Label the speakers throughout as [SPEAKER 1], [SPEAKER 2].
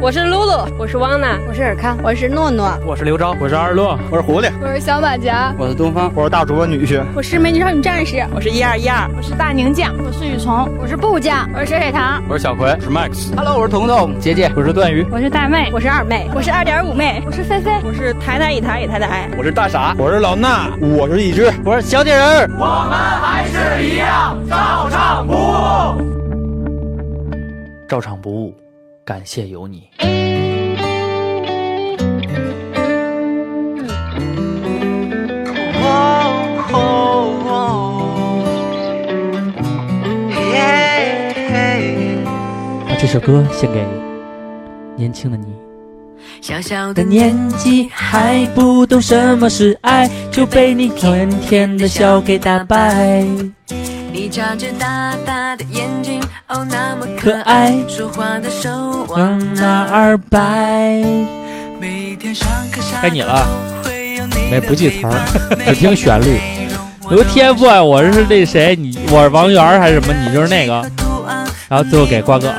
[SPEAKER 1] 我是露露，我是汪娜，
[SPEAKER 2] 我是尔康，我是诺诺，
[SPEAKER 3] 我是刘钊，
[SPEAKER 4] 我是二乐，
[SPEAKER 5] 我是狐狸，
[SPEAKER 6] 我是小马甲，
[SPEAKER 7] 我是东方，
[SPEAKER 8] 我是大主播女婿，
[SPEAKER 9] 我是美女少女战士，
[SPEAKER 10] 我是一二一二，
[SPEAKER 11] 我是大宁酱，
[SPEAKER 12] 我是雨虫，
[SPEAKER 13] 我是布酱，
[SPEAKER 14] 我是水水糖，
[SPEAKER 15] 我是小葵，
[SPEAKER 16] 我是 Max。
[SPEAKER 17] Hello，我是彤彤，
[SPEAKER 18] 姐姐，
[SPEAKER 19] 我是段鱼，
[SPEAKER 20] 我是大妹，
[SPEAKER 21] 我是二妹，
[SPEAKER 22] 我是二点五妹，
[SPEAKER 23] 我是菲菲，
[SPEAKER 24] 我是台台一台一台台，
[SPEAKER 25] 我是大傻，
[SPEAKER 26] 我是老衲，
[SPEAKER 27] 我是一只，
[SPEAKER 28] 我是小铁人，
[SPEAKER 29] 我们还是一样照常不误，
[SPEAKER 30] 照常不误，感谢有你。
[SPEAKER 31] 把这首歌献给年轻的你。
[SPEAKER 32] 小小的年纪还不懂什么是爱，就被你甜甜的笑给打败。你眨着大大的眼睛，哦，那么
[SPEAKER 31] 可爱，
[SPEAKER 32] 说话的手
[SPEAKER 31] 往
[SPEAKER 32] 嗯
[SPEAKER 31] 哪儿摆？
[SPEAKER 32] 每天上课下
[SPEAKER 3] 该你了，
[SPEAKER 31] 没不记词儿，只听旋律。
[SPEAKER 3] 有天赋啊，我是那谁，你我是王源还是什么？你就是那个。然后最后给瓜哥，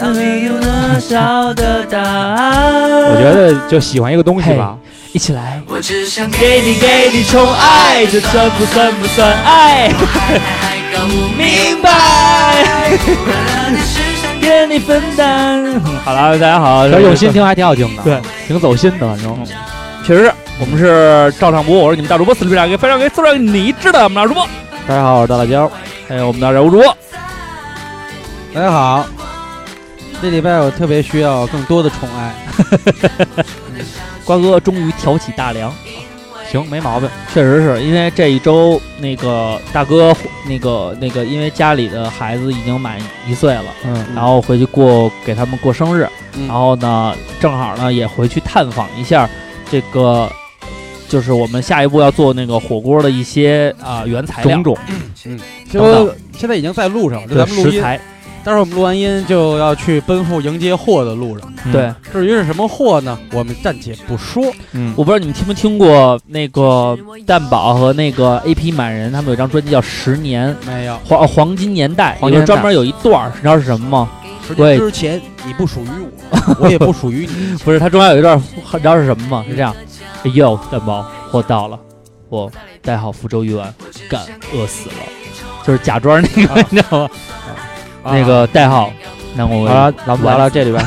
[SPEAKER 31] 我
[SPEAKER 3] 觉得就喜欢一个东西吧，
[SPEAKER 31] 一起来。
[SPEAKER 32] 我只想
[SPEAKER 31] 给你给你宠爱，这算不算不算爱？明白。给你分担。
[SPEAKER 3] 好了，大家好，
[SPEAKER 31] 小用心听还挺好听的，
[SPEAKER 3] 对，
[SPEAKER 31] 挺走心的，你知道吗？
[SPEAKER 3] 确实，我们是照常播，我是你们大主播四十秒给非常给四十秒你知道我们大主播。
[SPEAKER 31] 大家好，我是大辣椒，
[SPEAKER 3] 还哎有我们的人物主播。
[SPEAKER 33] 大家好，这礼拜我特别需要更多的宠爱。
[SPEAKER 3] 瓜哥终于挑起大梁，
[SPEAKER 31] 行，没毛病，
[SPEAKER 3] 确实是因为这一周那个大哥那个那个，因为家里的孩子已经满一岁了，
[SPEAKER 31] 嗯，
[SPEAKER 33] 啊
[SPEAKER 3] 然后回去过给他们过生日，
[SPEAKER 31] 嗯、
[SPEAKER 3] 然后呢，正好呢也回去探访一下这个。就是我们下一步要做那个火锅的一些啊、呃、原材料
[SPEAKER 31] 种种，
[SPEAKER 3] 嗯，
[SPEAKER 31] 就
[SPEAKER 33] 现在已经在路上，就咱们录
[SPEAKER 3] 食材。
[SPEAKER 33] 待会儿我们录完音就要去奔赴迎接货的路上。
[SPEAKER 3] 对、嗯，
[SPEAKER 33] 至于是什么货呢，我们暂且不说。
[SPEAKER 3] 嗯，我不知道你们听没听过那个蛋宝和那个 AP 满人，他们有一张专辑叫《十年》，
[SPEAKER 33] 没有
[SPEAKER 3] 黄黄金年代，
[SPEAKER 31] 黄金
[SPEAKER 3] 专门有一段，你知道是什么吗？
[SPEAKER 33] 十年之前你不属于我，我也不属于 你。
[SPEAKER 3] 不是，它中间有一段，你知道是什么吗？是这样。哎呦，蛋包，货到了，我带好福州鱼丸，干，饿死了，就是假装那个，你知道吗？那个代号，南国威。
[SPEAKER 31] 好了，咱们完了这里边，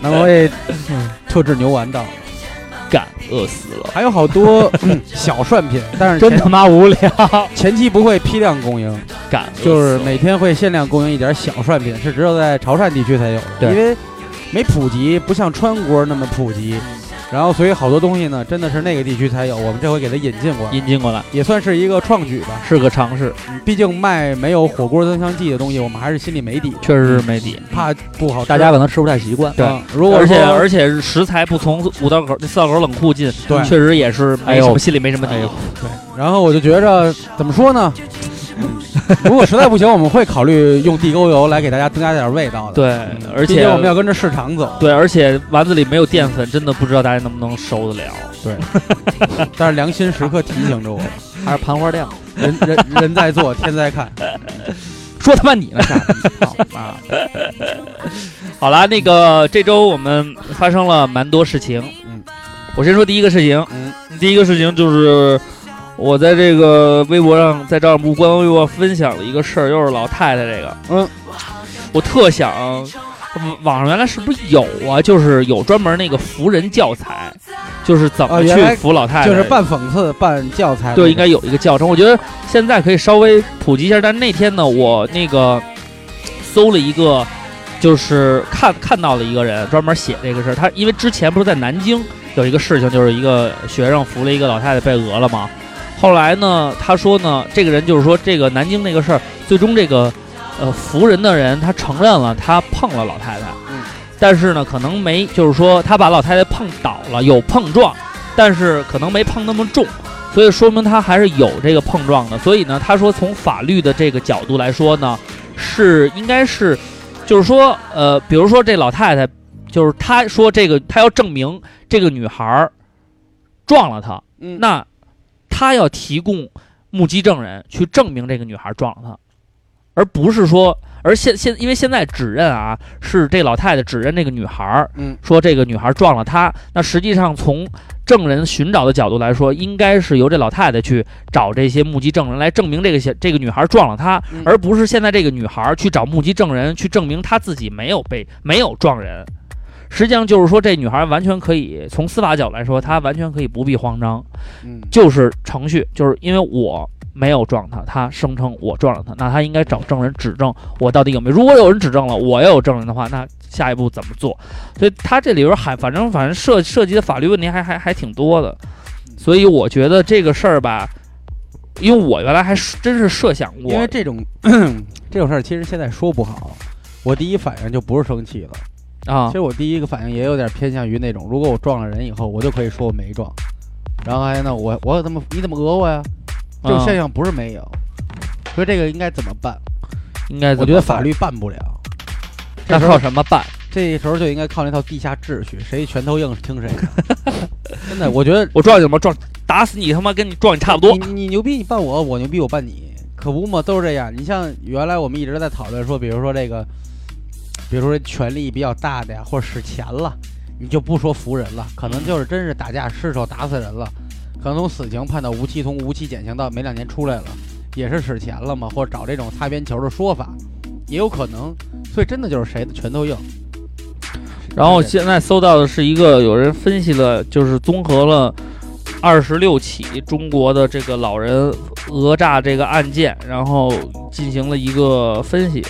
[SPEAKER 33] 南国威嗯特制牛丸到了，
[SPEAKER 3] 干，饿死了。
[SPEAKER 33] 还有好 多小涮品，但是
[SPEAKER 3] 真他妈无聊。
[SPEAKER 33] 前期不会批量供应，
[SPEAKER 3] 干，
[SPEAKER 33] 就是每天会限量供应一点小涮品，是只有在潮汕地区才有的，因为没普及，不像川锅那么普及。然后，所以好多东西呢，真的是那个地区才有。我们这回给它引进过来，
[SPEAKER 3] 引进过来
[SPEAKER 33] 也算是一个创举吧，
[SPEAKER 3] 是个尝试。
[SPEAKER 33] 毕竟卖没有火锅增香剂的东西，我们还是心里没底，
[SPEAKER 3] 确实是没底，
[SPEAKER 33] 怕不好，嗯
[SPEAKER 31] 大家可能吃不太习惯。
[SPEAKER 3] 对，
[SPEAKER 33] 如果
[SPEAKER 3] 嗯而且而且食材不从五道口、四道口冷库进，
[SPEAKER 33] 对，
[SPEAKER 3] 确实也是
[SPEAKER 31] 哎
[SPEAKER 3] 没什么，心里没什么底。
[SPEAKER 33] 对，然后我就觉着怎么说呢？如果实在不行，我们会考虑用地沟油来给大家增加点味道的。
[SPEAKER 31] 嗯
[SPEAKER 33] 嗯
[SPEAKER 3] 对，而且
[SPEAKER 33] 我们要跟着市场走。
[SPEAKER 3] 对，而且丸子里没有淀粉，真的不知道大家能不能受得了。
[SPEAKER 33] 对，但是良心时刻提醒着 我，
[SPEAKER 31] 还是盘花量，
[SPEAKER 33] 人人人在做，天在 看。
[SPEAKER 3] 说他妈你呢，傻逼！ 啊，好啦，那个这周我们发生了蛮多事情。
[SPEAKER 33] 嗯，
[SPEAKER 3] 我先说第一个事情。
[SPEAKER 33] 嗯，
[SPEAKER 3] 第一个事情就是。我在这个微博上，在赵部官方微博分享了一个事儿，又是老太太这个，
[SPEAKER 33] 嗯，
[SPEAKER 3] 我特想，嗯网上原来是不是有啊？就是有专门那个扶人教材，就是怎么去扶老太太，
[SPEAKER 33] 呃、就是半讽刺半教材，
[SPEAKER 3] 对，应该有一个教程。我觉得现在可以稍微普及一下。但那天呢，我那个搜了一个，就是看看到了一个人专门写这个事儿，他因为之前不是在南京有一个事情，就是一个学生扶了一个老太太被讹了嘛。后来呢？他说呢，这个人就是说，这个南京那个事儿，最终这个，呃，扶人的人他承认了，他碰了老太太，
[SPEAKER 33] 嗯，
[SPEAKER 3] 但是呢，可能没，就是说他把老太太碰倒了，有碰撞，但是可能没碰那么重，所以说明他还是有这个碰撞的。所以呢，他说从法律的这个角度来说呢，是应该是，就是说，呃，比如说这老太太，就是他说这个，他要证明这个女孩撞了他，
[SPEAKER 33] 嗯，
[SPEAKER 3] 那。他要提供目击证人去证明这个女孩撞了他，而不是说，而现现因为现在指认啊，是这老太太指认这个女孩儿，
[SPEAKER 33] 嗯，
[SPEAKER 3] 说这个女孩撞了他。那实际上从证人寻找的角度来说，应该是由这老太太去找这些目击证人来证明这个小这个女孩撞了他，
[SPEAKER 33] 嗯
[SPEAKER 3] 而不是现在这个女孩去找目击证人去证明她自己没有被没有撞人。实际上就是说，这女孩完全可以从司法角度来说，她完全可以不必慌张，
[SPEAKER 33] 嗯
[SPEAKER 3] 就是程序，就是因为我没有撞他，他声称我撞了他，那他应该找证人指证我到底有没有。如果有人指证了，我也有证人的话，那下一步怎么做？所以他这里边还反正反正涉涉及的法律问题还还还挺多的，所以我觉得这个事儿吧，因为我原来还是真是设想过
[SPEAKER 33] 因为，这种 这种事儿，其实现在说不好。我第一反应就不是生气了，
[SPEAKER 3] 啊
[SPEAKER 33] 其，实我第一个反应也有点偏向于那种，如果我撞了人以后，我就可以说我没撞，然后还有呢，我我怎么你怎么讹我呀？这种
[SPEAKER 3] 啊
[SPEAKER 33] 现象不是没有，所以这个应该怎么办？
[SPEAKER 3] 应该
[SPEAKER 33] 我觉得法律办不了，
[SPEAKER 3] 那靠什么办？
[SPEAKER 33] 这时候就应该靠那套地下秩序，谁拳头硬听谁的。 真的，我觉得
[SPEAKER 3] 我撞你什么撞？打死你他妈跟你撞你差不多
[SPEAKER 33] 你你牛逼，你办我，我牛逼，我办你，可不嘛，都是这样。你像原来我们一直在讨论说，比如说这个，比如说权力比较大的呀，或者使钱了，你就不说服人了，可能就是真是打架失手打死人了，可能从死刑判到无期，从无期减刑到没两年出来了，也是使钱了嘛，或者找这种擦边球的说法，也有可能。所以真的就是谁的拳头硬。
[SPEAKER 3] 然后现在搜到的是一个有人分析了，就是综合了二十六起中国的这个老人讹诈这个案件，然后进行了一个分析。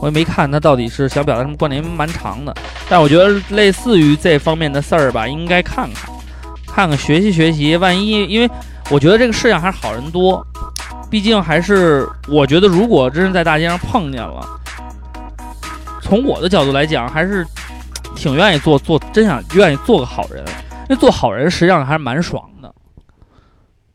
[SPEAKER 3] 我也没看他到底是想表达什么观点，因为蛮长的。但我觉得类似于这方面的事儿吧，应该看看，看看学习学习。万一因为我觉得这个世上还是好人多，毕竟还是我觉得如果真是在大街上碰见了，从我的角度来讲，还是挺愿意做做，真想愿意做个好人，因为做好人实际上还是蛮爽的，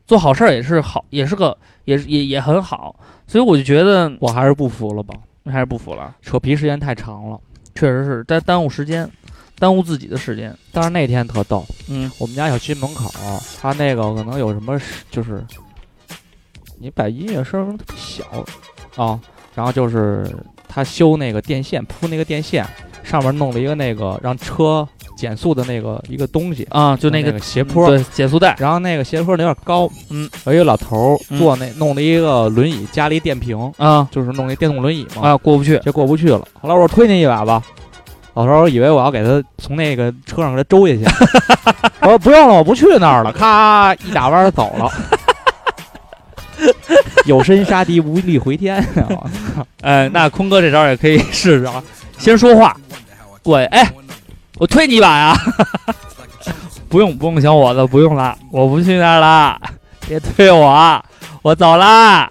[SPEAKER 3] 做好事儿也是好，也是个也也也很好，所以我就觉得
[SPEAKER 2] 我还是不服了吧，
[SPEAKER 3] 还是不服了，
[SPEAKER 2] 扯皮时间太长了。
[SPEAKER 3] 确实是耽耽误时间，耽误自己的时间，
[SPEAKER 2] 但是那天特逗，
[SPEAKER 3] 嗯
[SPEAKER 2] 我们家小区门口，他那个可能有什么事就是，你把音乐声特别小啊，然后就是他修那个电线，铺那个电线，上面弄了一个那个让车减速的那个一个东西，
[SPEAKER 3] 啊，就那
[SPEAKER 2] 那
[SPEAKER 3] 个
[SPEAKER 2] 斜坡。
[SPEAKER 3] 对减速带，
[SPEAKER 2] 然后那个斜坡有点高，
[SPEAKER 3] 嗯，
[SPEAKER 2] 有一个老头
[SPEAKER 3] 嗯
[SPEAKER 2] 儿坐那弄了一个轮椅，加了一电瓶，
[SPEAKER 3] 啊
[SPEAKER 2] 就是弄一电动轮椅嘛，
[SPEAKER 3] 啊过不去，
[SPEAKER 2] 这过不去了。后来我说推你一把吧，老头儿以为我要给他从那个车上给他周下去， 我说不用了，我不去那儿了，咔一打弯儿走了。有身杀敌，无力回天。
[SPEAKER 3] 哎，那坤哥这招也可以试试啊，先说话，过去，哎，我推你一把呀，不用不用想我的，不用啦，我不去那儿啦，别推我，我走啦，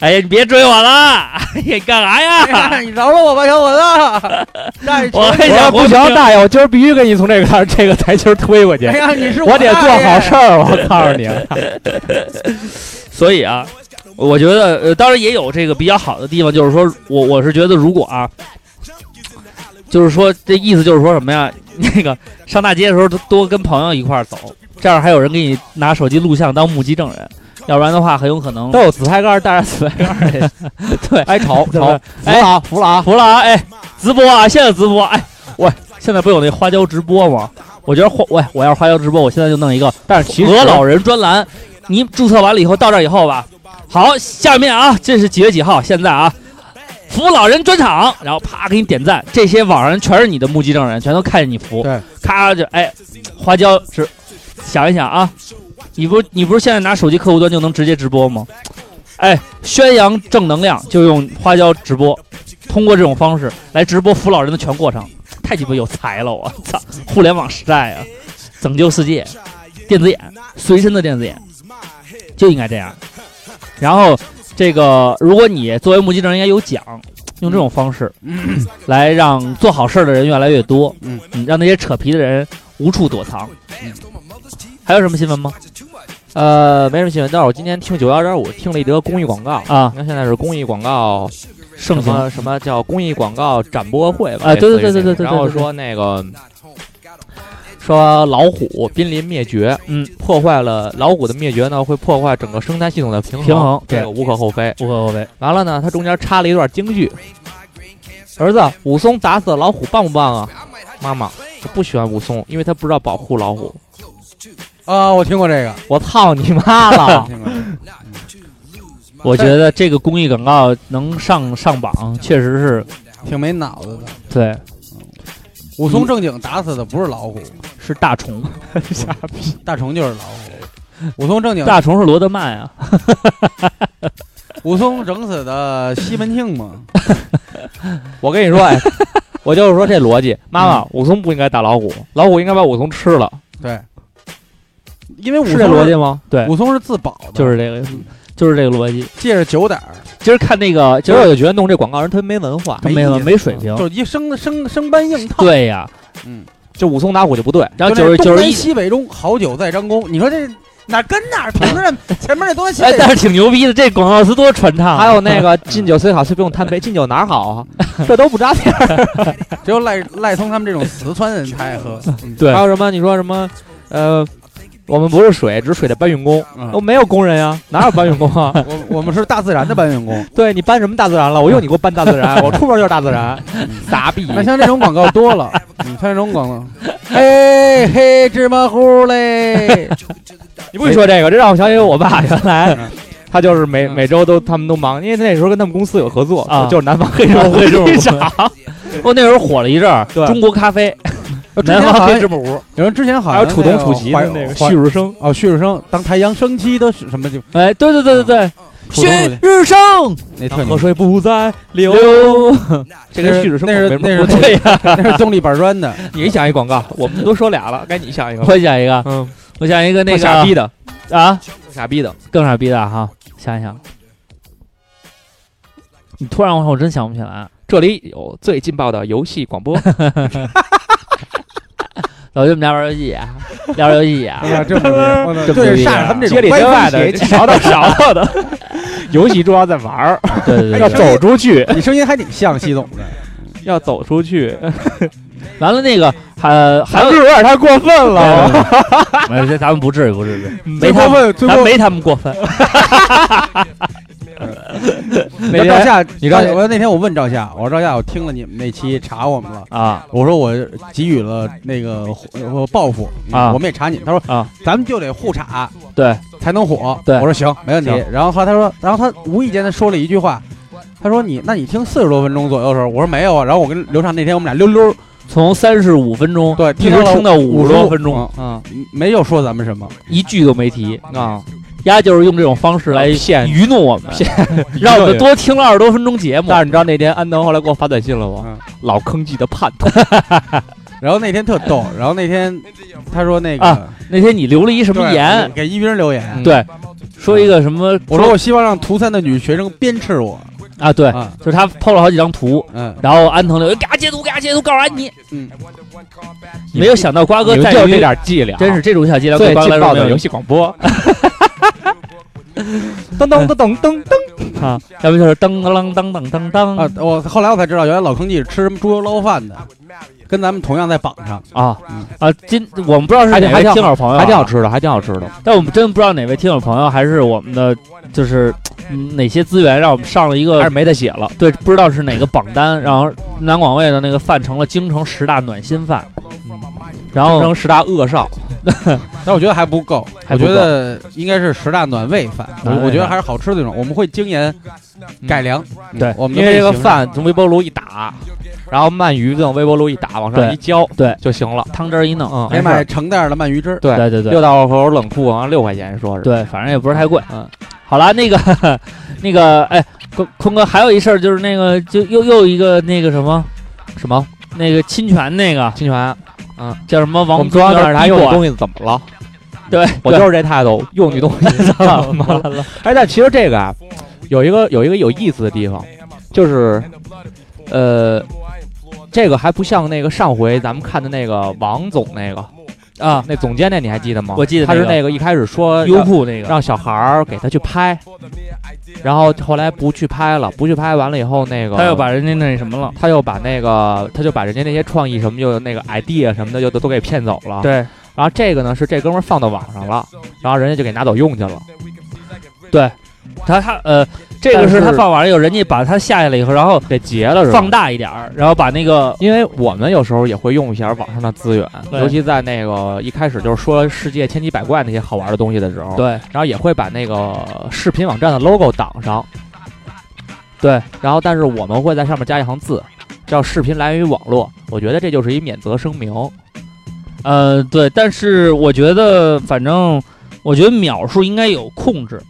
[SPEAKER 3] 哎呀，你别追我啦，哎 呀，你干啥呀？
[SPEAKER 33] 啊你饶了我吧，小伙子！大爷，
[SPEAKER 28] 哎
[SPEAKER 3] 我还
[SPEAKER 2] 哎我
[SPEAKER 3] 想
[SPEAKER 2] 说
[SPEAKER 3] 活
[SPEAKER 2] 不行，
[SPEAKER 3] 命
[SPEAKER 2] 大爷，我今儿必须给你从这个台这个台阶儿推过去
[SPEAKER 33] 哎，呀，你是
[SPEAKER 2] 我得
[SPEAKER 33] 大
[SPEAKER 2] 做
[SPEAKER 33] 爷
[SPEAKER 2] 好事儿。我告 诉你，
[SPEAKER 3] 所以啊，我觉得呃，当然也有这个比较好的地方，就是说我我是觉得如果啊，就是说这意思就是说什么呀？那个上大街的时候多多跟朋友一块儿走，这样还有人给你拿手机录像当目击证人，要不然的话很有可能
[SPEAKER 2] 都有紫菜杆儿，带着紫菜杆儿去。
[SPEAKER 3] 对
[SPEAKER 2] 哎， 瞅
[SPEAKER 3] 对
[SPEAKER 2] 瞅，
[SPEAKER 3] 吧
[SPEAKER 2] 服了啊，服了啊！
[SPEAKER 3] 服了啊！哎，直播啊，现在直播哎，喂，现在不有那花椒直播吗？我觉得花喂，我要是花椒直播，我现在就弄一个
[SPEAKER 2] 但是其实
[SPEAKER 3] 讹老人专栏，您注册完了以后到这儿以后吧，好，下面啊，这是几月几号？现在啊，服务老人专场，然后啪给你点赞，这些网上人全是你的目击证人，全都看见你服，
[SPEAKER 33] 对，
[SPEAKER 3] 咔就哎，花椒是想一想啊，你不你不是现在拿手机客户端就能直接直播吗？哎，宣扬正能量就用花椒直播，通过这种方式来直播扶老人的全过程，太鸡巴有才了！我操， 互联网时代啊，拯救世界，电子眼，随身的电子眼，就应该这样。然后这个，如果你作为目击证人，应该有奖，用这种方式、来让做好事儿的人越来越多，
[SPEAKER 33] 嗯
[SPEAKER 3] 让那些扯皮的人无处躲藏。还有什么新闻吗？
[SPEAKER 2] 呃，没什么新闻，但是我今天听九幺点五听了一则公益广告
[SPEAKER 3] 啊
[SPEAKER 2] 你，看现在是公益广告，
[SPEAKER 3] 盛
[SPEAKER 2] 什
[SPEAKER 3] 行
[SPEAKER 2] 么什么叫公益广告展播会吧？
[SPEAKER 3] 啊
[SPEAKER 2] 类似于
[SPEAKER 3] 对对对
[SPEAKER 2] 那
[SPEAKER 3] 对
[SPEAKER 2] 种
[SPEAKER 3] 对对
[SPEAKER 2] 然后
[SPEAKER 3] 对对
[SPEAKER 2] 说那个。说老虎濒临灭绝，
[SPEAKER 3] 嗯，
[SPEAKER 2] 破坏了老虎的灭绝呢，会破坏整个生态系统的平衡，
[SPEAKER 3] 平衡
[SPEAKER 2] 这
[SPEAKER 3] 对
[SPEAKER 2] 个无可厚非。
[SPEAKER 3] 无可厚非。
[SPEAKER 2] 完了呢，它中间插了一段京剧，
[SPEAKER 28] 儿子，武松打死了老虎，棒不棒啊？妈妈，我不喜欢武松，因为他不知道保护老虎。
[SPEAKER 33] 啊，我听过这个，
[SPEAKER 28] 我操你妈 了！
[SPEAKER 33] 听过这个。
[SPEAKER 3] 我觉得这个公益广告能上上榜，确实是
[SPEAKER 33] 挺没脑子的。
[SPEAKER 3] 对，
[SPEAKER 33] 武松正经打死的不是老虎，
[SPEAKER 3] 是大虫，
[SPEAKER 28] 傻逼！
[SPEAKER 33] 大虫就是老虎。武松
[SPEAKER 28] 嗯
[SPEAKER 33] 正经，
[SPEAKER 3] 大虫是罗德曼啊。
[SPEAKER 33] 武松整死的西门庆嘛，
[SPEAKER 28] 我跟你说， 哎，我就是说这逻辑。妈
[SPEAKER 2] 嗯
[SPEAKER 28] 妈，武松不应该打老虎，老虎应该把武松吃了，
[SPEAKER 33] 对，因为武
[SPEAKER 28] 是这逻
[SPEAKER 33] 松
[SPEAKER 28] 辑吗？对，
[SPEAKER 33] 武松是自保的，
[SPEAKER 3] 就是这个，
[SPEAKER 28] 嗯
[SPEAKER 3] 就是这个逻辑。
[SPEAKER 33] 借着酒胆儿，
[SPEAKER 3] 今儿看那个，
[SPEAKER 28] 其
[SPEAKER 3] 今
[SPEAKER 28] 实我
[SPEAKER 3] 儿
[SPEAKER 28] 就觉得弄这广告人特别没文化。
[SPEAKER 3] 没
[SPEAKER 33] 没意思
[SPEAKER 3] 没水平。
[SPEAKER 33] 就是一生生生搬硬套，
[SPEAKER 3] 对呀，
[SPEAKER 33] 嗯，
[SPEAKER 28] 就武松打虎就不对，
[SPEAKER 3] 然后九
[SPEAKER 33] 就那
[SPEAKER 3] 十九
[SPEAKER 33] 东
[SPEAKER 3] 十
[SPEAKER 34] 南
[SPEAKER 3] 一，
[SPEAKER 33] 西北中，好酒在张弓。你说这哪儿跟 哪儿？同志们，前面那东西
[SPEAKER 3] 哎，但是挺牛逼的，这广告词多传唱啊。
[SPEAKER 28] 还有那 个敬酒虽好，虽不用贪杯，敬酒哪儿好 啊？这都不扎眼。
[SPEAKER 33] 只有赖赖通他们这种四川人才爱喝。
[SPEAKER 3] 对
[SPEAKER 28] 还有什么？你说什么？呃，我们不是水，只是水的搬运工。
[SPEAKER 33] 嗯
[SPEAKER 28] 哦，没有工人呀，哪有搬运工啊？
[SPEAKER 33] 我我们是大自然的搬运工。
[SPEAKER 28] 对你搬什么大自然了？我用你给我搬大自 然，我出门就是大自然，傻逼！
[SPEAKER 3] 哎
[SPEAKER 33] 那像这种广告多了，嗯，像这种广告，嘿嘿，芝麻糊嘞，
[SPEAKER 28] 你不许说这个，这让我想起我 爸原来。他就是每每周都他们都忙，因为那时候跟他们公司有合作，
[SPEAKER 3] 啊
[SPEAKER 28] 就是南方黑社会
[SPEAKER 3] 黑社会
[SPEAKER 28] 厂。
[SPEAKER 3] 我那时候火了一阵儿，
[SPEAKER 28] 对
[SPEAKER 3] 中国咖啡，
[SPEAKER 33] 呃之
[SPEAKER 3] 南
[SPEAKER 33] 前
[SPEAKER 3] 方
[SPEAKER 33] 好
[SPEAKER 3] 黑
[SPEAKER 33] 像
[SPEAKER 3] 芝麻糊。
[SPEAKER 33] 有人之前好
[SPEAKER 28] 还
[SPEAKER 34] 还有
[SPEAKER 28] 有
[SPEAKER 33] 像
[SPEAKER 28] 楚
[SPEAKER 33] 楚
[SPEAKER 28] 东
[SPEAKER 33] 东
[SPEAKER 28] 楚
[SPEAKER 33] 楚
[SPEAKER 28] 席
[SPEAKER 33] 席
[SPEAKER 28] 的
[SPEAKER 33] 的
[SPEAKER 28] 那
[SPEAKER 33] 那
[SPEAKER 28] 个
[SPEAKER 33] 个
[SPEAKER 28] 旭
[SPEAKER 33] 旭
[SPEAKER 28] 日升，
[SPEAKER 33] 哦，旭日升当太阳升起的什么地方？
[SPEAKER 3] 哎，对对对对
[SPEAKER 28] 嗯
[SPEAKER 3] 对，
[SPEAKER 33] 初
[SPEAKER 3] 旭
[SPEAKER 33] 中的
[SPEAKER 3] 日升，
[SPEAKER 33] 那特牛
[SPEAKER 28] 河，水不再嗯流。这跟旭日升
[SPEAKER 33] 那是
[SPEAKER 28] 没
[SPEAKER 33] 那
[SPEAKER 28] 什么
[SPEAKER 33] 是
[SPEAKER 28] 关系
[SPEAKER 3] 对呀。
[SPEAKER 33] 那是动啊力板 砖的，
[SPEAKER 28] 你想一广告，我们都说俩了，该你想一个了。
[SPEAKER 3] 我想一个，
[SPEAKER 28] 嗯，
[SPEAKER 3] 我想一个那
[SPEAKER 28] 那
[SPEAKER 3] 个
[SPEAKER 28] 傻逼的，
[SPEAKER 3] 啊，
[SPEAKER 28] 傻逼的，
[SPEAKER 3] 更傻逼的啊哈，想一想。你突然我我真想不起来，
[SPEAKER 28] 这里有最劲爆的游戏 广播。
[SPEAKER 3] 老舅我们家玩游戏啊，聊游戏啊
[SPEAKER 33] 哎，呀，这不牛，
[SPEAKER 3] 这不
[SPEAKER 33] 就是
[SPEAKER 3] 牛
[SPEAKER 2] 啊
[SPEAKER 33] 煞着他们这
[SPEAKER 28] 街
[SPEAKER 33] 种
[SPEAKER 28] 里
[SPEAKER 33] 歪
[SPEAKER 28] 街外
[SPEAKER 33] 风
[SPEAKER 28] 的
[SPEAKER 33] 邪
[SPEAKER 28] 这
[SPEAKER 33] 气。
[SPEAKER 28] 勺 到勺到的，游戏主要在玩儿，
[SPEAKER 3] 对对
[SPEAKER 28] 要
[SPEAKER 3] 对对，
[SPEAKER 28] 走出去，
[SPEAKER 33] 你声音还挺像系统的，
[SPEAKER 28] 要走出去。
[SPEAKER 3] 完了那个还还
[SPEAKER 28] 还
[SPEAKER 3] 有
[SPEAKER 28] 是有点太过分了，
[SPEAKER 3] 没有，这咱们不至于，不至于，没
[SPEAKER 33] 最
[SPEAKER 3] 他
[SPEAKER 33] 过
[SPEAKER 3] 们，
[SPEAKER 33] 分，最
[SPEAKER 3] 咱
[SPEAKER 33] 过分。
[SPEAKER 3] 没他们过分。
[SPEAKER 28] 那
[SPEAKER 33] 赵
[SPEAKER 28] 天
[SPEAKER 33] 夏，
[SPEAKER 28] 你
[SPEAKER 33] 赵
[SPEAKER 28] 看
[SPEAKER 33] 我那天我问赵夏，我说赵夏，我听了你们那期查我们了。
[SPEAKER 3] 啊
[SPEAKER 33] 我说我给予了那个呃报复
[SPEAKER 3] 啊
[SPEAKER 33] 我们也查你。他说
[SPEAKER 3] 啊，
[SPEAKER 33] 咱们就得互查
[SPEAKER 3] 对，
[SPEAKER 33] 才能火。
[SPEAKER 3] 对
[SPEAKER 33] 我说行，没问题
[SPEAKER 3] 行。
[SPEAKER 33] 然后后来他说，然后他无意间他说了一句话，他说你那你听四十多分钟左右的时候，我说没有啊。然后我跟刘畅那天我们俩溜溜
[SPEAKER 3] 从三十五分钟
[SPEAKER 33] 对，
[SPEAKER 3] 一直
[SPEAKER 33] 到了
[SPEAKER 3] 听到
[SPEAKER 33] 五
[SPEAKER 3] 五十多分钟，
[SPEAKER 33] 钟，
[SPEAKER 28] 啊
[SPEAKER 33] 嗯没有说咱们什么，
[SPEAKER 3] 一句都没提，
[SPEAKER 28] 啊，
[SPEAKER 3] 丫就是用这种方式来
[SPEAKER 28] 哎
[SPEAKER 2] 啊
[SPEAKER 28] 骗
[SPEAKER 3] 愚弄我们，让我们多听了二十多分钟节目
[SPEAKER 28] 但。是你知道那天安藤后来给我发短信了吗
[SPEAKER 33] 嗯？
[SPEAKER 28] 老坑记的叛徒，
[SPEAKER 33] 然后那天特逗，然后那天他说那个、
[SPEAKER 3] 啊那天你留了一什
[SPEAKER 33] 对
[SPEAKER 3] 么言？
[SPEAKER 33] 给一冰留言，
[SPEAKER 28] 嗯
[SPEAKER 3] 对，说一个什么？
[SPEAKER 33] 我说我希望让图三的女学生鞭笞我
[SPEAKER 3] 啊，对，
[SPEAKER 33] 啊，
[SPEAKER 3] 就是他 PO 了好几张图，
[SPEAKER 33] 嗯
[SPEAKER 3] 然后安藤留言给他截图，给他截图，告诉安妮。
[SPEAKER 33] 嗯，
[SPEAKER 3] 没有想到瓜哥
[SPEAKER 28] 你们
[SPEAKER 3] 在
[SPEAKER 28] 就
[SPEAKER 3] 于
[SPEAKER 28] 这，点伎俩，
[SPEAKER 3] 真是这种小伎俩，
[SPEAKER 28] 最
[SPEAKER 3] 对瓜哥
[SPEAKER 28] 劲
[SPEAKER 3] 来说
[SPEAKER 28] 爆
[SPEAKER 3] 没
[SPEAKER 28] 的
[SPEAKER 3] 有
[SPEAKER 28] 游戏广播。 噔噔噔噔噔噔，
[SPEAKER 3] 啊，要不就是噔噔噔噔噔噔
[SPEAKER 33] 啊，我后来我才知道，原来老坑记是吃什么猪油捞饭的，跟咱们同样在榜上。
[SPEAKER 3] 啊啊！今我们不知道是
[SPEAKER 28] 还挺
[SPEAKER 3] 哪位
[SPEAKER 28] 还挺
[SPEAKER 3] 听友朋友啊，
[SPEAKER 28] 还挺好吃的，还挺好吃
[SPEAKER 33] 嗯
[SPEAKER 28] 的。
[SPEAKER 3] 但我们真不知道哪位听友朋友还是我们的，就是、嗯哪些资源让我们上了一
[SPEAKER 28] 还是
[SPEAKER 3] 个
[SPEAKER 28] 没得写了，
[SPEAKER 3] 对，不知道是哪个榜单，然后南广味的那个饭成了京城十大暖心饭，然
[SPEAKER 28] 京
[SPEAKER 3] 后
[SPEAKER 28] 城十大恶少，
[SPEAKER 33] 但我觉得还不够，
[SPEAKER 3] 还
[SPEAKER 33] 我
[SPEAKER 3] 不够
[SPEAKER 33] 觉得应该是十大暖胃饭，
[SPEAKER 3] 暖胃饭
[SPEAKER 33] 我我觉得还是好吃的那种。我们会精研改良，
[SPEAKER 3] 对
[SPEAKER 33] 我
[SPEAKER 28] 嗯
[SPEAKER 33] 们
[SPEAKER 28] 因为这个
[SPEAKER 33] 饭
[SPEAKER 28] 饭从微波炉一打，然后鳗鱼用微波炉一打，往上
[SPEAKER 3] 对
[SPEAKER 28] 一浇，
[SPEAKER 3] 对
[SPEAKER 28] 就行了。
[SPEAKER 3] 汤汁儿一弄，
[SPEAKER 28] 嗯
[SPEAKER 3] 没
[SPEAKER 33] 得
[SPEAKER 3] 事儿
[SPEAKER 33] 买成袋的鳗鱼汁，
[SPEAKER 28] 对
[SPEAKER 3] 对对对
[SPEAKER 28] 六道口冷库好像六块钱，说是。
[SPEAKER 3] 对，反正也不是太贵。
[SPEAKER 28] 嗯，
[SPEAKER 3] 好了，那个 那个，哎，坤坤哥还有一事儿就是那个，就又又一个那个什么
[SPEAKER 28] 什么
[SPEAKER 3] 那个侵权那个
[SPEAKER 28] 侵权？
[SPEAKER 3] 叫什么王
[SPEAKER 28] 我们中央电视台用你
[SPEAKER 3] 的
[SPEAKER 28] 东西怎么了？
[SPEAKER 3] 对，
[SPEAKER 28] 我就是这态度，用你东西 怎么了？
[SPEAKER 3] 了，
[SPEAKER 28] 哎，但其实这个啊，有一个有一个有意思的地方，就是，呃，这个还不像那个上回咱们看的那个王总那个
[SPEAKER 3] 啊，
[SPEAKER 28] 那总监那，你还记得吗？
[SPEAKER 3] 我记得
[SPEAKER 28] 他是
[SPEAKER 3] 那
[SPEAKER 28] 那个一开始说
[SPEAKER 3] 优
[SPEAKER 28] 要
[SPEAKER 3] 酷那个
[SPEAKER 28] 让小孩儿给他去拍，然后后来不去拍了，不去拍完了以后，那个
[SPEAKER 3] 他又把人家那什么
[SPEAKER 2] 啊
[SPEAKER 3] 了，
[SPEAKER 28] 他又把那个他就把人家那些创意什么就那个 idea 什么的就都都给骗走了。
[SPEAKER 3] 对
[SPEAKER 28] 然后这个呢是这哥们儿放到网上了，然后人家就给拿走用去了。
[SPEAKER 3] 对，他他呃，这个
[SPEAKER 2] 但
[SPEAKER 3] 是他
[SPEAKER 2] 是
[SPEAKER 3] 放网上以后，人家把它下下来以后，然后
[SPEAKER 2] 给截了是吧？
[SPEAKER 3] 放大一点儿，然后把那个
[SPEAKER 28] 哦
[SPEAKER 2] 因为我们有时候也会用一下网上的资源，
[SPEAKER 3] 对
[SPEAKER 2] 尤其在那个一开始就是说世界千奇百怪那些好玩的东西的时候，，
[SPEAKER 3] 对
[SPEAKER 2] 然后也会把那个视频网站的 logo 挡上，
[SPEAKER 3] 对，
[SPEAKER 2] 然后但是我们会在上面加一行字，叫“视频来源于网络”，我觉得这就是一免责声明。
[SPEAKER 3] 呃对，但是我觉得反正我觉得秒数应该有控制，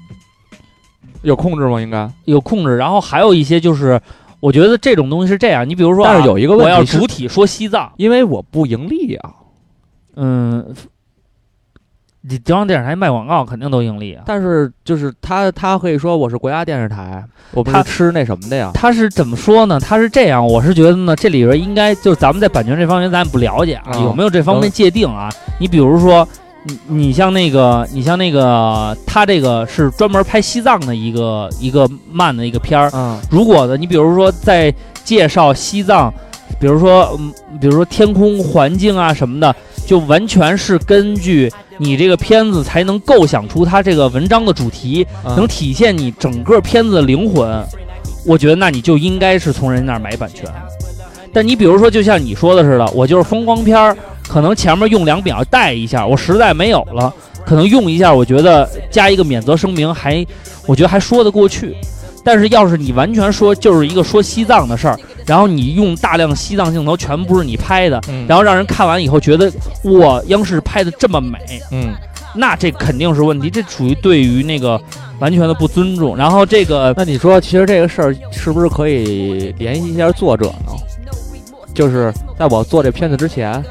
[SPEAKER 2] 有控制吗？应该，
[SPEAKER 3] 有控制，然后还有一些就是我觉得这种东西是这样，你比如说、啊，
[SPEAKER 2] 但是有一个
[SPEAKER 3] 我
[SPEAKER 2] 问
[SPEAKER 3] 要
[SPEAKER 2] 题是
[SPEAKER 3] 主，体说西藏，
[SPEAKER 2] 因为我不盈利啊，
[SPEAKER 3] 嗯，你中央电视台卖广告肯定都盈利啊。
[SPEAKER 2] 但是就是他他可以说我是国家电视台，我们
[SPEAKER 3] 他
[SPEAKER 2] 是吃那什么的呀？
[SPEAKER 3] 他是怎么说呢？他是这样，我是觉得呢，这里边应该就是咱们在版权这方面咱也不了解啊，
[SPEAKER 2] 嗯
[SPEAKER 3] 有没有这方面界定啊？你比如说，你你像那个，你像那个，他这个是专门拍西藏的一个一个慢的一个片儿。
[SPEAKER 2] 嗯，
[SPEAKER 3] 如果呢，你比如说在介绍西藏，比如说嗯，比如说天空环境啊什么的，就完全是根据你这个片子才能构想出它这个文章的主题，
[SPEAKER 2] 嗯
[SPEAKER 3] 能体现你整个片子的灵魂。我觉得那你就应该是从人那儿买版权。但你比如说，就像你说的似的，我就是风光片儿，可能前面用两秒带一下，我实在没有了，可能用一下，我觉得加一个免责声明还，我觉得还说得过去。但是要是你完全说就是一个说西藏的事儿，然后你用大量西藏镜头，全部是你拍的，
[SPEAKER 2] 嗯
[SPEAKER 3] 然后让人看完以后觉得哇，央视拍的这么美，
[SPEAKER 2] 嗯，
[SPEAKER 3] 那这肯定是问题，这属于对于那个完全的不尊重。然后这个
[SPEAKER 2] 那你说，其实这个事儿是不是可以联系一下作者呢？就是在我做这片子之前，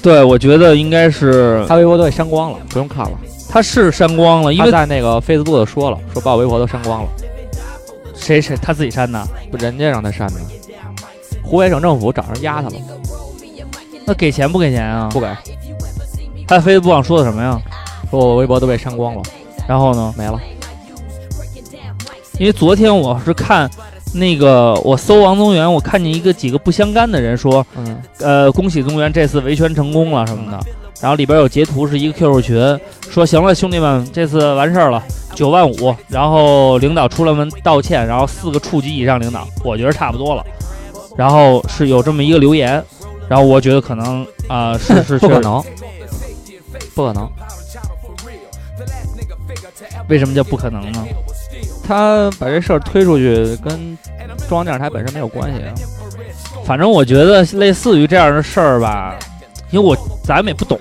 [SPEAKER 3] 对我觉得应该是
[SPEAKER 2] 他微博都给删光了，不用看了。
[SPEAKER 3] 他是删光了，因
[SPEAKER 2] 他
[SPEAKER 3] 为
[SPEAKER 2] 在那个 Facebook 说了，说把我微博都删光了，
[SPEAKER 3] 谁谁他自己删的，
[SPEAKER 2] 不人家让他删的。湖北省政府找人压他了，
[SPEAKER 3] 那给钱不给钱啊？
[SPEAKER 2] 不给，
[SPEAKER 3] 他非得不往说的什么呀？
[SPEAKER 2] 说我微博都被删光了，
[SPEAKER 3] 然后呢？
[SPEAKER 2] 没了。
[SPEAKER 3] 因为昨天我是看那个我搜王宗元，我看见一个几个不相干的人说，
[SPEAKER 2] 嗯
[SPEAKER 3] 呃，恭喜宗元这次维权成功了什么的。然后里边有截图是一个 QQ 群，说行了，兄弟们，这次完事儿了，九万五。然后领导出来们道歉，然后四个处级以上领导，我觉得差不多了。然后是有这么一个留言，然后我觉得可能啊、是是是，
[SPEAKER 2] 不可能，不可能。
[SPEAKER 3] 为什么叫不可能呢？
[SPEAKER 2] 他把这事儿推出去，跟中央电视台本身没有关系啊。
[SPEAKER 3] 反正我觉得类似于这样的事儿吧，因为我咱们也不懂，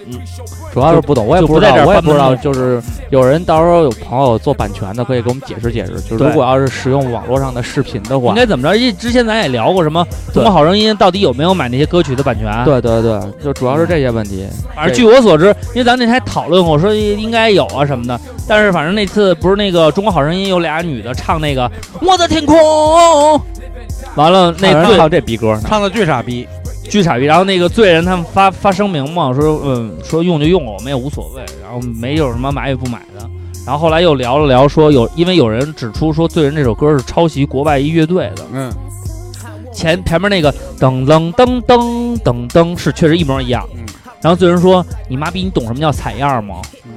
[SPEAKER 2] 主要是不懂，我也
[SPEAKER 3] 就
[SPEAKER 2] 不知
[SPEAKER 3] 不在这
[SPEAKER 2] 道，
[SPEAKER 3] 儿
[SPEAKER 2] 我也
[SPEAKER 3] 翻
[SPEAKER 2] 不知道，
[SPEAKER 3] 盘
[SPEAKER 2] 就是有人到时候有朋友做版权的，可以给我们解释解释。就是
[SPEAKER 3] 对
[SPEAKER 2] 如果要是使用网络上的视频的话
[SPEAKER 3] 应，该怎么着？因为之前咱也聊过什么《中国好声音》到底有没有买那些歌曲的版权？，
[SPEAKER 2] 对对对，就主要是这些问题。
[SPEAKER 3] 反正据我所知，因为咱那天还讨论过，说应该有啊什么的。但是反正那次不是那个《中国好声音》有俩女的唱那个《我的天空》，完了那
[SPEAKER 2] 有人
[SPEAKER 3] 罪
[SPEAKER 2] 唱这逼歌呢，
[SPEAKER 35] 唱的巨傻逼，
[SPEAKER 3] 巨傻逼，然后那个罪人他们发发声明嘛，说嗯说用就用，我们也无所谓，然后没有什么买与不买的。然后后来又聊了聊，说有因为有人指出说《罪人》这首歌是抄袭国外一乐队的，
[SPEAKER 35] 嗯，
[SPEAKER 3] 前前面那个噔噔噔噔噔噔是确实一模一样。
[SPEAKER 35] 嗯
[SPEAKER 3] 然后罪人说：“你妈逼，你懂什么叫采样吗？
[SPEAKER 2] 嗯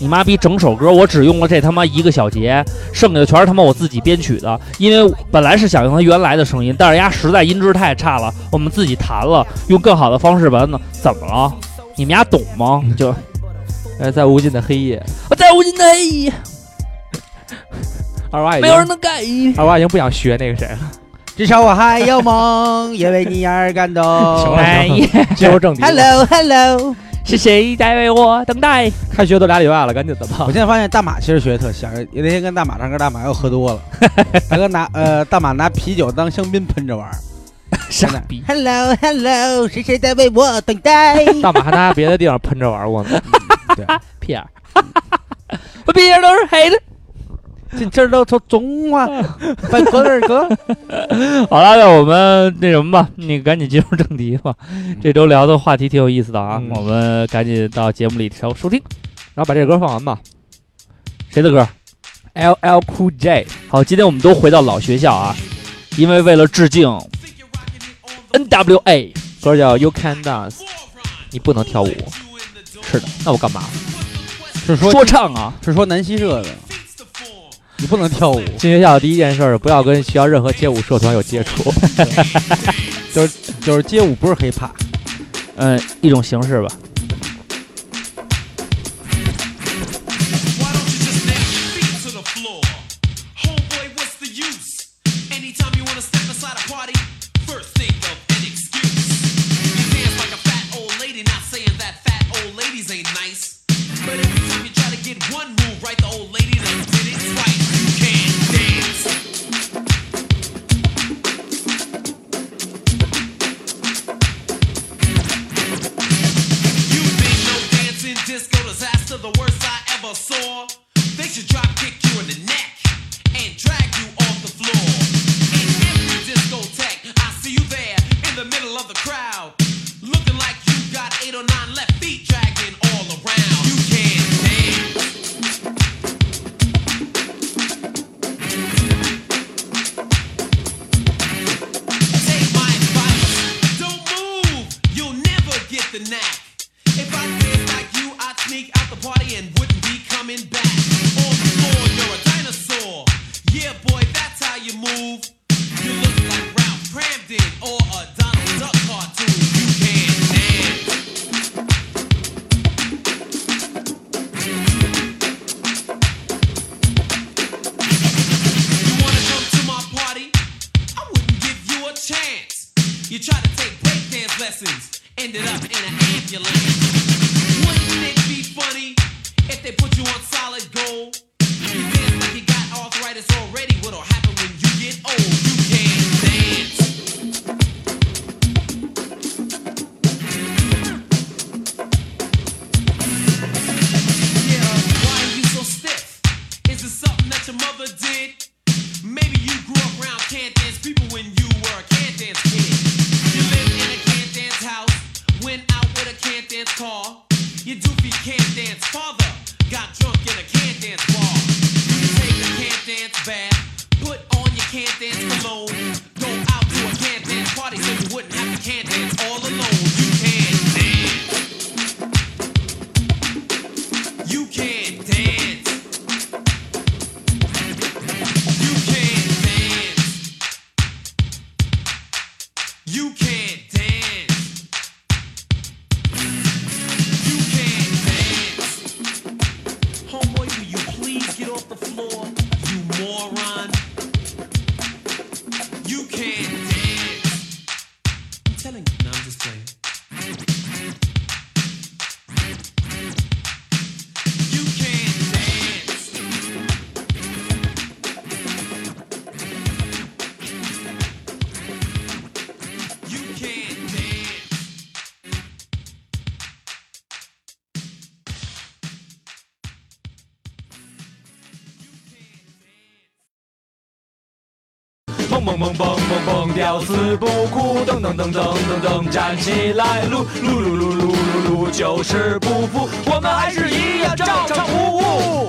[SPEAKER 3] 你妈逼，整首歌我只用了这他妈一个小节，剩下的全是他妈我自己编曲的。因为本来是想用他原来的声音，但是丫实在音质太差了，我们自己弹了，用更好的方式把它弄。怎么了？你们丫懂吗？就
[SPEAKER 2] 呃在无尽的黑夜，
[SPEAKER 3] 我在无尽的黑夜，
[SPEAKER 2] 二娃已
[SPEAKER 3] 没有人
[SPEAKER 2] 经
[SPEAKER 3] 能改。
[SPEAKER 2] 二娃已经不想学那个谁了。
[SPEAKER 35] 至少我还有 梦，也为你而感动。
[SPEAKER 3] 哎呀，
[SPEAKER 2] 进入正题吧
[SPEAKER 35] Hello Hello，
[SPEAKER 3] 是谁在为我等待？
[SPEAKER 2] 开学都俩礼拜了，赶紧的
[SPEAKER 35] 我
[SPEAKER 2] 吧。
[SPEAKER 35] 现在发现大马其实学的特像，那天跟大马唱歌，大马又喝 多了，他跟拿呃大马拿啤酒当香槟喷着玩 儿。
[SPEAKER 3] 傻逼！
[SPEAKER 35] Hello Hello，谁谁在为我等待？
[SPEAKER 2] 大马还拿别的地方喷着玩过呢，
[SPEAKER 3] 屁眼儿， 我屁眼儿都是黑的。
[SPEAKER 35] 这今儿都从中华翻格尔格。
[SPEAKER 3] 好了，那我们那什么吧，那个赶紧进入正题吧。
[SPEAKER 28] 嗯
[SPEAKER 3] 这周聊的话题挺有意思的啊，
[SPEAKER 2] 嗯
[SPEAKER 3] 我们赶紧到节目里收收听
[SPEAKER 2] 然后把这歌放完吧。
[SPEAKER 3] 谁的歌。
[SPEAKER 2] L L Cool J，
[SPEAKER 3] 好，今天我们都回到老学校啊，因为为了致敬 N W A，
[SPEAKER 2] 歌叫 You Can Dance，你不能跳舞。是的，那我干嘛？
[SPEAKER 35] 是说
[SPEAKER 3] 说唱啊，
[SPEAKER 35] 是说南希社的，
[SPEAKER 33] 你不能跳舞。
[SPEAKER 28] 进学校的第一件事儿，不要跟学校任何街舞社团有接触。
[SPEAKER 33] 就是就是街舞不是 hiphop，
[SPEAKER 3] 嗯，一种形式吧。
[SPEAKER 36] 蹦蹦蹦蹦，吊死不哭，噔噔噔噔噔噔，站起来，撸撸撸撸撸撸撸，就是不服，我们还是一样照常服务。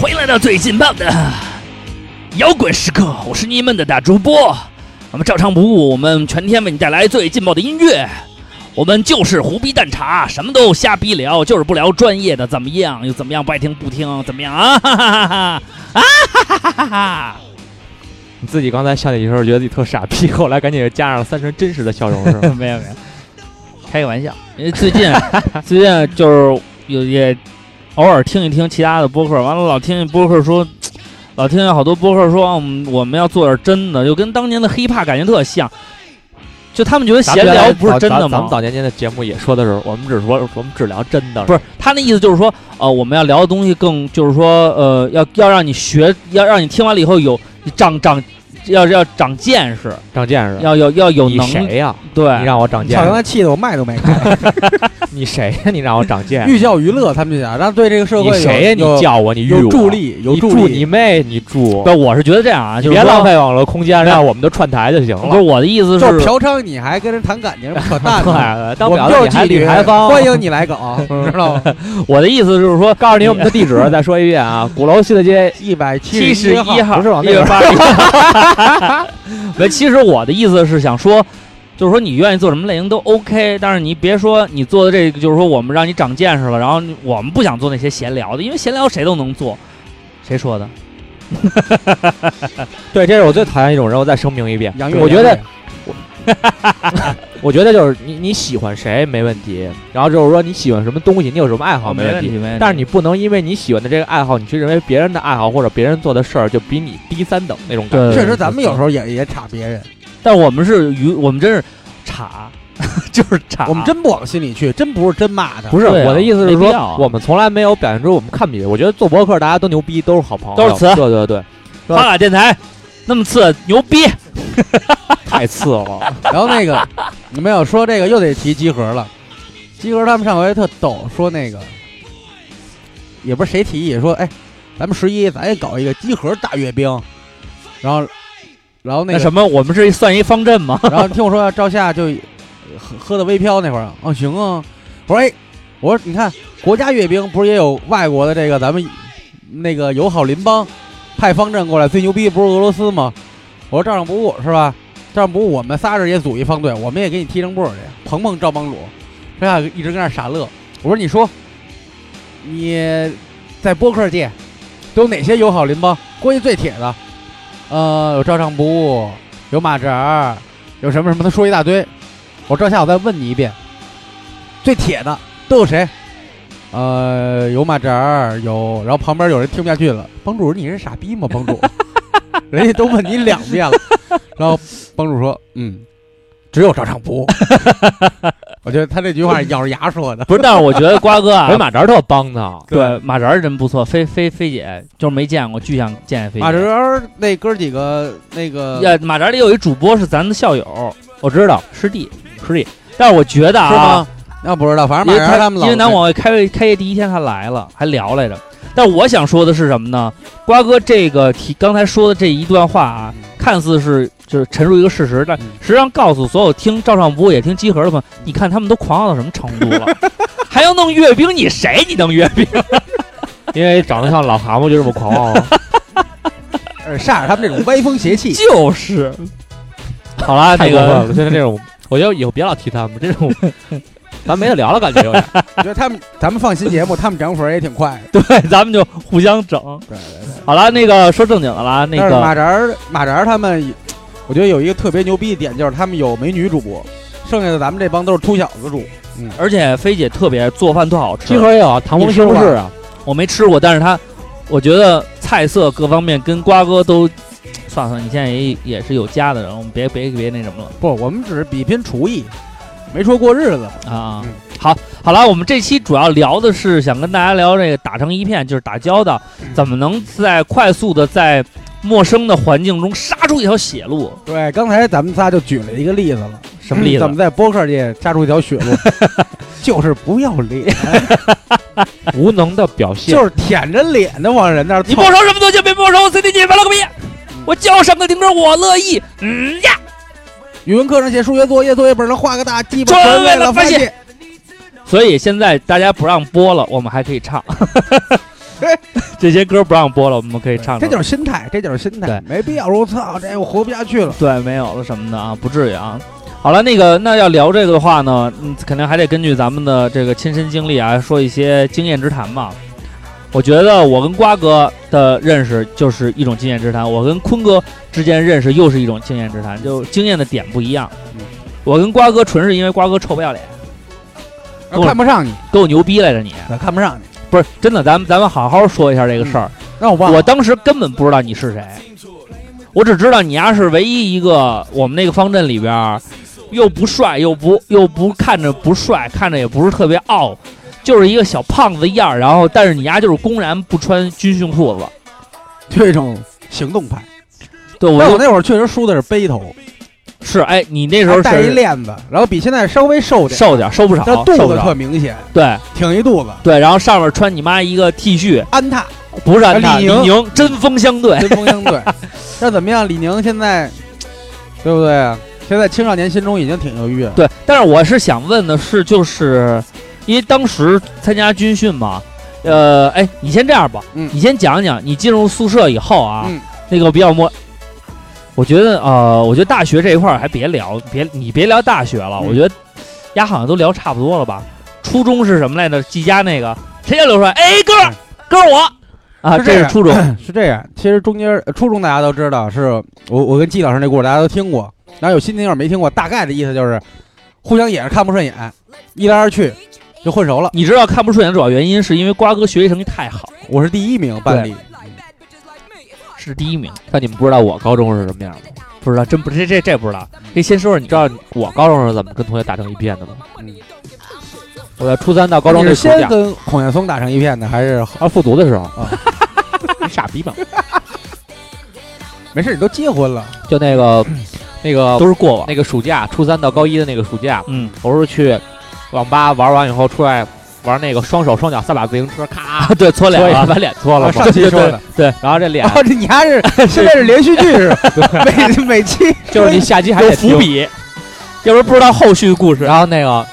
[SPEAKER 3] 回来到最劲爆的。摇滚时刻，我是你们的大主播。我们照常不误，我们全天为你带来最劲爆的音乐。我们就是胡逼蛋茶，什么都瞎逼聊，就是不聊专业的怎么样，又怎么样，不爱听不听，怎么样啊？哈哈哈哈啊！哈哈哈哈！
[SPEAKER 28] 你自己刚才笑起的时候，觉得自己特傻逼，后来赶紧加上了三成真实的笑容，是 吗？
[SPEAKER 3] 没有没有，开个玩笑。因为最近最近就是有也偶尔听一听其他的播客，完了老听一播客说。老听见好多播客说，我们我们要做点真的，就跟当年的 hiphop 感觉特像。就他们觉得闲聊不是真的吗？
[SPEAKER 28] 咱们早年间的节目也说的是，我们只说我们只聊真的。
[SPEAKER 3] 不是他那意思，就是说，呃，我们要聊的东西更，就是说，呃，要要让你学，要让你听完了以后有长长要要长见识，
[SPEAKER 2] 长见识。
[SPEAKER 3] 要有要有
[SPEAKER 2] 你
[SPEAKER 3] 能力，
[SPEAKER 2] 谁呀、
[SPEAKER 3] 对
[SPEAKER 2] 你，让我长见
[SPEAKER 33] 操他妈
[SPEAKER 2] 识？
[SPEAKER 33] 气的我麦都 没开。
[SPEAKER 2] 你谁呀、你让我长见
[SPEAKER 33] 寓
[SPEAKER 28] 你
[SPEAKER 33] 教于乐，他们就想让对这个社
[SPEAKER 2] 识？
[SPEAKER 33] 会
[SPEAKER 2] 你
[SPEAKER 33] 有
[SPEAKER 2] 谁呀、你
[SPEAKER 33] 有
[SPEAKER 2] 叫我，你育
[SPEAKER 33] 有
[SPEAKER 2] 我，
[SPEAKER 33] 助力，有
[SPEAKER 2] 你
[SPEAKER 33] 助
[SPEAKER 2] 助
[SPEAKER 33] 力。
[SPEAKER 2] 你妹，你助
[SPEAKER 3] 不，，我是觉得这样啊，
[SPEAKER 2] 你
[SPEAKER 3] 就是
[SPEAKER 2] 别
[SPEAKER 3] 说
[SPEAKER 2] 浪，费网络空间，
[SPEAKER 3] 没有
[SPEAKER 2] 让我们都串台就行
[SPEAKER 3] 不
[SPEAKER 2] 了
[SPEAKER 3] 是。我的意思
[SPEAKER 33] 就
[SPEAKER 3] 是，
[SPEAKER 33] 是嫖娼，你还跟人谈感情，扯淡
[SPEAKER 2] 对啊
[SPEAKER 33] 呢！，
[SPEAKER 3] 啊
[SPEAKER 2] 当
[SPEAKER 33] 我
[SPEAKER 2] 不
[SPEAKER 33] 们
[SPEAKER 2] 了
[SPEAKER 33] 就是
[SPEAKER 2] 你还
[SPEAKER 33] 妓
[SPEAKER 2] 理
[SPEAKER 33] 女
[SPEAKER 2] 还方，
[SPEAKER 33] 欢迎你 来搞，知道吗？
[SPEAKER 3] 我的意思就是说，
[SPEAKER 2] 告诉你我们的地 址，再说一遍啊，鼓楼西大街
[SPEAKER 33] 一百
[SPEAKER 3] 七
[SPEAKER 33] 七
[SPEAKER 3] 十
[SPEAKER 33] 一
[SPEAKER 3] 一号
[SPEAKER 2] 不是往那
[SPEAKER 3] 边
[SPEAKER 2] 边
[SPEAKER 3] 发。 没，其实我的意思是想说，就是说你愿意做什么类型都 OK，但是你别说你做的这个，就是说我们让你长见识了，然后你我们不想做那些闲聊的，因为闲聊谁都能做。谁说的？
[SPEAKER 2] 对，这是我最讨厌一种人。我再声明一遍
[SPEAKER 33] 杨，月，
[SPEAKER 2] 我觉
[SPEAKER 33] 杨
[SPEAKER 2] 得
[SPEAKER 33] 月，
[SPEAKER 2] 我觉得就是你你喜欢谁没问题，然后就是说你喜欢什么东西，你有什么爱哦好没问题。
[SPEAKER 3] 没问题
[SPEAKER 2] 但是你不能因为你喜欢的这个爱好，你去认为别人的爱好或者别人做的事儿就比你低三等那种感
[SPEAKER 3] 对
[SPEAKER 2] 觉。
[SPEAKER 33] 确实咱们有时候也也差别人，
[SPEAKER 3] 但我们是娱，我们真是差， 就是差。
[SPEAKER 2] 啊
[SPEAKER 33] 我们真不往心里去，真不是真骂他，
[SPEAKER 2] 不是
[SPEAKER 3] 对啊
[SPEAKER 2] 我的意思是
[SPEAKER 3] 没必
[SPEAKER 2] 说
[SPEAKER 3] 要啊，
[SPEAKER 2] 我们从来没有表现出我们看不起。我觉得做博客大家都牛逼，都是好朋友，
[SPEAKER 3] 都是词
[SPEAKER 2] 对对对，
[SPEAKER 3] 发卡电台那么次，牛逼！
[SPEAKER 2] 太次 了。
[SPEAKER 33] 然后那个，你们要说这个又得提集合了。集合他们上回特逗，说那个也不是谁提议说，哎，咱们十一咱也搞一个集合大阅兵，然后，然后
[SPEAKER 3] 那
[SPEAKER 33] 那个，
[SPEAKER 3] 什么，我们是算一方阵吗？
[SPEAKER 33] 然后听我说赵夏就喝喝的微飘那会儿，哦行啊，我说哎，我说你看国家阅兵不是也有外国的这个咱们那个友好邻邦派方阵过来，最牛逼不是俄罗斯吗？我说照样不误是吧？照样不误，我们仨人也组一方队，我们也给你踢成波儿去。鹏鹏、赵帮主，这俩一直跟那儿傻乐。我说你说，你在播客界都有哪些友好邻邦？关系最铁的，呃，有照常不误，有马哲儿，有什么什么，他说一大堆。我照下，我再问你一遍，最铁的都有谁？呃，有马哲儿，有，然后旁边有人听不下去了，帮主，你是傻逼吗？帮主， 人家都问你两遍了，然后帮主说，嗯，只有照常不误。 我觉得他这句话咬着牙说的，
[SPEAKER 3] 不是，但是我觉得瓜哥啊，
[SPEAKER 2] 人马扎特帮他，
[SPEAKER 3] 对，马哲儿真不错，菲菲菲姐就是没见过，巨想见见菲姐。
[SPEAKER 33] 马哲儿那哥几个那个
[SPEAKER 3] 呀，马哲儿里有一主播是咱的校友，
[SPEAKER 2] 我知道，
[SPEAKER 3] 师弟，
[SPEAKER 2] 师弟，
[SPEAKER 3] 但是我觉得啊，
[SPEAKER 33] 是吗？那不知道，反正
[SPEAKER 3] 因
[SPEAKER 33] 马
[SPEAKER 3] 为
[SPEAKER 33] 哲儿他们老
[SPEAKER 3] 因为南广卫开会开业第一天他来了，还聊来着。但我想说的是什么呢？瓜哥这个提刚才说的这一段话啊，看似是就是陈述一个事实，但
[SPEAKER 33] 嗯
[SPEAKER 3] 实际上告诉所有听照上播也听集合的朋友，你看他们都狂傲到什么程度了， 还要弄阅兵，你谁你能阅兵？
[SPEAKER 2] 因为长得像老蛤蟆就这么狂傲。
[SPEAKER 33] 呃煞着他们这种歪风邪 气，
[SPEAKER 3] 就是，好啦，
[SPEAKER 2] 太
[SPEAKER 3] 那
[SPEAKER 2] 过分
[SPEAKER 3] 个
[SPEAKER 2] 了！现在这种，我觉得以后别老提他们这种， 咱没得聊了，感觉有点。
[SPEAKER 33] 我觉得他们咱们放新节目，他们涨粉儿也挺快的。
[SPEAKER 3] 对， 咱们就互相整。
[SPEAKER 33] 对对
[SPEAKER 3] 好了，那个说正经的了，那
[SPEAKER 33] 但是
[SPEAKER 3] 个
[SPEAKER 33] 马扎儿马扎儿他们，我觉得有一个特别牛逼的点，就是他们有美女主播，剩下的咱们这帮都是秃小子主。
[SPEAKER 3] 而且菲姐特别做饭特好
[SPEAKER 2] 集
[SPEAKER 3] 吃，
[SPEAKER 2] 合也有啊，唐风西红柿啊，
[SPEAKER 3] 我没吃过，但是她，我觉得菜色各方面跟瓜哥都，算了算了，你现在也也是有家的人，我们别别别那什么了
[SPEAKER 33] 不，我们只是比拼厨艺，没说过日子。
[SPEAKER 3] 啊
[SPEAKER 33] 嗯。
[SPEAKER 3] 好，好了，我们这期主要聊的是想跟大家聊这个打成一片，就是打交道，
[SPEAKER 33] 嗯
[SPEAKER 3] 怎么能在快速的在陌生的环境中杀出一条血路？
[SPEAKER 33] 对，刚才咱们仨就举了一个例子了，
[SPEAKER 3] 什么例子
[SPEAKER 33] 嗯怎么在播客界杀出一条血 路？就是不要脸，
[SPEAKER 2] 无能的表现
[SPEAKER 33] 就。是舔着脸的往人那儿
[SPEAKER 3] 你
[SPEAKER 33] 凑
[SPEAKER 3] 不。收什么东西，别不收我 CD 机，完了个逼！我叫上个停车，我乐意。嗯呀，
[SPEAKER 33] 语文课上写数学作业，作业本上画个大鸡巴，
[SPEAKER 3] 专
[SPEAKER 33] 全
[SPEAKER 3] 为了
[SPEAKER 33] 了
[SPEAKER 3] 发泄
[SPEAKER 33] 泄。
[SPEAKER 3] 所以现在大家不让播了，我们还可以唱。 这些歌不让播了，我们可以唱出
[SPEAKER 33] 这
[SPEAKER 3] 来。
[SPEAKER 33] 就是心态，这就是心态，没必要说操，这我活不下去了。
[SPEAKER 3] 对，没有了什么的啊，不至于啊。好了，那个，那要聊这个的话呢，嗯，肯定还得根据咱们的这个亲身经历啊，说一些经验之谈嘛。我觉得我跟瓜哥的认识就是一种经验之谈，我跟坤哥之间认识又是一种经验之谈，就经验的点不一样
[SPEAKER 33] 嗯。
[SPEAKER 3] 我跟瓜哥纯是因为瓜哥臭不要脸，够了
[SPEAKER 33] 看不上你，
[SPEAKER 3] 给我牛逼来着你，
[SPEAKER 33] 看不上你，
[SPEAKER 3] 不是真的，咱们咱们好好说一下这个事儿。
[SPEAKER 33] 让我忘了。
[SPEAKER 3] 我当时根本不知道你是谁，我只知道你丫是唯一一个我们那个方阵里边儿又不帅又不又不看着不帅，看着也不是特别傲，就是一个小胖子样儿。然后，但是你丫就是公然不穿军训裤子，
[SPEAKER 33] 这种行动派，
[SPEAKER 3] 对，我
[SPEAKER 33] 但我
[SPEAKER 3] 就
[SPEAKER 33] 那会儿确实梳的是背头，
[SPEAKER 3] 是哎，你那时
[SPEAKER 33] 还
[SPEAKER 3] 候
[SPEAKER 33] 带一
[SPEAKER 3] 是
[SPEAKER 33] 链子，然后比现在稍微瘦点，
[SPEAKER 3] 瘦点儿，瘦不少，
[SPEAKER 33] 但肚
[SPEAKER 3] 瘦不
[SPEAKER 33] 子
[SPEAKER 3] 少
[SPEAKER 33] 特明显，
[SPEAKER 3] 对
[SPEAKER 33] 挺一肚子，
[SPEAKER 3] 对，然后上面穿你妈一个 T 恤，
[SPEAKER 33] 安踏
[SPEAKER 3] 不是安踏，
[SPEAKER 33] 啊李
[SPEAKER 3] 李
[SPEAKER 33] 宁
[SPEAKER 3] 宁针锋相对，
[SPEAKER 33] 针锋相对。那怎么样？李宁现在对不对啊？现在青少年心中已经挺有跃，
[SPEAKER 3] 对，但是我是想问的是，就是因为当时参加军训嘛，呃，哎，你先这样吧，
[SPEAKER 33] 嗯
[SPEAKER 3] 你先讲讲你进入宿舍以后啊，
[SPEAKER 33] 嗯
[SPEAKER 3] 那个比较摸。我觉得呃，我觉得大学这一块儿还别聊，别你别聊大学了，
[SPEAKER 33] 嗯
[SPEAKER 3] 我觉得丫好像都聊差不多了吧。初中是什么来着？季家那个，谁家刘帅？哎，哥儿，哥儿我啊，
[SPEAKER 33] 嗯
[SPEAKER 3] 这
[SPEAKER 33] 是这
[SPEAKER 3] 是
[SPEAKER 33] 样
[SPEAKER 3] 初中，
[SPEAKER 33] 是这样。其实中间呃初中大家都知道，是我我跟季老师那故事大家都听过，然后有新听友没听过，大概的意思就是互相也是看不顺眼，一来二去就混熟了。
[SPEAKER 3] 你知道看不顺眼的主要原因是因为瓜哥学习成绩太好，
[SPEAKER 33] 我是第一名班里，
[SPEAKER 3] 是第一名。
[SPEAKER 2] 但你们不知道我高中是什么样的。
[SPEAKER 3] 不知道，真不这这这不知道。
[SPEAKER 2] 这先说说，你知道我高中是怎么跟同学打成一片的吗？我呃在初三到高中
[SPEAKER 33] 你
[SPEAKER 28] 这
[SPEAKER 33] 是
[SPEAKER 28] 暑
[SPEAKER 33] 先
[SPEAKER 28] 假
[SPEAKER 33] 跟孔彦松打成一片的，还是后
[SPEAKER 2] 啊复读的时候，你傻逼吧？
[SPEAKER 33] 没事？你都结婚了，
[SPEAKER 2] 就那个那个
[SPEAKER 3] 嗯都是过往。
[SPEAKER 2] 那个暑假，初三到高一的那个暑假，
[SPEAKER 3] 嗯，
[SPEAKER 2] 我是去网吧玩完以后出来玩那个双手双脚三把自行车，咔
[SPEAKER 3] 啊，对，搓脸
[SPEAKER 2] 所以
[SPEAKER 3] 了
[SPEAKER 2] 把。 脸搓了
[SPEAKER 33] 啊
[SPEAKER 2] 嘛。
[SPEAKER 33] 上期说 的。
[SPEAKER 2] 然后这脸
[SPEAKER 33] 然后这你还是现在是连续剧是吧？ 每每期
[SPEAKER 2] 就是你下集还
[SPEAKER 3] 有
[SPEAKER 2] 得
[SPEAKER 3] 伏
[SPEAKER 2] 听，
[SPEAKER 3] 笔，啊要不然不知道后续故事。
[SPEAKER 2] 然后那个，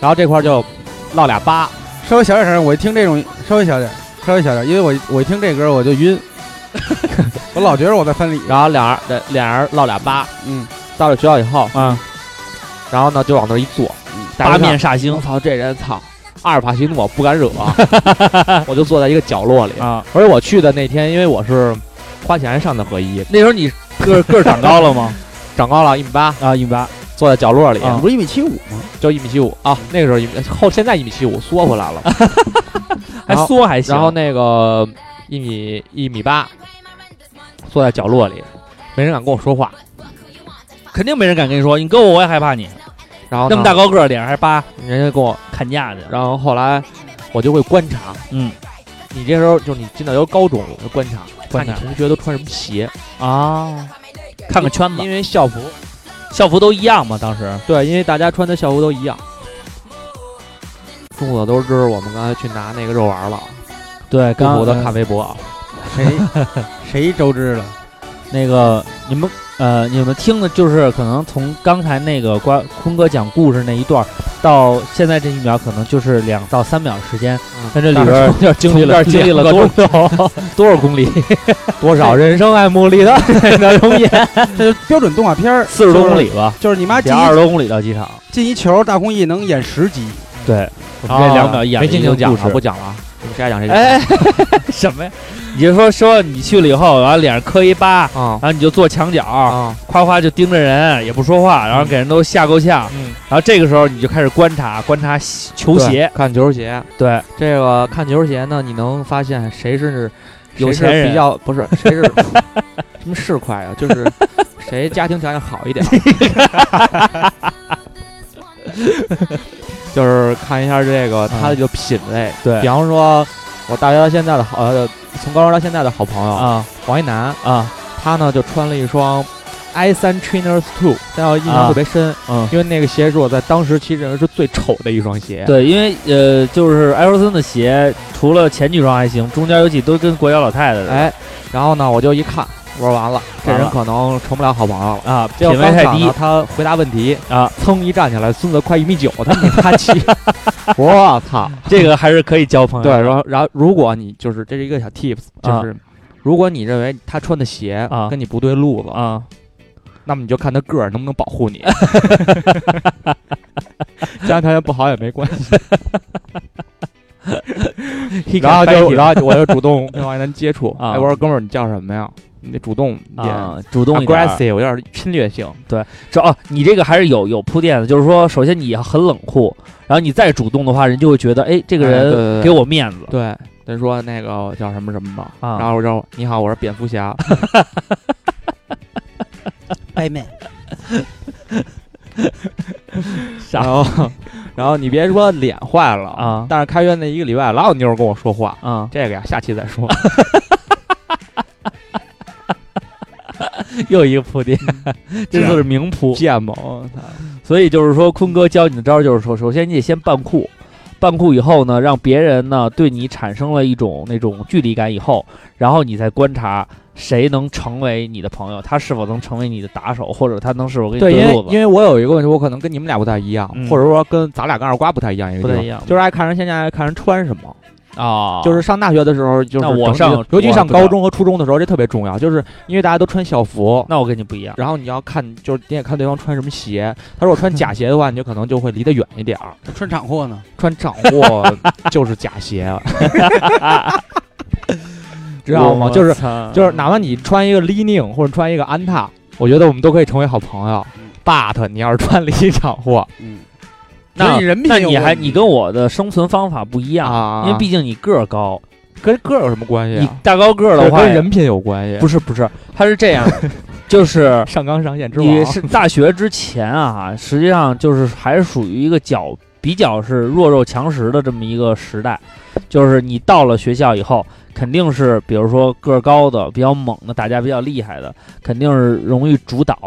[SPEAKER 2] 然后这块儿就落俩疤，
[SPEAKER 33] 稍微小点声，我一听这种稍微小点，稍微小点，因为我我一听这歌我就晕， 我老觉得我在翻里。
[SPEAKER 2] 然后俩人俩俩人落俩疤。
[SPEAKER 33] 嗯，
[SPEAKER 2] 到了学校以后，
[SPEAKER 3] 啊，
[SPEAKER 2] 然后呢就往那儿一坐，大
[SPEAKER 3] 八
[SPEAKER 2] 家
[SPEAKER 3] 面煞
[SPEAKER 2] 看
[SPEAKER 3] 星
[SPEAKER 2] 我操，这人操，阿尔帕西诺不敢 惹，我就坐在一个角落里。
[SPEAKER 3] 啊！
[SPEAKER 2] 而且我去的那天，因为我是花钱上的合一，
[SPEAKER 3] 那时候你个个儿长高了吗？
[SPEAKER 2] 长高了一米八，
[SPEAKER 3] 啊，一米八，
[SPEAKER 2] 坐在角落里，
[SPEAKER 3] 啊嗯
[SPEAKER 33] 不是一米七五吗？
[SPEAKER 2] 就一米七五啊，那个时候一米后，现在一米七五缩回来了。
[SPEAKER 3] 还
[SPEAKER 2] 然后
[SPEAKER 3] 缩还哦行。
[SPEAKER 2] 然后那个一米一米八，坐在角落里，没人敢跟我说话。
[SPEAKER 3] 肯定没人敢跟你说，你跟我我也害怕你。啊
[SPEAKER 2] 然后呢
[SPEAKER 3] 那么大，高个儿，脸上还疤，
[SPEAKER 2] 人家跟我，
[SPEAKER 3] 砍价去。
[SPEAKER 2] 然后后来我就会观察，
[SPEAKER 3] 嗯，
[SPEAKER 2] 你这时候就是你进到由高中，我就观察，
[SPEAKER 3] 观察
[SPEAKER 2] 看你同学都穿什么鞋，
[SPEAKER 3] 啊，看看圈子
[SPEAKER 2] 因，为校服，
[SPEAKER 3] 校服都一样嘛。当时
[SPEAKER 2] 对，因为大家穿的校服都一样。众所周知，我们刚才去拿那个肉丸了，
[SPEAKER 3] 对，
[SPEAKER 2] 不
[SPEAKER 3] 刚
[SPEAKER 2] 我
[SPEAKER 3] 我
[SPEAKER 2] 的看微博啊，
[SPEAKER 33] 谁谁周知了？
[SPEAKER 3] 那个你们呃，你们听的就是可能从刚才那个瓜坤哥讲故事那一段儿，到现在这一秒，可能就是两到三秒时间，但这里边儿
[SPEAKER 2] 嗯就经历了
[SPEAKER 3] 经历了
[SPEAKER 2] 两
[SPEAKER 3] 多
[SPEAKER 2] 个
[SPEAKER 3] 少多少 公里，
[SPEAKER 2] 多少人生爱 慕里的那容易
[SPEAKER 33] 这就标准动画片儿，
[SPEAKER 3] 四十多公里吧，
[SPEAKER 33] 就是你妈进
[SPEAKER 3] 得二十
[SPEAKER 33] 一
[SPEAKER 3] 多公里到机场。
[SPEAKER 33] 进一球，大空翼能演十集，
[SPEAKER 3] 对，我们这
[SPEAKER 2] 啊
[SPEAKER 3] 两秒演了
[SPEAKER 2] 没进
[SPEAKER 3] 一
[SPEAKER 2] 行
[SPEAKER 3] 个
[SPEAKER 2] 讲
[SPEAKER 3] 故
[SPEAKER 2] 了，
[SPEAKER 3] 事
[SPEAKER 2] 不。讲了，你们谁爱讲谁讲。
[SPEAKER 3] 哎， 什么呀？ 你就说说你去了以后，然后脸上磕一疤，
[SPEAKER 2] 啊
[SPEAKER 3] 然后你就坐墙角，
[SPEAKER 2] 啊，
[SPEAKER 3] 夸夸就盯着人，也不说话，然后给人都吓够呛。
[SPEAKER 2] 嗯，
[SPEAKER 3] 然后这个时候你就开始观察观察球鞋，
[SPEAKER 2] 看球鞋，
[SPEAKER 3] 对，
[SPEAKER 2] 这个看球鞋呢，你能发现谁是
[SPEAKER 3] 有
[SPEAKER 2] 谁是
[SPEAKER 3] 钱人
[SPEAKER 2] 比较 不是谁是什么市侩啊，就是谁家庭条件好 一点，就是看一下这个他的这个品味。
[SPEAKER 3] 嗯对
[SPEAKER 2] 比方说，我大学到现在的好呃，从高中到现在的好朋友
[SPEAKER 3] 啊
[SPEAKER 2] 王一楠，
[SPEAKER 3] 啊，
[SPEAKER 2] 他呢就穿了一双 i 三 Trainers Two，但我印象
[SPEAKER 3] 啊
[SPEAKER 2] 特别深，
[SPEAKER 3] 嗯。
[SPEAKER 2] 因为那个鞋是我在当时其实认为是最丑的一双鞋。
[SPEAKER 3] 对，因为呃，就是艾弗森的鞋，除了前几双还行，中间有几都跟国家老太太的、
[SPEAKER 2] 哎，然后呢，我就一看，我说完了，这
[SPEAKER 3] 完
[SPEAKER 2] 人
[SPEAKER 3] 了
[SPEAKER 2] 可能成不了好朋友了。
[SPEAKER 3] 啊，
[SPEAKER 2] 结
[SPEAKER 3] 品
[SPEAKER 2] 果
[SPEAKER 3] 味太
[SPEAKER 2] 当场
[SPEAKER 3] 低
[SPEAKER 2] 呢他回答问题，
[SPEAKER 3] 啊，
[SPEAKER 2] 噌一站起来，孙子快一米九，他没他 起，我操！
[SPEAKER 3] 这个还是可以交朋友
[SPEAKER 2] 对，
[SPEAKER 3] 的。
[SPEAKER 2] 然后然后如果你就是这是一个小 tips，
[SPEAKER 3] 啊
[SPEAKER 2] 就是如果你认为他穿的鞋
[SPEAKER 3] 啊
[SPEAKER 2] 跟你不对路子，
[SPEAKER 3] 啊，
[SPEAKER 2] 那么你就看他个儿能不能保 护你，家庭条件不好也没关 系。然后就然后就我就主动跟王一楠接触，
[SPEAKER 3] 啊
[SPEAKER 2] 哎，我说哥们儿你叫什么呀？你得主动一点。
[SPEAKER 3] 啊，主动一点儿
[SPEAKER 2] aggressive 有点侵略性，哎
[SPEAKER 3] 这哦，你这个还是有有铺垫的，就是说，首先你很冷酷，然后你再主动的话，人就会觉得，哎，这个
[SPEAKER 2] 哎对
[SPEAKER 3] 人
[SPEAKER 2] 对对
[SPEAKER 3] 给我面子。
[SPEAKER 2] 对，他说那个我叫什么什么吧，
[SPEAKER 3] 啊
[SPEAKER 2] 然后我说你好，我是蝙蝠 侠，哎
[SPEAKER 33] 暧昧。
[SPEAKER 3] 啊
[SPEAKER 2] 然后然后你别说脸坏了
[SPEAKER 3] 啊
[SPEAKER 2] 但是开学那一个礼拜老有妞儿跟我说话，
[SPEAKER 3] 啊、
[SPEAKER 2] 这个呀下期再说，
[SPEAKER 3] 又一个铺垫，
[SPEAKER 2] 嗯
[SPEAKER 3] 这次是明铺。
[SPEAKER 2] 剑某，
[SPEAKER 3] 所以就是说，坤哥教你的招儿就是说，首先你得先扮酷，扮酷以后呢，让别人呢对你产生了一种那种距离感以后，然后你再观察谁能成为你的朋友，他是否能成为你的打手，或者他能是否给你
[SPEAKER 2] 对，因
[SPEAKER 3] 对
[SPEAKER 2] 为
[SPEAKER 3] 路子
[SPEAKER 2] 因。为我有一个问题，我可能跟你们俩不太一样，
[SPEAKER 3] 嗯
[SPEAKER 2] 或者说跟咱俩跟二瓜不太一样，一个
[SPEAKER 3] 不
[SPEAKER 2] 地
[SPEAKER 3] 太
[SPEAKER 2] 方
[SPEAKER 3] 一样
[SPEAKER 2] 就是爱看人现在爱看人穿什么。
[SPEAKER 3] 嗯啊，
[SPEAKER 2] 就是上大学的时候，就是
[SPEAKER 3] 那我
[SPEAKER 2] 整体
[SPEAKER 3] 上
[SPEAKER 2] 尤其
[SPEAKER 3] 我
[SPEAKER 2] 上
[SPEAKER 3] 不知道
[SPEAKER 2] 高中和初中的时候，这特别重要，就是因为大家都穿校服，
[SPEAKER 3] 那我跟你不一样，
[SPEAKER 2] 然后你要看，就是你也看对方穿什么鞋。他如果穿假鞋的话，你就可能就会离得远一点儿；
[SPEAKER 33] 穿厂货呢，
[SPEAKER 2] 穿掌 货就是假鞋，啊知道吗？就是就是，哪怕你穿一个 Leaning 或者穿一个安踏，我觉得我们都可以成为好朋友。But
[SPEAKER 3] 嗯
[SPEAKER 2] 你要是穿了一场 货
[SPEAKER 33] 嗯，
[SPEAKER 3] 那
[SPEAKER 33] 所以人品
[SPEAKER 3] 那
[SPEAKER 33] 有
[SPEAKER 3] 你还
[SPEAKER 33] 问题
[SPEAKER 3] 你跟我的生存方法不一样，
[SPEAKER 2] 啊，
[SPEAKER 3] 因为毕竟你个儿高，
[SPEAKER 2] 跟个儿有什么关系
[SPEAKER 3] 你
[SPEAKER 2] 啊？
[SPEAKER 3] 大高个儿
[SPEAKER 2] 这
[SPEAKER 3] 的话
[SPEAKER 2] 跟，人品有关系。
[SPEAKER 3] 不是不是，他是这样， 就是
[SPEAKER 2] 上纲上线之
[SPEAKER 3] 你
[SPEAKER 2] 王，
[SPEAKER 3] 是大学之前啊，实际上就是还是属于一个较比较是弱肉强食的这么一个时代，就是你到了学校以后，肯定是比如说个儿高的、比较猛的、打架比较厉害的，肯定是容易主导，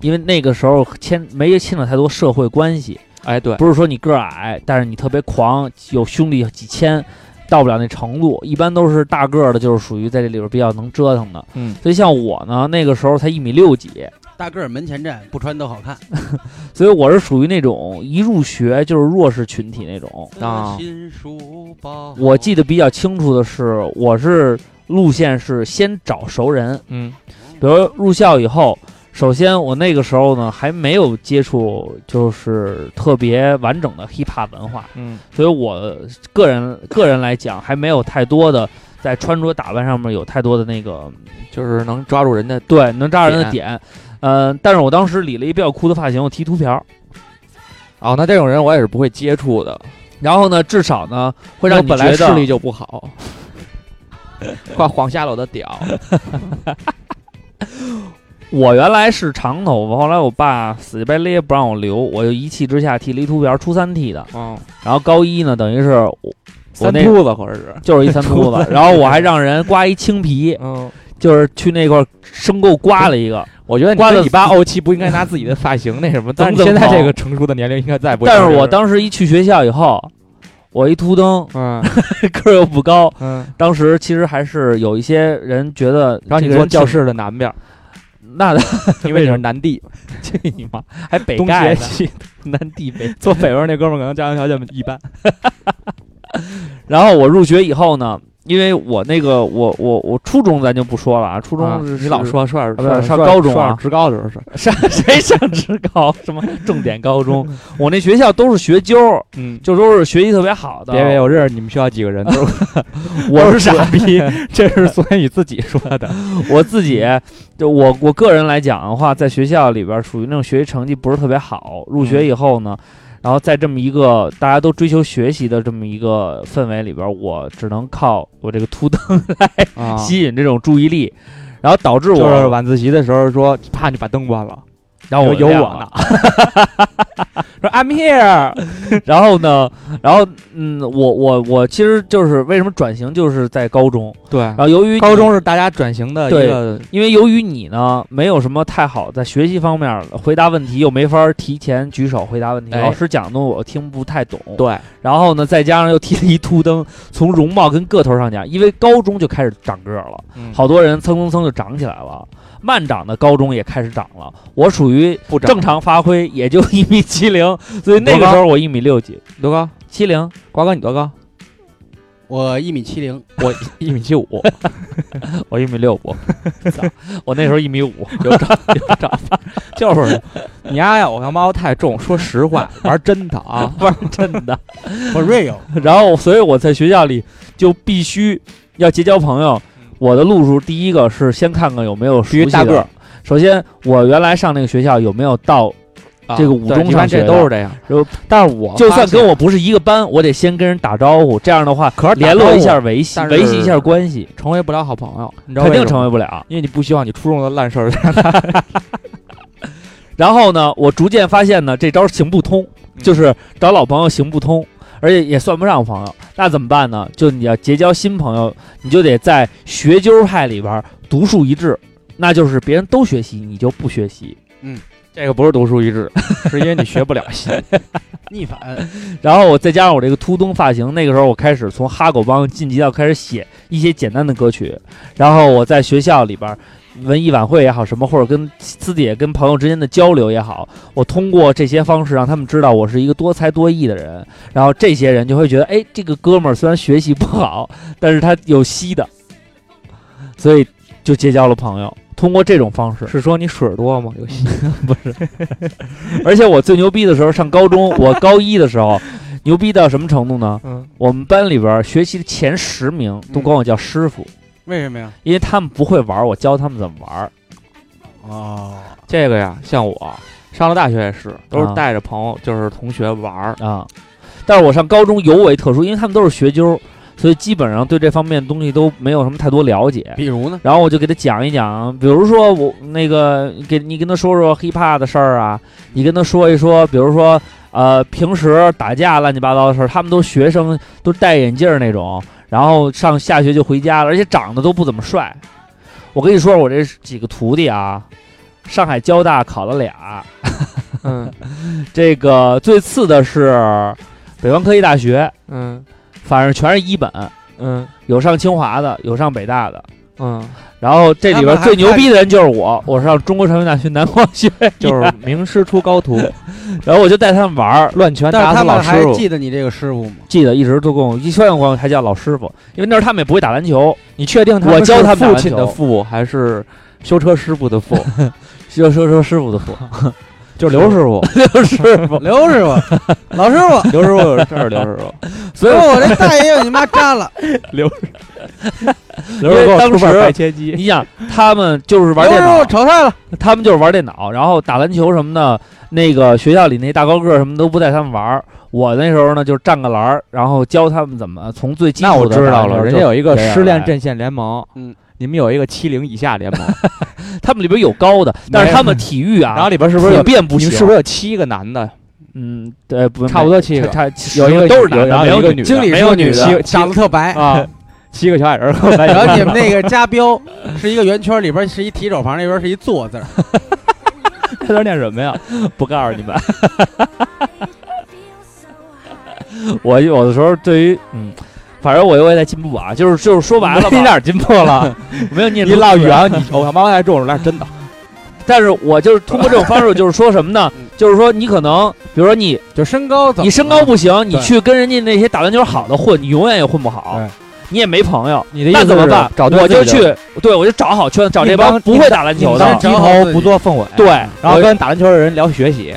[SPEAKER 3] 因为那个时候牵没牵扯太多社会关系，
[SPEAKER 2] 哎，对，
[SPEAKER 3] 不是说你个儿矮，但是你特别狂，有兄弟几千，到不了那程度。一般都是大个儿的，就是属于在这里边比较能折腾的。
[SPEAKER 2] 嗯，
[SPEAKER 3] 所以像我呢，那个时候才一米六几，
[SPEAKER 33] 大个儿门前站，不穿都好看
[SPEAKER 3] 所以我是属于那种一入学就是弱势群体那种。
[SPEAKER 2] 啊
[SPEAKER 33] 新书包，
[SPEAKER 3] 我记得比较清楚的是，我是路线是先找熟人，
[SPEAKER 2] 嗯，
[SPEAKER 3] 比如入校以后，首先我那个时候呢还没有接触就是特别完整的 hiphop 文化，
[SPEAKER 2] 嗯，
[SPEAKER 3] 所以我个人个人来讲还没有太多的在穿着打扮上面有太多的那个
[SPEAKER 2] 就是能抓住人的
[SPEAKER 3] 对能扎人的点，呃，但是我当时理了一比较酷的发型，我剃秃瓢儿，
[SPEAKER 2] 哦，那这种人我也是不会接触的，
[SPEAKER 3] 然后呢，至少呢会
[SPEAKER 2] 会
[SPEAKER 3] 让
[SPEAKER 2] 让
[SPEAKER 3] 你
[SPEAKER 2] 本来
[SPEAKER 3] 觉
[SPEAKER 2] 视力
[SPEAKER 3] 得
[SPEAKER 2] 就不好， 快晃瞎了我的屌。
[SPEAKER 3] 我原来是长头发，后来我爸死乞白咧不让我留，我就一气之下剃了一秃瓢儿，初三剃的，
[SPEAKER 2] 嗯，
[SPEAKER 3] 然后高一呢，等于是我我
[SPEAKER 2] 三
[SPEAKER 3] 那
[SPEAKER 2] 秃子或者是，
[SPEAKER 3] 就是一三秃 子，然后我还让人刮一青皮，
[SPEAKER 2] 嗯，
[SPEAKER 3] 就是去那块儿生给我刮了一 个。
[SPEAKER 2] 我觉得你
[SPEAKER 3] 刮
[SPEAKER 2] 跟
[SPEAKER 3] 得
[SPEAKER 2] 你爸怄气不应该拿自己的发型那什么， 但是你
[SPEAKER 3] 怎
[SPEAKER 2] 现
[SPEAKER 3] 么
[SPEAKER 2] 在
[SPEAKER 3] 搞
[SPEAKER 2] 这个成熟的年龄应该再不会这
[SPEAKER 3] 但
[SPEAKER 2] 样。
[SPEAKER 3] 是我当时一去学校以后，我一秃 灯，
[SPEAKER 2] 嗯
[SPEAKER 3] 个儿又不高，
[SPEAKER 2] 嗯，
[SPEAKER 3] 当时其实还是有一些人觉得，
[SPEAKER 2] 然后你坐教，室的南边儿，
[SPEAKER 3] 那
[SPEAKER 2] 因为你是南帝，
[SPEAKER 3] 去你妈，还北
[SPEAKER 2] 东
[SPEAKER 3] 盖
[SPEAKER 2] 斜
[SPEAKER 3] 呢，
[SPEAKER 2] 西
[SPEAKER 3] 南帝北。
[SPEAKER 2] 坐北边儿那哥们儿可能家庭条件一般。
[SPEAKER 3] 然后我入学以后呢，因为我那个我我我初中咱就不说了啊，初
[SPEAKER 2] 啊
[SPEAKER 3] 中是、
[SPEAKER 2] 你老说说
[SPEAKER 3] 不是
[SPEAKER 2] 说
[SPEAKER 3] 上高中啊
[SPEAKER 2] 上职高的时候是，
[SPEAKER 3] 上 谁上职高什么重点高中，我那学校都是学究，
[SPEAKER 2] 嗯，
[SPEAKER 3] 就都是学习特别好的。
[SPEAKER 2] 别别，我认识你们学校几个 人，都是
[SPEAKER 3] 我
[SPEAKER 2] 都
[SPEAKER 3] 是
[SPEAKER 2] 是
[SPEAKER 3] 傻
[SPEAKER 2] 傻 逼，这是所以你自己说的。
[SPEAKER 3] 我自己，就我我个人来讲的话，在学校里边儿属于那种学习成绩不是特别好，入
[SPEAKER 2] 嗯
[SPEAKER 3] 学以后呢，然后在这么一个大家都追求学习的这么一个氛围里边儿，我只能靠我这个秃灯
[SPEAKER 2] 啊
[SPEAKER 3] 吸引这种注意力，然后导致我，
[SPEAKER 2] 就是晚自习的时候说，怕你把灯关了，
[SPEAKER 3] 然后我
[SPEAKER 2] 有
[SPEAKER 3] 亮
[SPEAKER 2] 啊我
[SPEAKER 3] 了
[SPEAKER 2] 呢，， 说 I'm here，
[SPEAKER 3] 然后呢，然后嗯，我我我其实就是为什么转型就是在高中，
[SPEAKER 2] 对
[SPEAKER 3] 然。后由于
[SPEAKER 2] 高中是大家转型的一
[SPEAKER 3] 对
[SPEAKER 2] 个，
[SPEAKER 3] 因为由于你呢没有什么太好在学习方面儿回答问题，又没法儿提前举手回答问题，
[SPEAKER 2] 哎
[SPEAKER 3] 老师讲的我听不太懂。
[SPEAKER 2] 对，
[SPEAKER 3] 然后呢，再加上又剃了一秃灯，从容貌跟个头上讲，因为高中就开始长个儿
[SPEAKER 2] 嗯
[SPEAKER 3] 了，好多人蹭蹭蹭就长起来了。慢长的高中也开始长了，我属于
[SPEAKER 2] 不长
[SPEAKER 3] 正常发挥，也就一米七 零，所以那个时候我一米六几，
[SPEAKER 2] 多高？
[SPEAKER 3] 七零。
[SPEAKER 2] 瓜哥你多高？
[SPEAKER 33] 我一米七零，
[SPEAKER 2] 我一米七五，
[SPEAKER 3] 我一米六五，操我那时候一米五，
[SPEAKER 2] 就是你丫呀，我他妈太重。说实话，玩真的啊，
[SPEAKER 3] 不是真的。
[SPEAKER 33] 我 real，
[SPEAKER 3] 然后，所以我在学校里就必须要结交朋友。我的路数第一个是先看看有没有熟悉
[SPEAKER 2] 必须大个
[SPEAKER 3] 的
[SPEAKER 2] 儿。
[SPEAKER 3] 首先，我原来上那个学校有没有到，
[SPEAKER 2] 啊
[SPEAKER 3] 这个五
[SPEAKER 2] 对
[SPEAKER 3] 中
[SPEAKER 2] 一
[SPEAKER 3] 上
[SPEAKER 2] 般
[SPEAKER 3] 学
[SPEAKER 2] 这
[SPEAKER 3] 的
[SPEAKER 2] 都是这样。
[SPEAKER 3] 但是我就算跟我不是一个班，我得先跟人打招呼。这样的话，
[SPEAKER 2] 可是打
[SPEAKER 3] 联
[SPEAKER 2] 招
[SPEAKER 3] 络
[SPEAKER 2] 呼
[SPEAKER 3] 一下，维系
[SPEAKER 2] 但是
[SPEAKER 3] 维系一下关系，
[SPEAKER 2] 成为不了好朋友，你知道
[SPEAKER 3] 肯定
[SPEAKER 2] 为什
[SPEAKER 3] 成
[SPEAKER 2] 么
[SPEAKER 3] 为
[SPEAKER 28] 吗，
[SPEAKER 3] 不了。
[SPEAKER 2] 因为你不希望你初中的烂事儿。
[SPEAKER 3] 然后呢，我逐渐发现呢，这招行不通，就是找老朋友行不通，而且也算不上朋友。那怎么办呢？就你要结交新朋友，你就得在学究派里边儿独树一帜。那就是别人都学习，你就不学习。
[SPEAKER 28] 这个不是独树一帜， 是因为你学不了习。
[SPEAKER 33] 逆反，
[SPEAKER 3] 然后我再加上我这个秃东发型，那个时候我开始从哈狗帮晋级到开始写一些简单的歌曲，然后我在学校里边儿文艺晚会也好，什么或者跟私底下跟朋友之间的交流也好，我通过这些方式让他们知道我是一个多才多艺的人，然后这些人就会觉得，哎，这个哥们儿虽然学习不好，但是他有吸的，所以就结交了朋友。通过这种方式，
[SPEAKER 28] 是说你水儿多吗？游戏
[SPEAKER 3] 而且我最牛逼的时候，上高中，我高一的时候，牛逼到什么程度呢？
[SPEAKER 28] 嗯，
[SPEAKER 3] 我们班里边儿学习的前十名都管我叫师傅，
[SPEAKER 33] 为什么呀？
[SPEAKER 3] 因为他们不会玩儿，我教他们怎么玩儿。
[SPEAKER 33] 哦，
[SPEAKER 28] 这个呀，像我上了大学也是，都
[SPEAKER 3] 啊
[SPEAKER 28] 是带着朋友，就是同学玩儿。
[SPEAKER 3] 啊。但是我上高中尤为特殊，因为他们都是学究，所以基本上对这方面的东西都没有什么太多了解。
[SPEAKER 33] 比如呢？
[SPEAKER 3] 然后我就给他讲一讲，比如说我那个给你跟他说说 hiphop 的事儿啊，你跟他说一说，比如说呃平时打架乱七八糟的事儿，他们都学生都戴眼镜儿那种，然后上下学就回家了，而且长得都不怎么帅。我跟你说，我这几个徒弟啊，上海交大考了俩，
[SPEAKER 28] 嗯
[SPEAKER 3] 这个最次的是北方科技大学，
[SPEAKER 28] 嗯
[SPEAKER 3] 反正全是一本，
[SPEAKER 28] 嗯
[SPEAKER 3] 有上清华的，有上北大的。
[SPEAKER 28] 嗯，
[SPEAKER 3] 然后这里边
[SPEAKER 33] 他们还
[SPEAKER 3] 最牛逼的人就是我，我上中国传媒大学南方学院，
[SPEAKER 28] 就是名师出高徒，
[SPEAKER 3] 然后我就带他们玩儿，
[SPEAKER 28] 乱拳
[SPEAKER 33] 但
[SPEAKER 28] 打死
[SPEAKER 33] 是他
[SPEAKER 28] 老
[SPEAKER 33] 们
[SPEAKER 28] 师
[SPEAKER 33] 还
[SPEAKER 28] 傅。
[SPEAKER 33] 记得你这个师 傅吗？
[SPEAKER 3] 记得一直都跟我一圈管我还叫老师傅，因为那时候他们也不会打篮球，
[SPEAKER 28] 你确 定他
[SPEAKER 3] 我
[SPEAKER 28] 们
[SPEAKER 3] 教
[SPEAKER 28] 是
[SPEAKER 3] 他们打
[SPEAKER 28] 父
[SPEAKER 3] 篮
[SPEAKER 28] 亲
[SPEAKER 3] 球
[SPEAKER 28] 的父还是修车师傅的 父？
[SPEAKER 3] 就说说师傅的父，
[SPEAKER 28] 就是刘师傅，
[SPEAKER 3] 刘师傅，
[SPEAKER 33] 刘师傅，老师 傅，
[SPEAKER 28] 刘师傅这是刘师 傅，
[SPEAKER 3] 所以
[SPEAKER 33] 师
[SPEAKER 3] 我
[SPEAKER 33] 傅，我这大爷又你妈扎了，
[SPEAKER 3] 因
[SPEAKER 28] 刘师
[SPEAKER 3] 为
[SPEAKER 28] 傅给
[SPEAKER 3] 当
[SPEAKER 28] 我出本白
[SPEAKER 3] 时
[SPEAKER 28] 切 鸡。
[SPEAKER 3] 你想他们就是玩
[SPEAKER 33] 刘
[SPEAKER 3] 电
[SPEAKER 33] 师
[SPEAKER 28] 哎
[SPEAKER 3] 脑
[SPEAKER 33] 傅，炒菜了，
[SPEAKER 3] 他们就是玩电脑，然后打篮球什么的。那个学校里那大高个儿什么都不带他们玩儿。我那时候呢，就是站个栏儿，然后教他们怎么从最基础
[SPEAKER 28] 那
[SPEAKER 3] 的
[SPEAKER 28] 我知道
[SPEAKER 3] 打篮
[SPEAKER 28] 了，
[SPEAKER 3] 球
[SPEAKER 28] 人家有一个
[SPEAKER 3] 这样
[SPEAKER 2] 失恋
[SPEAKER 3] 来
[SPEAKER 2] 阵线联盟，
[SPEAKER 33] 嗯，
[SPEAKER 28] 你们有一个七零以下联盟，
[SPEAKER 3] 他们里边有高的，但是他们体育啊，
[SPEAKER 28] 然后里边是不是
[SPEAKER 3] 普
[SPEAKER 28] 有？
[SPEAKER 3] 遍不
[SPEAKER 2] 你
[SPEAKER 3] 行？
[SPEAKER 2] 们是不是有七个男的？
[SPEAKER 3] 嗯，对，不
[SPEAKER 28] 差不多七个
[SPEAKER 3] 他
[SPEAKER 28] 有一个
[SPEAKER 3] 都是
[SPEAKER 28] 有
[SPEAKER 3] 男的，
[SPEAKER 28] 然
[SPEAKER 3] 没
[SPEAKER 28] 后有一个
[SPEAKER 3] 女的
[SPEAKER 28] 女的
[SPEAKER 33] 经理
[SPEAKER 3] 没有
[SPEAKER 33] 说
[SPEAKER 3] 女
[SPEAKER 33] 你
[SPEAKER 3] 的。
[SPEAKER 33] 的长得特白，
[SPEAKER 28] 啊，七个小矮人儿。
[SPEAKER 33] 然后你们那个加标是一个圆圈，里边是一提手旁，那边是一坐字儿，
[SPEAKER 3] 他在念什么呀？不告诉你们。 我有的时候对于嗯，反正我又在进步啊，就是就是说白了吧，
[SPEAKER 28] 你哪儿进步了？
[SPEAKER 3] 没有念
[SPEAKER 28] 你
[SPEAKER 3] 出
[SPEAKER 28] 老
[SPEAKER 3] 字
[SPEAKER 28] 远，你偶像包太重了，那是真的。
[SPEAKER 3] 但是我就是通过这种方式，就是说什么 呢？就是说你可能，比如说你
[SPEAKER 33] 就身高怎么
[SPEAKER 3] 你身高不行，你
[SPEAKER 33] 对
[SPEAKER 3] 去跟人家那些打篮球好的混，你永远也混不好
[SPEAKER 33] 对，
[SPEAKER 3] 你也没朋友，
[SPEAKER 28] 你的意
[SPEAKER 3] 那
[SPEAKER 2] 思
[SPEAKER 3] 怎么
[SPEAKER 2] 是
[SPEAKER 3] 办？
[SPEAKER 2] 找对
[SPEAKER 3] 我
[SPEAKER 2] 自己
[SPEAKER 3] 就
[SPEAKER 2] 的
[SPEAKER 3] 去，对我就找好圈，找
[SPEAKER 2] 一
[SPEAKER 3] 这帮
[SPEAKER 2] 帮
[SPEAKER 3] 不会打篮球
[SPEAKER 33] 一
[SPEAKER 3] 的
[SPEAKER 33] 帮，
[SPEAKER 2] 鸡头不做凤尾。
[SPEAKER 3] 对，
[SPEAKER 2] 然后
[SPEAKER 3] 我
[SPEAKER 2] 跟打篮球的人聊学习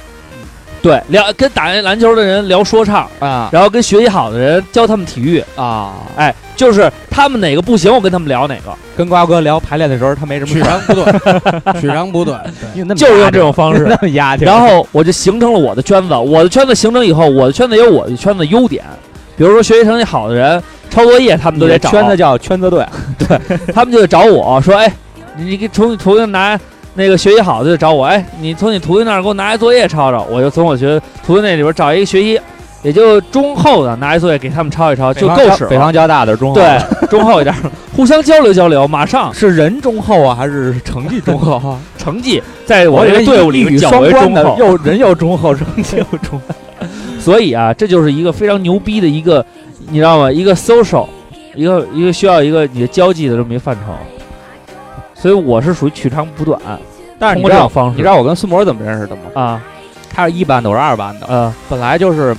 [SPEAKER 3] 对聊跟打篮球的人聊说唱，
[SPEAKER 2] 啊
[SPEAKER 3] 然后跟学习好的人教他们体育，
[SPEAKER 2] 啊，
[SPEAKER 3] 哎，就是他们哪个不行，我跟他们聊哪个，
[SPEAKER 2] 跟瓜哥聊排练的时候，他没什么
[SPEAKER 33] 取
[SPEAKER 2] 事儿，
[SPEAKER 33] 长补短，取长补短，对
[SPEAKER 3] 就是用这种方式
[SPEAKER 2] 那。么压挺。
[SPEAKER 3] 然后我就形成了我的圈子，我的圈子形成以后，我的圈子有我的圈子的优点，比如说学习成绩好的人抄作业，他们都
[SPEAKER 2] 你
[SPEAKER 3] 得找，
[SPEAKER 2] 的圈子叫圈子队，
[SPEAKER 3] 他们就得找我说，哎，你给从你徒弟拿那个学习好的就找我，哎，你从你徒弟那儿给我拿一作业抄抄，我就从我学徒弟那里边找一个学习也就中后的拿一作业给他们抄一抄就够使
[SPEAKER 2] 北
[SPEAKER 3] 了，
[SPEAKER 2] 方交大的中后
[SPEAKER 3] 对，中后一点，互相交流交流，马上
[SPEAKER 2] 是人中后啊，还是成绩中后啊？
[SPEAKER 3] 成绩在我这个队伍里
[SPEAKER 2] 一语
[SPEAKER 3] 边较
[SPEAKER 2] 双
[SPEAKER 3] 为
[SPEAKER 2] 关
[SPEAKER 3] 中
[SPEAKER 2] 的
[SPEAKER 3] 后，
[SPEAKER 2] 又人又中后，成绩又中后。
[SPEAKER 3] 所以啊，这就是一个非常牛逼的一个，你知道吗？一个 social，一个一个需要一个你的交际的这么一个范畴。所以我是属于取长补短，
[SPEAKER 2] 但是
[SPEAKER 3] 通
[SPEAKER 2] 你
[SPEAKER 3] 过
[SPEAKER 2] 知
[SPEAKER 3] 这种
[SPEAKER 2] 道，
[SPEAKER 3] 方式
[SPEAKER 2] 你知道我跟苏博怎么认识的吗？
[SPEAKER 3] 啊，
[SPEAKER 2] 他是一班的，我是二班的。
[SPEAKER 3] 呃
[SPEAKER 2] 本来就是，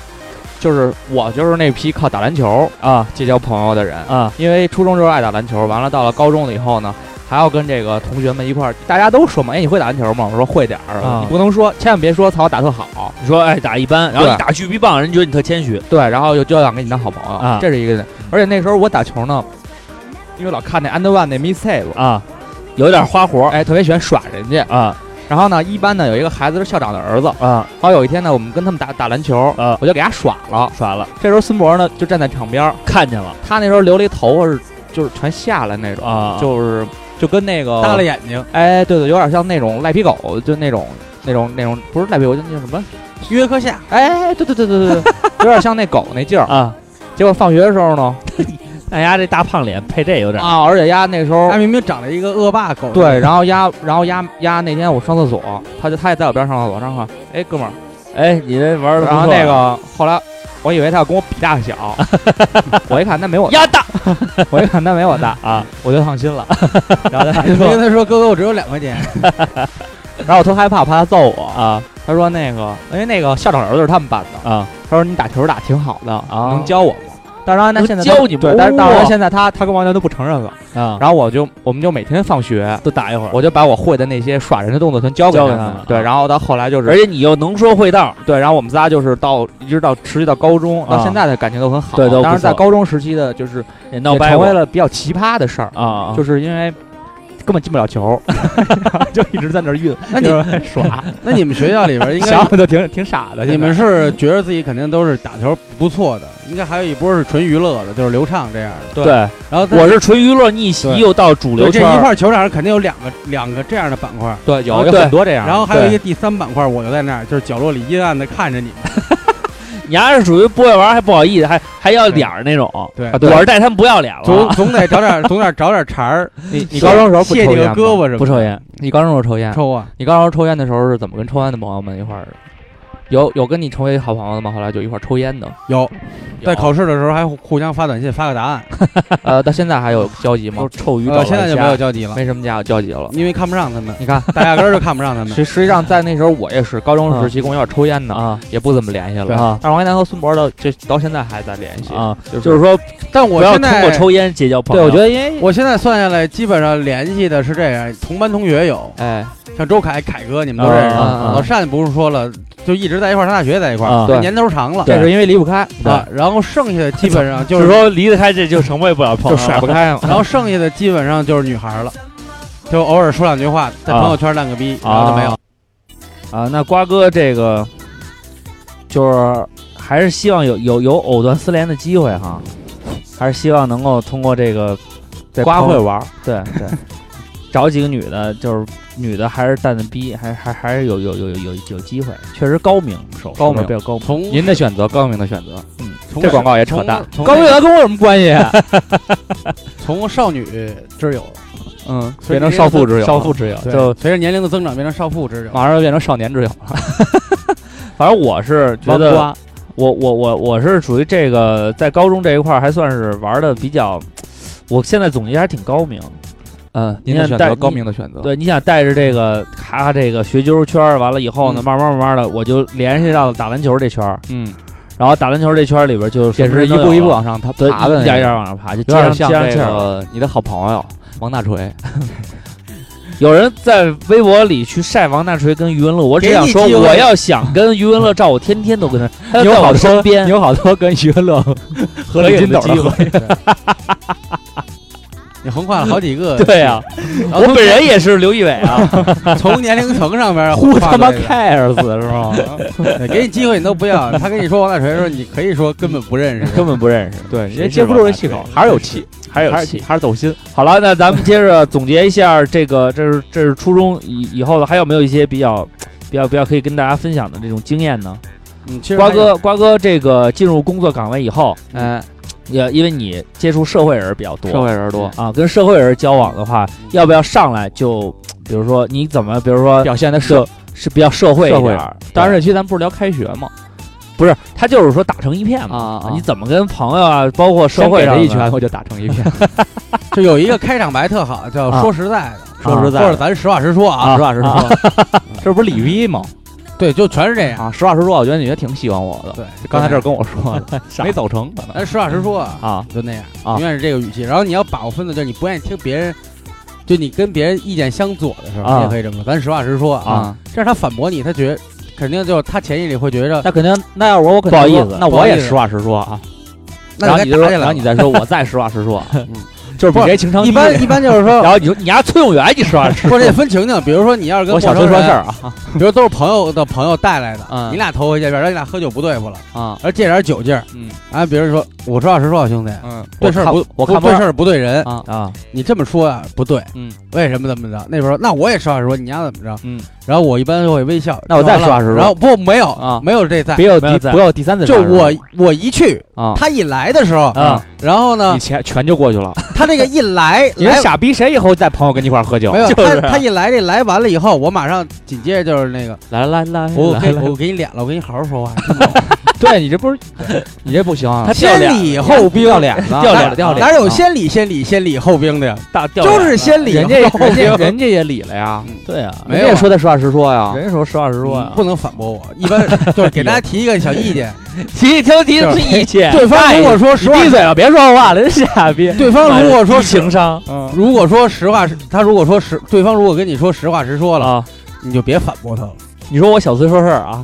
[SPEAKER 2] 就是我就是那批靠打篮球
[SPEAKER 3] 啊
[SPEAKER 2] 结交朋友的人，
[SPEAKER 3] 啊
[SPEAKER 2] 因为初中就是爱打篮球，完了到了高中了以后呢，还要跟这个同学们一块儿，大家都说嘛，哎，你会打篮球吗？我说会点儿，
[SPEAKER 3] 啊
[SPEAKER 2] 你不能说，千万别说操，打特好，
[SPEAKER 3] 你说哎打一般，然后
[SPEAKER 2] 对
[SPEAKER 3] 你打巨臂棒，人觉得你特谦虚
[SPEAKER 2] 对，然后就就想跟你当好朋友，
[SPEAKER 3] 啊
[SPEAKER 2] 这是一个。而且那时候我打球呢，因为老看那 and one 那 miss save，、
[SPEAKER 3] 啊，有点花活
[SPEAKER 2] 哎，特别喜欢耍人家。
[SPEAKER 3] 啊
[SPEAKER 2] 然后呢，一班呢有一个孩子是校长的儿子，
[SPEAKER 3] 啊
[SPEAKER 2] 然后有一天呢，我们跟他们打打篮球，
[SPEAKER 3] 啊，
[SPEAKER 2] 我就给他耍了。
[SPEAKER 3] 耍了，
[SPEAKER 2] 这时候孙博呢就站在场边儿，
[SPEAKER 3] 看见了
[SPEAKER 2] 他那时候留了一头发是就是全下来那种，
[SPEAKER 3] 啊
[SPEAKER 2] 就是就跟那个
[SPEAKER 33] 耷拉眼睛，
[SPEAKER 2] 哎，对对，有点像那种赖皮狗，就那种那种那种不是赖皮狗，就那叫什么？
[SPEAKER 33] 约克夏，
[SPEAKER 2] 哎 哎，对对对对对，有点像那狗那劲儿。
[SPEAKER 3] 啊，
[SPEAKER 2] 结果放学的时候呢，
[SPEAKER 3] 大家哎这大胖脸配这有点
[SPEAKER 2] 啊，而且丫那时候
[SPEAKER 33] 他明明长了一个恶霸狗，
[SPEAKER 2] 对，然后丫，然后丫丫那天我上厕所，他就他也在我边上上厕所，然后哎哥们儿，
[SPEAKER 3] 哎，你这玩的，
[SPEAKER 2] 然后那个后来我以为他要跟我比 大小，我一看他没我大，
[SPEAKER 3] 鸭大
[SPEAKER 2] 我一看他没我大，
[SPEAKER 3] 啊，
[SPEAKER 2] 我就放 心了。然后他
[SPEAKER 33] 你
[SPEAKER 2] 说
[SPEAKER 33] 跟他说哥哥我只有两块钱，
[SPEAKER 2] 然后我特害怕，怕他揍我。
[SPEAKER 3] 啊
[SPEAKER 2] 他说那个，因为那个校长儿子是他们班的，
[SPEAKER 3] 啊，
[SPEAKER 2] 他说你打球打挺好的，
[SPEAKER 3] 啊
[SPEAKER 2] 能教我吗？但是
[SPEAKER 3] 能
[SPEAKER 2] 他现在
[SPEAKER 3] 教
[SPEAKER 2] 他
[SPEAKER 3] 你吗
[SPEAKER 2] 对，但是当
[SPEAKER 3] 哇
[SPEAKER 2] 然现在他他跟王源都不承认了。
[SPEAKER 3] 啊，
[SPEAKER 2] 然后我就我们就每天放学，
[SPEAKER 3] 都打一会儿，
[SPEAKER 2] 我就把我会的那些耍人的动作全教给
[SPEAKER 3] 教
[SPEAKER 2] 他
[SPEAKER 3] 给他们
[SPEAKER 2] 们。对，然后到后来就是
[SPEAKER 3] 而且你又能说会道，
[SPEAKER 2] 对，然后我们仨就是到一直到持续到高中，
[SPEAKER 3] 啊
[SPEAKER 2] 到现在的感情都很好。
[SPEAKER 3] 对都不错
[SPEAKER 2] 当然在高中时期的就是
[SPEAKER 3] 也闹
[SPEAKER 2] 也
[SPEAKER 3] 掰
[SPEAKER 2] 成
[SPEAKER 3] 过
[SPEAKER 2] 为了比较奇葩的事儿，
[SPEAKER 3] 啊，
[SPEAKER 2] 就是是因为根本进不了球，然后就一直在那儿 运，
[SPEAKER 33] 那你
[SPEAKER 2] 就是耍，
[SPEAKER 33] 那你们学校里边应
[SPEAKER 2] 想
[SPEAKER 33] 该
[SPEAKER 2] 想就挺挺傻的。
[SPEAKER 33] 你
[SPEAKER 2] 现在
[SPEAKER 33] 们是觉得自己肯定都是打球不错的，应该还有一波是纯娱乐的，就是刘畅这样的。
[SPEAKER 3] 对，
[SPEAKER 33] 然后
[SPEAKER 3] 我是纯娱乐逆袭
[SPEAKER 33] 对
[SPEAKER 3] 又到主流
[SPEAKER 33] 这
[SPEAKER 3] 圈
[SPEAKER 33] 一
[SPEAKER 3] 儿，
[SPEAKER 33] 块球场上肯定有两个两个这样的板块，
[SPEAKER 2] 对有
[SPEAKER 3] 对
[SPEAKER 2] 有很多这样的，
[SPEAKER 33] 然后还有一
[SPEAKER 2] 对
[SPEAKER 33] 个第三板块，我就在那儿，就是角落里阴暗的看着你们。
[SPEAKER 3] 你还是属于不会玩还不好意思，还还要脸儿那种。
[SPEAKER 33] 对
[SPEAKER 2] 啊，对
[SPEAKER 3] 我是带他们不要脸
[SPEAKER 33] 总
[SPEAKER 3] 了，
[SPEAKER 33] 总得找点，总得找点茬儿。
[SPEAKER 2] 你你
[SPEAKER 33] 卸
[SPEAKER 28] 啊
[SPEAKER 2] 高中时候不
[SPEAKER 33] 卸
[SPEAKER 2] 抽
[SPEAKER 33] 你个
[SPEAKER 2] 烟吗
[SPEAKER 33] 胳膊什么？
[SPEAKER 3] 不抽，烟，
[SPEAKER 2] 你高中时候抽烟？
[SPEAKER 33] 抽啊！
[SPEAKER 2] 你高中时候抽烟的时候是怎么跟抽烟的朋友们一块儿？有有跟你成为好朋友的吗？后来就一块儿抽烟的，
[SPEAKER 33] 有，在
[SPEAKER 2] 有
[SPEAKER 3] 啊
[SPEAKER 33] 考试的时候还互互相发短信发个答案。
[SPEAKER 2] 呃，到现在还有交集吗？
[SPEAKER 3] 都是臭鱼
[SPEAKER 33] 呃，
[SPEAKER 3] 找
[SPEAKER 33] 现在就没有交集了，
[SPEAKER 2] 没什么家有交集了。
[SPEAKER 33] 因为看不上他们，
[SPEAKER 2] 你看，
[SPEAKER 33] 打压根儿就看不上他
[SPEAKER 28] 嗯
[SPEAKER 33] 们。
[SPEAKER 2] 实实际上在那时候我也是高中时期跟我一块儿抽烟的，
[SPEAKER 3] 啊
[SPEAKER 2] 也不怎么联系
[SPEAKER 3] 对
[SPEAKER 2] 了。
[SPEAKER 3] 啊
[SPEAKER 2] 但是王一楠和孙博到这到现在还在联系，
[SPEAKER 3] 啊，
[SPEAKER 2] 就
[SPEAKER 3] 就是
[SPEAKER 2] 是
[SPEAKER 3] 说
[SPEAKER 33] 但
[SPEAKER 3] 不
[SPEAKER 33] 我
[SPEAKER 3] 要
[SPEAKER 33] 现
[SPEAKER 3] 通
[SPEAKER 33] 在
[SPEAKER 3] 过抽烟结交朋
[SPEAKER 2] 对
[SPEAKER 3] 友。
[SPEAKER 2] 我觉得因为
[SPEAKER 33] 我现在算下来，基本上联系的是这样，同班同学有，
[SPEAKER 2] 哎
[SPEAKER 33] 像周凯、凯哥，你们都认识。
[SPEAKER 2] 啊啊啊
[SPEAKER 33] 老善不用说了，就一直在一块儿，上大学在一块儿，
[SPEAKER 3] 啊
[SPEAKER 2] 对
[SPEAKER 33] 年头长了。
[SPEAKER 2] 这是因为离不开，
[SPEAKER 33] 啊，然后剩下的基本上就是，
[SPEAKER 3] 说离得开这就啊成为不了朋
[SPEAKER 2] 就
[SPEAKER 3] 友，
[SPEAKER 2] 甩不开嘛。
[SPEAKER 33] 然后剩下的基本上就是女孩儿了，就偶尔说两句话，在
[SPEAKER 3] 啊
[SPEAKER 33] 朋友圈烂个逼，然后就没有。
[SPEAKER 3] 啊。那瓜哥这个就是还是希望有有有藕断丝连的机会哈，还是希望能够通过这个在
[SPEAKER 2] 瓜
[SPEAKER 3] 朋
[SPEAKER 2] 会
[SPEAKER 3] 友
[SPEAKER 2] 玩，
[SPEAKER 3] 对 对，找几个女的，就是女的还是蛋的逼，还还还是有有有有有有机会，确实高明嗯手
[SPEAKER 2] 高明
[SPEAKER 3] 比较高明。
[SPEAKER 33] 从
[SPEAKER 2] 您的选择，高明的选择，
[SPEAKER 33] 从
[SPEAKER 2] 这广告也扯淡。
[SPEAKER 33] 从
[SPEAKER 2] 高明
[SPEAKER 33] 从
[SPEAKER 2] 他跟我有什么关系？
[SPEAKER 3] 啊
[SPEAKER 33] 从少女之友，
[SPEAKER 2] 嗯，
[SPEAKER 33] 所以
[SPEAKER 2] 变成
[SPEAKER 33] 这
[SPEAKER 2] 少
[SPEAKER 33] 个
[SPEAKER 2] 妇之友，
[SPEAKER 33] 少
[SPEAKER 2] 妇之友，
[SPEAKER 33] 对
[SPEAKER 2] 就
[SPEAKER 33] 随着年龄的增长变成少妇之友。
[SPEAKER 2] 马上就变成少年之友了。
[SPEAKER 3] 反正我是觉
[SPEAKER 2] 王
[SPEAKER 3] 得
[SPEAKER 2] 瓜
[SPEAKER 3] 我，我我我是属于这个在高中这一块儿还算是玩的比较，我现在总结还挺高明。
[SPEAKER 2] 嗯，
[SPEAKER 3] 您
[SPEAKER 2] 您
[SPEAKER 3] 看
[SPEAKER 2] 的选
[SPEAKER 3] 但
[SPEAKER 2] 择，高
[SPEAKER 3] 你
[SPEAKER 2] 明的选择，
[SPEAKER 3] 对，你想带着这个咔这个学究圈儿，完了以后呢，慢慢慢慢的我就联系到了打篮球这圈儿，
[SPEAKER 2] 嗯，
[SPEAKER 3] 然后打篮球这圈儿里边就什
[SPEAKER 2] 也
[SPEAKER 3] 么
[SPEAKER 2] 是
[SPEAKER 3] 人
[SPEAKER 2] 一
[SPEAKER 3] 都有
[SPEAKER 2] 步一步
[SPEAKER 3] 了
[SPEAKER 2] 往上他
[SPEAKER 3] 对，
[SPEAKER 2] 爬的
[SPEAKER 3] 一
[SPEAKER 2] 那
[SPEAKER 3] 点一
[SPEAKER 2] 种
[SPEAKER 3] 点往上爬，就接上
[SPEAKER 2] 有点
[SPEAKER 3] 接
[SPEAKER 2] 像
[SPEAKER 3] 上
[SPEAKER 2] 这
[SPEAKER 3] 气儿了。
[SPEAKER 2] 个你的好朋友王大锤，
[SPEAKER 3] 有人在微博里去晒王大锤跟余文乐，我只想说，
[SPEAKER 33] 给你机会
[SPEAKER 3] 我要想跟余文乐照，我天天都跟他，他就
[SPEAKER 2] 有
[SPEAKER 3] 在
[SPEAKER 2] 好
[SPEAKER 3] 我身
[SPEAKER 2] 多
[SPEAKER 3] 边。
[SPEAKER 2] 有好多跟余 文乐合
[SPEAKER 3] 合影
[SPEAKER 2] 金
[SPEAKER 3] 的
[SPEAKER 2] 斗
[SPEAKER 3] 机会，
[SPEAKER 2] 合影，
[SPEAKER 33] 你横跨了好几个
[SPEAKER 3] 对 啊，
[SPEAKER 33] 然后
[SPEAKER 3] 我
[SPEAKER 33] 从
[SPEAKER 3] 本人也是刘仪伟啊，
[SPEAKER 33] 从年龄层 上边
[SPEAKER 2] who 他妈
[SPEAKER 33] 看。
[SPEAKER 2] cares 是 吗？
[SPEAKER 33] 对给你机会你都不要，他跟你说王大锤的时候，你可以说根本不 认识。
[SPEAKER 3] 根本不认识，
[SPEAKER 2] 对，
[SPEAKER 3] 谁
[SPEAKER 2] 人
[SPEAKER 3] 是
[SPEAKER 2] 接不住
[SPEAKER 3] 王
[SPEAKER 2] 这
[SPEAKER 3] 大
[SPEAKER 2] 气
[SPEAKER 3] 锤
[SPEAKER 2] 口，还是有气，
[SPEAKER 3] 还有
[SPEAKER 2] 还是
[SPEAKER 3] 戏。
[SPEAKER 2] 还是走心。
[SPEAKER 3] 好了，那咱们接着总结一下这个，这是这是初中以以后的，还有没有一些比较比较比较可以跟大家分享的这种经验呢？
[SPEAKER 33] 嗯，其实
[SPEAKER 3] 瓜
[SPEAKER 33] 还有
[SPEAKER 3] 哥，瓜哥这个进入工作岗位以后，
[SPEAKER 2] 哎，
[SPEAKER 3] 也因为你接触社会人比较多，
[SPEAKER 2] 社会人多，嗯
[SPEAKER 3] 啊，跟社会人交往的话，要不要上来就，比如说你怎么，比如说
[SPEAKER 2] 表现的社
[SPEAKER 3] 社是比较社会一
[SPEAKER 2] 社会
[SPEAKER 3] 点
[SPEAKER 2] 人
[SPEAKER 3] 儿，
[SPEAKER 2] 当然，这期咱不是聊开学吗？
[SPEAKER 3] 不是他就是说打成一片嘛，
[SPEAKER 2] 啊啊，
[SPEAKER 3] 你怎么跟朋友啊，包括社
[SPEAKER 2] 先
[SPEAKER 3] 会
[SPEAKER 2] 给他
[SPEAKER 3] 上
[SPEAKER 2] 一
[SPEAKER 3] 的
[SPEAKER 2] 拳，我就打成一片。
[SPEAKER 33] 就有一个开场白特好，叫
[SPEAKER 3] 啊
[SPEAKER 33] 说实在的，
[SPEAKER 2] 说实在
[SPEAKER 33] 或者
[SPEAKER 2] 的，
[SPEAKER 33] 咱实话实说啊，
[SPEAKER 3] 啊
[SPEAKER 2] 实话实说， 这不是李威吗？
[SPEAKER 33] 对，就全是这样。
[SPEAKER 2] 啊，实话实说，我觉得你也挺喜欢我的。
[SPEAKER 33] 对，
[SPEAKER 2] 刚才这是跟我说的，没走成可能
[SPEAKER 33] 咱实话实说啊，
[SPEAKER 2] 啊。
[SPEAKER 33] 就那样，
[SPEAKER 2] 啊
[SPEAKER 33] 永远是这个语气。然后你要把握分寸，就是你不愿意听别人，就你跟别人意见相左的时候，
[SPEAKER 3] 啊
[SPEAKER 33] 你也可以这么说，咱实话实说啊。
[SPEAKER 2] 啊，
[SPEAKER 33] 这样他反驳你，他觉得肯定就是他潜意识里会觉着，
[SPEAKER 2] 那肯定，那要我我肯定
[SPEAKER 3] 不好
[SPEAKER 2] 说
[SPEAKER 3] 意思
[SPEAKER 2] 那
[SPEAKER 33] 不好
[SPEAKER 2] 我也
[SPEAKER 33] 意思
[SPEAKER 2] 实话实说啊。
[SPEAKER 33] 那
[SPEAKER 2] 然后
[SPEAKER 33] 该
[SPEAKER 2] 你就说，
[SPEAKER 33] 打起来
[SPEAKER 2] 然后
[SPEAKER 33] 了
[SPEAKER 2] 你再说，我再实话 实说啊，就是
[SPEAKER 33] 不
[SPEAKER 2] 比
[SPEAKER 33] 是
[SPEAKER 2] 谁情商低
[SPEAKER 33] 一般一般就是 说
[SPEAKER 3] 然，后你说你丫崔永元，你说话是
[SPEAKER 33] 不是得分情境。比如说你要是跟
[SPEAKER 2] 我
[SPEAKER 33] 陌
[SPEAKER 2] 小
[SPEAKER 33] 生
[SPEAKER 2] 崔说
[SPEAKER 33] 人
[SPEAKER 2] 事儿 啊
[SPEAKER 33] 比如都是朋友的朋友带来的，
[SPEAKER 2] 嗯
[SPEAKER 33] 你俩头回见面，然后你俩喝酒不对付了，
[SPEAKER 2] 啊，
[SPEAKER 33] 而借点酒劲儿，
[SPEAKER 2] 嗯
[SPEAKER 33] 啊，别人说我实话实说啊，兄弟，
[SPEAKER 2] 嗯，
[SPEAKER 33] 对事儿不，
[SPEAKER 2] 我看
[SPEAKER 33] 不
[SPEAKER 2] 不
[SPEAKER 33] 对
[SPEAKER 2] 上
[SPEAKER 33] 事儿不对
[SPEAKER 28] 嗯
[SPEAKER 33] 人，
[SPEAKER 2] 啊
[SPEAKER 3] 啊，
[SPEAKER 33] 你这么说啊不对，
[SPEAKER 2] 嗯，
[SPEAKER 33] 为什么怎么着？那边说那我也实话实说，你丫怎么着？
[SPEAKER 2] 嗯，
[SPEAKER 33] 然后我一般会微笑。
[SPEAKER 28] 那我再
[SPEAKER 33] 吃
[SPEAKER 28] 刷
[SPEAKER 33] 完
[SPEAKER 28] 是
[SPEAKER 33] 了
[SPEAKER 28] 吧
[SPEAKER 33] 然后不没有
[SPEAKER 28] 啊
[SPEAKER 33] 没有这菜
[SPEAKER 28] 别，有
[SPEAKER 3] 没有
[SPEAKER 28] 第
[SPEAKER 3] 在
[SPEAKER 28] 不要第三次
[SPEAKER 33] 就
[SPEAKER 28] 刷是吧
[SPEAKER 33] 我我一去，
[SPEAKER 28] 啊，
[SPEAKER 33] 他一来的时候，
[SPEAKER 3] 啊，
[SPEAKER 33] 然后呢
[SPEAKER 28] 你，钱全就过去了。
[SPEAKER 33] 他这个一来
[SPEAKER 28] 你是
[SPEAKER 33] 来
[SPEAKER 28] 傻逼，啊谁以后再朋友跟你一块儿喝酒
[SPEAKER 33] 没？有
[SPEAKER 3] 就是
[SPEAKER 33] 他他一来这来完了以后，我马上紧接着就是那个，
[SPEAKER 28] 来来来，
[SPEAKER 33] 我
[SPEAKER 28] 来
[SPEAKER 33] 给
[SPEAKER 28] 来
[SPEAKER 33] 我给你脸了，我跟你好好说话。
[SPEAKER 28] 对你这不是，你这不行 啊，
[SPEAKER 3] 他掉
[SPEAKER 33] 先
[SPEAKER 3] 脸
[SPEAKER 33] 礼
[SPEAKER 28] 你看
[SPEAKER 33] 后兵，
[SPEAKER 28] 掉脸了，
[SPEAKER 3] 掉脸了
[SPEAKER 28] 掉脸啊了，
[SPEAKER 33] 哪有先礼先礼先礼后兵的呀？
[SPEAKER 3] 大掉
[SPEAKER 33] 就
[SPEAKER 3] 脸
[SPEAKER 33] 是
[SPEAKER 3] 了
[SPEAKER 33] 先礼
[SPEAKER 28] 人
[SPEAKER 33] 后
[SPEAKER 28] 家人家
[SPEAKER 33] 兵。
[SPEAKER 28] 人家也理了呀，
[SPEAKER 3] 对啊，
[SPEAKER 33] 没
[SPEAKER 28] 人家
[SPEAKER 33] 有
[SPEAKER 28] 也说的实话实说呀，
[SPEAKER 3] 人说实话
[SPEAKER 28] 嗯
[SPEAKER 3] 实说呀，
[SPEAKER 33] 不能反驳我，一般就是给大家提一个小意见。
[SPEAKER 3] 提提提
[SPEAKER 33] 就是
[SPEAKER 3] 提意见，
[SPEAKER 33] 对方如果说实话，
[SPEAKER 28] 闭嘴吧，别说话了，真傻逼。
[SPEAKER 33] 对方如果说
[SPEAKER 3] 低情商
[SPEAKER 28] 嗯
[SPEAKER 33] 如果说实话实，他如果说实，对方如果跟你说实话实
[SPEAKER 28] 嗯
[SPEAKER 33] 说了，
[SPEAKER 3] 啊，
[SPEAKER 33] 你就别反驳他了，
[SPEAKER 28] 你说我小崔说事儿啊，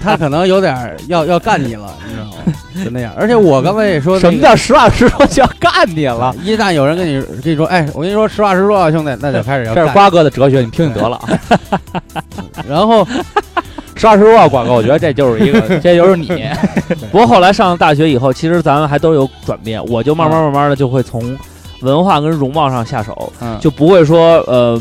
[SPEAKER 33] 他可能有点儿要要干你了，你知道吗？就那样。而且我刚才也说、那个，
[SPEAKER 28] 什么叫实话实说就要干你了？
[SPEAKER 33] 一旦有人跟你跟你说，哎，我跟你说实话实说啊，兄弟，那就开始要
[SPEAKER 28] 这是
[SPEAKER 33] 干。
[SPEAKER 28] 瓜哥的哲学，你听听得了啊。
[SPEAKER 33] 然 后
[SPEAKER 28] 实话实说啊，瓜哥，我觉得这就是一 个，这就是你。
[SPEAKER 3] 不过后来上了大学以后，其实咱们还都有转变，我就慢慢慢慢的就会从文化跟容貌上下手，
[SPEAKER 33] 嗯
[SPEAKER 3] 就不会说呃，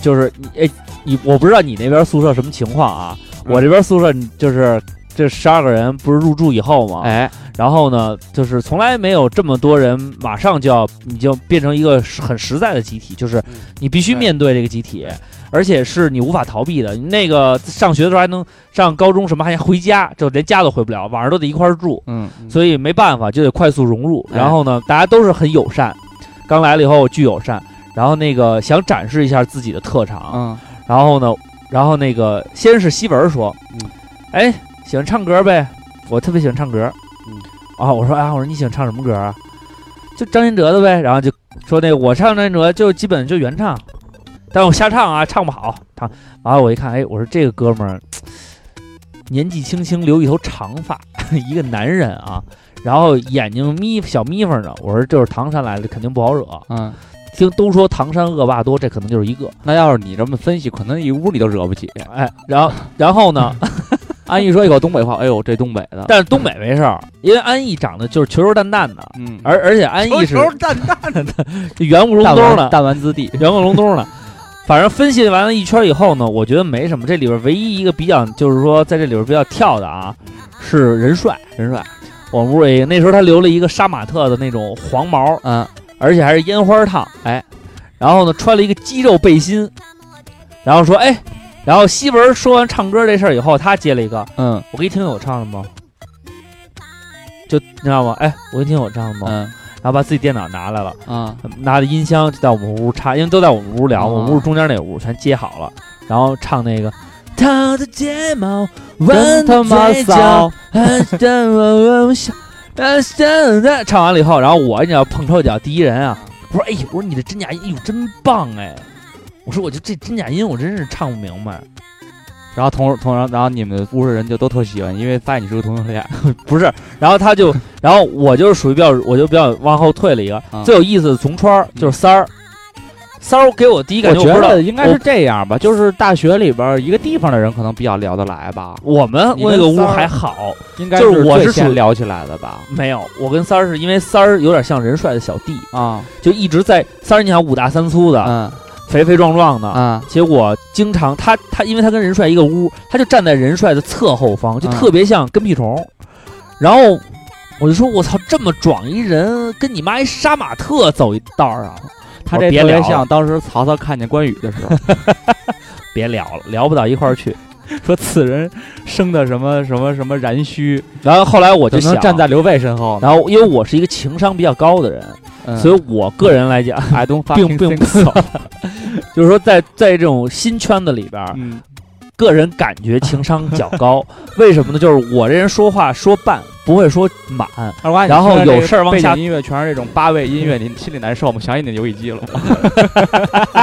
[SPEAKER 3] 就是哎你我不知道你那边宿舍什么情况啊，
[SPEAKER 33] 嗯
[SPEAKER 3] 我这边宿舍就是这十二个人不是入住以后嘛，
[SPEAKER 28] 哎，
[SPEAKER 3] 然后呢，就是从来没有这么多人马上就要你就变成一个实很实在的集体，就是
[SPEAKER 28] 嗯
[SPEAKER 3] 你必须面对这个集体，
[SPEAKER 28] 哎
[SPEAKER 3] 而且是你无法逃避的。你那个上学的时候还能上高中什么还回家，就连家都回不了，晚上都得一块儿住，
[SPEAKER 28] 嗯，
[SPEAKER 3] 所以没办法就得快速融入。
[SPEAKER 28] 哎
[SPEAKER 3] 然后呢，大家都是很友善，刚来了以后巨友善，然后那个想展示一下自己的特长，
[SPEAKER 28] 嗯，
[SPEAKER 3] 然后呢，然后那个先是西文说，
[SPEAKER 33] 嗯
[SPEAKER 3] 哎，喜欢唱歌呗，我特别喜欢唱歌，
[SPEAKER 33] 嗯，
[SPEAKER 3] 啊，我说啊，我说你喜欢唱什么歌啊？就张信哲的呗，然后就说那个我唱张信哲就基本就原唱，但我瞎唱啊，唱不好，唱，然后我一看，哎，我说这个哥们儿年纪轻轻留一头长发， 一个男人啊，然后眼睛眯小眯缝呢，我说这是唐山来的，肯定不好惹，
[SPEAKER 28] 嗯，
[SPEAKER 3] 听都说唐山恶霸多，这可能就是一个，
[SPEAKER 28] 那要是你这么分析，可能一屋里都惹不起。
[SPEAKER 3] 哎，然后然后呢？
[SPEAKER 28] 安逸说一口东北话，哎呦，这东北
[SPEAKER 2] 啊
[SPEAKER 28] 的，
[SPEAKER 3] 但是东北没事儿，因为安逸长得就是球球蛋蛋的，
[SPEAKER 28] 嗯，
[SPEAKER 3] 而而且安逸是
[SPEAKER 33] 球球蛋蛋的，
[SPEAKER 3] 就圆咕隆
[SPEAKER 28] 弹
[SPEAKER 3] 咚
[SPEAKER 28] 丸
[SPEAKER 3] 的，
[SPEAKER 28] 弹丸之地，
[SPEAKER 3] 圆咕隆咚的。反正分析完了一圈以后呢，我觉得没什么。这里边唯一一个比较，就是说在这里边比较跳的啊，是任帅。
[SPEAKER 28] 人帅，
[SPEAKER 3] 我们屋里那时候他留了一个杀马特的那种黄毛，
[SPEAKER 28] 嗯，
[SPEAKER 3] 而且还是烟花烫，哎，然后呢穿了一个肌肉背心，然后说哎，然后西文说完唱歌这事儿以后，他接了一个，
[SPEAKER 28] 嗯
[SPEAKER 3] 我给你听听我唱的吗？就你知道吗？哎，我给你听我唱的吗？
[SPEAKER 28] 嗯
[SPEAKER 3] 然后把自己电脑拿来了，
[SPEAKER 28] 啊，
[SPEAKER 3] 拿着音箱就在我们屋插，因为都在我们屋聊，
[SPEAKER 28] 啊
[SPEAKER 3] 我们屋中间那屋全接好了，然后唱那个。他的睫毛弯
[SPEAKER 28] 他
[SPEAKER 3] 的
[SPEAKER 28] 妈
[SPEAKER 3] 嘴角
[SPEAKER 28] 骚，，
[SPEAKER 3] 还是我我想，但是现在唱完了以后，然后我你知道碰臭脚第一人啊，我说哎呦，我说你的真假音，哎呦真棒哎，我说我就这真假音我真是唱不明白，
[SPEAKER 28] 然后同同然后然后你们屋的人就都特喜欢，因为发现你是个同性恋，
[SPEAKER 3] 不是，然后他 就，然后我就是属于比较，我就比较往后退了一个。
[SPEAKER 28] 啊嗯
[SPEAKER 3] 最有意思的从川儿就是三儿，三儿给我第一感
[SPEAKER 28] 我
[SPEAKER 3] 觉，
[SPEAKER 28] 觉
[SPEAKER 3] 我不知道
[SPEAKER 28] 得应该是这样吧，就是大学里边儿一个地方的人可能比较聊得来吧，
[SPEAKER 3] 我们
[SPEAKER 28] 你跟
[SPEAKER 3] 那个屋
[SPEAKER 28] 三儿
[SPEAKER 3] 还好，
[SPEAKER 28] 应该
[SPEAKER 3] 就是我
[SPEAKER 28] 最
[SPEAKER 3] 是属
[SPEAKER 28] 先
[SPEAKER 3] 于
[SPEAKER 28] 聊起来的吧？
[SPEAKER 3] 没有。我跟三儿是因为三儿有点像任帅的小弟，
[SPEAKER 28] 啊，
[SPEAKER 3] 就一直在三儿，你想五大三粗的，
[SPEAKER 28] 嗯
[SPEAKER 3] 肥肥壮壮的。
[SPEAKER 28] 啊，
[SPEAKER 3] 结果经常他他，因为他跟任帅一个屋，他就站在任帅的侧后方，就
[SPEAKER 28] 嗯
[SPEAKER 3] 特别像跟屁虫。然后我就说：“我操，这么壮一人，跟你妈一杀马特走一道儿啊！”
[SPEAKER 28] 他
[SPEAKER 3] 我
[SPEAKER 28] 这
[SPEAKER 3] 别
[SPEAKER 28] 特别
[SPEAKER 3] 聊
[SPEAKER 28] 像当时曹操看见关羽的时候，
[SPEAKER 3] 别聊了，聊不到一块儿去。
[SPEAKER 28] 说此人生的什么什么什么然须，
[SPEAKER 3] 然后后来我就
[SPEAKER 28] 怎
[SPEAKER 3] 想
[SPEAKER 28] 么能站，在刘备身后呢？嗯
[SPEAKER 3] 然后因为我是一个情商比较高的人，所
[SPEAKER 28] 以
[SPEAKER 3] 以我个人来讲，
[SPEAKER 28] I don't
[SPEAKER 3] 并
[SPEAKER 28] fucking
[SPEAKER 3] 并
[SPEAKER 28] think
[SPEAKER 3] 不
[SPEAKER 28] so。
[SPEAKER 3] 就是说在在这种新圈子里边儿，
[SPEAKER 28] 嗯
[SPEAKER 3] 个人感觉情商较高。为什么呢？就是我这人说话说半，不会说满。
[SPEAKER 28] 二瓜，你
[SPEAKER 3] 然后
[SPEAKER 28] 听着
[SPEAKER 3] 有
[SPEAKER 28] 这
[SPEAKER 3] 事儿
[SPEAKER 28] 个
[SPEAKER 3] 往
[SPEAKER 28] 背景
[SPEAKER 3] 下
[SPEAKER 28] 音乐全是这种八位音乐，你心里难受吗？想起你的游戏机了吗？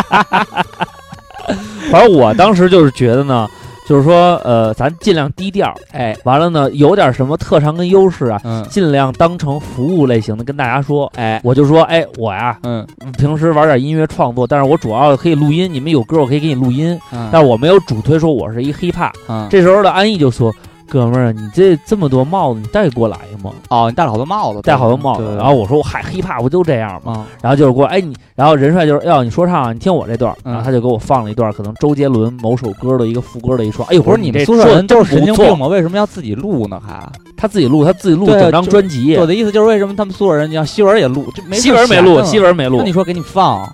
[SPEAKER 3] 反正我当时就是觉得呢，就是说呃，咱尽量低调，
[SPEAKER 28] 哎，
[SPEAKER 3] 完了呢，有点什么特长跟优势啊，
[SPEAKER 28] 嗯
[SPEAKER 3] 尽量当成服务类型的跟大家说。
[SPEAKER 28] 哎
[SPEAKER 3] 我就说，哎，我呀，
[SPEAKER 28] 嗯
[SPEAKER 3] 平时玩点音乐创作，但是我主要可以录音，你们有歌我可以给你录音，
[SPEAKER 28] 嗯
[SPEAKER 3] 但我没有主推说我是一 hiphop。
[SPEAKER 28] 嗯
[SPEAKER 3] 这时候的安逸就说：“哥们儿，你这这么多帽子，你带过来吗？
[SPEAKER 28] 哦，你戴了好多帽子，嗯
[SPEAKER 3] 戴好多帽子。然后我说，嗨，hiphop 不就这样吗？然后就是过来，哎你，然后任帅就是，要你说唱啊，你听我这段儿。
[SPEAKER 28] 嗯
[SPEAKER 3] 然后他就给我放了一段，可能周杰伦某首歌的一个副歌的一说，哎呦，
[SPEAKER 28] 不是
[SPEAKER 3] 你
[SPEAKER 28] 你
[SPEAKER 3] 这
[SPEAKER 28] 们宿舍
[SPEAKER 3] 说得
[SPEAKER 28] 人都是
[SPEAKER 3] 真
[SPEAKER 28] 神经
[SPEAKER 3] 不错
[SPEAKER 28] 病吗？为什么要自己录呢？还
[SPEAKER 3] 他自己录，他自己录
[SPEAKER 28] 对啊
[SPEAKER 3] 整张
[SPEAKER 28] 就
[SPEAKER 3] 专辑
[SPEAKER 28] 我。的意思就是为什么他们宿舍人，你像希文也录，这没
[SPEAKER 3] 希文没录，希
[SPEAKER 28] 文
[SPEAKER 3] 文没录
[SPEAKER 28] 嗯那，你说给你放，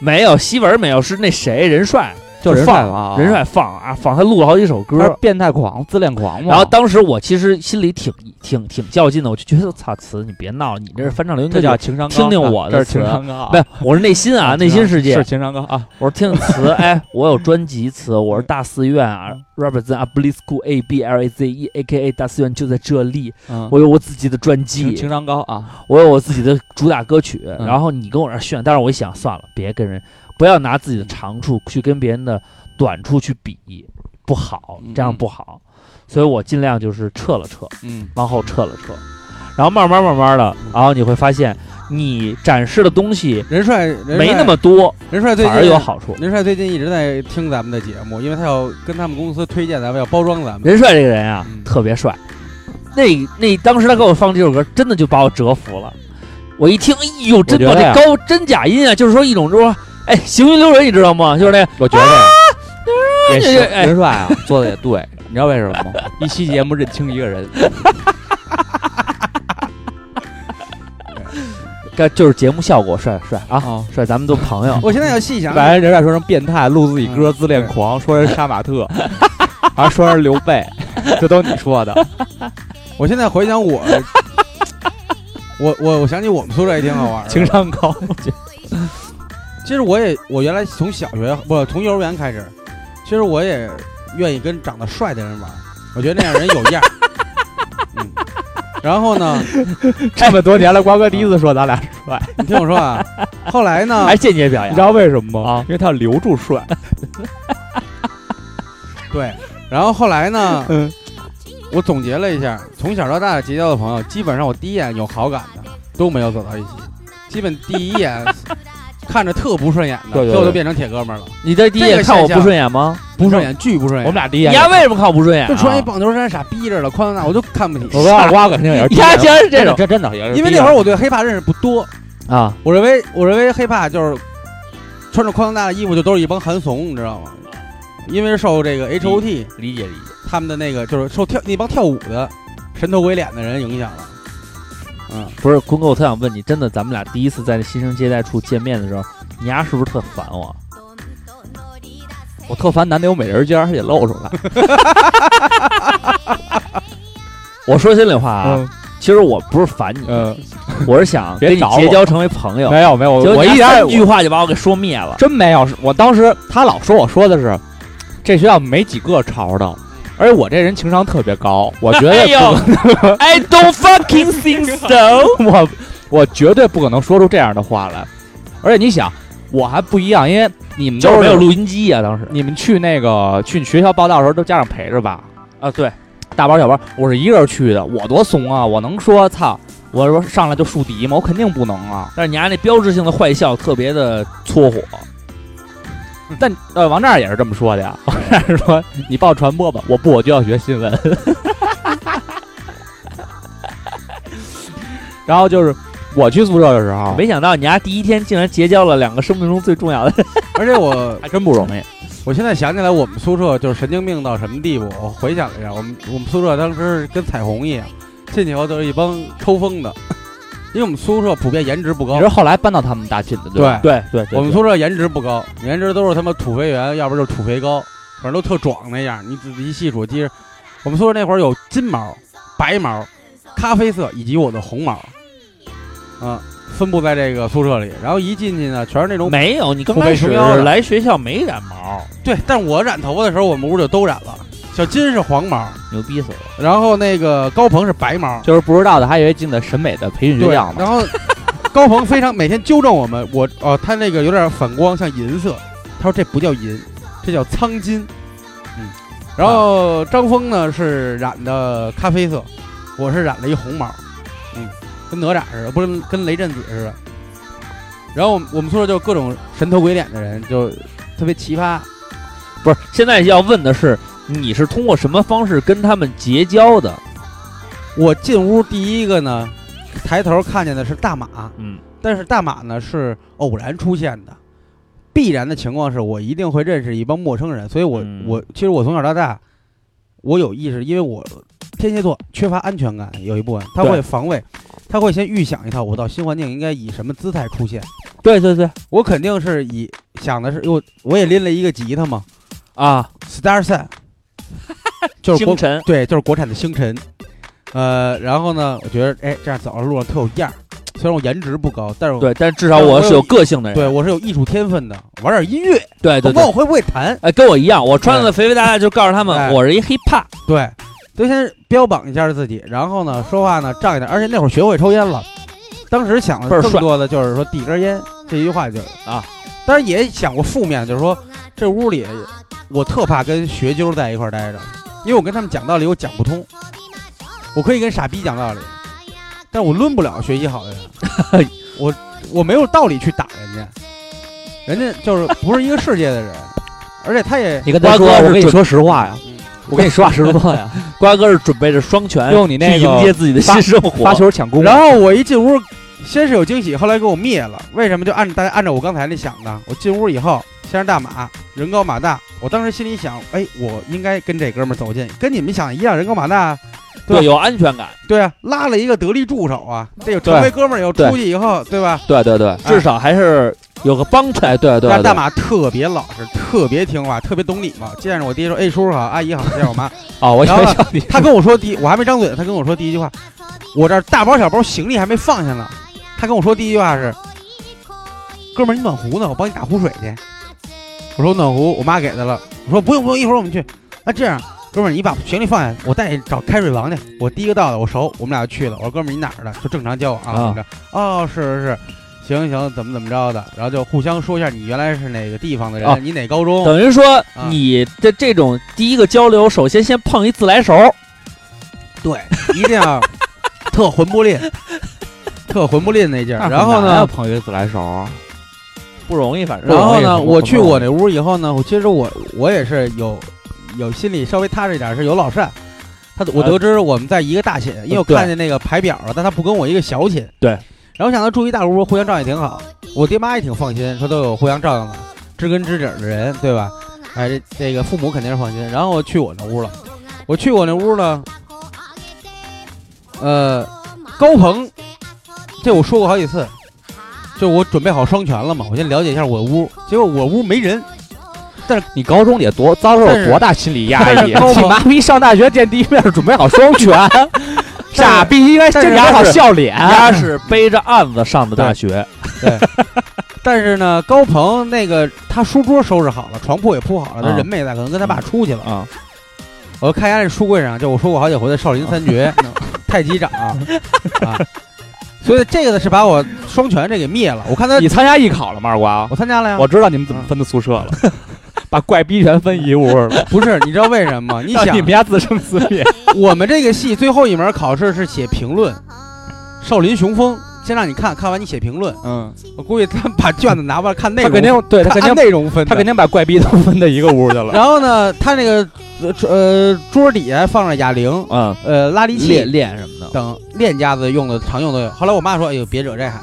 [SPEAKER 3] 没有希文没有，是那谁任帅
[SPEAKER 28] 就
[SPEAKER 3] 人
[SPEAKER 28] 人
[SPEAKER 3] 放
[SPEAKER 28] 帅啊，
[SPEAKER 3] 任帅放啊放，他录了好几首歌
[SPEAKER 28] 他。是变态狂、自恋狂嘛。
[SPEAKER 3] 然后当时我其实心里挺挺挺较劲的，我就觉得操词你别闹了，你这是翻唱流行歌
[SPEAKER 28] 这
[SPEAKER 3] 曲
[SPEAKER 28] 叫情商高，
[SPEAKER 3] 听听我的
[SPEAKER 28] 这是情
[SPEAKER 3] 词
[SPEAKER 28] 商高啊，
[SPEAKER 3] 不是，我是内心啊， 内心世界
[SPEAKER 28] 是。情商高啊。
[SPEAKER 3] 我说听词，哎，我有专辑词，我是大寺院啊，represent a b l i s c o o a b l a z e a k a 大寺院就在这里，
[SPEAKER 28] 嗯，
[SPEAKER 3] 我有我自己的专
[SPEAKER 28] 情
[SPEAKER 3] 辑
[SPEAKER 28] 情，商高啊，
[SPEAKER 3] 我有我自己的主打歌曲。然后你跟我这儿炫，但是我一想，算了，别跟人，不要拿自己的长处去跟别人的短处去比，不好，这样不好。所以我尽量就是撤了撤，
[SPEAKER 28] 嗯，
[SPEAKER 3] 往后撤了撤，然后慢慢慢慢的，然后你会发现，你展示的东西
[SPEAKER 33] 任帅任帅
[SPEAKER 3] 没那么多，
[SPEAKER 33] 任帅最
[SPEAKER 3] 反而有
[SPEAKER 33] 近
[SPEAKER 3] 好处。
[SPEAKER 33] 任帅最近一直在听咱们的节目，因为他要跟他们公司推荐咱们，要包装咱们。
[SPEAKER 3] 任帅这个人啊，
[SPEAKER 33] 嗯。
[SPEAKER 3] 特别帅。那那当时他给我放这首歌，真的就把我折服了。我一听，哎呦，真
[SPEAKER 28] 我
[SPEAKER 3] 把
[SPEAKER 28] 觉
[SPEAKER 3] 这
[SPEAKER 28] 得呀
[SPEAKER 3] 高真假音啊，就是说一种就是说，哎，行云流人，你知道吗？就是那
[SPEAKER 28] 我觉得也是
[SPEAKER 3] 哎哎
[SPEAKER 28] 任帅啊，做的也对，你知道为什 么吗？一期节目认清一个人，
[SPEAKER 3] 个，就是节目效果帅帅啊，
[SPEAKER 28] 哦
[SPEAKER 3] 帅，咱们做朋友
[SPEAKER 33] 我现在要 细想，
[SPEAKER 28] 把人任帅说成变态，录自己歌，自恋狂，说人杀马特， 然后说人刘备， 这都你说的，
[SPEAKER 33] 我现在回 想我，我我我想起我们宿舍也挺好玩的。
[SPEAKER 28] 情商高，我觉得
[SPEAKER 33] 其实我也，我原来从小学不从幼儿园开始，其实我也愿意跟长得帅的人玩，我觉得那样人有 样儿。嗯，然后呢，
[SPEAKER 28] 这么多年了，瓜哥第一次说咱俩帅，
[SPEAKER 33] 你听我说啊，后来呢
[SPEAKER 28] 哎
[SPEAKER 3] 还，间接表
[SPEAKER 28] 你
[SPEAKER 3] 扬
[SPEAKER 28] 知，道为什么吗？
[SPEAKER 3] 啊
[SPEAKER 28] 因为他要留住帅，
[SPEAKER 33] 对，然后后来呢，
[SPEAKER 28] 嗯
[SPEAKER 33] 我总结了一下，从小到大结交的朋友，基本上我第一眼有好感的都没有走到一起，基本第一 眼看着特不顺眼的，
[SPEAKER 28] 对对对
[SPEAKER 33] 最后都变成铁哥们儿了，
[SPEAKER 3] 你在第一
[SPEAKER 33] 这
[SPEAKER 3] 眼
[SPEAKER 33] 个
[SPEAKER 3] 看我
[SPEAKER 33] 现象
[SPEAKER 3] 不顺眼吗？
[SPEAKER 33] 不顺眼，巨不顺
[SPEAKER 28] 我
[SPEAKER 33] 眼。
[SPEAKER 28] 们俩第一
[SPEAKER 3] 你
[SPEAKER 28] 眼
[SPEAKER 3] 丫为什么看我不顺眼啊？
[SPEAKER 33] 就穿一棒球衫，傻逼着了，宽宽大，我就看不起。
[SPEAKER 28] 我跟二瓜肯定也是第一
[SPEAKER 3] 丫
[SPEAKER 28] 眼，
[SPEAKER 3] 竟然是这
[SPEAKER 28] 真的
[SPEAKER 3] 种
[SPEAKER 28] 这真的也是第一眼，
[SPEAKER 33] 因为那会儿我对黑怕认识不多，
[SPEAKER 3] 啊，
[SPEAKER 33] 我认为我认为黑怕就是穿着宽宽大的衣服就都是一帮韩怂，你知道吗？因为受这个 H O T
[SPEAKER 28] 理解理解，
[SPEAKER 33] 他们的那个就是受跳那帮跳舞的神头鬼脸的人影响了。
[SPEAKER 3] 不是，坤哥，我特想问你，真的，咱们俩第一次在新生接待处见面的时候，你丫是不是特烦我？
[SPEAKER 28] 我特烦男的有美人尖儿，也露 出来，
[SPEAKER 3] 我说心里话啊，
[SPEAKER 28] 嗯
[SPEAKER 3] 其实我不是烦你，
[SPEAKER 28] 嗯，
[SPEAKER 3] 我是想
[SPEAKER 28] 别
[SPEAKER 3] 跟你
[SPEAKER 28] 找我
[SPEAKER 3] 结交成为朋友。
[SPEAKER 28] 没有没有，
[SPEAKER 3] 结
[SPEAKER 28] 我
[SPEAKER 3] 果
[SPEAKER 28] 我
[SPEAKER 3] 你
[SPEAKER 28] 一
[SPEAKER 3] 丫
[SPEAKER 28] 点
[SPEAKER 3] 三句话就把我给说灭了。
[SPEAKER 28] 真没有，是我当时他老说我说的是，这学校没几个潮的，而且我这人情商特别高，我绝对
[SPEAKER 3] 哎
[SPEAKER 28] 不
[SPEAKER 3] 呦
[SPEAKER 28] 可
[SPEAKER 3] ，I don't fucking think so。
[SPEAKER 28] 能，我我绝对不可能说出这样的话来，而且你想，我还不一样，因为你们
[SPEAKER 3] 就
[SPEAKER 28] 都
[SPEAKER 3] 是
[SPEAKER 28] 是
[SPEAKER 3] 没有录音机啊，当时
[SPEAKER 28] 你们去那个去学校报道的时候都家长陪着吧？
[SPEAKER 3] 啊，对，
[SPEAKER 28] 大包小包，我是一个人去的，我多怂啊！我能说操，我说上来就树敌吗？我肯定不能啊！
[SPEAKER 3] 但是你丫那标志性的坏笑特别的搓火，
[SPEAKER 28] 但呃，王战也是这么说的呀。王战说：“你报传播吧，我不，我就要学新闻。” 然后就是我去宿舍的时候，
[SPEAKER 3] 没想到你丫第一天竟然结交了两个生命中最重要的人。
[SPEAKER 33] 而且我
[SPEAKER 28] 还真不容易。
[SPEAKER 33] 我现在想起来，我们宿舍就是神经病到什么地步。我回想了一下，我们我们宿舍当时跟彩虹一样，进去以后都是一帮抽风的， 因为我们宿舍普遍颜值不
[SPEAKER 28] 你
[SPEAKER 33] 高
[SPEAKER 28] 是。后来搬到他们大进的对吧？
[SPEAKER 3] 对对
[SPEAKER 33] 我们宿舍颜值不高，颜值都是他妈土肥圆，要不就是土肥高，反正都特壮那样。你仔细一细数，记着，我们宿舍那会儿有金毛、白毛、咖啡色以及我的红毛，啊，分布在这个宿舍里。然后一进去呢，全是那种
[SPEAKER 3] 没有，你刚
[SPEAKER 33] 土
[SPEAKER 3] 开
[SPEAKER 33] 匪
[SPEAKER 3] 始
[SPEAKER 33] 熊妖的
[SPEAKER 3] 来学校没染毛，
[SPEAKER 33] 对，但我染头发的时候，我们屋就都染了。小金是黄毛，
[SPEAKER 3] 牛逼死我！
[SPEAKER 33] 然后那个高鹏是白毛，
[SPEAKER 28] 就是不知道的，还以为进的审美的培训学
[SPEAKER 33] 对，
[SPEAKER 28] 校呢
[SPEAKER 33] 然。后高鹏非常每天纠正我们，我哦，他那个有点反光，像银色，他说这不叫银，这叫苍金，嗯，然后张峰呢是染的咖啡色，我是染了一红毛，嗯，跟哪吒似的，不是跟雷震子似的。然后我们我们宿舍就各种神头鬼脸的人，就特别奇葩。
[SPEAKER 3] 不是，现在要问的是，你是通过什么方式跟他们结交的？
[SPEAKER 33] 我进屋第一个呢，抬头看见的是大马，
[SPEAKER 3] 嗯，
[SPEAKER 33] 但是大马呢是偶然出现的，必然的情况是我一定会认识一帮陌生人，所以我、
[SPEAKER 3] 嗯
[SPEAKER 33] 我其实我从小到大，我有意识，因为我天蝎座缺乏安全感，有一部分他
[SPEAKER 3] 对
[SPEAKER 33] 会防卫，他会先预想一套，我到新环境应该以什么姿态出现，
[SPEAKER 3] 对对对，
[SPEAKER 33] 我肯定是以想的是，因为我我也拎了一个吉他嘛
[SPEAKER 3] 啊，
[SPEAKER 33] ，Star Sun，就是国
[SPEAKER 3] 星辰，
[SPEAKER 33] 对，就是国产的星辰。呃，然后呢，我觉得哎，这样走上路上特有样儿。虽然我颜值不高，但是我
[SPEAKER 3] 对，但至少我是有个性的人，
[SPEAKER 33] 对我是有艺术天分的，玩点音乐，
[SPEAKER 3] 对对
[SPEAKER 33] 甭
[SPEAKER 3] 对
[SPEAKER 33] 管我，会不会弹，
[SPEAKER 3] 哎，跟我一样，我穿的肥肥大大，就告诉他
[SPEAKER 33] 哎
[SPEAKER 3] 们我是一 hiphop，
[SPEAKER 33] 对，都先标榜一下自己，然后呢，说话呢仗义点，而且那会儿学会抽烟了，当时想
[SPEAKER 3] 倍
[SPEAKER 33] 的
[SPEAKER 3] 儿
[SPEAKER 33] 更
[SPEAKER 3] 帅
[SPEAKER 33] 多的就是说递根烟这一句话就
[SPEAKER 3] 啊，
[SPEAKER 33] 当然也想过负面，就是说这屋里我特怕跟学究在一块儿待着，因为我跟他们讲道理我讲不通，我可以跟傻逼讲道理，但我抡不了学习好的人，我我没有道理去打人家，人家就是不是一个世界的人，而且他也
[SPEAKER 28] 你跟他说，
[SPEAKER 3] 瓜哥是
[SPEAKER 28] 我跟你
[SPEAKER 3] 准
[SPEAKER 28] 说实话呀，我跟你说实话呀，
[SPEAKER 3] 瓜哥是准备着双拳
[SPEAKER 28] 用你那
[SPEAKER 3] 去迎接
[SPEAKER 28] 个
[SPEAKER 3] 自己的新生活，
[SPEAKER 28] 发球抢攻，
[SPEAKER 33] 然后我一进屋，先是有惊喜，后来给我灭了。为什么？就按大家按照我刚才那想的，我进屋以后，先是大马，人高马大。我当时心里想，哎，我应该跟这哥们儿走近，跟你们想一样，人高马大。对
[SPEAKER 3] 对，有安全感，
[SPEAKER 33] 对啊，拉了一个得力助手啊，这有成为哥们儿以后
[SPEAKER 28] 对
[SPEAKER 33] 出去以后，对吧？
[SPEAKER 28] 对对对，
[SPEAKER 3] 至少还是有个帮衬，
[SPEAKER 28] 哎对对
[SPEAKER 33] 但
[SPEAKER 28] 对
[SPEAKER 33] 是大，马特别老实，特别听话，特别懂礼貌。见着我爹说：“哎，叔叔好，阿姨好，见着我妈。
[SPEAKER 28] 哦，我以
[SPEAKER 33] 然后
[SPEAKER 28] 为
[SPEAKER 33] 呢
[SPEAKER 28] 叫你”
[SPEAKER 33] 他跟我说第一，我还没张嘴呢，他跟我说第一句话，我这儿大包小包行李还没放下呢，他跟我说第一句话是：“哥们儿，你暖壶呢？我帮你打壶水去。”我说暖壶我妈给的了。我说不用不用，一会儿我们去。那这样，哥们儿你把行李放下，我带你找开水王去。我第一个到的，我熟，我们俩就去了。我说哥们儿你哪儿的？就正常交往啊，
[SPEAKER 3] 啊
[SPEAKER 33] 怎么着？哦，是是是。行行，怎么怎么着的，然后就互相说一下你原来是哪个地方的人，
[SPEAKER 3] 哦
[SPEAKER 33] 你哪高中，
[SPEAKER 3] 等于说
[SPEAKER 33] 啊
[SPEAKER 3] 你的这种第一个交流，首先先碰一自来熟，
[SPEAKER 33] 对，一定要特魂不 吝，特魂不吝那劲儿。然后呢，
[SPEAKER 28] 彭于自来熟啊，
[SPEAKER 3] 不容易，反正
[SPEAKER 33] 然后呢，
[SPEAKER 28] 不容易
[SPEAKER 33] 我去我那屋以后呢，我其实我我也是有有心里稍微踏实一点，是有老善。他我
[SPEAKER 3] 呃
[SPEAKER 33] 得知我们在一个大寝，因为我
[SPEAKER 3] 对
[SPEAKER 33] 看见那个排表了，但他不跟我一个小寝。
[SPEAKER 3] 对。
[SPEAKER 33] 然后想到住一大屋，互相照应挺好。我爹妈也挺放心，说都有互相照应的知根知底儿的人，对吧？哎，这这个父母肯定是放心。然后我去我那屋了，我去我那屋呢，呃，高鹏，这我说过好几次，就我准备好双拳了嘛，我先了解一下我屋，结果我屋没人，
[SPEAKER 28] 你高中得多遭受
[SPEAKER 33] 但是
[SPEAKER 28] 多大心理压
[SPEAKER 33] 但
[SPEAKER 28] 抑
[SPEAKER 2] 啊
[SPEAKER 33] 是？高
[SPEAKER 28] 你
[SPEAKER 33] 考
[SPEAKER 28] 妈逼上大学见第一面准备好双 拳，傻逼
[SPEAKER 2] 啊
[SPEAKER 3] 哎
[SPEAKER 28] 应该
[SPEAKER 33] 但是
[SPEAKER 28] 先打好笑脸。
[SPEAKER 3] 他 是背着案子上的大学，
[SPEAKER 33] 但是呢，高鹏那个他书桌收拾好了，床铺也铺好了，他
[SPEAKER 3] 啊
[SPEAKER 33] 人没在，可能跟他爸出去了
[SPEAKER 3] 啊。
[SPEAKER 33] 我看一下这书柜上，就我说过好几回的少林 三绝、
[SPEAKER 28] 嗯
[SPEAKER 33] 太极掌啊，所以这个呢是把我双拳这给灭了。我看他，
[SPEAKER 28] 你参加艺考了吗，二瓜？
[SPEAKER 33] 我参加了呀，
[SPEAKER 28] 我知道你们怎么分的宿舍了， 把怪逼全分一屋了。
[SPEAKER 33] 不是，你知道为 什么吗？你
[SPEAKER 28] 让
[SPEAKER 33] 想
[SPEAKER 28] 你们，家自生自灭，
[SPEAKER 33] 我们这个系最后一门考试是写评论，少林雄风，先让你看看完你写评论。
[SPEAKER 28] 嗯，
[SPEAKER 33] 我估计他把卷子拿过来看内
[SPEAKER 28] 他
[SPEAKER 33] 容，
[SPEAKER 28] 肯定对他肯定
[SPEAKER 33] 按内容分的，
[SPEAKER 28] 他肯定把怪逼都分到一个屋去 了。
[SPEAKER 33] 然后呢，他那个呃桌呃桌底下放着哑铃，
[SPEAKER 28] 啊
[SPEAKER 3] 嗯，
[SPEAKER 33] 呃拉力
[SPEAKER 3] 练
[SPEAKER 33] 器
[SPEAKER 3] 练什么的，
[SPEAKER 33] 等练家子用的常用都有。后来我妈说：“哎呦，别惹这孩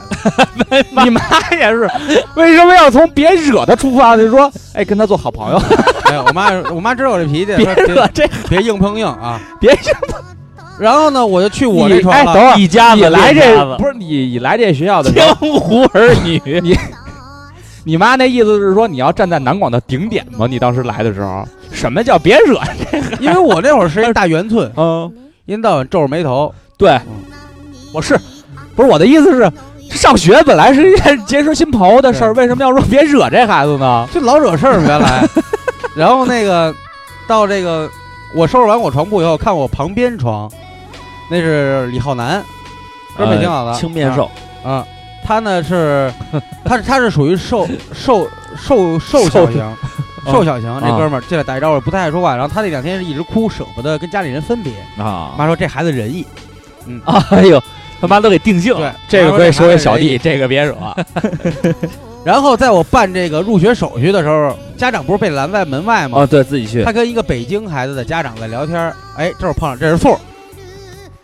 [SPEAKER 33] 子。
[SPEAKER 28] 你妈也是， 为什么要从别惹他出发？就说，哎，跟他做好朋友，”
[SPEAKER 33] 哎呦，我妈我妈知道我这 脾气，
[SPEAKER 28] 别
[SPEAKER 33] 说
[SPEAKER 28] 惹
[SPEAKER 33] 别
[SPEAKER 28] 这
[SPEAKER 33] 别硬碰硬啊，
[SPEAKER 28] 别
[SPEAKER 33] 硬。然后呢，我就去我这
[SPEAKER 28] 你
[SPEAKER 33] 床
[SPEAKER 28] 哎，
[SPEAKER 33] 了。
[SPEAKER 28] 等会儿
[SPEAKER 3] 一家子
[SPEAKER 28] 你来
[SPEAKER 3] 练家
[SPEAKER 28] 这
[SPEAKER 3] 子
[SPEAKER 28] 不是你你来这学校的时
[SPEAKER 3] 江
[SPEAKER 28] 候，
[SPEAKER 3] 湖儿女，
[SPEAKER 28] 你妈那意思是说你要站在南广的顶点吗？你当时来的时候，什么叫别惹？
[SPEAKER 33] 因为我那会儿是一大圆寸，
[SPEAKER 28] 嗯，
[SPEAKER 33] 一天到晚皱着眉头。
[SPEAKER 28] 对，我是，不是我的意思是，上学本来是一件结识新朋友的事儿，为什么要说别惹这孩子呢？
[SPEAKER 33] 就老惹事儿嘛 原来。然后那个到这个我收拾完我床铺以后，看我旁边床，那是李浩南，哥们儿挺好的，
[SPEAKER 3] 呃青面兽，
[SPEAKER 33] 啊。他呢是，他是他是属于瘦瘦瘦瘦小型， 瘦小型。这
[SPEAKER 3] 啊
[SPEAKER 33] 哥们儿进来打一招呼，不太爱说话。然后他那两天是一直哭，舍不得跟家里人分别。
[SPEAKER 3] 啊，
[SPEAKER 33] 妈说这孩子仁义，
[SPEAKER 3] 哎呦，他妈都给定性了，
[SPEAKER 33] 对，
[SPEAKER 28] 这个
[SPEAKER 33] 妈说
[SPEAKER 28] 可以
[SPEAKER 33] 孩子
[SPEAKER 28] 说给小
[SPEAKER 33] 仁义
[SPEAKER 3] 啊
[SPEAKER 28] 弟，这个别惹。
[SPEAKER 33] 然后在我办这个入学手续的时候，家长不是被拦在门外吗？
[SPEAKER 3] 哦，对自己去
[SPEAKER 33] 他跟一个北京孩子的家长在聊天儿，哎，这会儿碰上，这是凤儿，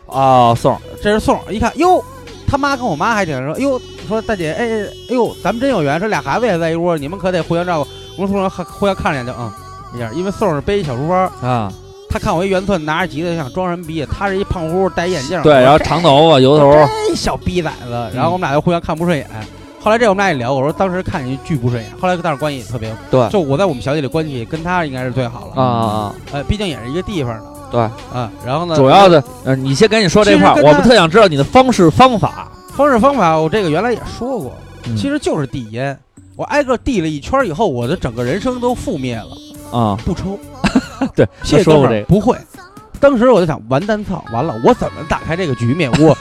[SPEAKER 3] 哦，送
[SPEAKER 33] 这是宋儿，一看哟，他妈跟我妈还挺说，哟，说大姐，哎哎哎呦，咱们真有缘，这俩孩子也在一屋，你们可得互相照顾。我说互相互相看了眼就嗯一下，因为宋儿背一小书包，
[SPEAKER 3] 啊，
[SPEAKER 33] 他看我一圆寸，拿着吉他想装什么逼，他是一胖乎乎戴眼镜儿，
[SPEAKER 3] 对，
[SPEAKER 33] 我说
[SPEAKER 3] 然后长头发油头，
[SPEAKER 33] 真小逼崽子。然后我们俩就互相看不顺眼。后来这我们俩也聊，过，我说当时看你巨不顺眼，后来但是关系也特别好，
[SPEAKER 2] 对
[SPEAKER 33] 就我在我们小姐里关系跟他应该是最好了
[SPEAKER 2] 啊，啊，
[SPEAKER 33] 呃，毕竟也是一个地方的，
[SPEAKER 2] 对
[SPEAKER 33] 啊，然后呢，
[SPEAKER 3] 主要的，呃，你先赶紧说这块儿，
[SPEAKER 33] 其实跟
[SPEAKER 3] 我
[SPEAKER 33] 他
[SPEAKER 3] 们特想知道你的方式方法。
[SPEAKER 33] 方式方法，我这个原来也说过，
[SPEAKER 3] 嗯
[SPEAKER 33] 其实就是递烟。我挨个递了一圈以后，我的整个人生都覆灭了，
[SPEAKER 3] 啊、
[SPEAKER 33] 不抽。
[SPEAKER 3] 对，他
[SPEAKER 33] 谢谢
[SPEAKER 3] 说
[SPEAKER 33] 哥
[SPEAKER 3] 过
[SPEAKER 33] 们
[SPEAKER 3] 这
[SPEAKER 33] 儿，
[SPEAKER 3] 个，
[SPEAKER 33] 不会。当时我就想，完蛋操，完了，我怎么打开这个局面？我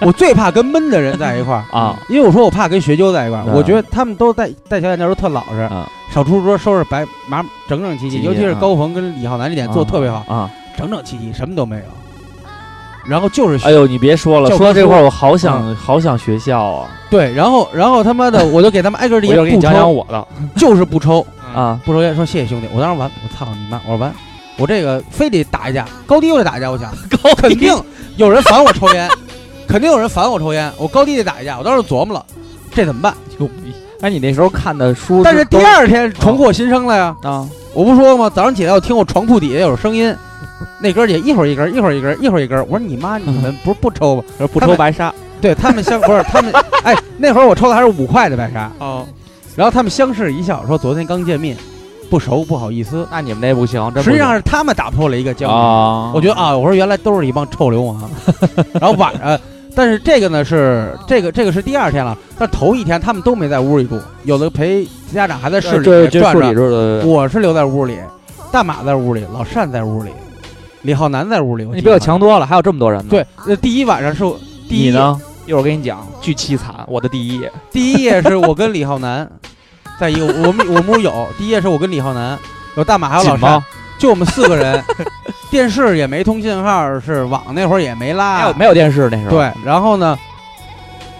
[SPEAKER 33] 我最怕跟闷的人在一块儿
[SPEAKER 3] 啊，
[SPEAKER 33] 因为我说我怕跟学究在一块儿，
[SPEAKER 3] 嗯
[SPEAKER 33] 我觉得他们都戴戴小眼镜都特老实
[SPEAKER 3] 啊，
[SPEAKER 33] 少出桌收拾白麻整整齐
[SPEAKER 3] 齐
[SPEAKER 33] 齐，尤其是
[SPEAKER 3] 啊
[SPEAKER 33] 高鹏跟李浩南这点做得特别好，
[SPEAKER 3] 啊！
[SPEAKER 33] 整整齐齐，什么都没有。然后就是
[SPEAKER 3] 哎呦，你别说了，
[SPEAKER 33] 教科
[SPEAKER 3] 说到这
[SPEAKER 33] 书
[SPEAKER 3] 块儿我好想、好想学校啊！
[SPEAKER 33] 对，然后然后他妈的，我就给他们挨个递
[SPEAKER 2] 我一会儿
[SPEAKER 33] 烟，
[SPEAKER 2] 给你
[SPEAKER 33] 哎
[SPEAKER 2] 讲
[SPEAKER 33] 不
[SPEAKER 2] 讲
[SPEAKER 33] 抽，
[SPEAKER 2] 我的
[SPEAKER 33] 就是不抽。
[SPEAKER 3] 啊，
[SPEAKER 33] 不抽烟，说谢谢兄弟。我当时完，我操你妈！我说完，我这个非得打一架，高低我得打一架。我想，
[SPEAKER 3] 高
[SPEAKER 33] 肯定有人烦我抽烟，肯定有人烦我抽烟，我高低得打一架。我当时琢磨了，这怎么办？
[SPEAKER 2] 牛逼。哎，你那时候看的书都，
[SPEAKER 33] 但是第二天重获新生了呀！
[SPEAKER 2] 啊，
[SPEAKER 33] 我不说吗？早上起来我听我床铺底下有声音，那哥儿姐一会儿一根儿，一会儿一根儿，一会儿一根儿。我说你妈，你们不是 不抽吗？
[SPEAKER 2] 说呃不
[SPEAKER 33] 他们
[SPEAKER 2] 抽白沙
[SPEAKER 33] 对他们相不是 他们，哎，那会儿我抽的还是五块的白沙。
[SPEAKER 2] 哦，
[SPEAKER 33] 然后他们相视一笑，说昨天刚见面，不熟，不好意思。
[SPEAKER 2] 那你们那不行，真不
[SPEAKER 33] 实际上
[SPEAKER 2] 行
[SPEAKER 33] 是他们打破了一个僵局。
[SPEAKER 2] 啊，
[SPEAKER 33] 我觉得啊，我说原来都是一帮臭流氓， 然后晚上，但是这个呢是这个这个是第二天了，但头一天他们都没在屋里住，有的陪家长还在市
[SPEAKER 2] 对
[SPEAKER 33] 里
[SPEAKER 2] 呃这
[SPEAKER 33] 转
[SPEAKER 2] 处理
[SPEAKER 33] 转，
[SPEAKER 2] 住的，
[SPEAKER 33] 我是留在屋里，大马在屋里，老善在屋里，李浩南在屋里，我
[SPEAKER 2] 你
[SPEAKER 33] 记得
[SPEAKER 37] 比
[SPEAKER 33] 好
[SPEAKER 37] 我要
[SPEAKER 33] 像
[SPEAKER 37] 强多了，还有这么多人呢。，
[SPEAKER 33] 对，呃，第一晚上是我第
[SPEAKER 2] 你
[SPEAKER 33] 一
[SPEAKER 2] 呢？一会儿跟你讲，巨凄惨，我的第一页。
[SPEAKER 33] 第一夜是我跟李浩南， 在一个我们我们屋有，第一夜是我跟李浩南，有大马还有老
[SPEAKER 2] 紧
[SPEAKER 33] 善
[SPEAKER 2] 吗，？
[SPEAKER 33] 就我们四个 人，电视也没通信号，是网那会儿也没
[SPEAKER 2] 没
[SPEAKER 33] 拉
[SPEAKER 2] 有，没有电视那时候。
[SPEAKER 33] 对，然后呢，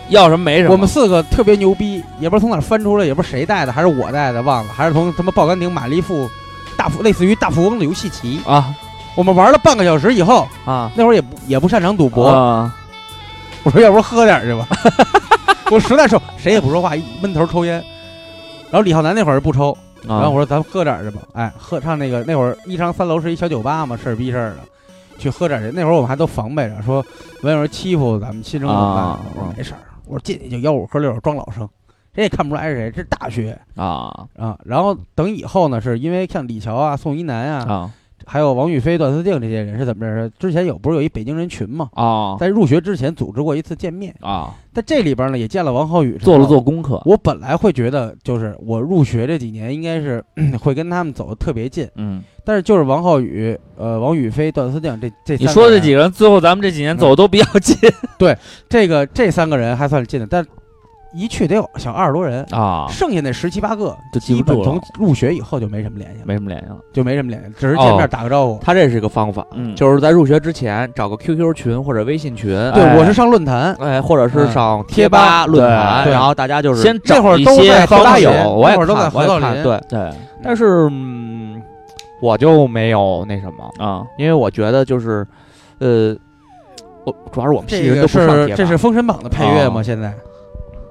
[SPEAKER 2] 要什么没什么。
[SPEAKER 33] 我们四个特别牛逼，也不知道从哪儿翻出来，也不知道谁带的，还是我带的，忘了，还是从他妈报刊亭买了一副大富类似于大富翁的游戏棋。
[SPEAKER 2] 啊
[SPEAKER 33] 我们玩了半个小时以后，
[SPEAKER 2] 啊，
[SPEAKER 33] 那会儿也不也不擅长赌博，
[SPEAKER 2] 啊
[SPEAKER 33] 我说要不喝点儿去吧， 我实在受，谁也不说话，一闷头抽烟。然后李浩南那会儿不抽，
[SPEAKER 2] 啊
[SPEAKER 33] 然后我说咱们喝点儿去吧，哎，喝上那个那会儿一商三楼是一小酒吧嘛，事儿逼事儿的，去喝点儿去。那会儿我们还都防备着，说万一有人欺负咱们新生怎么办？
[SPEAKER 2] 啊
[SPEAKER 33] 我说没事儿，我说进去就吆五喝六，装老生，谁也看不出来是谁，这是大学
[SPEAKER 2] 啊
[SPEAKER 33] 啊。然后等以后呢，是因为像李乔啊、宋一楠啊，
[SPEAKER 2] 啊
[SPEAKER 33] 还有王宇飞、段思静这些人是怎么着？是之前有不是有一北京人群嘛，
[SPEAKER 2] 啊
[SPEAKER 33] 在入学之前组织过一次见面，
[SPEAKER 2] 啊！
[SPEAKER 33] 在这里边呢也见了王浩宇，
[SPEAKER 3] 做了做功课，
[SPEAKER 33] 我本来会觉得，就是我入学这几年应该是 会跟他们走的特别近，
[SPEAKER 3] 嗯，
[SPEAKER 33] 但是就是王浩宇、呃王宇飞、段思静这这
[SPEAKER 3] 你
[SPEAKER 33] 三
[SPEAKER 3] 说
[SPEAKER 33] 个
[SPEAKER 3] 这
[SPEAKER 33] 人
[SPEAKER 3] 几个人，最后咱们这几年走得都比较近
[SPEAKER 33] 这个这三个人还算是近的，但一去得有小二十多人，
[SPEAKER 3] 啊，
[SPEAKER 33] 剩下那十七八个
[SPEAKER 3] 就记
[SPEAKER 33] 基
[SPEAKER 3] 不
[SPEAKER 33] 本
[SPEAKER 3] 住
[SPEAKER 33] 从
[SPEAKER 3] 了，
[SPEAKER 33] 入学以后就没什么联系了，
[SPEAKER 3] 没什么联系了。
[SPEAKER 33] 就没什么联系，只是见面
[SPEAKER 2] 哦
[SPEAKER 33] 打个招呼。
[SPEAKER 2] 他这是一个方法，
[SPEAKER 3] 嗯
[SPEAKER 2] 就是在入学之前找个 QQ 群或者微信群，
[SPEAKER 33] 对、
[SPEAKER 3] 哎
[SPEAKER 33] 我是上论坛，
[SPEAKER 2] 哎，或者是上
[SPEAKER 33] 贴吧
[SPEAKER 2] 吧论坛，
[SPEAKER 33] 对
[SPEAKER 2] 然后大家就是
[SPEAKER 3] 先
[SPEAKER 33] 那会
[SPEAKER 3] 找
[SPEAKER 33] 儿
[SPEAKER 3] 一
[SPEAKER 33] 都
[SPEAKER 3] 些
[SPEAKER 33] 在
[SPEAKER 2] 高
[SPEAKER 33] 河
[SPEAKER 2] 大
[SPEAKER 33] 道
[SPEAKER 2] 有，
[SPEAKER 33] 林
[SPEAKER 2] 我也
[SPEAKER 33] 那会儿都
[SPEAKER 2] 看
[SPEAKER 33] 在
[SPEAKER 2] 我
[SPEAKER 33] 河
[SPEAKER 2] 也
[SPEAKER 33] 道
[SPEAKER 2] 看，
[SPEAKER 33] 林，
[SPEAKER 2] 对，
[SPEAKER 3] 对
[SPEAKER 2] 但是嗯，我就没有那什么，
[SPEAKER 3] 啊，
[SPEAKER 2] 因为我觉得就是，呃，我主要是我们系
[SPEAKER 33] 这
[SPEAKER 2] 人
[SPEAKER 33] 个
[SPEAKER 2] 都不上
[SPEAKER 33] 是
[SPEAKER 2] 贴吧，
[SPEAKER 33] 这是《封神榜》的配乐吗？
[SPEAKER 2] 哦
[SPEAKER 33] 现在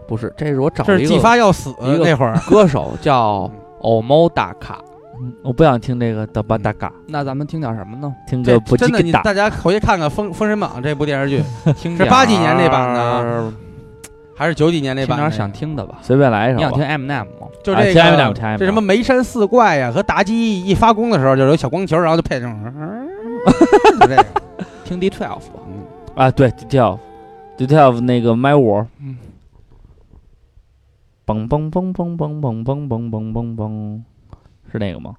[SPEAKER 2] 不是？这是我找
[SPEAKER 33] 这
[SPEAKER 2] 了一
[SPEAKER 33] 是季
[SPEAKER 2] 个
[SPEAKER 33] 发要死
[SPEAKER 2] 一个
[SPEAKER 33] 那会儿，
[SPEAKER 2] 歌 手叫欧某达卡，
[SPEAKER 3] 嗯我不想听这个哒吧哒嘎，
[SPEAKER 2] 那咱们听点什么呢？
[SPEAKER 3] 听
[SPEAKER 33] 这
[SPEAKER 3] 个不
[SPEAKER 33] 真
[SPEAKER 3] 叽
[SPEAKER 33] 的你
[SPEAKER 3] 叽哒
[SPEAKER 33] 大家回去看看《封封神榜》这部电视剧，
[SPEAKER 2] 听
[SPEAKER 33] 是
[SPEAKER 2] 点
[SPEAKER 33] 八几年那版的
[SPEAKER 2] 儿
[SPEAKER 33] 啊，还是九几年那
[SPEAKER 2] 听
[SPEAKER 33] 版
[SPEAKER 2] 点
[SPEAKER 33] 的
[SPEAKER 2] 儿
[SPEAKER 33] 那
[SPEAKER 2] 想
[SPEAKER 33] 个？
[SPEAKER 2] 听的吧。
[SPEAKER 3] 随便来一首
[SPEAKER 2] 你
[SPEAKER 3] 吧。
[SPEAKER 2] 想听 M M 吗？
[SPEAKER 33] 就
[SPEAKER 3] 啊
[SPEAKER 33] 这
[SPEAKER 3] 天安门两
[SPEAKER 33] 个
[SPEAKER 3] 天安门
[SPEAKER 33] 这什么眉山四怪呀和妲己一发功的时候，就是有小光球，然后就配 嗯这种，就这个。
[SPEAKER 2] 听 D Twelve 吧。
[SPEAKER 33] 嗯
[SPEAKER 3] 啊，对，detail，detail 那个 my war，
[SPEAKER 2] 嗯
[SPEAKER 3] 嘣嘣嘣嘣嘣嘣嘣嘣嘣嘣嘣，是那个吗？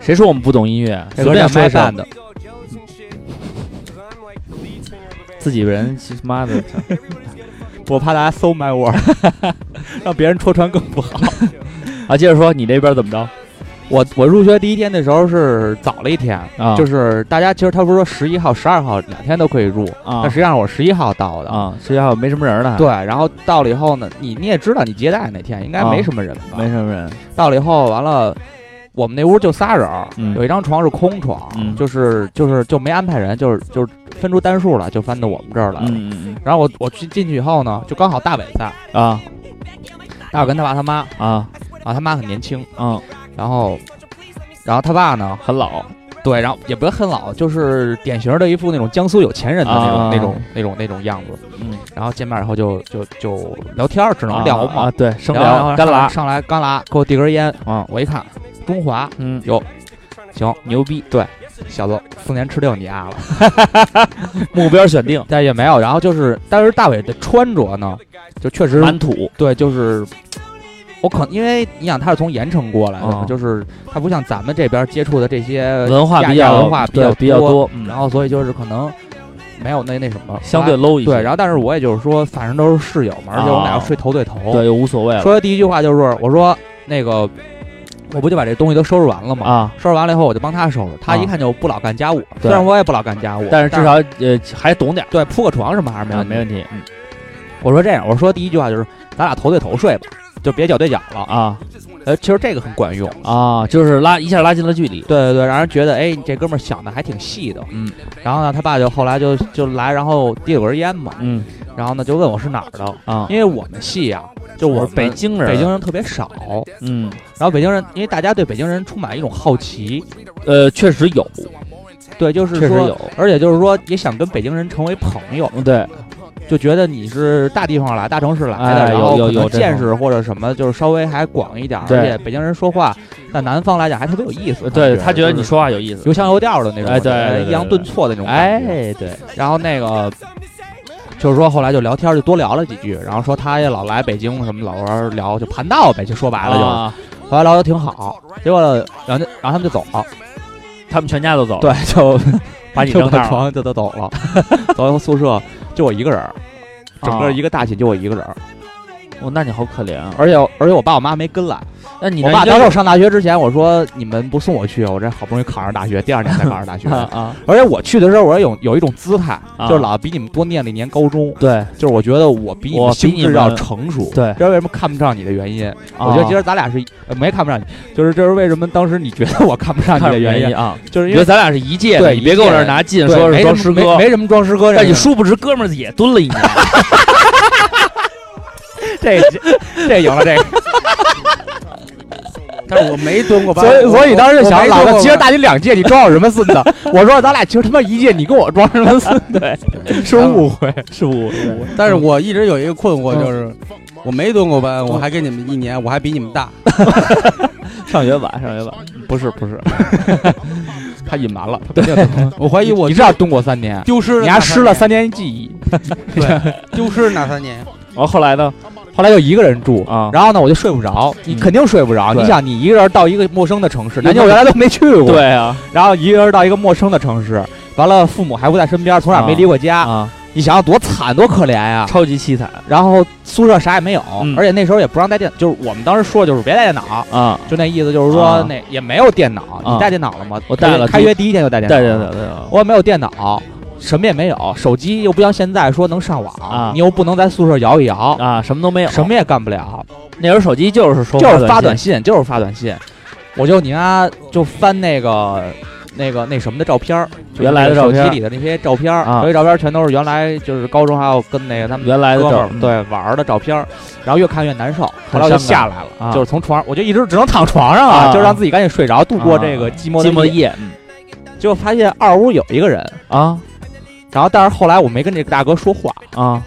[SPEAKER 3] 谁说我们不懂音乐？随
[SPEAKER 2] 这歌
[SPEAKER 3] 便
[SPEAKER 2] 叫
[SPEAKER 3] 说一
[SPEAKER 2] My
[SPEAKER 3] 首
[SPEAKER 2] Band，
[SPEAKER 3] 自己人，他妈的，
[SPEAKER 2] 我怕大家搜 My Word，让别人戳穿更不好。
[SPEAKER 3] 啊，接着说你这边怎么着？
[SPEAKER 2] 我我入学第一天的时候是早了一天，
[SPEAKER 3] 啊
[SPEAKER 2] 就是大家其实他不是说十一号、十二号两天都可以入，
[SPEAKER 3] 啊
[SPEAKER 2] 但实际上我十一号到的。
[SPEAKER 3] 啊，学校没什么人了，
[SPEAKER 2] 对，，然后到了以后呢，你你也知道，你接待那天应该
[SPEAKER 3] 啊
[SPEAKER 2] 没什么人吧？
[SPEAKER 3] 没什么人，
[SPEAKER 2] 到了以后，完了，我们那屋就仨人儿，
[SPEAKER 3] 嗯
[SPEAKER 2] 有一张床是空床，
[SPEAKER 3] 嗯
[SPEAKER 2] 就是就是就没安排人，就是就是分出单数了，就翻到我们这儿来了。
[SPEAKER 3] 嗯嗯
[SPEAKER 2] 然后我我去进去以后呢，就刚好大伟在，
[SPEAKER 3] 嗯啊
[SPEAKER 2] 大伟跟他爸他妈
[SPEAKER 3] 啊
[SPEAKER 2] 啊，他妈很年轻，
[SPEAKER 3] 啊，
[SPEAKER 2] 然后然后他爸呢，
[SPEAKER 3] 很老，
[SPEAKER 2] 对，然后也不是很老，就是典型的一副那种江苏有钱人的那种、
[SPEAKER 3] 啊
[SPEAKER 2] 那种那种那种样子。
[SPEAKER 3] 嗯，
[SPEAKER 2] 然后见面以后就就就聊天儿，只能
[SPEAKER 3] 啊
[SPEAKER 2] 聊嘛，
[SPEAKER 3] 啊，对，生
[SPEAKER 2] 然后
[SPEAKER 3] 聊干
[SPEAKER 2] 上来
[SPEAKER 3] 拉，
[SPEAKER 2] 上来干拉，给我递根烟，
[SPEAKER 3] 啊，
[SPEAKER 2] 我一看中华
[SPEAKER 3] 嗯，
[SPEAKER 2] 有，行，
[SPEAKER 3] 牛逼，
[SPEAKER 2] 对，小子，四年吃定你啊丫了，
[SPEAKER 3] 目标选定，
[SPEAKER 2] 但也没有。然后就是，但是大伟的穿着呢，就确实
[SPEAKER 3] 满土，
[SPEAKER 2] 对，就是我可因为你想他是从盐城过来的嘛，
[SPEAKER 3] 啊
[SPEAKER 2] 就是他不像咱们这边接触的这些
[SPEAKER 3] 文化
[SPEAKER 2] 亚
[SPEAKER 3] 比
[SPEAKER 2] 亚
[SPEAKER 3] 较
[SPEAKER 2] 文化比
[SPEAKER 3] 对
[SPEAKER 2] 较
[SPEAKER 3] 比较
[SPEAKER 2] 多，
[SPEAKER 3] 嗯
[SPEAKER 2] 然后所以就是可能没有那那什么，
[SPEAKER 3] 相对 low 一些，
[SPEAKER 2] 对。然后但是我也就是说，反正都是室友嘛，而且我们俩
[SPEAKER 3] 啊
[SPEAKER 2] 又睡头对头。
[SPEAKER 3] 对，又无所谓了
[SPEAKER 2] 说的第一句话就是我说那个我不就把这东西都收拾完了吗？
[SPEAKER 3] 啊，
[SPEAKER 2] 收拾完了以后，我就帮他收拾。他一看就不老干家务，虽然我也不老干家务，
[SPEAKER 3] 但是至少呃还懂点儿，
[SPEAKER 2] 对铺个床什么还是没
[SPEAKER 3] 啊
[SPEAKER 2] 问题。
[SPEAKER 3] 没问题，嗯
[SPEAKER 2] 我说这样，我说第一句话就是咱俩头对头睡吧，就别脚对脚了。
[SPEAKER 3] 啊
[SPEAKER 2] 呃，其实这个很管用。
[SPEAKER 3] 啊，就是拉一下拉近了距离，
[SPEAKER 2] 对对对，让人觉得哎，你这哥们儿想的还挺细的。
[SPEAKER 3] 嗯
[SPEAKER 2] 然后呢，他爸就后来就就来，然后递了根烟嘛，
[SPEAKER 3] 嗯
[SPEAKER 2] 然后呢就问我是哪儿的，
[SPEAKER 3] 啊，
[SPEAKER 2] 因为我们系啊，就我
[SPEAKER 3] 我
[SPEAKER 2] 们
[SPEAKER 3] 是北京人，
[SPEAKER 2] 北京人特别少，
[SPEAKER 3] 嗯，
[SPEAKER 2] 然后北京人因为大家对北京人充满一种好奇，
[SPEAKER 3] 呃，确实有，
[SPEAKER 2] 对，就是
[SPEAKER 3] 确实
[SPEAKER 2] 说，
[SPEAKER 3] 有，
[SPEAKER 2] 而且就是说也想跟北京人成为朋友，
[SPEAKER 3] 嗯，对，
[SPEAKER 2] 就觉得你是大地方来、大城市来的，
[SPEAKER 3] 哎
[SPEAKER 2] 然后
[SPEAKER 3] 有有
[SPEAKER 2] 可能
[SPEAKER 3] 有这
[SPEAKER 2] 见
[SPEAKER 3] 种
[SPEAKER 2] 识或者什么，就是稍微还广一点儿。
[SPEAKER 3] 对
[SPEAKER 2] 而且北京人说话，在南方来讲还特别有意思。
[SPEAKER 3] 对他觉得
[SPEAKER 2] 就
[SPEAKER 3] 你
[SPEAKER 2] 是
[SPEAKER 3] 说话有意思，
[SPEAKER 2] 有腔有调的那种，
[SPEAKER 3] 哎对对对
[SPEAKER 2] 抑扬顿挫的那种。
[SPEAKER 3] 哎，对，
[SPEAKER 2] 然后那个就是说后来就聊天，就多聊了几句，然后说他也老来北京什么，老玩儿聊就盘道呗，就说白了就，
[SPEAKER 3] 啊，
[SPEAKER 2] 后来聊得挺好。结果然后就然后他们就走了，
[SPEAKER 3] 他们全家都走了，
[SPEAKER 2] 对，就
[SPEAKER 3] 把你
[SPEAKER 2] 就
[SPEAKER 3] 扔那
[SPEAKER 2] 把
[SPEAKER 3] 儿了，
[SPEAKER 2] 床就都走 了，走以后宿舍就我一个人儿，整个
[SPEAKER 3] 啊
[SPEAKER 2] 一个大寝就我一个人儿。
[SPEAKER 3] 哦，那你好可怜啊！
[SPEAKER 2] 而且而且我爸我妈没跟来。
[SPEAKER 3] 那你
[SPEAKER 2] 我
[SPEAKER 3] 那
[SPEAKER 2] 爸
[SPEAKER 3] 应该。
[SPEAKER 2] 当时我上大学之前，我说你们不送我去，啊我这好不容易考上大学，第二年才考上大学
[SPEAKER 3] 啊，
[SPEAKER 2] 而且我去的时候，我也有有一种姿态，
[SPEAKER 3] 啊
[SPEAKER 2] 就是老比你们多念了一年高中，
[SPEAKER 3] 对
[SPEAKER 2] 就是我觉得我比你
[SPEAKER 3] 我
[SPEAKER 2] 们啊
[SPEAKER 3] 比
[SPEAKER 2] 心
[SPEAKER 3] 你
[SPEAKER 2] 智
[SPEAKER 3] 们
[SPEAKER 2] 要成熟。
[SPEAKER 3] 对，
[SPEAKER 2] 这是为什么看不上你的原因。我觉
[SPEAKER 3] 哦
[SPEAKER 2] 得其实咱俩是呃没看不上你，就是这是为什么当时你觉得我看不上你
[SPEAKER 3] 看
[SPEAKER 2] 的原因，
[SPEAKER 3] 因啊，
[SPEAKER 2] 就是
[SPEAKER 3] 你觉得
[SPEAKER 2] 因
[SPEAKER 28] 为
[SPEAKER 3] 得咱俩是一届的，
[SPEAKER 2] 对
[SPEAKER 3] 你别跟我
[SPEAKER 2] 一
[SPEAKER 3] 这
[SPEAKER 2] 届
[SPEAKER 3] 儿
[SPEAKER 2] 的
[SPEAKER 3] 拿劲
[SPEAKER 2] 对
[SPEAKER 3] 说是
[SPEAKER 2] 没什
[SPEAKER 3] 装
[SPEAKER 2] 么
[SPEAKER 3] 师
[SPEAKER 2] 没
[SPEAKER 3] 哥，
[SPEAKER 2] 没什么装师哥这个。
[SPEAKER 3] 但你殊不知哥们儿也蹲了一年，
[SPEAKER 2] 这这赢了这个，
[SPEAKER 28] 但是我没蹲过 班，
[SPEAKER 2] 所以
[SPEAKER 28] 我
[SPEAKER 2] 所以当时
[SPEAKER 28] 我
[SPEAKER 2] 想，
[SPEAKER 28] 没
[SPEAKER 2] 老
[SPEAKER 28] 蹲
[SPEAKER 2] 子
[SPEAKER 28] 过
[SPEAKER 2] 其实
[SPEAKER 28] 班
[SPEAKER 2] 大你两届，你装有什么孙 子？我说咱俩其实他妈一届，你跟我装什么孙 子？是不是误会？
[SPEAKER 3] 是不？
[SPEAKER 33] 但是我一直有一个困惑，就是我没蹲过班，我还跟你们一年，我还比你们大。
[SPEAKER 3] 上学晚，上学晚，
[SPEAKER 2] 不是不是，他隐瞒了，
[SPEAKER 33] 我怀疑我
[SPEAKER 2] 你知道蹲过三年，
[SPEAKER 33] 丢失了
[SPEAKER 2] 你
[SPEAKER 33] 哪
[SPEAKER 2] 还
[SPEAKER 33] 年，
[SPEAKER 2] 失了三年记忆，
[SPEAKER 33] 丢失了哪三年？
[SPEAKER 3] 然后后来呢？
[SPEAKER 2] 后来就一个人住
[SPEAKER 3] 啊嗯
[SPEAKER 2] 然后呢我就睡不着，你肯定睡不着。
[SPEAKER 3] 对
[SPEAKER 2] 你想，你一个人到一个陌生的城市，
[SPEAKER 3] 那
[SPEAKER 2] 南京我原来都没去过，，
[SPEAKER 3] 对啊
[SPEAKER 2] 然后一个人到一个陌生的城市，完了父母还不在身边，从哪儿没离过家，
[SPEAKER 3] 啊，
[SPEAKER 2] 你想想多惨多可怜呀！
[SPEAKER 3] 超级凄惨啊
[SPEAKER 2] 然后宿舍啥也没有，
[SPEAKER 3] 嗯
[SPEAKER 2] 而且那时候也不让带电，就是我们当时说就是别带电脑，
[SPEAKER 3] 啊！
[SPEAKER 2] 就那意思就是说、
[SPEAKER 3] 啊
[SPEAKER 2] 那也没有电脑，
[SPEAKER 3] 啊
[SPEAKER 2] 你带电脑了吗？
[SPEAKER 3] 我带了
[SPEAKER 2] 开学第一天就带电脑，
[SPEAKER 3] 对对对对对，
[SPEAKER 2] 我也没有电脑，什么也没有，手机又不像现在说能上网，
[SPEAKER 3] 啊
[SPEAKER 2] 你又不能在宿舍摇一摇，
[SPEAKER 3] 啊，什么都没有，
[SPEAKER 2] 什么也干不了，
[SPEAKER 3] 那时候手机就是说
[SPEAKER 2] 就是发
[SPEAKER 3] 短
[SPEAKER 2] 短信，就是发短信，我就你妈就翻那个。那个那什么的照片儿，就是
[SPEAKER 3] 原来的
[SPEAKER 2] 那个
[SPEAKER 3] 照片儿
[SPEAKER 2] 手机里的那些照片儿，
[SPEAKER 3] 啊
[SPEAKER 2] 手机照片儿全都是原来就是高中还有跟那个他们
[SPEAKER 3] 原来的
[SPEAKER 2] 哥们
[SPEAKER 3] 照
[SPEAKER 2] 儿对玩儿的照片儿，然后越看越难受，后
[SPEAKER 3] 很
[SPEAKER 2] 来我就
[SPEAKER 3] 伤
[SPEAKER 2] 下
[SPEAKER 3] 感
[SPEAKER 2] 来了，
[SPEAKER 3] 啊
[SPEAKER 2] 就是从床上，我就一直只能躺床上
[SPEAKER 3] 啊
[SPEAKER 2] 啊，就让自己赶紧睡着，度过
[SPEAKER 3] 啊
[SPEAKER 2] 这个寂寞的
[SPEAKER 3] 寂寞
[SPEAKER 2] 夜。
[SPEAKER 3] 夜
[SPEAKER 2] 结果发现二屋有一个人，
[SPEAKER 3] 啊
[SPEAKER 2] 然后但是后来我没跟这个大哥说话，
[SPEAKER 3] 啊，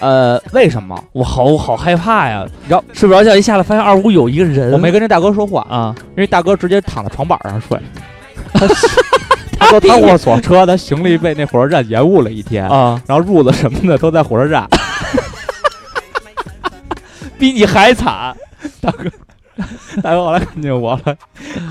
[SPEAKER 2] 呃，为什么？
[SPEAKER 3] 我好我好害怕呀！
[SPEAKER 2] 然后
[SPEAKER 3] 睡不着觉，一下来发现二屋有一个人，
[SPEAKER 2] 我没跟这大哥说话，
[SPEAKER 3] 啊，
[SPEAKER 2] 因为大哥直接躺在床板上睡。 他说他卧锁车，他行李被那火车站延误了一天，
[SPEAKER 3] 啊，
[SPEAKER 2] 然后褥子什么的都在火车站。
[SPEAKER 3] 比你还惨
[SPEAKER 2] 大哥后来看见我了，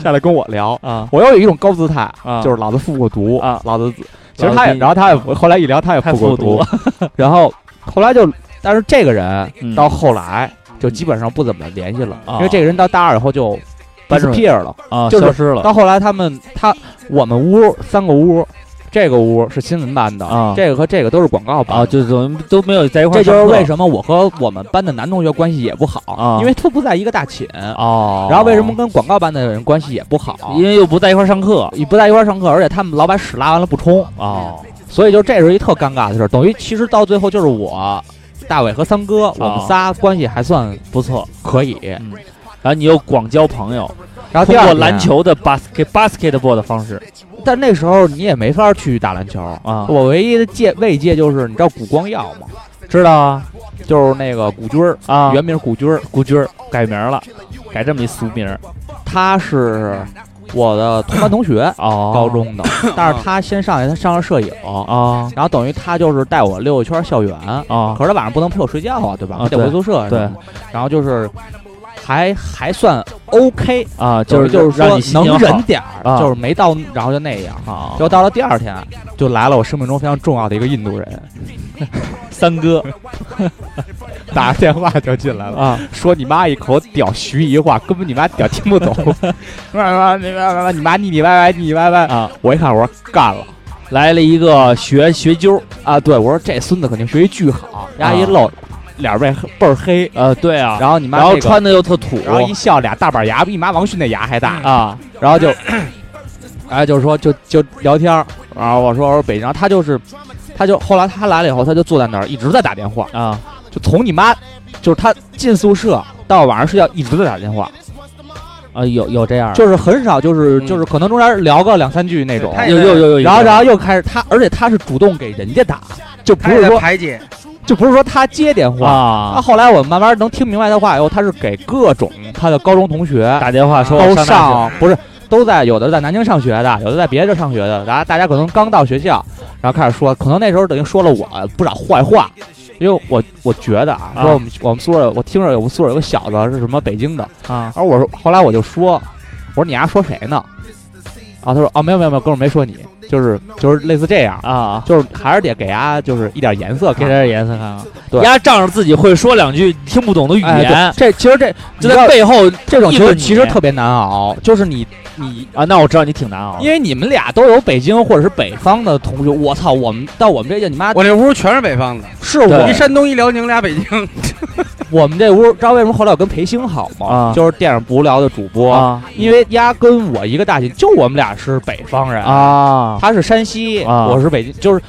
[SPEAKER 2] 下来跟我聊，
[SPEAKER 3] 啊！
[SPEAKER 2] 我又有一种高姿态，
[SPEAKER 3] 啊
[SPEAKER 2] 就是老子复过毒
[SPEAKER 3] 啊
[SPEAKER 2] 老子其实他
[SPEAKER 3] 老
[SPEAKER 2] 也，
[SPEAKER 3] 子
[SPEAKER 2] 然后他也后来一聊，他也
[SPEAKER 3] 还
[SPEAKER 2] 复过
[SPEAKER 3] 复读
[SPEAKER 2] 毒， 然后后来就，但是这个人
[SPEAKER 3] 嗯
[SPEAKER 2] 到后来就基本上不怎么联系了，
[SPEAKER 3] 啊
[SPEAKER 2] 因为这个人到大二以后就。
[SPEAKER 28] 搬出去
[SPEAKER 2] disappear 了。
[SPEAKER 28] 啊，
[SPEAKER 2] 就是
[SPEAKER 28] 消失了
[SPEAKER 2] 到后来他们他我们屋三个屋，这个屋是新闻办的
[SPEAKER 28] 啊
[SPEAKER 2] 这个和这个都是广告版
[SPEAKER 28] 啊，
[SPEAKER 2] 的。
[SPEAKER 28] 就等于都没有在一块
[SPEAKER 2] 这就
[SPEAKER 28] 儿上课。
[SPEAKER 2] 是为什么我和我们班的男同学关系也不好，
[SPEAKER 28] 啊
[SPEAKER 2] 因为都不在一个大寝。
[SPEAKER 28] 哦，
[SPEAKER 2] 然后为什么跟广告班的人关系也不好？
[SPEAKER 28] 啊因为又不在一块儿上课
[SPEAKER 2] 也不在一块儿上课，而且他们老把屎拉完了不冲，
[SPEAKER 28] 哦，
[SPEAKER 2] 所以就这是一特尴尬的事儿。等于其实到最后就是我、大伟和三哥，我们仨关系还算
[SPEAKER 28] 不错。
[SPEAKER 2] 可以。
[SPEAKER 28] 然后你又广交朋友，
[SPEAKER 2] 然后啊第
[SPEAKER 28] 通
[SPEAKER 2] 二
[SPEAKER 28] 过
[SPEAKER 2] 天
[SPEAKER 28] 篮，球的 basket basketball 的方式
[SPEAKER 2] 但那时候你也没法去打篮球。
[SPEAKER 28] 啊，
[SPEAKER 2] 我唯一的戒慰藉就是，你知道古光耀吗？
[SPEAKER 28] 知道啊
[SPEAKER 2] 就是那个古军儿，
[SPEAKER 28] 啊，
[SPEAKER 2] 原名古军儿，
[SPEAKER 28] 古军儿改名了，改这么一俗名儿，
[SPEAKER 2] 他是我的同班同学
[SPEAKER 28] 哦，
[SPEAKER 2] 高中 的，但是他先上去，他上了摄影，
[SPEAKER 28] 啊
[SPEAKER 2] 然后等于他就是带我溜一圈校园，
[SPEAKER 28] 啊
[SPEAKER 2] 可是他晚上不能陪我睡觉啊，对吧？
[SPEAKER 28] 啊
[SPEAKER 2] 我得回
[SPEAKER 28] 对
[SPEAKER 2] 宿舍。
[SPEAKER 28] 对，
[SPEAKER 2] 然后就是还还算 OK，
[SPEAKER 28] 啊，
[SPEAKER 2] 就是就是
[SPEAKER 28] 让
[SPEAKER 2] 说
[SPEAKER 28] 你心情
[SPEAKER 2] 能
[SPEAKER 28] 好
[SPEAKER 2] 忍点儿，
[SPEAKER 28] 啊
[SPEAKER 2] 就是没到，然后就那样。
[SPEAKER 28] 啊
[SPEAKER 2] 结，果到了第二天，就来了我生命中非常重要的一个印度人，
[SPEAKER 28] 三哥
[SPEAKER 2] 打着电话就进来了，
[SPEAKER 28] 啊，
[SPEAKER 2] 说你妈一口屌盱眙话，根本你妈屌听不 懂，妈妈妈妈你妈腻腻歪歪腻腻歪歪
[SPEAKER 28] 啊！
[SPEAKER 2] 我一看我说干了
[SPEAKER 28] 来了一个学学究
[SPEAKER 2] 啊，对我说这孙子肯定学习巨好，然后一露脸倍倍儿黑，
[SPEAKER 28] 啊呃，对啊，
[SPEAKER 2] 然后你妈
[SPEAKER 28] 然后
[SPEAKER 2] 这个
[SPEAKER 28] 穿的又特土
[SPEAKER 2] 然后一笑，俩大板牙比你妈王迅那牙还大，
[SPEAKER 28] 啊
[SPEAKER 2] 然后就，哎，就是说就就聊天儿，然后我说我说北京，然后他就是，他就后来他来了以后，他就坐在那儿一直在打电话，
[SPEAKER 28] 啊
[SPEAKER 2] 就从你妈，就是他进宿舍到晚上睡觉一直在打电话，
[SPEAKER 28] 啊，有有这样的，
[SPEAKER 2] 就是很少就是
[SPEAKER 28] 嗯
[SPEAKER 2] 就是可能中间聊个两三句那种，
[SPEAKER 38] 他
[SPEAKER 28] 有有有有，
[SPEAKER 2] 然后然后又开始他，而且他是主动给人家打，就不
[SPEAKER 38] 他也
[SPEAKER 2] 是
[SPEAKER 38] 在
[SPEAKER 2] 说
[SPEAKER 38] 排解，
[SPEAKER 2] 就不是说他接电话。
[SPEAKER 28] 啊
[SPEAKER 2] 他后来我慢慢能听明白的话以后，他是给各种他的高中同学
[SPEAKER 28] 打电话说
[SPEAKER 2] 都
[SPEAKER 28] 我上
[SPEAKER 2] 上不是都在有的在南京上学的，有的在别的地儿上学的，大家大家可能刚到学校，然后开始说，可能那时候等于说了我不少坏话，因为我我觉得啊，
[SPEAKER 28] 啊
[SPEAKER 2] 说我们我们宿舍我听着有我们宿舍有个小子是什么北京的，
[SPEAKER 28] 大学啊
[SPEAKER 2] 然后我说后来我就说，我说你丫说谁呢？然后他说哦没有没有没有，哥们儿没说你，就是就是类似这样，
[SPEAKER 28] 啊，
[SPEAKER 2] 就是还是得给丫就是一点颜色
[SPEAKER 28] 给
[SPEAKER 2] 看。
[SPEAKER 28] 点颜色看看，
[SPEAKER 2] 对
[SPEAKER 28] 丫仗着自己会说两句听不懂的语
[SPEAKER 2] 哎对
[SPEAKER 28] 言，
[SPEAKER 2] 这其实这
[SPEAKER 28] 就
[SPEAKER 2] 你知道
[SPEAKER 28] 在背后
[SPEAKER 2] 这种
[SPEAKER 28] 议
[SPEAKER 2] 其
[SPEAKER 28] 论
[SPEAKER 2] 实
[SPEAKER 28] 你
[SPEAKER 2] 其实特别难熬，就是你你
[SPEAKER 28] 啊，那我知道你挺难熬的，
[SPEAKER 2] 因为你们俩都有北京或者是北方的同学，我操，我们到我们这届你妈
[SPEAKER 33] 我这屋全是北方的，
[SPEAKER 2] 是我
[SPEAKER 28] 对
[SPEAKER 33] 一山东一辽宁俩北京，
[SPEAKER 2] 我们这屋，知道为什么后来我跟裴兴好吗？
[SPEAKER 28] 啊
[SPEAKER 2] 就是电影不无聊的主播，
[SPEAKER 28] 啊
[SPEAKER 2] 因为丫跟我一个大姐，就我们俩是北方人，
[SPEAKER 28] 啊
[SPEAKER 2] 他是山西，
[SPEAKER 28] 啊
[SPEAKER 2] 我是北京，就是。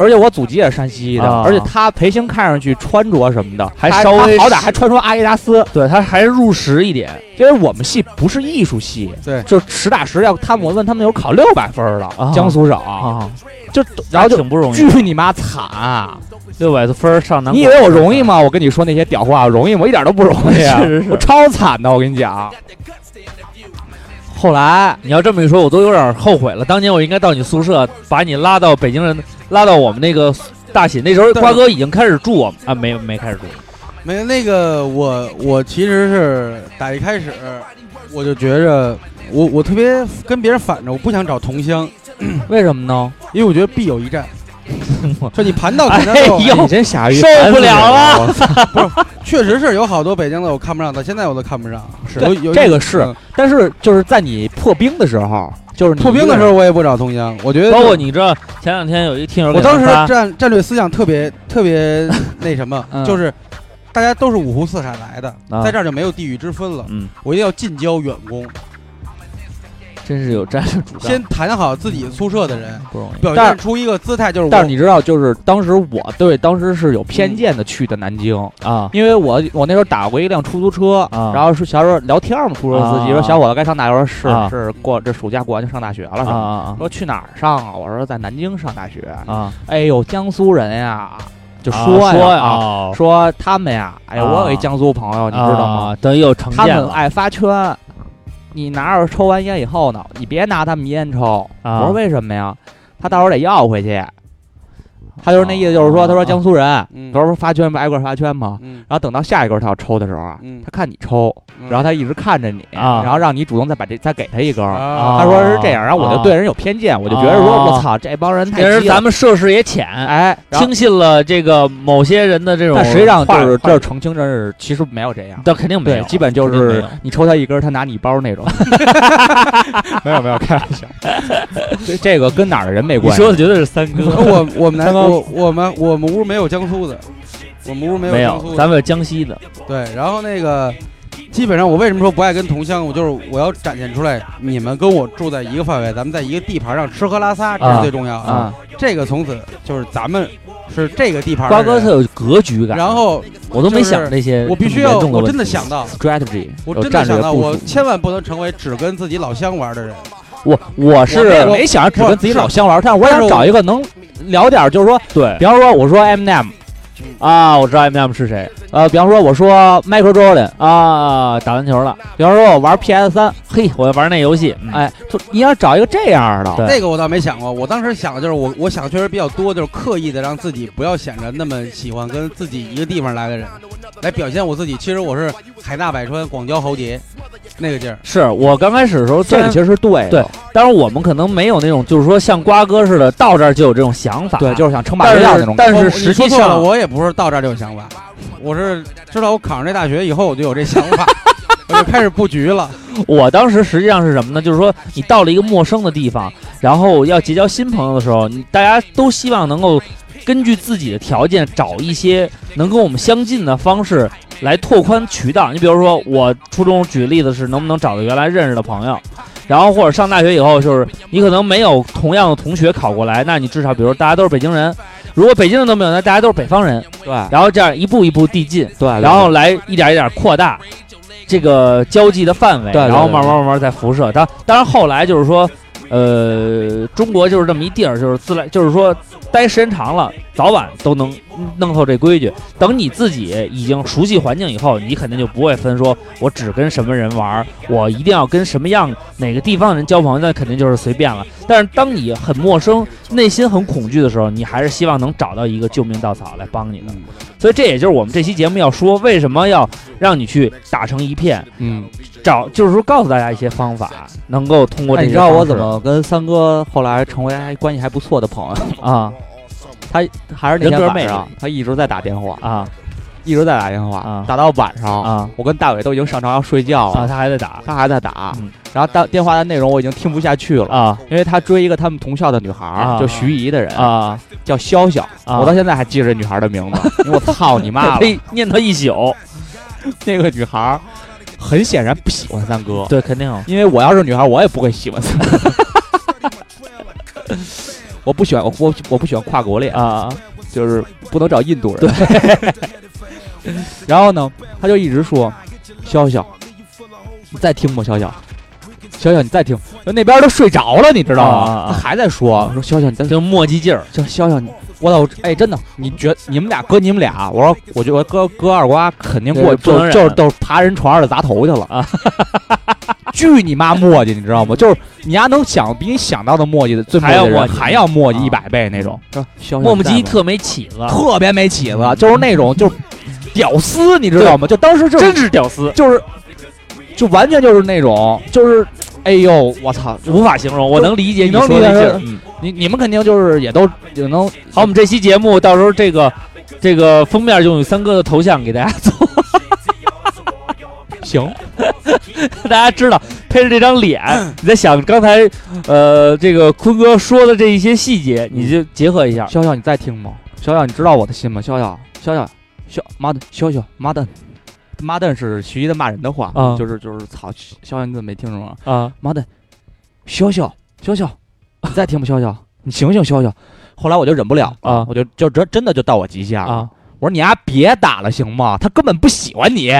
[SPEAKER 2] 而且我祖籍也是山西的，
[SPEAKER 28] 啊
[SPEAKER 2] 而且他裴兴看上去穿着什么的，
[SPEAKER 28] 还
[SPEAKER 2] 他
[SPEAKER 28] 稍微
[SPEAKER 2] 他好歹还穿双阿迪达斯，
[SPEAKER 28] 对他还是入时一点
[SPEAKER 2] 因为我们系不是艺术系，
[SPEAKER 33] 对
[SPEAKER 2] 就实打实要他们，我问他们有考六百分儿了，
[SPEAKER 28] 啊
[SPEAKER 2] 江苏省，
[SPEAKER 28] 啊，
[SPEAKER 2] 就然后就
[SPEAKER 28] 挺不容易，
[SPEAKER 2] 巨你妈惨啊、
[SPEAKER 28] 六百多分儿上南，
[SPEAKER 2] 你以为我容易？吗？我跟你说那些屌话，我容易吗？我一点都不容易 啊，
[SPEAKER 28] 是是是
[SPEAKER 2] 我超惨的，我跟你讲。后来
[SPEAKER 28] 你要这么一说，我都有点后悔了。当年我应该到你宿舍，把你拉到北京人，拉到我们那个大寝。那时候
[SPEAKER 33] 对
[SPEAKER 28] 瓜哥已经开始住我们啊，没没开始住
[SPEAKER 33] 没有那个我我其实是打一开始我就觉着我我特别跟别人反着，我不想找同乡，
[SPEAKER 2] 为什么 呢？
[SPEAKER 33] 因为我觉得必有一战。就你盘到肯德
[SPEAKER 28] 哎
[SPEAKER 33] 基
[SPEAKER 28] 呦，
[SPEAKER 2] 你真傻逼，
[SPEAKER 28] 受不了了
[SPEAKER 2] 了。
[SPEAKER 33] 确实是有好多北京的我看不上，到现在我都看不上。
[SPEAKER 2] 是
[SPEAKER 33] 有有
[SPEAKER 2] 这个是
[SPEAKER 33] 嗯
[SPEAKER 2] 但是就是在你破冰的时候，就是你
[SPEAKER 33] 破冰的时候，我也不找同乡。我觉得
[SPEAKER 28] 包括你知道，前两天有一听友给
[SPEAKER 33] 我当时
[SPEAKER 28] 发
[SPEAKER 33] 战战略思想特别特别那什么
[SPEAKER 2] 嗯，
[SPEAKER 33] 就是大家都是五湖四海来的
[SPEAKER 28] 啊，
[SPEAKER 33] 在这儿就没有地域之分了。
[SPEAKER 28] 嗯，
[SPEAKER 33] 我一定要近郊远攻，
[SPEAKER 28] 真是有战略主张，
[SPEAKER 33] 先谈好自己宿舍的人，
[SPEAKER 28] 不容易
[SPEAKER 2] 但
[SPEAKER 33] 表
[SPEAKER 39] 但
[SPEAKER 33] 现出一个姿态，就是
[SPEAKER 2] 但
[SPEAKER 33] 我
[SPEAKER 2] 是你知道，就是当时我对当时是有偏见的，去的南京，
[SPEAKER 28] 啊
[SPEAKER 2] 因为我我那时候打过一辆出租车，
[SPEAKER 28] 啊
[SPEAKER 2] 然后是小时候聊天嘛，出租车司机、
[SPEAKER 28] 啊
[SPEAKER 2] 说小伙子该上大学，我说是、
[SPEAKER 28] 啊
[SPEAKER 2] 是过这暑假过完就上大学了，是
[SPEAKER 28] 啊
[SPEAKER 2] 吧？
[SPEAKER 28] 啊
[SPEAKER 2] 说去哪儿上啊？我说在南京上大学。
[SPEAKER 28] 啊啊！
[SPEAKER 2] 哎呦，江苏人呀，就
[SPEAKER 28] 啊
[SPEAKER 2] 说
[SPEAKER 28] 说
[SPEAKER 2] 呀，
[SPEAKER 28] 啊，
[SPEAKER 2] 说他们呀，哎，
[SPEAKER 28] 啊
[SPEAKER 2] 我有一江苏朋友，你知道吗？
[SPEAKER 28] 啊？等于有成
[SPEAKER 2] 他
[SPEAKER 28] 见
[SPEAKER 2] 们
[SPEAKER 28] 了
[SPEAKER 2] 爱发圈，你拿着抽完烟以后呢，你别拿他们烟抽。
[SPEAKER 28] 啊
[SPEAKER 2] 我说为什么呀？他到时候得要回去。他就是那意思，就是说，他说
[SPEAKER 33] 啊
[SPEAKER 2] 江苏人，
[SPEAKER 33] 嗯
[SPEAKER 2] 他说发圈不挨个儿发圈吗？
[SPEAKER 33] 嗯
[SPEAKER 2] 然后等到下一根儿他要抽的时候啊，
[SPEAKER 33] 嗯
[SPEAKER 2] 他看你抽，
[SPEAKER 33] 嗯
[SPEAKER 2] 然后他一直看着你，
[SPEAKER 3] 啊
[SPEAKER 2] 然后让你主动再把这再给他一根儿。
[SPEAKER 33] 啊
[SPEAKER 2] 他说是这样，然后我
[SPEAKER 3] 啊
[SPEAKER 2] 就对人有偏见，我就觉得说，
[SPEAKER 3] 啊
[SPEAKER 2] 我操，这帮人太
[SPEAKER 3] 这人
[SPEAKER 2] 鸡了
[SPEAKER 3] 咱们涉世也浅，
[SPEAKER 2] 哎，然后
[SPEAKER 3] 听信了这个某些人的这种话，
[SPEAKER 2] 但实际上就是
[SPEAKER 3] 话
[SPEAKER 2] 这是澄清，这是其实没有这样。
[SPEAKER 3] 但肯定没
[SPEAKER 2] 对
[SPEAKER 3] 有，，
[SPEAKER 2] 基本就
[SPEAKER 3] 肯定没
[SPEAKER 2] 是
[SPEAKER 3] 有
[SPEAKER 2] 你抽他一根儿，他拿你一包儿那 种。没有没有，开玩笑。 这这个跟哪儿的人没
[SPEAKER 3] 你
[SPEAKER 2] 关系。
[SPEAKER 3] 说的绝对是三哥，
[SPEAKER 33] 我我们南我我们我们屋没有江苏的，我们屋没有
[SPEAKER 3] 没
[SPEAKER 33] 江
[SPEAKER 3] 有，
[SPEAKER 33] 苏
[SPEAKER 3] 咱
[SPEAKER 33] 的。
[SPEAKER 3] 们有江西的，
[SPEAKER 33] 对，然后那个基本上我为什么说不爱跟同乡，我就是我要展现出来，你们跟我住在一个范围，咱们在一个地盘上吃喝拉撒，这是
[SPEAKER 3] 啊
[SPEAKER 33] 最重要的。
[SPEAKER 2] 啊，
[SPEAKER 33] 这个从此就是咱们是这个地盘
[SPEAKER 3] 瓜
[SPEAKER 33] 的
[SPEAKER 3] 哥
[SPEAKER 33] 人。
[SPEAKER 3] 特有格局感，
[SPEAKER 33] 然后
[SPEAKER 3] 我都没
[SPEAKER 33] 就是
[SPEAKER 3] 想这些，
[SPEAKER 33] 我必须要，我真的
[SPEAKER 3] 想。
[SPEAKER 33] 想到，
[SPEAKER 2] strategy，
[SPEAKER 33] 我
[SPEAKER 2] 有
[SPEAKER 33] 真的
[SPEAKER 2] 战略
[SPEAKER 33] 想到，
[SPEAKER 2] 部
[SPEAKER 33] 我
[SPEAKER 2] 署
[SPEAKER 33] 千万不能成为只跟自己老乡玩的人。
[SPEAKER 2] 我我是
[SPEAKER 33] 我没有
[SPEAKER 2] 没想着只跟自己老乡玩，但是我
[SPEAKER 33] 但
[SPEAKER 2] 想
[SPEAKER 33] 是我
[SPEAKER 2] 找一个能聊点儿，就是说，
[SPEAKER 3] 对
[SPEAKER 2] 比方说我说 Eminem，
[SPEAKER 3] 啊，我知
[SPEAKER 33] 嗯
[SPEAKER 3] 道 M M 是谁
[SPEAKER 2] 呃，比方说我说 Michael Jordan，
[SPEAKER 3] 啊，打篮球了，
[SPEAKER 2] 比方说我玩 PS 三，
[SPEAKER 3] 嘿，我玩那游戏，嗯，
[SPEAKER 2] 哎，就你要找一个这样的，
[SPEAKER 3] 对
[SPEAKER 33] 那个我倒没想过，我当时想的就是我，我想的确实比较多，就是刻意的让自己不要显得那么喜欢跟自己一个地方来的人，来表现我自己。其实我是海纳百川、广交豪杰那个劲儿。
[SPEAKER 3] 是我刚开始的时候，虽
[SPEAKER 2] 这个
[SPEAKER 3] 然
[SPEAKER 2] 其实是对的，
[SPEAKER 3] 当然我们可能没有那种，就是说像瓜哥似的，到这儿就有这种想法，
[SPEAKER 2] 对，就是想称霸
[SPEAKER 3] 但
[SPEAKER 2] 天下那
[SPEAKER 3] 是
[SPEAKER 2] 种感觉。
[SPEAKER 3] 但
[SPEAKER 33] 我
[SPEAKER 3] 是实际
[SPEAKER 33] 你说错
[SPEAKER 3] 上
[SPEAKER 33] 了，我也不是到这儿就有想法，我是知道我考上这大学以后，我就有这想法， 我就开始布局了。
[SPEAKER 3] 我当时实际上是什么呢？就是说，你到了一个陌生的地方，然后要结交新朋友的时候，你大家都希望能够根据自己的条件找一些能呃跟我们相近的方式来拓宽渠道。你比如说，我初中举例子是能不能找到原来认识的朋友，然后或者上大学以后，就是你可能没有同样的同学考过来，那你至少比如说大家都是北京人，如果北京人都没有，那大家都是北方人，
[SPEAKER 2] 对
[SPEAKER 3] 然后这样一步一步递进。
[SPEAKER 2] 对，对
[SPEAKER 3] 然后来一点一点扩大这个交际的范围，
[SPEAKER 2] 对对
[SPEAKER 3] 然后
[SPEAKER 2] 对
[SPEAKER 3] 慢慢慢慢再辐射。当当然后来就是说，呃，中国就是这么一地儿，就是自来，就是说待时间长了，早晚都能弄透这规矩。等你自己已经熟悉环境以后，你肯定就不会分说，我只跟什么人玩儿，我一定要跟什么样哪个地方人交朋友，那肯定就是随便了。但是当你很陌生、内心很恐惧的时候，你还是希望能找到一个救命稻草来帮你的。
[SPEAKER 2] 嗯
[SPEAKER 3] 所以这也就是我们这期节目要说，为什么要让你去打成一片，
[SPEAKER 2] 嗯，
[SPEAKER 3] 找就是说告诉大家一些方法，能够通过
[SPEAKER 2] 那
[SPEAKER 3] 这
[SPEAKER 2] 哎你
[SPEAKER 3] 些
[SPEAKER 2] 知
[SPEAKER 3] 方
[SPEAKER 2] 道
[SPEAKER 3] 式。
[SPEAKER 2] 我怎么跟三哥后来成为还关系还不错的朋友？
[SPEAKER 3] 啊
[SPEAKER 2] 还是那
[SPEAKER 3] 人
[SPEAKER 2] 天
[SPEAKER 3] 格魅
[SPEAKER 2] 晚
[SPEAKER 3] 力
[SPEAKER 2] 上，他一直在打电话，
[SPEAKER 3] 啊
[SPEAKER 2] 一直在打电话，
[SPEAKER 3] 啊
[SPEAKER 2] 打到晚上，
[SPEAKER 3] 啊
[SPEAKER 2] 我跟大伟都已经上床要睡觉了，
[SPEAKER 3] 啊！他还在打
[SPEAKER 2] 他还在打，
[SPEAKER 3] 嗯
[SPEAKER 2] 然后大电话的内容我已经听不下去了。
[SPEAKER 3] 啊
[SPEAKER 2] 因为他追一个他们同校的女孩儿，
[SPEAKER 3] 啊
[SPEAKER 2] 就徐怡的人，
[SPEAKER 3] 啊！
[SPEAKER 2] 叫潇潇，
[SPEAKER 3] 啊
[SPEAKER 2] 我到现在还记着这女孩的名字。 因为我操你妈
[SPEAKER 3] 他
[SPEAKER 2] 了！
[SPEAKER 3] 念叨一宿，
[SPEAKER 2] 那个女孩儿很显然不喜欢三哥，
[SPEAKER 3] 对，肯定
[SPEAKER 2] 因为我要是女孩儿，我也不会喜欢三哥。 我不喜欢我我我不喜欢跨国恋，
[SPEAKER 3] 啊
[SPEAKER 2] 就是不能找印度人。 然后呢，他就一直说：“潇潇，你再听吧，潇潇，潇潇，你再听。”那边都睡着了，你知道吗？
[SPEAKER 3] 啊啊啊
[SPEAKER 2] 他还在说：“说潇潇，你再听。”
[SPEAKER 3] 就磨叽劲儿
[SPEAKER 2] 就潇潇你，我操！哎，真的，你觉你们俩哥你们俩，我说我觉得哥哥二瓜肯定过
[SPEAKER 3] 对不
[SPEAKER 2] 就
[SPEAKER 3] 能忍
[SPEAKER 2] 就是都爬人床上砸头去了啊！巨你妈磨叽，你知道吗？就是你丫能想比你想到的磨叽的最
[SPEAKER 3] 还要
[SPEAKER 2] 磨叽的人
[SPEAKER 3] 磨叽
[SPEAKER 2] 还要磨叽
[SPEAKER 3] 啊
[SPEAKER 2] 一百倍那种，潇潇
[SPEAKER 3] 磨不唧
[SPEAKER 2] 你在吗
[SPEAKER 3] 特没起子，
[SPEAKER 2] 特别没起子，就是那 种就是屌丝，你知道吗？就当时就
[SPEAKER 3] 真是屌丝，
[SPEAKER 2] 就是就完全就是那种就是哎呦我操！
[SPEAKER 3] 无法形容。我能理解
[SPEAKER 2] 你
[SPEAKER 3] 说
[SPEAKER 2] 能
[SPEAKER 3] 的
[SPEAKER 2] 理解
[SPEAKER 3] 劲儿嗯
[SPEAKER 2] 是。你你们肯定就是也都也能
[SPEAKER 3] 好，我们这期节目到时候这个这个封面就用三哥的头像给大家 做，
[SPEAKER 2] 行，
[SPEAKER 3] 大家知道配着这张脸，
[SPEAKER 2] 嗯
[SPEAKER 3] 你在想刚才呃这个坤哥说的这一些细节，你就结合一下。
[SPEAKER 2] 潇潇，你在听吗？潇潇，你知道我的心吗？潇潇，潇潇，潇妈的，潇潇，妈的，妈的是徐一的骂人的话，
[SPEAKER 3] 啊
[SPEAKER 2] 就是就是操，潇潇你怎么没听着啊？
[SPEAKER 3] 啊
[SPEAKER 2] 妈的，潇潇，潇潇，你在听吗？潇潇，你醒醒，潇潇。后来我就忍不了了，
[SPEAKER 3] 啊
[SPEAKER 2] 我就就真真的就到我极限了。
[SPEAKER 3] 啊！
[SPEAKER 2] 我说你丫别打了行吗？他根本不喜欢你。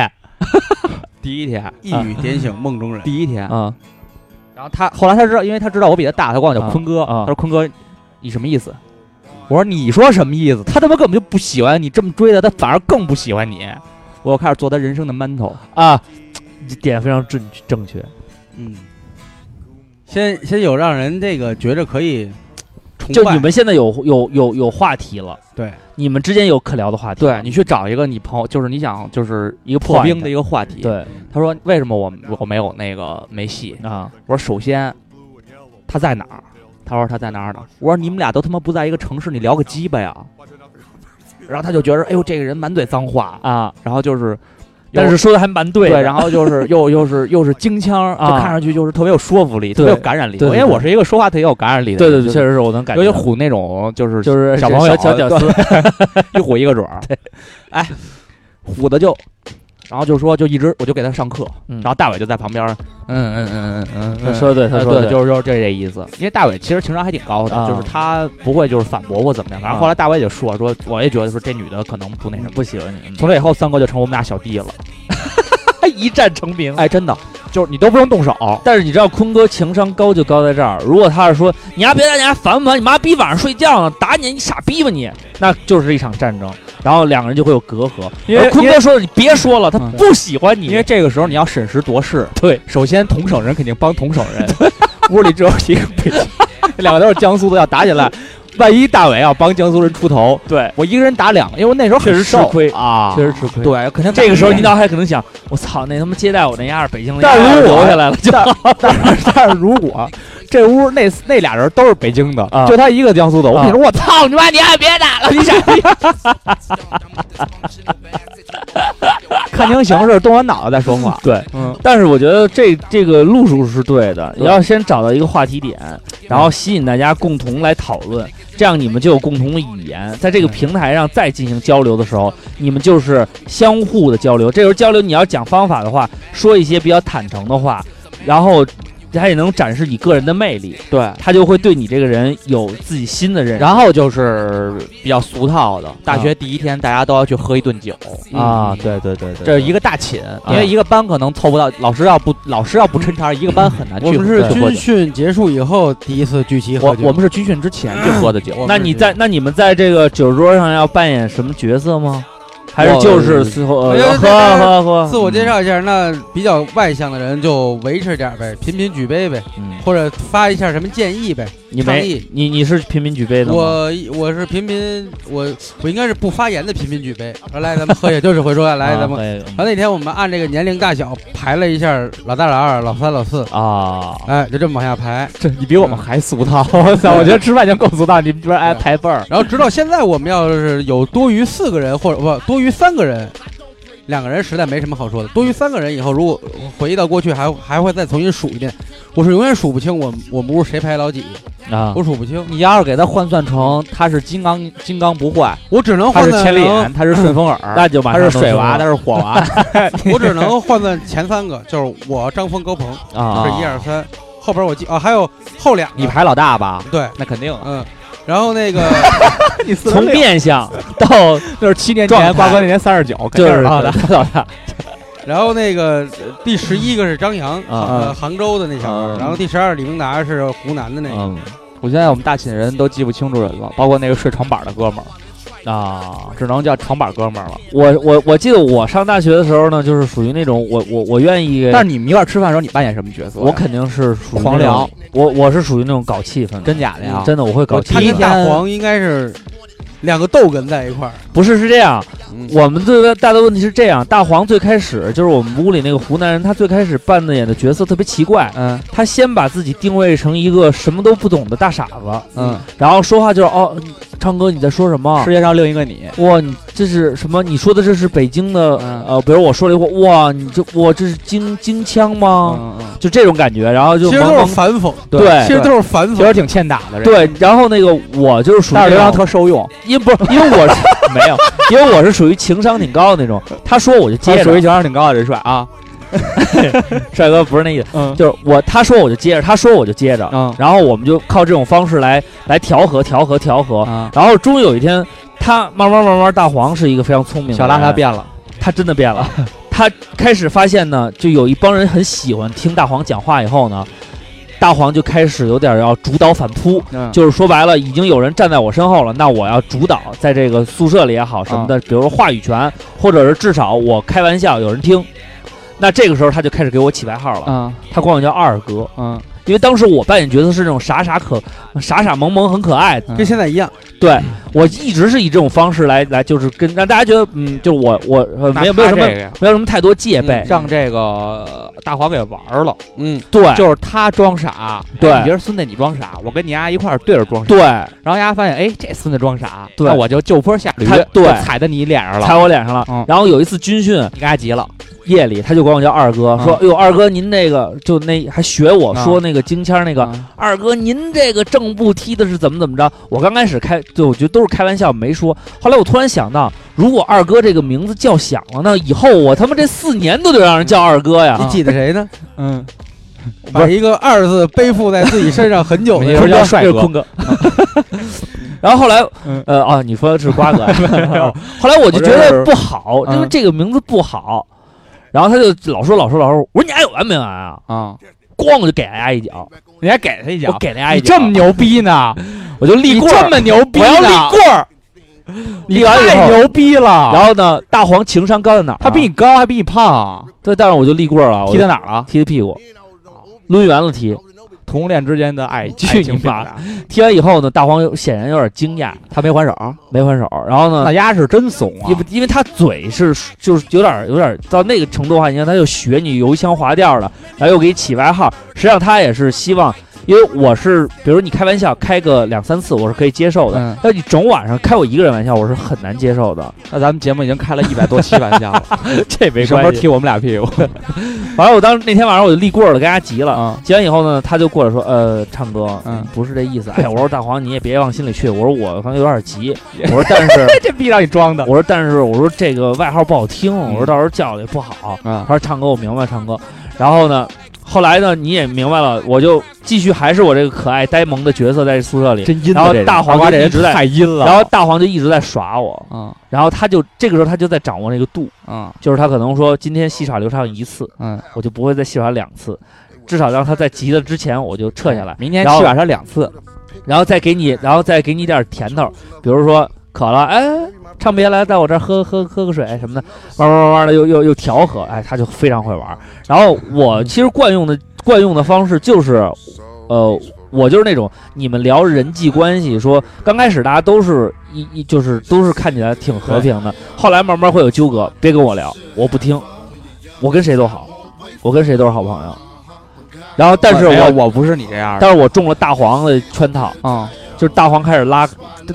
[SPEAKER 2] 第一天，
[SPEAKER 33] 一语点醒梦中人。
[SPEAKER 2] 第一天，
[SPEAKER 3] 啊
[SPEAKER 2] 然后他后来他知道，因为他知道我比他大，他管我叫坤哥。
[SPEAKER 3] 啊啊
[SPEAKER 2] 他说：“坤哥，你什么意思？”我说：“你说什么意思？他他妈根本就不喜欢你，这么追他，他反而更不喜欢你。”我又开始做他人生的馒头。
[SPEAKER 3] 啊！这点非常正正确，
[SPEAKER 33] 嗯，先先有让人这个觉着可以崇
[SPEAKER 3] 就
[SPEAKER 33] 拜
[SPEAKER 3] 你们现在有有有有话题了，
[SPEAKER 33] 对，
[SPEAKER 3] 你们之间有可聊的话题了，
[SPEAKER 2] 对你去找一个你朋友，就是你想就是一个破
[SPEAKER 3] 换一
[SPEAKER 2] 冰
[SPEAKER 3] 个
[SPEAKER 2] 的一个话题。，
[SPEAKER 3] 对
[SPEAKER 2] 他说为什么我我没有那个没戏？
[SPEAKER 3] 啊，
[SPEAKER 2] 我说首先他在哪儿？他说他在哪儿呢？我说你们俩都他妈不在一个城市，你聊个鸡巴呀！然后他就觉得，哎呦，这个人满嘴脏话啊，然后就是又，
[SPEAKER 3] 但是说的还蛮对
[SPEAKER 2] 对
[SPEAKER 3] 的，
[SPEAKER 2] 然后就是又又是又是京腔儿，
[SPEAKER 3] 啊
[SPEAKER 2] 就看上去就是特别有说服力，特
[SPEAKER 3] 对
[SPEAKER 2] 别有感染力。
[SPEAKER 3] 对对
[SPEAKER 2] 因为我是一个说话特别有感染力的
[SPEAKER 3] 对
[SPEAKER 2] 人，
[SPEAKER 3] 对对，
[SPEAKER 2] 就
[SPEAKER 3] 确
[SPEAKER 2] 是
[SPEAKER 3] 实是我能感觉
[SPEAKER 2] 尤其
[SPEAKER 3] 到，
[SPEAKER 2] 唬那种就是
[SPEAKER 3] 就是
[SPEAKER 2] 小
[SPEAKER 3] 朋
[SPEAKER 2] 朋
[SPEAKER 3] 友
[SPEAKER 2] 友
[SPEAKER 3] 小屌丝，
[SPEAKER 2] 一唬一个 准儿，哎，唬的就，哎然后就说就一直我就给他上课，
[SPEAKER 3] 嗯
[SPEAKER 2] 然后大伟就在旁边儿，嗯嗯嗯嗯嗯
[SPEAKER 3] 他说的对，他
[SPEAKER 2] 呃
[SPEAKER 3] 说的
[SPEAKER 2] 对，就是就是这这意思。因为大伟其实情商还挺高
[SPEAKER 3] 啊
[SPEAKER 2] 的，就是他不会就是反驳或怎么样。然后
[SPEAKER 3] 啊嗯
[SPEAKER 2] 后来大伟也说说，我也觉得说这女的可能不那什么。
[SPEAKER 3] 不喜欢你，
[SPEAKER 2] 从这以后，三哥就成我们俩小弟了。
[SPEAKER 3] 他一战成名。
[SPEAKER 2] 哎，真的，就是你都不用动手。
[SPEAKER 3] 但是你知道坤哥情商高就高在这儿，如果他是说你丫别在家烦不烦，你妈逼晚上睡觉呢，打你你傻逼吧你，那就是一场战争，然后两个人就会有隔阂。
[SPEAKER 2] 因为
[SPEAKER 3] 而坤
[SPEAKER 2] 因
[SPEAKER 3] 哥说的你别说了，他
[SPEAKER 2] 嗯
[SPEAKER 3] 不喜欢你，
[SPEAKER 2] 因为这个时候你要审时度势，
[SPEAKER 3] 对，
[SPEAKER 2] 首先同省人肯定帮同省人，屋里只有一个 北京，两个都是江苏的，要打起来，万一大伟要帮江苏人出头，
[SPEAKER 3] 对
[SPEAKER 2] 我一个人打两个，因为我那时候很
[SPEAKER 3] 确实吃
[SPEAKER 2] 瘦
[SPEAKER 3] 亏
[SPEAKER 2] 啊，
[SPEAKER 3] 确实吃亏。
[SPEAKER 2] 对，肯 定
[SPEAKER 3] 这个时候你脑海可能想，我操，那他妈接待我那丫是北京的丫，
[SPEAKER 2] 但如果
[SPEAKER 3] 留下来了就
[SPEAKER 2] 但但是但是如 果这屋那那俩人都是北京的，
[SPEAKER 3] 啊
[SPEAKER 2] 就他一个江苏的，我
[SPEAKER 3] 啊
[SPEAKER 2] 跟你说，我操你妈，你还别打 了，你傻逼！看清形势，动完脑袋再说 话。
[SPEAKER 3] 对，
[SPEAKER 2] 嗯，
[SPEAKER 3] 但是我觉得这这个路数是对的，你要先找到一个话题点，
[SPEAKER 2] 嗯
[SPEAKER 3] 然后吸引大家共同来讨论，这样你们就有共同的语言，在
[SPEAKER 2] 嗯
[SPEAKER 3] 这个平台上再进行交流的时候，你们就是相互的交流。这时候交流你要讲方法的话，说一些比较坦诚的话，然后他也能展示你个人的魅力，
[SPEAKER 2] 对。
[SPEAKER 3] 他就会对你这个人有自己新的认识。
[SPEAKER 2] 然后就是比较俗套的，大学第一天大家都要去喝一顿酒
[SPEAKER 3] 啊，，对对对对，
[SPEAKER 2] 这是一个大寝，因为一个班可能凑不到，老师要不老师要不抻茬，一个班很难去。
[SPEAKER 33] 我们是
[SPEAKER 2] 去喝酒，
[SPEAKER 33] 军训结束以后第一次聚齐喝
[SPEAKER 2] 我
[SPEAKER 33] 酒，
[SPEAKER 2] 我们是军训之前去喝的酒，
[SPEAKER 33] 我们
[SPEAKER 3] 那你在那你们在这个酒桌上要扮演什么角色吗？还是就是最后
[SPEAKER 33] 我觉
[SPEAKER 3] 呃
[SPEAKER 33] 得
[SPEAKER 3] 喝啊喝啊喝啊？
[SPEAKER 33] 自我介绍一下，那比较外向的人就维持点儿呗，频频举杯呗，
[SPEAKER 3] 嗯，
[SPEAKER 33] 或者发一下什么建议呗。
[SPEAKER 3] 你
[SPEAKER 33] 倡
[SPEAKER 3] 没
[SPEAKER 33] 议
[SPEAKER 3] 你你是频频举杯的吗？
[SPEAKER 33] 我我是频频我我应该是不发言的频频举杯，说来咱们喝，也就是会说来
[SPEAKER 3] 啊
[SPEAKER 33] 咱 们。
[SPEAKER 3] 可以
[SPEAKER 33] 然后那天我们按这个年龄大小排了一下，老大、老二、老三、老四，
[SPEAKER 3] 啊，
[SPEAKER 33] 哎，就这么往下排。
[SPEAKER 2] 这 你比我们还俗套，我 操！我觉得吃饭就够俗套，你们这边还排辈儿。
[SPEAKER 33] 然后直到现在，我们要是有多余四个人或者不多余三个人，两个人实在没什么好说的。多余三个人以后，如果回忆到过去还，还会再重新数一遍。我是永远数不清我们我们屋谁排老几，
[SPEAKER 3] 啊
[SPEAKER 33] 我数不清，
[SPEAKER 2] 你要是给他换算成他是金刚金刚不坏，
[SPEAKER 33] 我只能
[SPEAKER 2] 他
[SPEAKER 33] 换呃
[SPEAKER 2] 是
[SPEAKER 33] 算
[SPEAKER 2] 千里
[SPEAKER 33] 成
[SPEAKER 2] 眼，他是顺风耳，
[SPEAKER 3] 那就马
[SPEAKER 2] 他
[SPEAKER 3] 上
[SPEAKER 2] 是
[SPEAKER 3] 能
[SPEAKER 2] 水
[SPEAKER 3] 说
[SPEAKER 2] 娃，
[SPEAKER 3] 了
[SPEAKER 2] 他是火 娃
[SPEAKER 33] 我只能换算前三个，就是我张峰高鹏，
[SPEAKER 2] 啊
[SPEAKER 33] 这一二三，后边我记啊还有后两个
[SPEAKER 2] 你排老大吧？
[SPEAKER 33] 对，
[SPEAKER 2] 那肯定，
[SPEAKER 33] 嗯，然后那个
[SPEAKER 2] 你
[SPEAKER 3] 从面相 到
[SPEAKER 2] 就是七年
[SPEAKER 3] 状态
[SPEAKER 2] 前瓜哥那年三十九，肯定
[SPEAKER 3] 就是
[SPEAKER 2] 老大。
[SPEAKER 3] 老大
[SPEAKER 33] 然后那个呃第十一个是张扬，呃
[SPEAKER 2] 啊
[SPEAKER 33] 杭州的那小孩儿，
[SPEAKER 2] 啊
[SPEAKER 33] 然后第十二李明达是湖南的那个，
[SPEAKER 2] 嗯， 我现在我们大寝人都记不清楚人了，包括那个睡床板的哥们儿，
[SPEAKER 3] 啊。
[SPEAKER 2] 只能叫床板哥们儿了。
[SPEAKER 3] 我我我记得我上大学的时候呢，就是属于那种我我我愿意，
[SPEAKER 2] 但是你们一块儿吃饭的时候，你扮演什么角色呀？
[SPEAKER 3] 我肯定是属于那种
[SPEAKER 2] 黄聊，
[SPEAKER 3] 我我是属于那种搞气氛的，
[SPEAKER 2] 真假的呀？
[SPEAKER 3] 真的我会搞
[SPEAKER 33] 我
[SPEAKER 3] 气
[SPEAKER 33] 他
[SPEAKER 3] 氛
[SPEAKER 33] 跟
[SPEAKER 3] 的。
[SPEAKER 33] 大黄应该是两个逗哏在一块儿，
[SPEAKER 3] 不是是这样，
[SPEAKER 33] 嗯
[SPEAKER 3] 我们最大的问题是这样，大黄最开始就是我们屋里那个湖南人，他最开始扮的演的角色特别奇怪，
[SPEAKER 2] 嗯
[SPEAKER 3] 他先把自己定位成一个什么都不懂的大傻子，
[SPEAKER 2] 嗯，
[SPEAKER 3] 然后说话就是哦，昌哥你在说什么
[SPEAKER 2] 世？界上另一个你，
[SPEAKER 3] 哇，你这是什么？你说的这是北京的，
[SPEAKER 2] 嗯
[SPEAKER 3] 呃，比如我说了一会儿，哇，你这我这是京京腔吗？
[SPEAKER 2] 嗯嗯，
[SPEAKER 3] 就这种感觉，然后就
[SPEAKER 33] 其实
[SPEAKER 3] 萌
[SPEAKER 33] 都是
[SPEAKER 3] 萌
[SPEAKER 33] 反讽，
[SPEAKER 3] 对
[SPEAKER 33] 其实都是反
[SPEAKER 2] 其实
[SPEAKER 33] 讽，
[SPEAKER 2] 挺欠打的。这个，
[SPEAKER 3] 对，然后那个我就是属于
[SPEAKER 2] 但
[SPEAKER 3] 那
[SPEAKER 2] 是刘
[SPEAKER 3] 种
[SPEAKER 2] 洋特受用，
[SPEAKER 3] 因不是因为我是没有，因为我是属于情商挺高的那种，他说我就
[SPEAKER 2] 他
[SPEAKER 3] 接
[SPEAKER 2] 属于
[SPEAKER 3] 着，
[SPEAKER 2] 情商挺高的人帅啊。
[SPEAKER 3] 帅哥不是那意思，
[SPEAKER 2] 嗯
[SPEAKER 3] 就是我他说我就接着，他说我就接着，
[SPEAKER 2] 嗯
[SPEAKER 3] 然后我们就靠这种方式来来调和调和调和，
[SPEAKER 2] 啊，
[SPEAKER 3] 然后终于有一天，他慢慢慢慢，大黄是一个非常聪明的
[SPEAKER 2] 小拉
[SPEAKER 3] 人
[SPEAKER 2] 他，变了，
[SPEAKER 3] 他真的变了。他开始发现呢，就有一帮人很喜欢听大黄讲话以后呢，大黄就开始有点要主导反扑，
[SPEAKER 2] 嗯
[SPEAKER 3] 就是说白了，已经有人站在我身后了，那我要主导，在这个宿舍里也好什么
[SPEAKER 2] 嗯
[SPEAKER 3] 的，比如说话语权，或者是至少我开玩笑有人听。那这个时候他就开始给我起外号了，
[SPEAKER 2] 嗯
[SPEAKER 3] 他管我叫二哥，
[SPEAKER 2] 嗯
[SPEAKER 3] 因为当时我扮演角色是那种傻傻可傻傻萌萌很可爱的，
[SPEAKER 33] 跟现在一样，
[SPEAKER 3] 对我一直是以这种方式来来就是跟让大家觉得嗯，就是我我呃没有没有什么
[SPEAKER 2] 么
[SPEAKER 3] 没有什么太多戒备，
[SPEAKER 2] 让这个大黄给玩了，啊
[SPEAKER 33] 嗯，
[SPEAKER 3] 对
[SPEAKER 2] 就是他装傻，哎
[SPEAKER 3] 对
[SPEAKER 2] 你觉得孙子你装傻，我跟你丫一块儿对着装傻，
[SPEAKER 3] 对
[SPEAKER 2] 然后丫发现哎这孙子装傻，
[SPEAKER 3] 对
[SPEAKER 2] 那我就就坡下驴
[SPEAKER 3] 他，对
[SPEAKER 2] 就踩在你脸上
[SPEAKER 3] 踩
[SPEAKER 2] 了，
[SPEAKER 3] 我脸上了。
[SPEAKER 2] 嗯
[SPEAKER 3] 然后有一次军训，
[SPEAKER 2] 你给他急了，
[SPEAKER 3] 夜里他就管我叫二哥，
[SPEAKER 2] 嗯
[SPEAKER 3] 说：“哎呦，二哥您那个就那还学我
[SPEAKER 2] 嗯
[SPEAKER 3] 说那个京腔儿那个、
[SPEAKER 2] 嗯
[SPEAKER 3] 二哥您这个正步踢的是怎么怎么着？”我刚开始开对，我觉得都是开玩笑没说。后来我突然想到，如果二哥这个名字叫响了，那以后我他妈这四年都得让人叫二哥呀！
[SPEAKER 33] 你记得谁呢？
[SPEAKER 2] 嗯，
[SPEAKER 33] 啊把一个二字背负在自己身上很久的
[SPEAKER 2] 没有
[SPEAKER 33] 人
[SPEAKER 3] 坤
[SPEAKER 2] 叫
[SPEAKER 3] 哥
[SPEAKER 2] 帅
[SPEAKER 3] 这是
[SPEAKER 2] 哥
[SPEAKER 3] 坤 哥。然后后来
[SPEAKER 2] 嗯，
[SPEAKER 3] 呃，哦，你说的是 瓜哥呀， 后来我就觉得不好，
[SPEAKER 2] 嗯
[SPEAKER 3] 因为这个名字不好。然后他就老说老说老说，我说你还有完没完啊？
[SPEAKER 2] 啊，
[SPEAKER 3] 咣，我就给他丫一脚，
[SPEAKER 2] 你还给他一
[SPEAKER 3] 我
[SPEAKER 2] 脚，
[SPEAKER 3] 给他丫一
[SPEAKER 2] 你
[SPEAKER 3] 脚，
[SPEAKER 2] 这么牛逼呢？
[SPEAKER 3] 我就立
[SPEAKER 2] 你
[SPEAKER 3] 棍儿，
[SPEAKER 2] 这么牛逼
[SPEAKER 3] 我
[SPEAKER 2] 呢，
[SPEAKER 3] 要立棍儿。
[SPEAKER 2] 你
[SPEAKER 3] 立完以
[SPEAKER 2] 太
[SPEAKER 3] 后，
[SPEAKER 2] 牛逼了。
[SPEAKER 3] 然后呢，大黄情商高在哪儿啊？
[SPEAKER 2] 他比你高，还比你胖，
[SPEAKER 3] 对，但是我就立棍儿了，我
[SPEAKER 2] 踢
[SPEAKER 3] 就
[SPEAKER 2] 在哪儿了？
[SPEAKER 3] 踢的屁股，抡圆了踢。
[SPEAKER 2] 同性恋之间的爱
[SPEAKER 3] 去
[SPEAKER 2] 爱
[SPEAKER 3] 你
[SPEAKER 2] 情表
[SPEAKER 3] 妈
[SPEAKER 2] 达
[SPEAKER 3] 踢完以后呢，大黄有显然有点惊讶，
[SPEAKER 2] 他没还手，
[SPEAKER 3] 没还手。然后呢
[SPEAKER 2] 那，丫是真怂啊
[SPEAKER 3] 因！为因为他嘴是就是有点有点到那个程度的话，你看他又学你油腔滑调的，然后又给你起外号。实际上他也是希望，因为我是比如你开玩笑开个两三次，我是可以接受的。
[SPEAKER 2] 嗯，
[SPEAKER 3] 但你整晚上开我一个人玩笑，我是很难接受的。
[SPEAKER 2] 那咱们节目已经开了一百多期玩笑了，
[SPEAKER 3] 这没
[SPEAKER 2] 你什么时候踢我们俩屁股
[SPEAKER 3] 反正我当时那天晚上我就立棍儿了，跟他急了。
[SPEAKER 2] 啊？
[SPEAKER 3] 急完以后呢，他就过来说：“呃，唱歌，
[SPEAKER 2] 嗯
[SPEAKER 3] 不是这意思。哎呀，我说大黄，你也别往心里去。我说我可能有点急。我说但是，
[SPEAKER 2] 这逼让你装的
[SPEAKER 3] 我说但是，我说这个外号不好听。我说到时候叫的也不好。他
[SPEAKER 2] 嗯啊！
[SPEAKER 3] 说唱歌我明白唱歌。然后呢，后来呢你也明白了，我就继续还是我这个可爱呆萌的角色在宿舍里。
[SPEAKER 2] 真阴的
[SPEAKER 3] 然后
[SPEAKER 2] 这人
[SPEAKER 3] 大黄瓜
[SPEAKER 2] 这
[SPEAKER 3] 这
[SPEAKER 2] 人
[SPEAKER 3] 人
[SPEAKER 2] 太阴了。
[SPEAKER 3] 然后大黄就一直在耍我，
[SPEAKER 2] 啊
[SPEAKER 3] 然后他就这个时候他就在掌握那个度，
[SPEAKER 2] 啊
[SPEAKER 3] 就是他可能说今天戏耍流畅一次，
[SPEAKER 2] 嗯，
[SPEAKER 3] 我就不会再戏耍两次，至少让他在急的之前我就撤下来。
[SPEAKER 2] 明天
[SPEAKER 3] 然后
[SPEAKER 2] 去晚上两次，
[SPEAKER 3] 然后再给你，然后再给你点甜头，比如说渴了，哎，唱别来，在我这儿喝喝喝个水什么的，慢慢慢慢的又又又调和，哎，他就非常会玩。然后我其实惯用的惯用的方式就是，呃，我就是那种你们聊人际关系，说刚开始大家都是一一就是都是看起来挺和平的，后来慢慢会有纠葛，别跟我聊，我不听，我跟谁都好，我跟谁都是好朋友。然后，但是
[SPEAKER 2] 没有
[SPEAKER 3] 我
[SPEAKER 2] 我不是你这样的
[SPEAKER 3] 但是我中了大黄的圈套，
[SPEAKER 2] 啊
[SPEAKER 3] 就是大黄开始拉，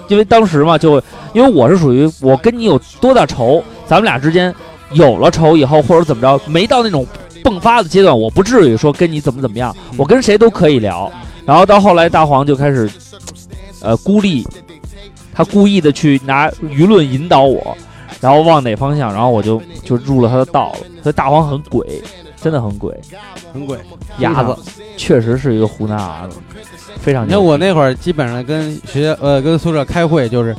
[SPEAKER 3] 因为当时嘛，就因为我是属于我跟你有多大仇，咱们俩之间有了仇以后，或者怎么着，没到那种迸发的阶段，我不至于说跟你怎么怎么样，我跟谁都可以聊。然后到后来，大黄就开始，呃，孤立，他故意的去拿舆论引导我，然后往哪方向，然后我就就入了他的道了。所以大黄很鬼，真的很鬼，
[SPEAKER 33] 很鬼。
[SPEAKER 3] 牙子确实是一个湖南伢子，非常
[SPEAKER 33] 你
[SPEAKER 3] 牛
[SPEAKER 33] 看
[SPEAKER 3] 逼。
[SPEAKER 33] 我那会儿基本上跟学校呃跟宿舍开会，就是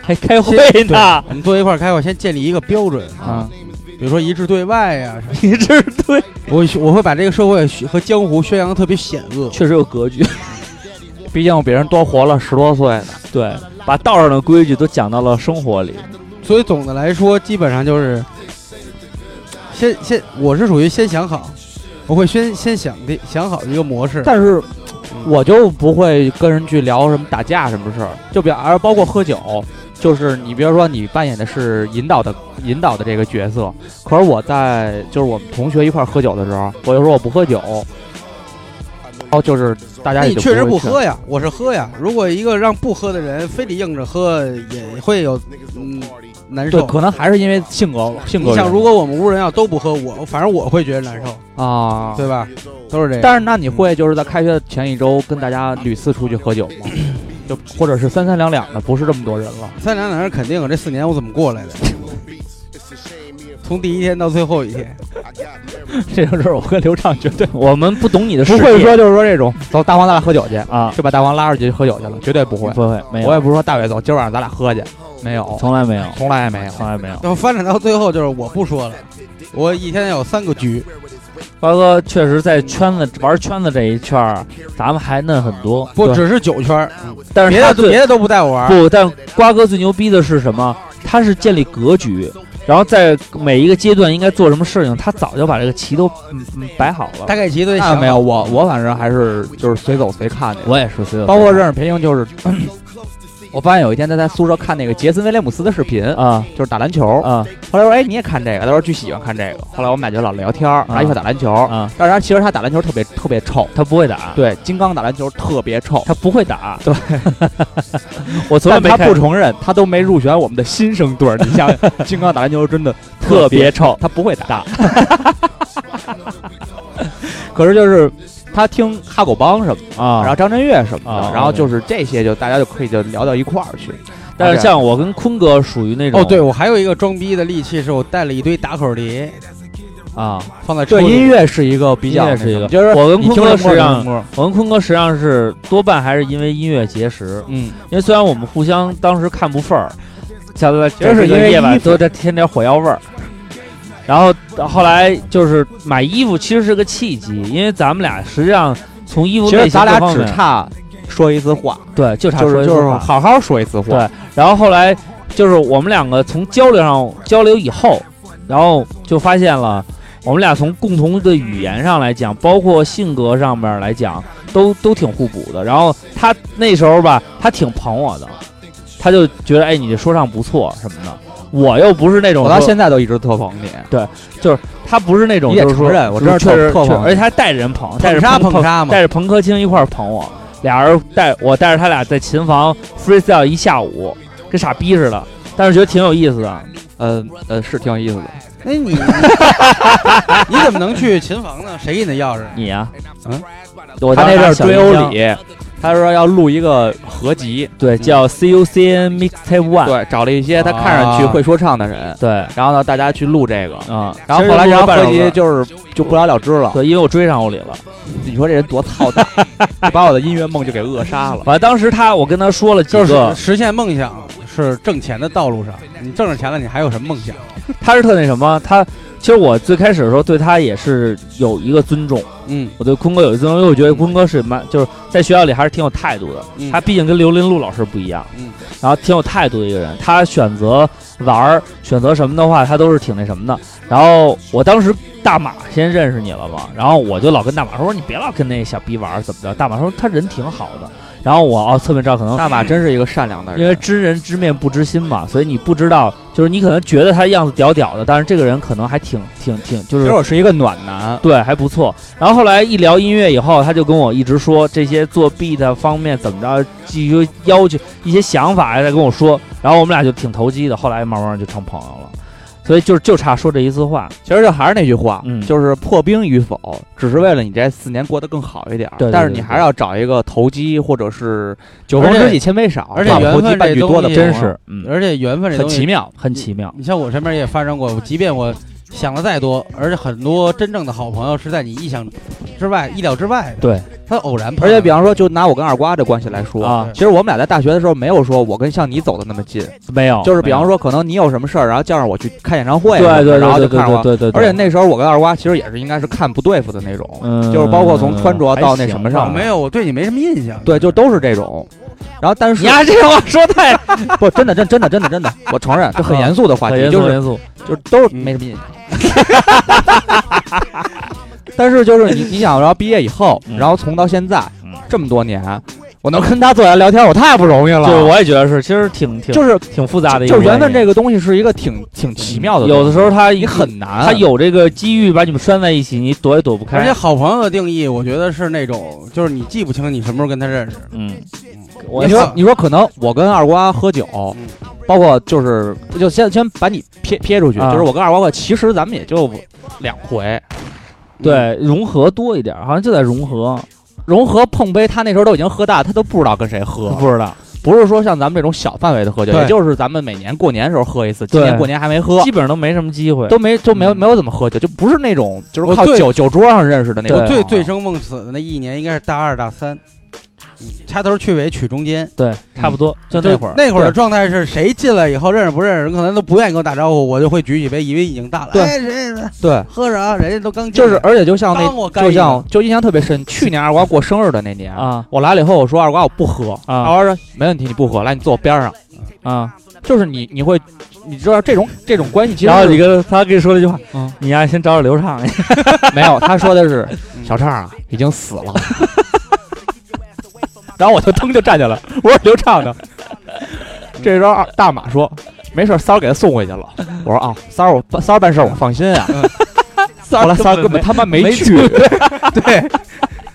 [SPEAKER 3] 还开会
[SPEAKER 33] 先
[SPEAKER 3] 呢
[SPEAKER 33] 对，我们坐一块儿开会，先建立一个标准，
[SPEAKER 2] 啊！
[SPEAKER 33] 比如说一致对外呀、什么
[SPEAKER 3] 你这是对，
[SPEAKER 33] 我我会把这个社会和江湖宣扬的特别险恶。
[SPEAKER 3] 确实有格 局。
[SPEAKER 2] 毕竟比人多活了十多岁呢。
[SPEAKER 3] 对，把道上的规矩都讲到了生活里。
[SPEAKER 33] 所以总的来说，基本上就是先先，我是属于先想好，我会先先想的想好一个模式。
[SPEAKER 2] 但
[SPEAKER 3] 嗯
[SPEAKER 2] 是我就不会跟人去聊什么打架什么事儿，就比而包括喝酒，就是你比如说你扮演的是引导的引导的这个角色，可是我在就是我们同学一块儿喝酒的时候，我就说我不喝酒，然后就是大家
[SPEAKER 33] 那
[SPEAKER 2] 也
[SPEAKER 33] 你
[SPEAKER 2] 就
[SPEAKER 33] 确实不
[SPEAKER 28] 劝
[SPEAKER 33] 喝呀，我是喝呀。如果一个让不喝的人非得硬着喝，也会有嗯难
[SPEAKER 2] 对，
[SPEAKER 33] 受。
[SPEAKER 2] 可能还是因为性格性格
[SPEAKER 33] 你想，
[SPEAKER 2] 原因
[SPEAKER 33] 如果我们屋人要都不喝，我反正我会觉得难受，
[SPEAKER 2] 啊，
[SPEAKER 33] 对吧？都是这样。
[SPEAKER 2] 但是那你会就是在开学的前一周跟大家屡次出去喝酒吗？就或者是三三两两的， 不是这么多人了。
[SPEAKER 33] 三两两是肯定的，这四年我怎么过来的？从第一天到最后一天，
[SPEAKER 2] 这种事儿我跟刘畅绝对
[SPEAKER 3] 我们不懂你的世
[SPEAKER 2] 不
[SPEAKER 3] 界，
[SPEAKER 2] 会说就是说嗯这种，走大黄咱俩喝酒去，
[SPEAKER 3] 啊，
[SPEAKER 2] 就把大黄拉出去喝酒去了，绝对不会。
[SPEAKER 3] 不会，没
[SPEAKER 2] 我
[SPEAKER 3] 有，
[SPEAKER 2] 也不是说大伟走，今儿晚上咱俩喝去，没有，
[SPEAKER 3] 从来没有，
[SPEAKER 2] 从来也没有。
[SPEAKER 3] 从来没有。
[SPEAKER 33] 然后发展到最后就是我不说了，我一天有三个局，
[SPEAKER 3] 瓜哥确实在圈子玩圈子这一圈儿，咱们还嫩很多。
[SPEAKER 33] 不
[SPEAKER 3] 对，
[SPEAKER 33] 只是酒圈儿，
[SPEAKER 3] 但是
[SPEAKER 33] 别
[SPEAKER 3] 他
[SPEAKER 33] 的
[SPEAKER 3] 最
[SPEAKER 33] 别的都不带我玩儿。
[SPEAKER 3] 不，但瓜哥最牛逼的是什么？他是建立格局，然后在每一个阶段应该做什么事情，他早就把这个棋都嗯嗯摆好了。
[SPEAKER 33] 大概其都
[SPEAKER 2] 那没有，我我反正还是就是随走随看那种。
[SPEAKER 3] 我也是，所以
[SPEAKER 2] 包括认识裴英，就是我发现有一天他在宿舍看那个杰森威廉姆斯的视频，
[SPEAKER 3] 啊
[SPEAKER 2] 就是打篮球。
[SPEAKER 3] 啊
[SPEAKER 2] 后来我说：“哎，你也看这个？”他说：“巨喜欢看这个。”后来我们俩就老聊天儿，然后一块打篮球。
[SPEAKER 3] 啊，
[SPEAKER 2] 但是他其实他打篮球特别特别臭，
[SPEAKER 3] 他不会打，
[SPEAKER 2] 对，金刚打篮球特别臭。
[SPEAKER 3] 他不会 打，对，我从来
[SPEAKER 2] 但
[SPEAKER 3] 没
[SPEAKER 2] 他
[SPEAKER 3] 看
[SPEAKER 2] 不承认，他都没入选我们的新生队儿。你想， 金刚打篮球真的
[SPEAKER 3] 特别臭，
[SPEAKER 2] 他不会打。 可是就是他听哈狗帮什么的，
[SPEAKER 3] 啊
[SPEAKER 2] 然后张震岳什么
[SPEAKER 3] 啊
[SPEAKER 2] 的，然后就是这些就大家就可以就聊到一块儿去。
[SPEAKER 3] 但是像我跟坤哥属于那种
[SPEAKER 33] 哦，对，我还有一个装逼的利器，是我带了一堆打口碟
[SPEAKER 3] 啊，
[SPEAKER 33] 放在车
[SPEAKER 2] 对
[SPEAKER 33] 里
[SPEAKER 2] 音乐是一个比较
[SPEAKER 3] 音乐是一个
[SPEAKER 2] 那什么就是
[SPEAKER 3] 我跟
[SPEAKER 2] 你
[SPEAKER 3] 坤
[SPEAKER 2] 听
[SPEAKER 3] 哥
[SPEAKER 2] 着
[SPEAKER 3] 实际上，
[SPEAKER 2] 歌，
[SPEAKER 3] 我跟坤哥实际上是多半还是因为音乐结识，
[SPEAKER 2] 嗯，
[SPEAKER 3] 因为虽然我们互相当时看不顺儿，想在
[SPEAKER 2] 实
[SPEAKER 3] 这
[SPEAKER 2] 是因
[SPEAKER 3] 个
[SPEAKER 2] 为
[SPEAKER 3] 夜晚
[SPEAKER 2] 衣服
[SPEAKER 3] 都在添点火药味儿。然后后来就是买衣服，其实是个契机，因为咱们俩实际上从衣服
[SPEAKER 2] 其
[SPEAKER 3] 类
[SPEAKER 2] 实
[SPEAKER 3] 型
[SPEAKER 2] 咱俩
[SPEAKER 3] 各方
[SPEAKER 2] 只
[SPEAKER 3] 面
[SPEAKER 2] 差说一次话，
[SPEAKER 3] 对，就差
[SPEAKER 2] 就
[SPEAKER 3] 说
[SPEAKER 2] 是
[SPEAKER 3] 一
[SPEAKER 2] 就
[SPEAKER 3] 句
[SPEAKER 2] 是
[SPEAKER 3] 话。
[SPEAKER 2] 好好说一次话。
[SPEAKER 3] 对然后后来就是我们两个从交流上交流以后，然后就发现了我们俩从共同的语言上来讲，包括性格上面来讲，都都挺互补的。然后他那时候吧，他挺捧我的，他就觉得哎，你这说唱不错什么的。我又不是那种
[SPEAKER 2] 我到
[SPEAKER 3] 说，
[SPEAKER 2] 现在都一直特捧你，
[SPEAKER 3] 他不是那种
[SPEAKER 2] 你也
[SPEAKER 3] 就是说
[SPEAKER 2] 承认我
[SPEAKER 3] 就是
[SPEAKER 2] 这是
[SPEAKER 3] 确实
[SPEAKER 2] 特
[SPEAKER 3] 确实
[SPEAKER 2] 捧你
[SPEAKER 3] 而且他还带着人捧，带着
[SPEAKER 33] 捧杀
[SPEAKER 3] 捧
[SPEAKER 33] 捧杀嘛
[SPEAKER 3] 带。着彭科清一块儿捧我，俩人带我带着他俩在琴房 freestyle 一下午，跟傻逼似的，但是觉得挺有意思的。
[SPEAKER 2] 呃呃，是挺有意思
[SPEAKER 3] 啊
[SPEAKER 2] 的。
[SPEAKER 33] 那哎你 你怎么能去琴房呢？谁给你的钥匙？
[SPEAKER 3] 你啊，
[SPEAKER 33] 嗯，
[SPEAKER 3] 我
[SPEAKER 2] 他那阵
[SPEAKER 3] 边
[SPEAKER 2] 儿追欧，里，嗯他说要录一个合集，
[SPEAKER 3] 对，叫 CUCN Mixtape One，
[SPEAKER 2] 对，找了一些他看上去会说唱的人，
[SPEAKER 3] 对，
[SPEAKER 2] 然后呢，大家去录这个，
[SPEAKER 3] 啊，
[SPEAKER 2] 然后后来
[SPEAKER 3] 其实
[SPEAKER 2] 这张
[SPEAKER 3] 录了半
[SPEAKER 2] 合
[SPEAKER 3] 首
[SPEAKER 2] 集
[SPEAKER 3] 歌
[SPEAKER 2] 就是就不了了之了。
[SPEAKER 3] 对，因为我追上欧里了。
[SPEAKER 2] 你说这人多操蛋，把我的音乐梦就给扼杀了。
[SPEAKER 3] 反正当时他，我跟他说了几
[SPEAKER 33] 就
[SPEAKER 3] 个
[SPEAKER 33] 是，实现梦想是挣钱的道路上，你挣着钱了，你还有什么梦想？
[SPEAKER 3] 他是特那什么，他其实我最开始的时候对他也是有一个尊重，
[SPEAKER 33] 嗯，
[SPEAKER 3] 我对坤哥有一个尊重，因为我觉得坤哥是蛮就是在学校里还是挺有态度的，
[SPEAKER 33] 嗯
[SPEAKER 3] 他毕竟跟刘林路老师不一样，
[SPEAKER 33] 嗯，
[SPEAKER 3] 然后挺有态度的一个人，他选择玩儿选择什么的话，他都是挺那什么的。然后我当时大马先认识你了嘛，然后我就老跟大马说，我说你别老跟那小逼玩儿怎么着？大马说他人挺好的，然后我哦侧面知道可能
[SPEAKER 2] 大马真是一个善良的人，
[SPEAKER 3] 因为知人知面不知心嘛，所以你不知道，就是你可能觉得他样子屌屌的，但是这个人可能还挺挺挺，就
[SPEAKER 2] 其
[SPEAKER 3] 是
[SPEAKER 2] 实我是一个暖男，
[SPEAKER 3] 对，还不错。然后后来一聊音乐以后，他就跟我一直说这些做 beat 啊方面怎么着，基于要求一些想法，啊在跟我说。然后我们俩就挺投机的，后来慢慢就成朋友了。所以就是就差说这一次话，
[SPEAKER 2] 其实就还是那句话，
[SPEAKER 3] 嗯
[SPEAKER 2] 就是破冰与否，只是为了你这四年过得更好一点儿。
[SPEAKER 3] 对对
[SPEAKER 2] 但是
[SPEAKER 3] 对
[SPEAKER 2] 你
[SPEAKER 3] 对
[SPEAKER 2] 还是要找一个投机或者是酒
[SPEAKER 33] 而
[SPEAKER 2] 逢
[SPEAKER 33] 且
[SPEAKER 2] 知己千杯少，
[SPEAKER 33] 而且
[SPEAKER 2] 浪
[SPEAKER 33] 缘
[SPEAKER 2] 投机
[SPEAKER 33] 分
[SPEAKER 2] 半
[SPEAKER 33] 这
[SPEAKER 2] 句多的
[SPEAKER 33] 东西
[SPEAKER 2] 朋
[SPEAKER 3] 真
[SPEAKER 2] 友
[SPEAKER 3] 是嗯，
[SPEAKER 33] 而且缘分这
[SPEAKER 2] 很
[SPEAKER 33] 东西
[SPEAKER 2] 奇妙。嗯
[SPEAKER 3] 很奇妙。
[SPEAKER 33] 你像我身边也发生过，即便我想的再多，而且很多真正的好朋友是在你意想之外、意料之外的。
[SPEAKER 3] 对，
[SPEAKER 33] 他偶然碰
[SPEAKER 2] 而
[SPEAKER 33] 到。
[SPEAKER 2] 且比方说，就拿我跟二瓜这关系来说
[SPEAKER 3] 啊
[SPEAKER 2] 其实我们俩在大学的时候没有说我跟像你走的那么近，
[SPEAKER 3] 没有，
[SPEAKER 2] 就是比方
[SPEAKER 3] 哦没有
[SPEAKER 2] 说可能你有什么事儿，然后叫上我去看演唱会
[SPEAKER 3] 对
[SPEAKER 2] 什么的，
[SPEAKER 3] 对对
[SPEAKER 2] 然后就
[SPEAKER 3] 对对
[SPEAKER 2] 看上
[SPEAKER 3] 对对
[SPEAKER 2] 我。
[SPEAKER 3] 对，对
[SPEAKER 2] 而且那时候我跟二瓜其实也是应该是看不对付的那种，
[SPEAKER 3] 嗯
[SPEAKER 2] 就是包括从穿着到那什么
[SPEAKER 33] 我
[SPEAKER 2] 上
[SPEAKER 33] 没有，我对你没什么印象。
[SPEAKER 2] 对，就都是这种。然后但 是
[SPEAKER 3] 你啊丫这话说太
[SPEAKER 2] 不真的真真的真的真的，我承认这
[SPEAKER 3] 嗯
[SPEAKER 2] 很严肃的话
[SPEAKER 3] 很
[SPEAKER 2] 题，
[SPEAKER 3] 严
[SPEAKER 2] 就
[SPEAKER 3] 肃很
[SPEAKER 2] 是
[SPEAKER 3] 严肃，
[SPEAKER 2] 就是都
[SPEAKER 3] 嗯
[SPEAKER 2] 是没什么印象。但是就是你你想，然后毕业以后，
[SPEAKER 3] 嗯
[SPEAKER 2] 然后从到现在
[SPEAKER 3] 嗯
[SPEAKER 2] 这么多年，我能跟他坐下来聊天，我太不容易了。
[SPEAKER 3] 就是我也觉得是，其实挺挺
[SPEAKER 2] 就是
[SPEAKER 3] 挺复杂的一个
[SPEAKER 2] 就
[SPEAKER 3] 原因，嗯
[SPEAKER 2] 缘分这个东西是一个挺挺奇妙的东西，
[SPEAKER 3] 有的时候他
[SPEAKER 2] 你很难，啊
[SPEAKER 3] 他有这个机遇把你们拴在一起，你躲也躲不开。
[SPEAKER 33] 而且好朋友的定义，我觉得是那种，就是你记不清你什么时候跟他认识。
[SPEAKER 3] 嗯，
[SPEAKER 2] 你
[SPEAKER 3] 我
[SPEAKER 2] 说你说可能我跟二瓜喝酒
[SPEAKER 33] 嗯，
[SPEAKER 2] 包括就是就先先把你撇撇出去，
[SPEAKER 3] 啊
[SPEAKER 2] 就是我跟二瓜哥其实咱们也就两回，
[SPEAKER 3] 对融合多一点，好像就在融合，
[SPEAKER 2] 融合碰杯，他那时候都已经喝大，他都不知道跟谁喝，
[SPEAKER 3] 不知道，
[SPEAKER 2] 不是说像咱们这种小范围的喝酒，
[SPEAKER 33] 对
[SPEAKER 2] 也就是咱们每年过年时候喝一次，今
[SPEAKER 3] 对
[SPEAKER 2] 年过年还没喝，
[SPEAKER 3] 基本上都没什么机会。
[SPEAKER 2] 都没就没有
[SPEAKER 3] 嗯
[SPEAKER 2] 没有怎么喝酒，就不是那种就是
[SPEAKER 33] 我
[SPEAKER 2] 靠
[SPEAKER 33] 最
[SPEAKER 2] 酒酒桌上认识的那种。
[SPEAKER 33] 我最醉生梦死的那一年，应该是大二大三，嗯掐头去尾取中间。
[SPEAKER 3] 对，差不多就那会儿，
[SPEAKER 33] 那会儿的状态是谁进来以后认识不认识，人可能都不愿意跟我打招呼，我就会举起杯，以为已经大了。
[SPEAKER 2] 对
[SPEAKER 33] 哎，人家
[SPEAKER 2] 对，
[SPEAKER 33] 喝着啊，人家都刚进
[SPEAKER 2] 就
[SPEAKER 33] 来
[SPEAKER 2] 是而且就像
[SPEAKER 33] 帮我
[SPEAKER 2] 那
[SPEAKER 33] 干一
[SPEAKER 2] 就
[SPEAKER 33] 个
[SPEAKER 2] 像就印象特别深，去年二瓜过生日的那年
[SPEAKER 3] 啊，
[SPEAKER 2] 我来了以后我说二瓜我不喝，
[SPEAKER 3] 啊
[SPEAKER 2] 二瓜说没问题你不喝，来你坐我边上，
[SPEAKER 3] 啊，
[SPEAKER 28] 就是你你会你知道这种这种关系，其实
[SPEAKER 3] 然后你跟他跟你说了一句话，
[SPEAKER 28] 嗯
[SPEAKER 3] 你呀先找找刘畅去，
[SPEAKER 28] 没有，他说的是小畅啊已经死 了，然后我就腾就站起来了，我说刘畅呢？嗯这时候二大马说没事儿，三儿给他送回去了。我说啊，三儿我三儿办事儿我放心啊。 后来三儿根本他妈没去，
[SPEAKER 33] 对，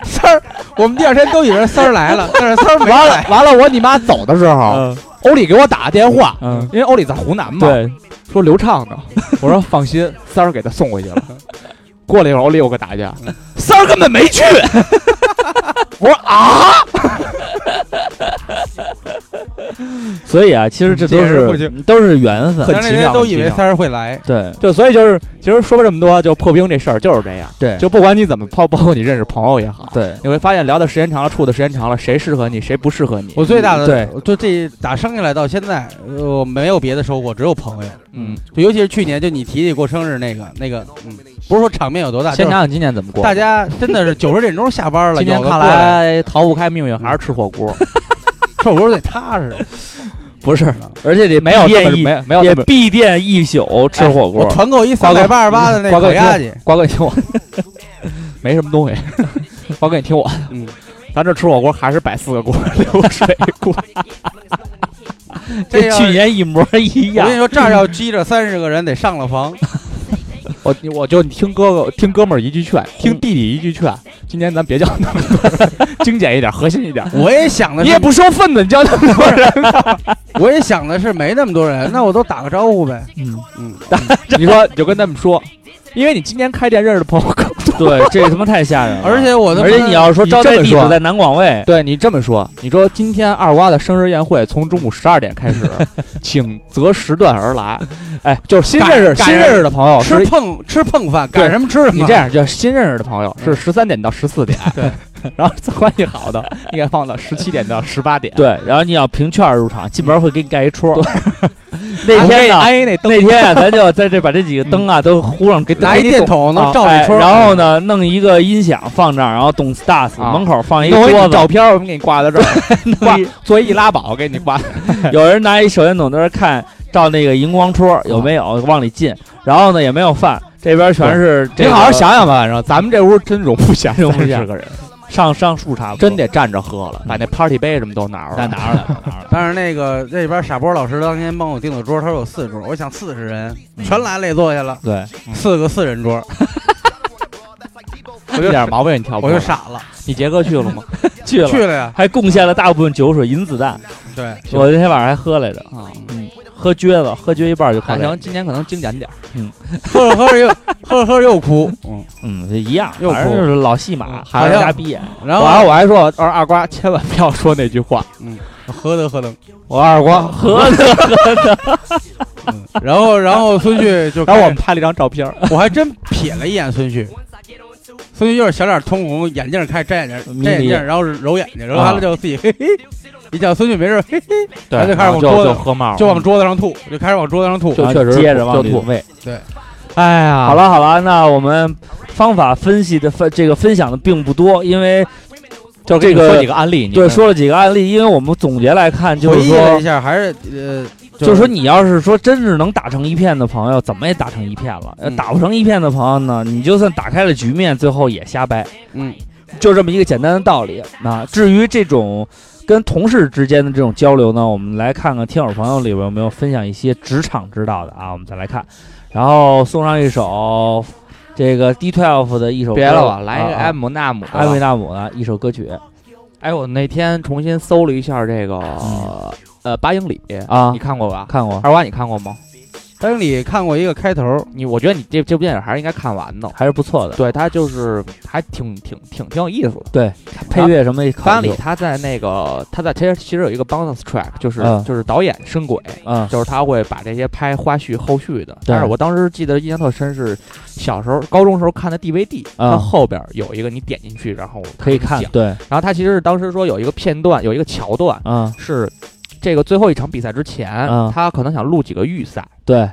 [SPEAKER 33] 三儿，我们第二天都以为三儿 来了，但是三儿没
[SPEAKER 28] 完
[SPEAKER 33] 来
[SPEAKER 28] 了。完了，我你妈走的时候，
[SPEAKER 3] 嗯
[SPEAKER 28] 欧里给我打个电话，
[SPEAKER 3] 嗯，
[SPEAKER 28] 因为欧里在湖南嘛，
[SPEAKER 3] 对，
[SPEAKER 28] 说刘畅 呢，我说放心，三儿给他送回去了。过了一会儿，欧里又给我打去，三儿根本没去。 我说啊，
[SPEAKER 3] 所以啊，其实这都
[SPEAKER 33] 解释不
[SPEAKER 3] 是
[SPEAKER 33] 清
[SPEAKER 3] 都是缘分，
[SPEAKER 33] 但是那天都以为三儿会来，
[SPEAKER 3] 对
[SPEAKER 28] 就所以就是，其实说了这么多，就破冰这事儿就是这样，
[SPEAKER 3] 对
[SPEAKER 28] 就不管你怎么抛，包括你认识朋友也好，
[SPEAKER 3] 对，
[SPEAKER 28] 你会发现聊的时间长了，处的时间长了，谁适合你，谁不适合你。
[SPEAKER 33] 我最大的
[SPEAKER 28] 对，
[SPEAKER 33] 就这打生下来到现在，呃我没有别的收获，只有朋友。
[SPEAKER 28] 嗯，
[SPEAKER 33] 就尤其是去年，就你提起过生日那个那个，嗯，不是说场面有多大，
[SPEAKER 28] 先
[SPEAKER 33] 就是
[SPEAKER 28] 想想今年怎么过。
[SPEAKER 33] 大家真的是九十点钟下班了，
[SPEAKER 28] 今年
[SPEAKER 33] 有的
[SPEAKER 28] 看
[SPEAKER 33] 过
[SPEAKER 28] 来逃不开命运，还是吃火锅。
[SPEAKER 33] 臭狗最踏实，
[SPEAKER 3] 不是，
[SPEAKER 28] 嗯
[SPEAKER 3] 而且得
[SPEAKER 28] 没有
[SPEAKER 3] 夜
[SPEAKER 28] 这么
[SPEAKER 3] 一
[SPEAKER 28] 没有没有
[SPEAKER 3] 也
[SPEAKER 28] 这么
[SPEAKER 3] 闭店一宿吃火
[SPEAKER 33] 哎我
[SPEAKER 3] 锅，
[SPEAKER 33] 团购一三百八十八的那
[SPEAKER 28] 瓜哥
[SPEAKER 33] 烤
[SPEAKER 28] 你听
[SPEAKER 33] 鸭
[SPEAKER 28] 我
[SPEAKER 33] 去，
[SPEAKER 28] 瓜哥，你听我， 没什么东西。瓜哥，你听我的，
[SPEAKER 33] 嗯，
[SPEAKER 28] 咱这吃火锅还是摆四个锅， 流水锅，
[SPEAKER 3] 跟
[SPEAKER 33] 这要
[SPEAKER 3] 去年一模一
[SPEAKER 33] 我
[SPEAKER 3] 样
[SPEAKER 33] 跟你。说，这儿要积着三十个人得上了 房，
[SPEAKER 28] 我你我就你听哥哥听哥们儿一句劝，听弟弟一句劝，今年咱别叫那么多 人，精简一点，核心一点。
[SPEAKER 33] 我也想的
[SPEAKER 28] 你
[SPEAKER 33] 是
[SPEAKER 28] 也不收份子，你叫那么多 人，
[SPEAKER 33] 我也想的是没那么多人，那我都打个招呼呗。
[SPEAKER 3] 嗯
[SPEAKER 33] 嗯，
[SPEAKER 28] 你说你就跟他们说，因为你今年开店认识的朋友更多。
[SPEAKER 3] 对，这他妈太吓人了。
[SPEAKER 33] 而且我的
[SPEAKER 3] 而且你要说
[SPEAKER 28] 你
[SPEAKER 3] 招
[SPEAKER 28] 这
[SPEAKER 3] 待
[SPEAKER 28] 么
[SPEAKER 3] 地
[SPEAKER 28] 说啊
[SPEAKER 3] 址在南广卫，
[SPEAKER 28] 对你这么说，你说今天二瓜的生日宴会从中午十二点开始，请择时段而来。哎，就是新认识
[SPEAKER 33] 赶
[SPEAKER 28] 新认识的朋友
[SPEAKER 33] 吃
[SPEAKER 28] 是，
[SPEAKER 33] 碰吃碰饭，
[SPEAKER 28] 对
[SPEAKER 33] 赶什么吃什么。
[SPEAKER 28] 你这样就是新认识的朋友是十三点到十四点，对，然后关系好的应该放到十七点到十八点。
[SPEAKER 3] 对，然后你要凭券入场，进门会给你盖一戳。 那天
[SPEAKER 28] 那天
[SPEAKER 3] 呢，
[SPEAKER 28] 安一嗯那灯
[SPEAKER 3] 那天啊，咱就在这把这几个灯啊都糊上，给
[SPEAKER 33] 拿一电筒能照
[SPEAKER 3] 哎
[SPEAKER 33] 着圈儿，
[SPEAKER 3] 然后呢，弄一个音响放这儿，然后懂 stars
[SPEAKER 28] 嗯啊
[SPEAKER 3] 门口放一
[SPEAKER 28] 弄一
[SPEAKER 3] 桌
[SPEAKER 28] 照
[SPEAKER 3] 子，
[SPEAKER 28] 片儿，我们给你挂 到这儿，
[SPEAKER 3] 挂
[SPEAKER 28] 挂作为易拉宝给你挂。
[SPEAKER 3] 有人拿一手电筒在那儿看，照那个荧光
[SPEAKER 28] 啊
[SPEAKER 3] 戳有没有往里进，然后呢也没有饭，这边全是这
[SPEAKER 28] 你
[SPEAKER 3] 个
[SPEAKER 28] 好好想想吧，反正咱们这屋真 容不下
[SPEAKER 3] 容不下
[SPEAKER 28] 三十个人，
[SPEAKER 3] 上上树茶，
[SPEAKER 28] 真得站着喝了，把那 party 杯什么都拿出
[SPEAKER 3] 那
[SPEAKER 28] 来。
[SPEAKER 3] 拿着来拿着来，
[SPEAKER 33] 但是那个那边傻波老师当天帮我订的桌，他说有四桌，我想四十人全来了也坐下了，
[SPEAKER 3] 对，
[SPEAKER 33] 四个四 人桌，
[SPEAKER 28] 一点毛病你挑不
[SPEAKER 33] 我
[SPEAKER 28] 出来。
[SPEAKER 33] 就傻了，
[SPEAKER 28] 你杰 哥去了吗？
[SPEAKER 3] 去了。
[SPEAKER 33] 去了呀，
[SPEAKER 3] 还贡献了大部分酒水、银子弹，
[SPEAKER 33] 对，
[SPEAKER 3] 我那天晚上还喝来着，嗯
[SPEAKER 28] 啊，
[SPEAKER 3] 喝撅子，喝撅一半就喝
[SPEAKER 28] 还
[SPEAKER 3] 来着
[SPEAKER 28] 行，。今年可能精简点儿。
[SPEAKER 33] 喝着喝着又喝着喝着又哭，嗯，
[SPEAKER 3] 嗯，这一样，
[SPEAKER 33] 又
[SPEAKER 3] 反正
[SPEAKER 33] 哭
[SPEAKER 3] 就是老戏码，
[SPEAKER 28] 嗯
[SPEAKER 3] 还是
[SPEAKER 33] 好像
[SPEAKER 3] 瞎逼眼。啊
[SPEAKER 33] 然
[SPEAKER 28] 完
[SPEAKER 33] 后
[SPEAKER 28] 了，我还说，我说二瓜千万不要说那句话。
[SPEAKER 33] 喝的喝的，
[SPEAKER 28] 我二 瓜喝，
[SPEAKER 33] 嗯然后然后孙旭就
[SPEAKER 28] 然
[SPEAKER 33] 开
[SPEAKER 28] 后
[SPEAKER 33] 始，
[SPEAKER 28] 我们拍了一张照片儿，
[SPEAKER 33] 我还真瞥了一眼孙旭，孙旭就是小脸通红，眼镜开摘眼镜，
[SPEAKER 3] 迷
[SPEAKER 33] 摘眼
[SPEAKER 3] 离
[SPEAKER 33] 镜，然后揉眼睛，揉完了就自己嘿嘿，一叫孙旭没事，嘿嘿，
[SPEAKER 28] 对
[SPEAKER 33] 然后就开始往
[SPEAKER 28] 就
[SPEAKER 33] 桌子
[SPEAKER 28] 就喝冒了，
[SPEAKER 33] 就往桌子上吐，就开始往桌子上吐，
[SPEAKER 3] 嗯
[SPEAKER 28] 就
[SPEAKER 3] 然后
[SPEAKER 28] 确实
[SPEAKER 3] 接着
[SPEAKER 28] 就
[SPEAKER 3] 往里
[SPEAKER 28] 吐
[SPEAKER 3] 喂。
[SPEAKER 28] 哎呀，
[SPEAKER 3] 好，了好了，那我们方法分析的分这个分享的并不多，因为
[SPEAKER 28] 就
[SPEAKER 3] 这
[SPEAKER 28] 给你
[SPEAKER 3] 个
[SPEAKER 28] 说几个案例，你
[SPEAKER 3] 对
[SPEAKER 28] 们
[SPEAKER 3] 说了几个案例，因为我们总结来看就
[SPEAKER 33] 回
[SPEAKER 3] 是
[SPEAKER 33] 忆了一
[SPEAKER 3] 说。
[SPEAKER 33] 下，还是呃，
[SPEAKER 3] 就是说，你要是说真是能打成一片的朋友，怎么也打成一片了。呃
[SPEAKER 33] 嗯
[SPEAKER 3] 打不成一片的朋友呢，你就算打开了局面，最后也瞎掰。
[SPEAKER 33] 嗯，
[SPEAKER 3] 就这么一个简单的道理。啊那至于这种跟同事之间的这种交流呢，我们来看看听友朋友里边有没有分享一些职场之道的啊，我们再来看，然后送上一首这个 D Twelve 的一首歌
[SPEAKER 28] 别了吧，来一个
[SPEAKER 3] 啊
[SPEAKER 28] 埃姆纳姆的吧，
[SPEAKER 3] 艾维纳姆的一首歌曲
[SPEAKER 28] 哎，我那天重新搜了一下这个，呃，八英里，
[SPEAKER 3] 啊
[SPEAKER 28] 你，看过吧？
[SPEAKER 3] 看过
[SPEAKER 28] 二瓜，你看过吗？
[SPEAKER 33] 丹里看过一个开头，
[SPEAKER 28] 你我觉得你这这部电影还是应该看完的。
[SPEAKER 3] 还是不错的，
[SPEAKER 28] 对，它就是还挺挺挺挺有意思的。
[SPEAKER 3] 配乐什么也考
[SPEAKER 28] 八英
[SPEAKER 3] 究
[SPEAKER 28] 里，他在那个他在其实其实有一个 bonus track，就是、
[SPEAKER 3] 嗯
[SPEAKER 28] 就是导演深轨，
[SPEAKER 3] 嗯
[SPEAKER 28] 就是他会把这些拍花絮后续的。
[SPEAKER 3] 对
[SPEAKER 28] 但是我当时记得印象特深是小时候高中时候看的 DVD，、
[SPEAKER 3] 嗯
[SPEAKER 28] 它后边有一个你点进去，然后
[SPEAKER 3] 可以
[SPEAKER 28] 它
[SPEAKER 3] 看
[SPEAKER 28] 讲
[SPEAKER 3] 对，
[SPEAKER 28] 然后他其实是当时说有一个片段，有一个桥段，
[SPEAKER 3] 嗯
[SPEAKER 28] 是这个最后一场比赛之前，
[SPEAKER 3] 嗯
[SPEAKER 28] 他可能想录几个预赛，
[SPEAKER 3] 对，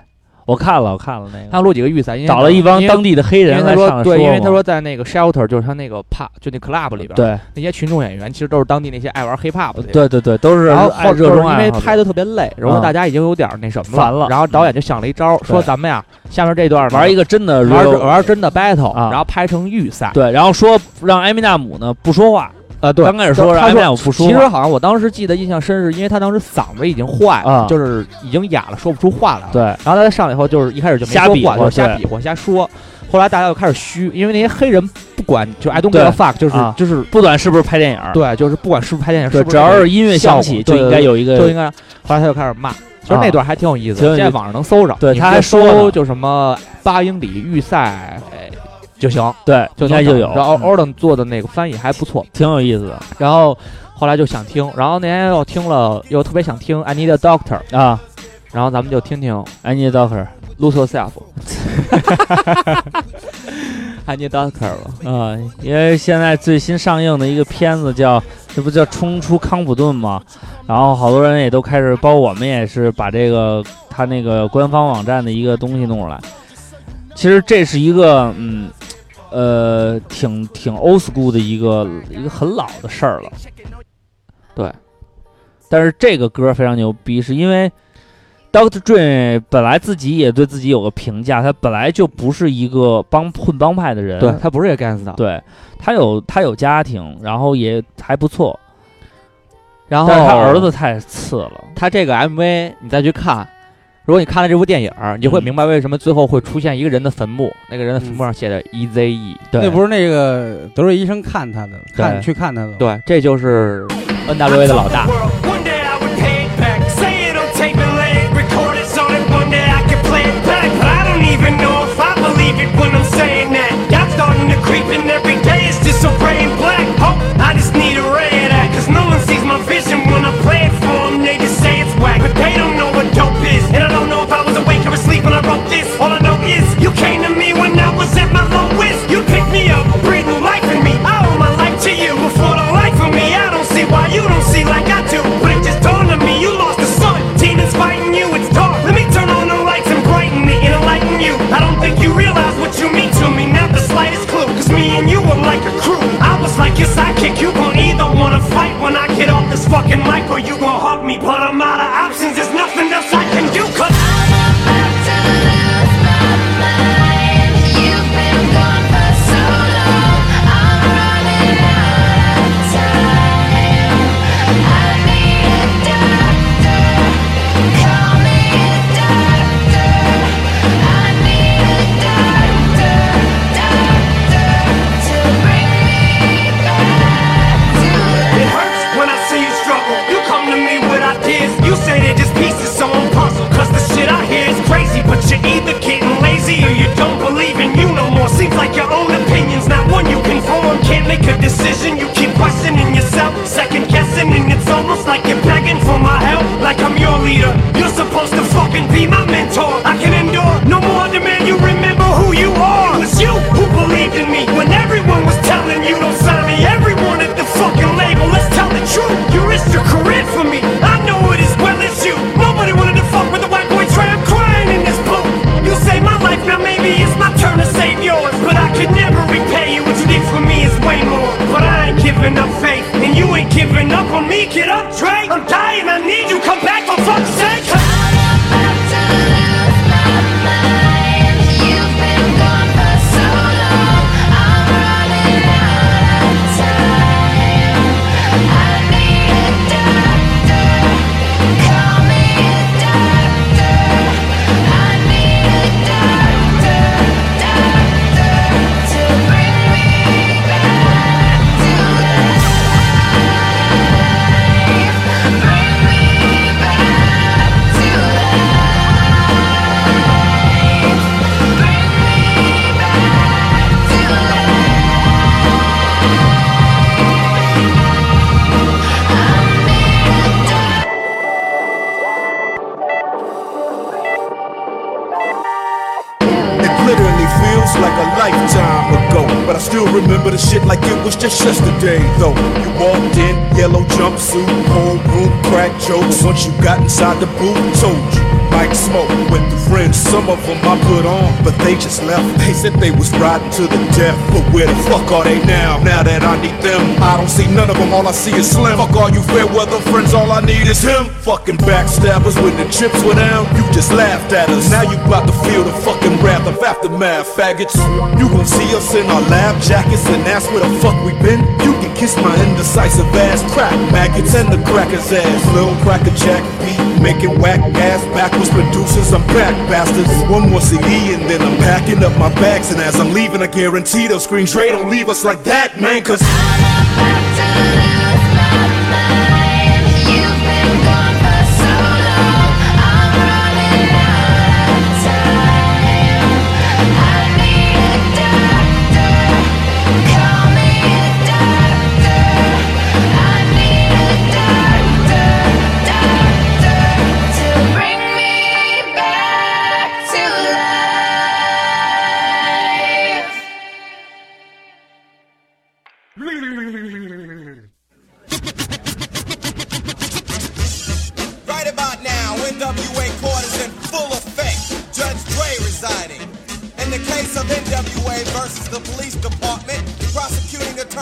[SPEAKER 3] 我看了，我看了那
[SPEAKER 2] 他
[SPEAKER 3] 个，
[SPEAKER 2] 录几个预赛，因为
[SPEAKER 3] 啊找了一帮当地的黑
[SPEAKER 2] 因为
[SPEAKER 3] 人
[SPEAKER 2] 他
[SPEAKER 3] 来上来
[SPEAKER 2] 说对，因为
[SPEAKER 3] 嘛
[SPEAKER 2] 他说在那个 shelter 就是他那个 pub 就那 club 里边，，
[SPEAKER 3] 对
[SPEAKER 2] 那些群众演员其实都是当地那些爱玩 hip hop 的那种。
[SPEAKER 3] 对对对，都是
[SPEAKER 2] 然后
[SPEAKER 3] 爱
[SPEAKER 2] 后
[SPEAKER 3] 热
[SPEAKER 2] 就是
[SPEAKER 3] 衷
[SPEAKER 2] 因
[SPEAKER 3] 爱
[SPEAKER 2] 为
[SPEAKER 3] 好啊
[SPEAKER 2] 拍的特别累，然后大家已经有点那什么
[SPEAKER 3] 烦了
[SPEAKER 2] 然后导演就想了一招，说咱们呀，下面这段呢
[SPEAKER 3] 玩一个真的
[SPEAKER 2] 玩
[SPEAKER 3] real-
[SPEAKER 2] 玩真的 battle，
[SPEAKER 3] 啊
[SPEAKER 2] 然后拍成预赛。
[SPEAKER 3] 对，然后说让埃米纳姆呢不说话，
[SPEAKER 2] 呃，对，
[SPEAKER 3] 刚开始说让
[SPEAKER 2] 他
[SPEAKER 3] 埃米纳
[SPEAKER 2] 说。
[SPEAKER 3] 姆不说
[SPEAKER 2] 其实
[SPEAKER 3] 话，
[SPEAKER 2] 好像我当时记得印象深是，因为他当时嗓子已经坏了，
[SPEAKER 3] 啊
[SPEAKER 2] 就是已经哑了，说不出话来了。
[SPEAKER 3] 对
[SPEAKER 2] 然后他上来以后，就是一开始就没
[SPEAKER 3] 瞎比
[SPEAKER 2] 说话，
[SPEAKER 3] 划
[SPEAKER 2] 就是瞎
[SPEAKER 3] 对
[SPEAKER 2] 比划、瞎说。后来大家就开始虚，因为那些黑人不管就 I don't give
[SPEAKER 3] 对
[SPEAKER 2] a fuck，就是、
[SPEAKER 3] 啊
[SPEAKER 2] 就是
[SPEAKER 3] 不管是不是拍电影儿，
[SPEAKER 2] 对，就是不管是不是拍电影，
[SPEAKER 3] 对，
[SPEAKER 2] 是不
[SPEAKER 3] 只
[SPEAKER 2] 是那
[SPEAKER 3] 要
[SPEAKER 2] 个
[SPEAKER 3] 是音乐响起
[SPEAKER 2] 效
[SPEAKER 3] 就
[SPEAKER 2] 果
[SPEAKER 3] 应该有一个
[SPEAKER 2] 就应该。后来他就开始骂，其实
[SPEAKER 3] 啊
[SPEAKER 2] 那段还挺有意思
[SPEAKER 3] 挺有
[SPEAKER 2] 的，
[SPEAKER 3] 意思
[SPEAKER 2] 现在网上能搜着。
[SPEAKER 3] 对
[SPEAKER 2] 你
[SPEAKER 3] 他
[SPEAKER 2] 直
[SPEAKER 3] 还
[SPEAKER 2] 接
[SPEAKER 3] 说呢
[SPEAKER 2] 搜就什么八英里预赛哎就行，
[SPEAKER 3] 对，
[SPEAKER 2] 就
[SPEAKER 3] 应该
[SPEAKER 2] 能
[SPEAKER 3] 就
[SPEAKER 2] 找嗯
[SPEAKER 3] 有，
[SPEAKER 2] 然后
[SPEAKER 3] 嗯
[SPEAKER 2] Orden 做的那个翻译还不错，
[SPEAKER 3] 挺有意思的
[SPEAKER 2] 然后后来就想听，然后那天又听了，又特别想听 I Need a Doctor，
[SPEAKER 3] 啊。
[SPEAKER 2] 然后咱们就听听
[SPEAKER 3] I need a doctor，
[SPEAKER 2] Lose Yourself。I Need a Doctor 吧，
[SPEAKER 3] 啊，因为现在最新上映的一个片子叫，这不叫《冲出康普顿》吗？然后好多人也都开始，包括我们也是把这个他那个官方网站的一个东西弄出来。其实这是一个，嗯，呃，挺挺 old school 的一个一个很老的事儿了。
[SPEAKER 2] 对，
[SPEAKER 3] 但是这个歌非常牛逼，是因为 Doctor Dre 本来自己也对自己有个评价，他本来就不是一个帮混帮派的人，
[SPEAKER 2] 对他不是也 Gangsta，
[SPEAKER 3] 对他有他有家庭，然后也还不错，
[SPEAKER 2] 然后
[SPEAKER 3] 但是他儿子太次了。
[SPEAKER 2] 他这个 MV 你再去看，如果你看了这部电影儿，你就会
[SPEAKER 3] 嗯
[SPEAKER 2] 明白为什么最后会出现一个人的坟墓，那个人的坟墓上写着 E Z E。
[SPEAKER 3] 对
[SPEAKER 33] 嗯那不是那个德瑞医生看他的，看
[SPEAKER 2] 对
[SPEAKER 33] 去看他的吗，
[SPEAKER 2] 对，这就是 N W A 的老大。
[SPEAKER 29] One day I would pay it back. Say it on tape and let it record it so that one day I could play it back. But I don't even know if I believe it when I'm saying that. Y'all starting to creep and every day it's just so gray and black. Oh, I just need a ray of that. Cause no one sees my vision when I play it for 'em. They just say it's whack. But they don't know what dope is. And I don't know if I was awake or asleep when I wrote this. All I know is you came to me when I was at my lowest. You picked me up, breathed new life in me. I owe my life to you before the life of me. I don't see why you don't see like I do. But it just dawned on me, you lost the sun. Tina's fighting you, it's dark. Let me turn on the lights and brighten it and enlighten you. I don't think you realize what you mean to me, not the slightest clue. Cause me and you were like a crew. I was like your sidekick, you gon' either wanna fight when I get off this fucking mic or you gon' hug me. But I'm out of options, there's nothing else I can do. Cause It hurts when I see you struggle. You come to me with ideas. You say they're just pieces, so I'm puzzled. Cause the shit I hear is crazy, but you're either getting lazy or you don't believe in you no more. Seems like your own opinion's not one you can form. Can't make a decision, you keep questioning yourself, second guessing, and it's almost like you're begging for my help. Like I'm your leader. You're supposed to fucking be my mentor. I can endure no more demand you remember who you are. It was you who believed in me when everyone was telling you don't sign me. Everyone at the fucking label, let's tell the truth. You risked your career for me. I know it as well as you. Nobody wanted to fuck with the white boy trap crying in this booth. You saved my life, now maybe it's my turn to save yours. But I could never repay you. What you did for me is way more. But I ain't giving up faith, and you ain't giving up on me. Get up, Drake. I'm dying, I need you. Come back for fuck's sake.
[SPEAKER 37] It literally feels like a lifetime ago. But I still remember the shit like it was just yesterday, though. You walked in, yellow jumpsuit, homeroom, crack jokes. Once you got inside the booth, told you, Mike Smoke went through friends, some of them I put on, but they just left. They said they was riding to the death, but where the fuck are they now? Now that I need them, I don't see none of them, all I see is Slim. Fuck all you fair weather friends, all I need is him. Fucking backstabbers when the chips were down, you just laughed at us. Now you bout to feel the fucking wrath of aftermath, faggots. You gon' see us in our lab jackets and ask where the fuck we been. You can kiss my indecisive ass, crack maggots and the crackers ass. Lil cracker jack beat, making whack ass backwards producers. I'm back, bastards. One more CD and then I'm packing up my bags. And as I'm leaving, I guarantee they'll scream, Trey, don't leave us like that, man, cause.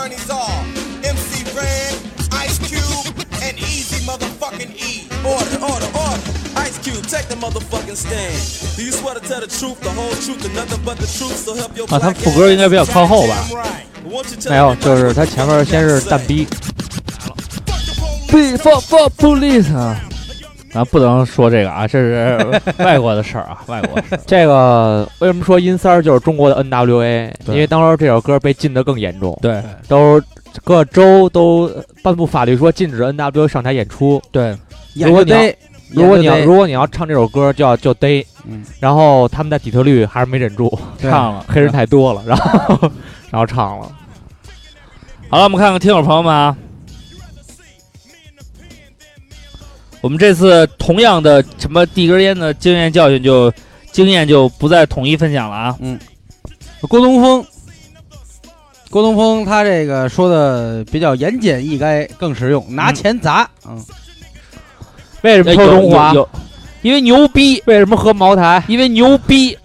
[SPEAKER 31] E.
[SPEAKER 3] 啊，他副歌应该比较靠后吧？
[SPEAKER 2] 没有，就是他前面先是蛋逼，before for police 啊，
[SPEAKER 3] 咱不能说这个啊，这 是外国的事儿啊，外国事。
[SPEAKER 2] 这个为什么说阴三儿就是中国的 NWA？因为当时这首歌被禁得更严重，
[SPEAKER 3] 对，
[SPEAKER 2] 都各州都颁布法律说禁止 NWA 上台演出，
[SPEAKER 3] 对，
[SPEAKER 2] 如果你要。如果你要如果你要唱这首歌，就要就逮、
[SPEAKER 33] 嗯，
[SPEAKER 2] 然后他们在底特律还是没忍住，
[SPEAKER 3] 唱了，
[SPEAKER 2] 黑人太多了，然后 然后唱了。
[SPEAKER 3] 好了，我们看看听友朋友们啊，我们这次同样的什么递根烟的经验教训就经验就不再统一分享了啊。
[SPEAKER 33] 嗯，郭东风，郭东风他这个说的比较言简意赅，更实用，拿钱砸，嗯。嗯
[SPEAKER 2] 为什么
[SPEAKER 3] 哎
[SPEAKER 2] 喝中华？
[SPEAKER 3] 因为牛逼。
[SPEAKER 2] 为什么喝茅台？
[SPEAKER 3] 因为牛逼。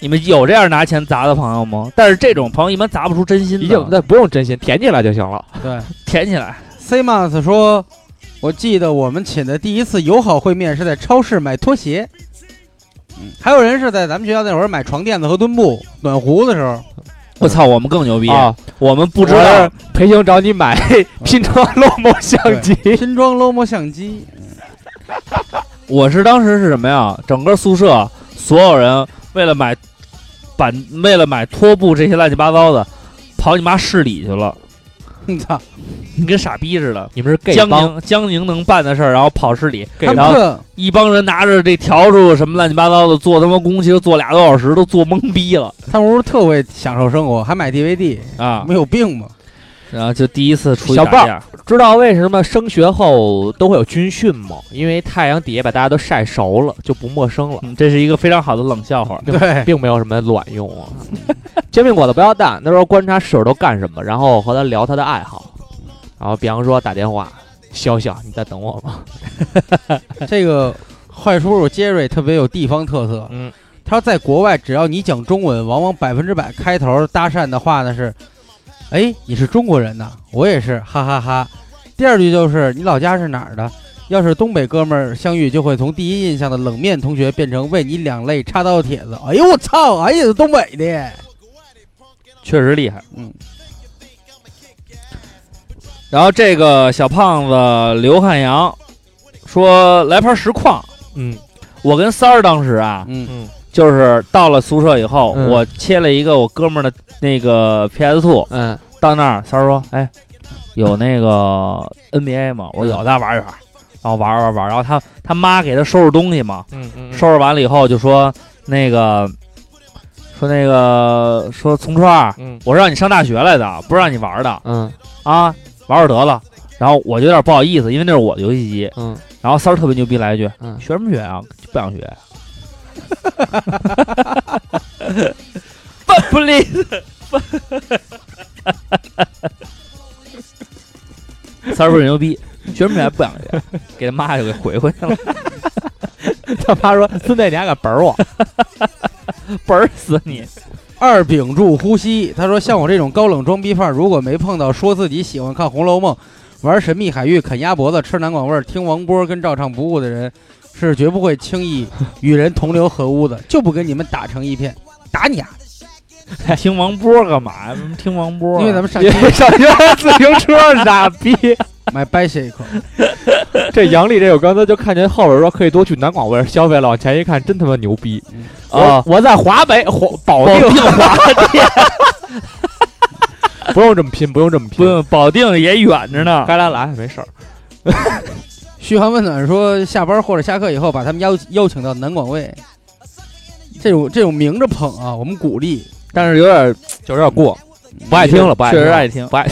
[SPEAKER 3] 你们有这样拿钱砸的朋友吗？但是这种朋友一般砸不出真心的。
[SPEAKER 2] 已经，那不用真心，舔起来就行了。
[SPEAKER 33] 对，
[SPEAKER 3] 舔起来。
[SPEAKER 33] C Mas 说：“我记得我们寝的第一次友好会面是在超市买拖鞋。嗯，还有人是在咱们学校那会儿买床垫子和墩布、暖壶的时候。
[SPEAKER 3] 我操，我们更牛逼
[SPEAKER 2] 啊！
[SPEAKER 3] 我们不知道
[SPEAKER 2] 裴行找你买拼装 Lomo 相机，
[SPEAKER 33] 拼装 Lomo 相机。”
[SPEAKER 3] 我是当时是什么呀？整个宿舍所有人为了买板，为了买拖布这些乱七八糟的，跑你妈市里去了。
[SPEAKER 33] 你操！
[SPEAKER 3] 你跟傻逼似的。
[SPEAKER 2] 你们是 gay
[SPEAKER 3] 江宁江宁能办的事儿，然后跑市里，
[SPEAKER 33] 他
[SPEAKER 3] 然后一帮人拿着这笤帚什么乱七八糟的，坐他妈公汽坐俩多小时，都坐懵逼了。
[SPEAKER 33] 他们不是特会享受生活，还买 DVD
[SPEAKER 3] 啊？
[SPEAKER 33] 没有病吧？
[SPEAKER 3] 然后就第一次出去
[SPEAKER 2] 小
[SPEAKER 3] 打
[SPEAKER 2] 豹知道为什么升学后都会有军训吗？因为太阳底下把大家都晒熟了，就不陌生了。
[SPEAKER 3] 嗯、这是一个非常好的冷笑话，
[SPEAKER 33] 对，
[SPEAKER 2] 并没有什么卵用 啊。煎饼果子不要蛋，那时候观察室友都干什么，然后和他聊他的爱好。然后比方说打电话，潇潇，你在等我吗？
[SPEAKER 33] 这个坏叔叔杰瑞特别有地方特色，
[SPEAKER 2] 嗯，
[SPEAKER 33] 他说在国外只要你讲中文，往往百分之百开头搭讪的话呢是。哎，你是中国人呐？我也是，哈哈哈,哈。第二句就是你老家是哪儿的？要是东北哥们儿相遇，就会从第一印象的冷面同学变成为你两肋插刀的铁子。哎呦我操！哎呀，东北的，
[SPEAKER 3] 确实厉害。
[SPEAKER 33] 嗯。
[SPEAKER 3] 然后这个小胖子刘汉阳说：“来盘实况。”
[SPEAKER 2] 嗯，
[SPEAKER 3] 我跟三儿当时啊，
[SPEAKER 33] 嗯
[SPEAKER 2] 嗯，
[SPEAKER 3] 就是到了宿舍以后，
[SPEAKER 2] 嗯
[SPEAKER 3] 我切了一个我哥们儿的那个 PS Two，
[SPEAKER 2] 嗯，
[SPEAKER 3] 到那儿，三儿说：“哎，有那个 NBA 吗？”我说：“有，咱玩一玩。”然后玩儿玩儿玩儿，然后他他妈给他收拾东西嘛，
[SPEAKER 2] 嗯嗯
[SPEAKER 3] 收拾完了以后就说：“那个，说那个，说从川儿，
[SPEAKER 2] 嗯
[SPEAKER 3] 我是让你上大学来的，不是让你玩儿的
[SPEAKER 2] 嗯
[SPEAKER 3] 啊，玩会儿得了。”然后我就有点不好意思，因为那是我的游戏机。
[SPEAKER 2] 嗯
[SPEAKER 3] 然后三儿特别牛逼来一句：“
[SPEAKER 2] 嗯
[SPEAKER 3] 学什么学啊？不想学。 不 please，三儿倍牛逼，学什么学不想学，给他妈就给回回去了。
[SPEAKER 2] 他妈说：“孙子，你还敢本我？
[SPEAKER 3] 本死你！”
[SPEAKER 33] 二秉柱呼吸，他说：“像我这种高冷装逼范儿，如果没碰到说自己喜欢看《红楼梦》、玩神秘海域、啃鸭脖子、吃南广味儿、听王波跟照唱不误的人，是绝不会轻易与人同流合污的，就不跟你们打成一片，打你啊！”
[SPEAKER 3] 听王波干嘛呀？听王波、啊，
[SPEAKER 33] 因为咱们上期
[SPEAKER 2] 上学自行车，傻逼
[SPEAKER 33] 买 bicycle。
[SPEAKER 2] 这杨丽这我刚才就看见后边说可以多去南广味消费了，往前一看，真他妈牛逼啊！我在华北华保定
[SPEAKER 3] 华店，
[SPEAKER 2] 不用这么拼，不用这么拼，
[SPEAKER 3] 不用保定也远着呢。
[SPEAKER 2] 该来来，没事儿。
[SPEAKER 33] 嘘寒问暖说，下班或者下课以后，把他们邀邀请到南广味，这种这种明着捧啊，我们鼓励。
[SPEAKER 2] 但是有点就有点过，不爱听了，不爱
[SPEAKER 3] 确实爱听，
[SPEAKER 2] 不爱。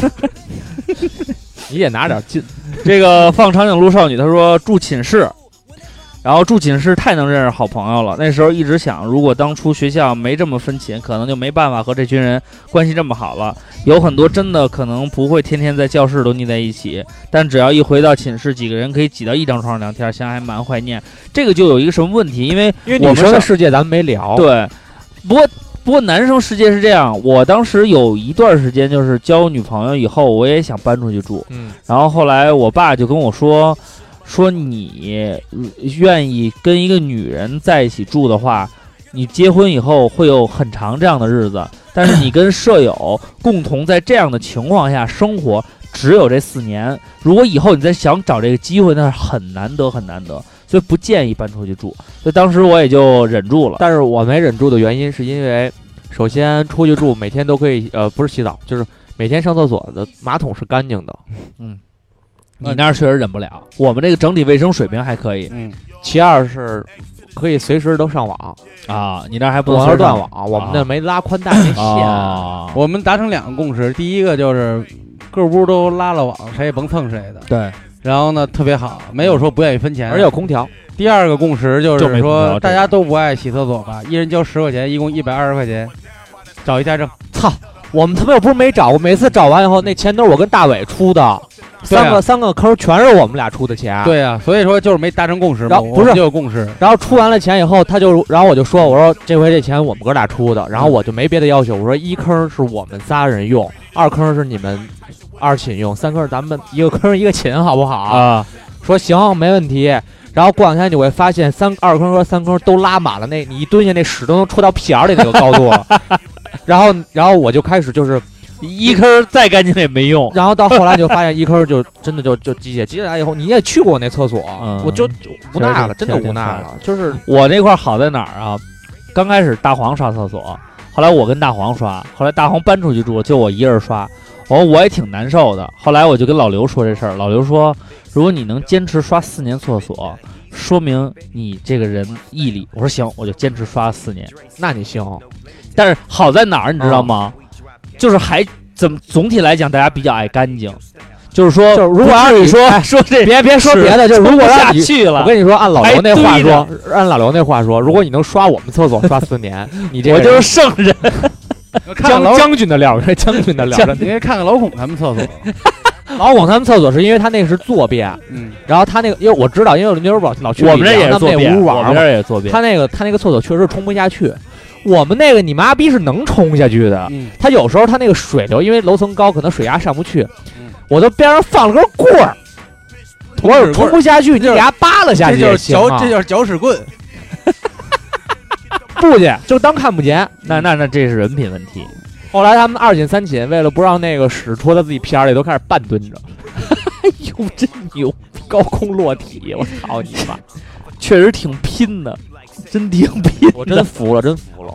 [SPEAKER 2] 你也拿点劲。
[SPEAKER 3] 这个放长颈鹿少女，她说住寝室，然后住寝室太能认识好朋友了。那时候一直想，如果当初学校没这么分寝，可能就没办法和这群人关系这么好了。有很多真的可能不会天天在教室都腻在一起，但只要一回到寝室，几个人可以挤到一张床上聊天，现在还蛮怀念。这个就有一个什么问题？因为
[SPEAKER 2] 因为
[SPEAKER 3] 女
[SPEAKER 2] 生的世界咱们没聊。
[SPEAKER 3] 对，不过。不过男生世界是这样，我当时有一段时间就是交女朋友以后，我也想搬出去住，
[SPEAKER 2] 嗯，
[SPEAKER 3] 然后后来我爸就跟我说，说你呃愿意跟一个女人在一起住的话，你结婚以后会有很长这样的日子，但是你跟舍友共同在这样的情况下生活，只有这四年。如果以后你再想找这个机会，那是很难得很难得。所以不建议搬出去住，所以当时我也就忍住了。
[SPEAKER 2] 但是我没忍住的原因是因为，首先出去住每天都可以，呃，不是洗澡，就是每天上厕所的马桶是干净的。
[SPEAKER 3] 嗯，你那确实忍不了，我们这个整体卫生水平还可以。
[SPEAKER 33] 嗯，
[SPEAKER 2] 其二是可以随时都上网
[SPEAKER 3] 啊，你那还不
[SPEAKER 2] 我
[SPEAKER 3] 能
[SPEAKER 2] 断网，啊我们那没拉宽带那线。
[SPEAKER 3] 啊、
[SPEAKER 33] 我们达成两个共识，第一个就是各屋都拉了网，谁也甭蹭谁的。
[SPEAKER 3] 对。
[SPEAKER 33] 然后呢，特别好，没有说不愿意分钱，
[SPEAKER 2] 而且有空调。
[SPEAKER 33] 第二个共识就是说，说大家都不爱洗厕所吧，一人交十块钱，一共一百二十块钱，找一家政。
[SPEAKER 2] 操，我们他妈又不是没找过，每次找完以后，那钱都是我跟大伟出的，啊、三个三个坑全是我们俩出的钱。
[SPEAKER 33] 对呀、啊，所以说就是没达成共识嘛，
[SPEAKER 2] 然后不是
[SPEAKER 33] 就有共识。
[SPEAKER 2] 然后出完了钱以后，他就，然后我就说，我说这回这钱我们哥俩出的，然
[SPEAKER 3] 嗯
[SPEAKER 2] 后我就没别的要求，我说一坑是我们仨人用，二坑是你们二寝用，三坑咱们一个坑一个寝，好不好？
[SPEAKER 3] 啊。
[SPEAKER 2] 说行，没问题。然后过两天你会发现三二坑和三坑都拉满了那，那你一蹲下那屎都能戳到屁眼里那个高度。 然后，然后我就开始就是
[SPEAKER 3] 一坑再干净也没用。
[SPEAKER 2] 然后到后来就发现一坑就真的就就积血，积下来以后你也去过我那厕所，
[SPEAKER 3] 嗯、
[SPEAKER 2] 我就无奈了，真的无奈了。就是
[SPEAKER 3] 我那块好在哪儿啊？刚开始大黄刷厕所，后来我跟大黄刷，后来大黄搬出去住，就我一人刷。我、哦、我也挺难受的，后来我就跟老刘说这事儿，老刘说，如果你能坚持刷四年厕所，说明你这个人毅力。我说行，我就坚持刷了四年，
[SPEAKER 2] 那你 行。
[SPEAKER 3] 但是好在哪儿你知道吗？嗯、
[SPEAKER 2] 啊
[SPEAKER 3] 就是还怎么总体来讲，大家比较爱干净。就是说，
[SPEAKER 2] 就如果要
[SPEAKER 3] 你说、
[SPEAKER 2] 哎、
[SPEAKER 3] 说这，
[SPEAKER 2] 别别说别的，就如果
[SPEAKER 3] 下去了，
[SPEAKER 2] 我跟你说，按老刘那话说，按老刘那话说，如果你能刷我们厕所刷四年，你这
[SPEAKER 3] 我就是圣人。
[SPEAKER 2] 将将军的料，将军的料，
[SPEAKER 33] 你可以看看老孔他们厕所。
[SPEAKER 2] 老孔他们厕所是因为他那个是坐便，
[SPEAKER 33] 嗯，
[SPEAKER 2] 然后他那个，因为我知道，因为那时候老老去
[SPEAKER 3] 我们这也是啊坐便，
[SPEAKER 2] 我
[SPEAKER 3] 们这也坐便。
[SPEAKER 2] 他那个他那个厕所确实冲不下去，嗯我们那个你妈逼是能冲下去的。
[SPEAKER 33] 嗯
[SPEAKER 2] 他有时候他那个水流，因为楼层高，可能水压上不去，我都边上放了根棍儿，我是冲不下去，你给它扒拉下去
[SPEAKER 33] 这就是脚，这就是搅屎棍。
[SPEAKER 2] 不去，就当看不见。
[SPEAKER 3] 那那那这是人品问题。
[SPEAKER 2] 后来他们二寝三寝，为了不让那个屎戳到自己屁眼里，都开始半蹲着。
[SPEAKER 3] 哎呦，真牛！
[SPEAKER 2] 高空落体，我操你妈！
[SPEAKER 3] 确实挺拼的，真挺拼。
[SPEAKER 2] 我真服了，真服了。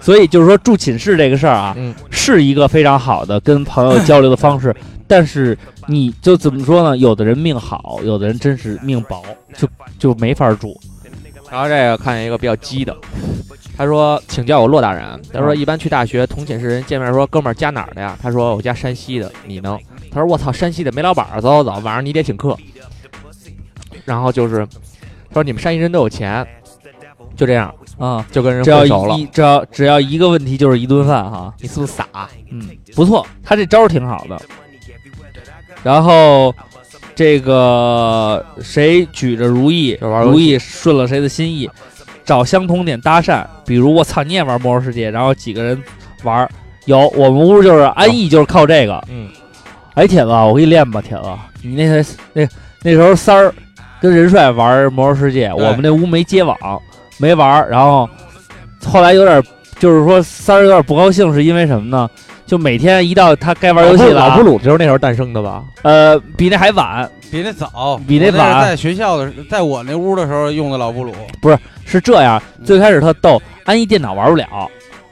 [SPEAKER 3] 所以就是说住寝室这个事儿啊，
[SPEAKER 2] 嗯、
[SPEAKER 3] 是一个非常好的跟朋友交流的方式。但是你就怎么说呢？有的人命好，有的人真是命薄，就就没法住。
[SPEAKER 2] 然后这个看见一个比较鸡的，他说：“请叫我骆大人。”他说：“一般去大学同寝室人见面说，哥们儿家哪儿的呀？”他说：“我家山西的。”你呢？他说：“我操，山西的煤老板，走走走，晚上你得请客。”然后就是他说：“你们山西人都有钱。”就这样
[SPEAKER 3] 啊，
[SPEAKER 2] 就跟人
[SPEAKER 3] 只要
[SPEAKER 2] 熟了。
[SPEAKER 3] 一只要只要一个问题就是一顿饭哈，
[SPEAKER 2] 你是不是傻？
[SPEAKER 3] 嗯，不错，他这招挺好的。然后这个谁举着如意，如意顺了谁的心意，找相同点搭讪。比如我操，你也玩魔兽世界，然后几个人玩，有我们屋就是安逸，就是靠这个。
[SPEAKER 2] 嗯，
[SPEAKER 3] 哎，铁子，我给你练吧，铁子，啊你那天那那时候三儿跟任帅玩魔兽世界，我们那屋没接网，没玩，然后后来有点就是说三儿有点不高兴，是因为什么呢？就每天一到他该玩游戏了，
[SPEAKER 2] 老布鲁就是那时候诞生的吧？
[SPEAKER 3] 呃，比那还晚，
[SPEAKER 33] 比那早，
[SPEAKER 3] 比那晚。
[SPEAKER 33] 在学校的，在我那屋的时候用的老布鲁，
[SPEAKER 3] 不是是这样。最开始他逗安逸电脑玩不了，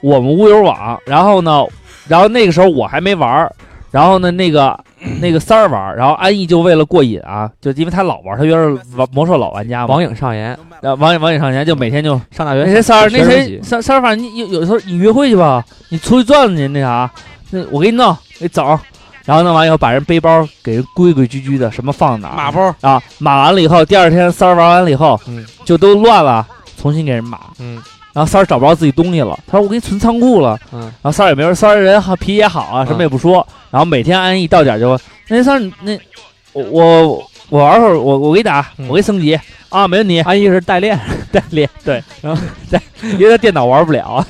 [SPEAKER 3] 我们屋有网，然后呢，然后那个时候我还没玩，然后呢，那个那个三儿玩，然后安逸就为了过瘾啊，就因为他老玩，他原来是玩魔兽老玩家嘛，
[SPEAKER 2] 网瘾上瘾，
[SPEAKER 3] 呃，网瘾网瘾上瘾，就每天就
[SPEAKER 2] 上大
[SPEAKER 3] 那
[SPEAKER 2] 学
[SPEAKER 3] 谁三儿，
[SPEAKER 2] 学
[SPEAKER 3] 那谁
[SPEAKER 2] 生级
[SPEAKER 3] 三三儿，反正你有有时候你约会去吧，你出去转转去那啥，那我给你弄，给整，然后弄完以后把人背包给人规规矩矩的，什么放哪儿
[SPEAKER 33] 马包，
[SPEAKER 3] 啊，码完了以后，第二天三儿玩完了以后，
[SPEAKER 2] 嗯
[SPEAKER 3] 就都乱了，重新给人码，
[SPEAKER 2] 嗯，
[SPEAKER 3] 然后三儿找不着自己东西了，他说我给你存仓库了，
[SPEAKER 2] 嗯，
[SPEAKER 3] 然后三儿也没说，三儿人好脾气也好啊，什么也不说，然后每天安逸到点儿就，那三儿你那我我我玩会儿，我我给你打，
[SPEAKER 2] 嗯
[SPEAKER 3] 我给你升级啊，没问题，
[SPEAKER 2] 安逸是代练，
[SPEAKER 3] 代练对，然后在因为他电脑玩不 了，啊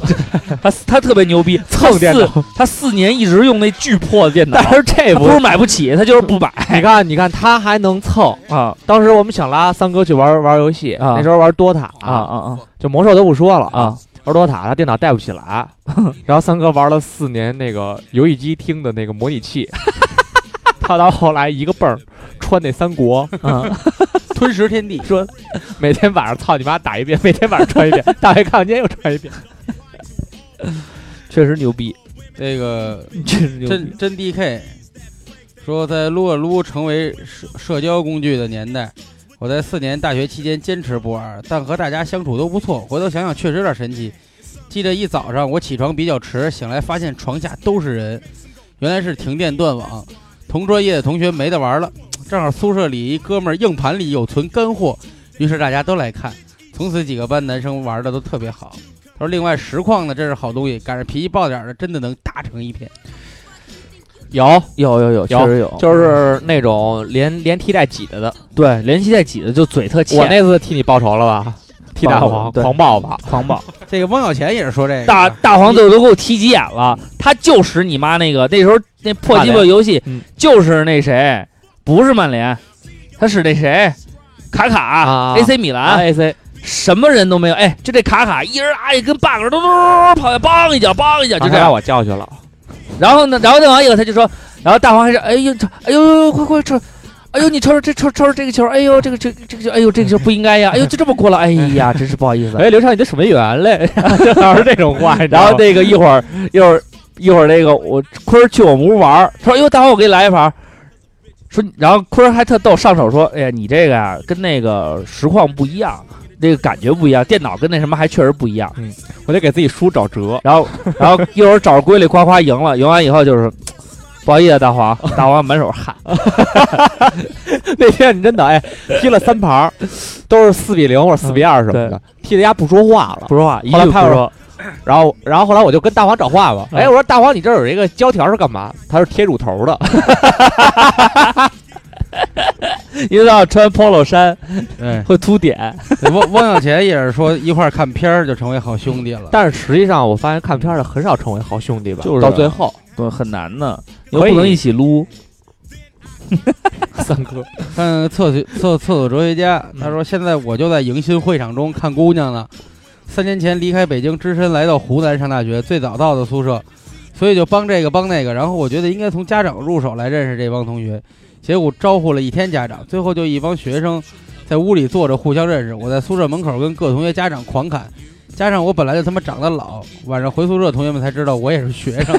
[SPEAKER 3] 他他特别牛逼，蹭
[SPEAKER 2] 电脑，
[SPEAKER 3] 他四年一直用那巨破的电脑，
[SPEAKER 2] 但是这
[SPEAKER 3] 他
[SPEAKER 2] 不
[SPEAKER 3] 不是买不起，他就是不买
[SPEAKER 2] 你看，你看他还能蹭。
[SPEAKER 3] 啊
[SPEAKER 2] 当时我们想拉三哥去玩玩游戏，
[SPEAKER 3] 啊
[SPEAKER 2] 那时候玩多塔
[SPEAKER 3] 啊啊
[SPEAKER 2] 就魔兽都不说了
[SPEAKER 3] 啊啊！
[SPEAKER 2] 玩多塔他电脑带不起来， 然后三哥玩了四年那个游戏机厅的那个模拟器， 他到后来一个蹦儿穿那三国，
[SPEAKER 3] 嗯
[SPEAKER 33] 吞食天地，
[SPEAKER 2] 说 每天晚上操你妈打一遍，每天晚上穿一遍，大学看今天又穿一遍，
[SPEAKER 3] 确实牛逼，
[SPEAKER 33] 这个
[SPEAKER 3] 确实牛逼
[SPEAKER 33] 真真 DK 说，在撸啊撸成为社社交工具的年代，我在四年大学期间坚持不玩，但和大家相处都不错。回头想想，确实有点神奇。记得一早上我起床比较迟，醒来发现床下都是人，原来是停电断网，同专业的同学没得玩了。 正好宿舍里一哥们儿硬盘里有存干货，于是大家都来看。从此几个班男生玩的都特别好。他说：“另外实况呢，这是好东西，赶上脾气暴点儿的，真的能打成一片。”
[SPEAKER 2] 有
[SPEAKER 3] 有有有，确实有，嗯
[SPEAKER 2] 就是那种连连踢带挤的的，
[SPEAKER 3] 对连续带挤的就嘴特欠，
[SPEAKER 2] 我那次替你报仇了吧？替大王
[SPEAKER 3] 对
[SPEAKER 2] 狂暴吧，
[SPEAKER 3] 狂暴，
[SPEAKER 33] 这个汪小钱也是说这个
[SPEAKER 3] 大大黄最后都给我踢急眼了，他就使你妈那个那时候那破鸡巴游戏
[SPEAKER 2] 嗯
[SPEAKER 3] 就是那谁，不是曼联，他使那谁，卡卡
[SPEAKER 2] 啊
[SPEAKER 3] AC 米兰
[SPEAKER 2] AC
[SPEAKER 3] 什么人都没有，哎，就这卡卡一人啊，一跟 bug 嘟嘟嘟跑下，梆一脚，梆一脚，就
[SPEAKER 2] 就
[SPEAKER 3] 这
[SPEAKER 2] 把
[SPEAKER 3] 样。
[SPEAKER 2] 我叫去了，
[SPEAKER 3] 然后呢，然后弄完以后，他就说，然后大黄还是，哎呦，这哎呦呦，呦快快抽，哎呦，你抽抽这抽抽这个球，哎呦，这个这这个球，哎呦，这 个球不应该呀，哎呦，就这么过了，哎呀，真是不好意思。
[SPEAKER 2] 哎，刘畅你这守门员 嘞，老是这种话，你知道
[SPEAKER 3] 然
[SPEAKER 2] 吗
[SPEAKER 3] 后那个一会儿一会儿一会儿那个我坤儿去我们屋玩儿，他说：“哎哟，大伙我给你来一盘。”说，然后坤儿还特逗，上手说：“哎呀，你这个呀、跟那个实况不一样，这个感觉不一样，电脑跟那什么还确实不一样。
[SPEAKER 2] 我得给自己书找辙”。
[SPEAKER 3] 然 后然后一会儿找着规律夸夸赢了，赢完以后就是。不好意思啊，大 黄，大黄满手汗，
[SPEAKER 2] 那天你真的哎，踢了三盘儿，都是四比零或者四比二什么的，踢的家不说话了。
[SPEAKER 3] 不说话，啊一
[SPEAKER 2] 后来
[SPEAKER 3] 句不
[SPEAKER 2] 拍我
[SPEAKER 3] 说。
[SPEAKER 2] 然后，然后后来我就跟大黄找话吧，
[SPEAKER 3] 嗯
[SPEAKER 2] 哎，我说大黄，你这儿有一个胶条是干嘛？他是贴乳头的，
[SPEAKER 3] 一直到穿 polo 衫
[SPEAKER 33] 对，
[SPEAKER 3] 会凸点，
[SPEAKER 33] 嗯对汪汪小钱也是说一块儿看片儿就成为好兄弟了。
[SPEAKER 2] 但是实际上我发现看片儿的很少成为好兄弟吧，
[SPEAKER 3] 就是
[SPEAKER 2] 到最后，
[SPEAKER 3] 对，很难的，又
[SPEAKER 2] 可以
[SPEAKER 3] 不能一起撸。
[SPEAKER 2] 三哥，
[SPEAKER 33] 看厕所厕厕所哲学家，他说：“现在我就在迎新会场中看姑娘呢。三年前离开北京，只身来到湖南上大学，最早到的宿舍，所以就帮这个帮那个。然后我觉得应该从家长入手来认识这帮同学，结果招呼了一天家长，最后就一帮学生在屋里坐着互相认识。我在宿舍门口跟各同学家长狂侃，加上我本来就他妈长得老，晚上回宿舍同学们才知道我也是学生，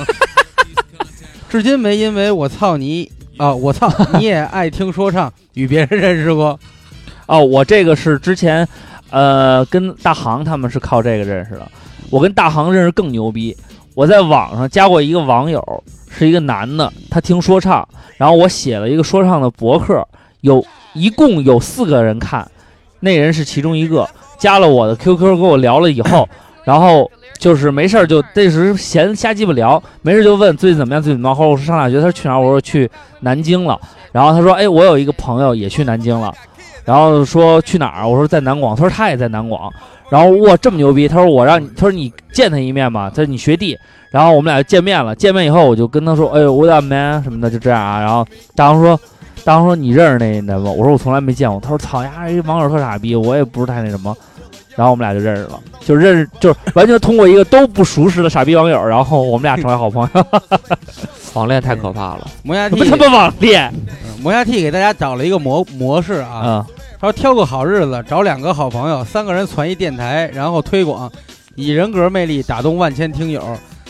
[SPEAKER 33] 至今没因为我操你 啊，我操你也爱听说唱与别人认识过。
[SPEAKER 3] 哦，我这个是之前，呃，跟大航他们是靠这个认识的。我跟大航认识更牛逼，我在网上加过一个网友，是一个男的，他听说唱，然后我写了一个说唱的博客，有一共有四个人看，那人是其中一个，加了我的 QQ 跟我聊了以后，然后就是没事儿就那时闲瞎鸡巴聊，没事就问最近怎么样，最近怎么样。后来我说上大学，他说去哪儿？我说去南京了。然后他说，哎，我有一个朋友也去南京了。然后说去哪儿？我说在南广。他说他也在南广。然后哇，这么牛逼！他说我让你，他说你见他一面吧。他说你学弟。然后我们俩就见面了。见面以后，我就跟他说，哎呦，What up man 什么的，就这样啊。然后大王说，大王说你认识那人吗？我说我从来没见过。他说操呀，一网友特傻逼，我也不是太那什么。然后我们俩就认识了，就认识，就是完全通过一个都不熟识的傻逼网友，然后我们俩成为好朋 友。
[SPEAKER 2] 网恋太可怕了，
[SPEAKER 33] 磨牙
[SPEAKER 3] 什
[SPEAKER 33] T，
[SPEAKER 3] 么他妈网恋？
[SPEAKER 33] 磨牙 T 给大家找了一个模模式啊，
[SPEAKER 3] 啊，
[SPEAKER 33] 他说挑个好日子，找两个好朋友，三个人攒一电台，然后推广，以人格魅力打动万千听友，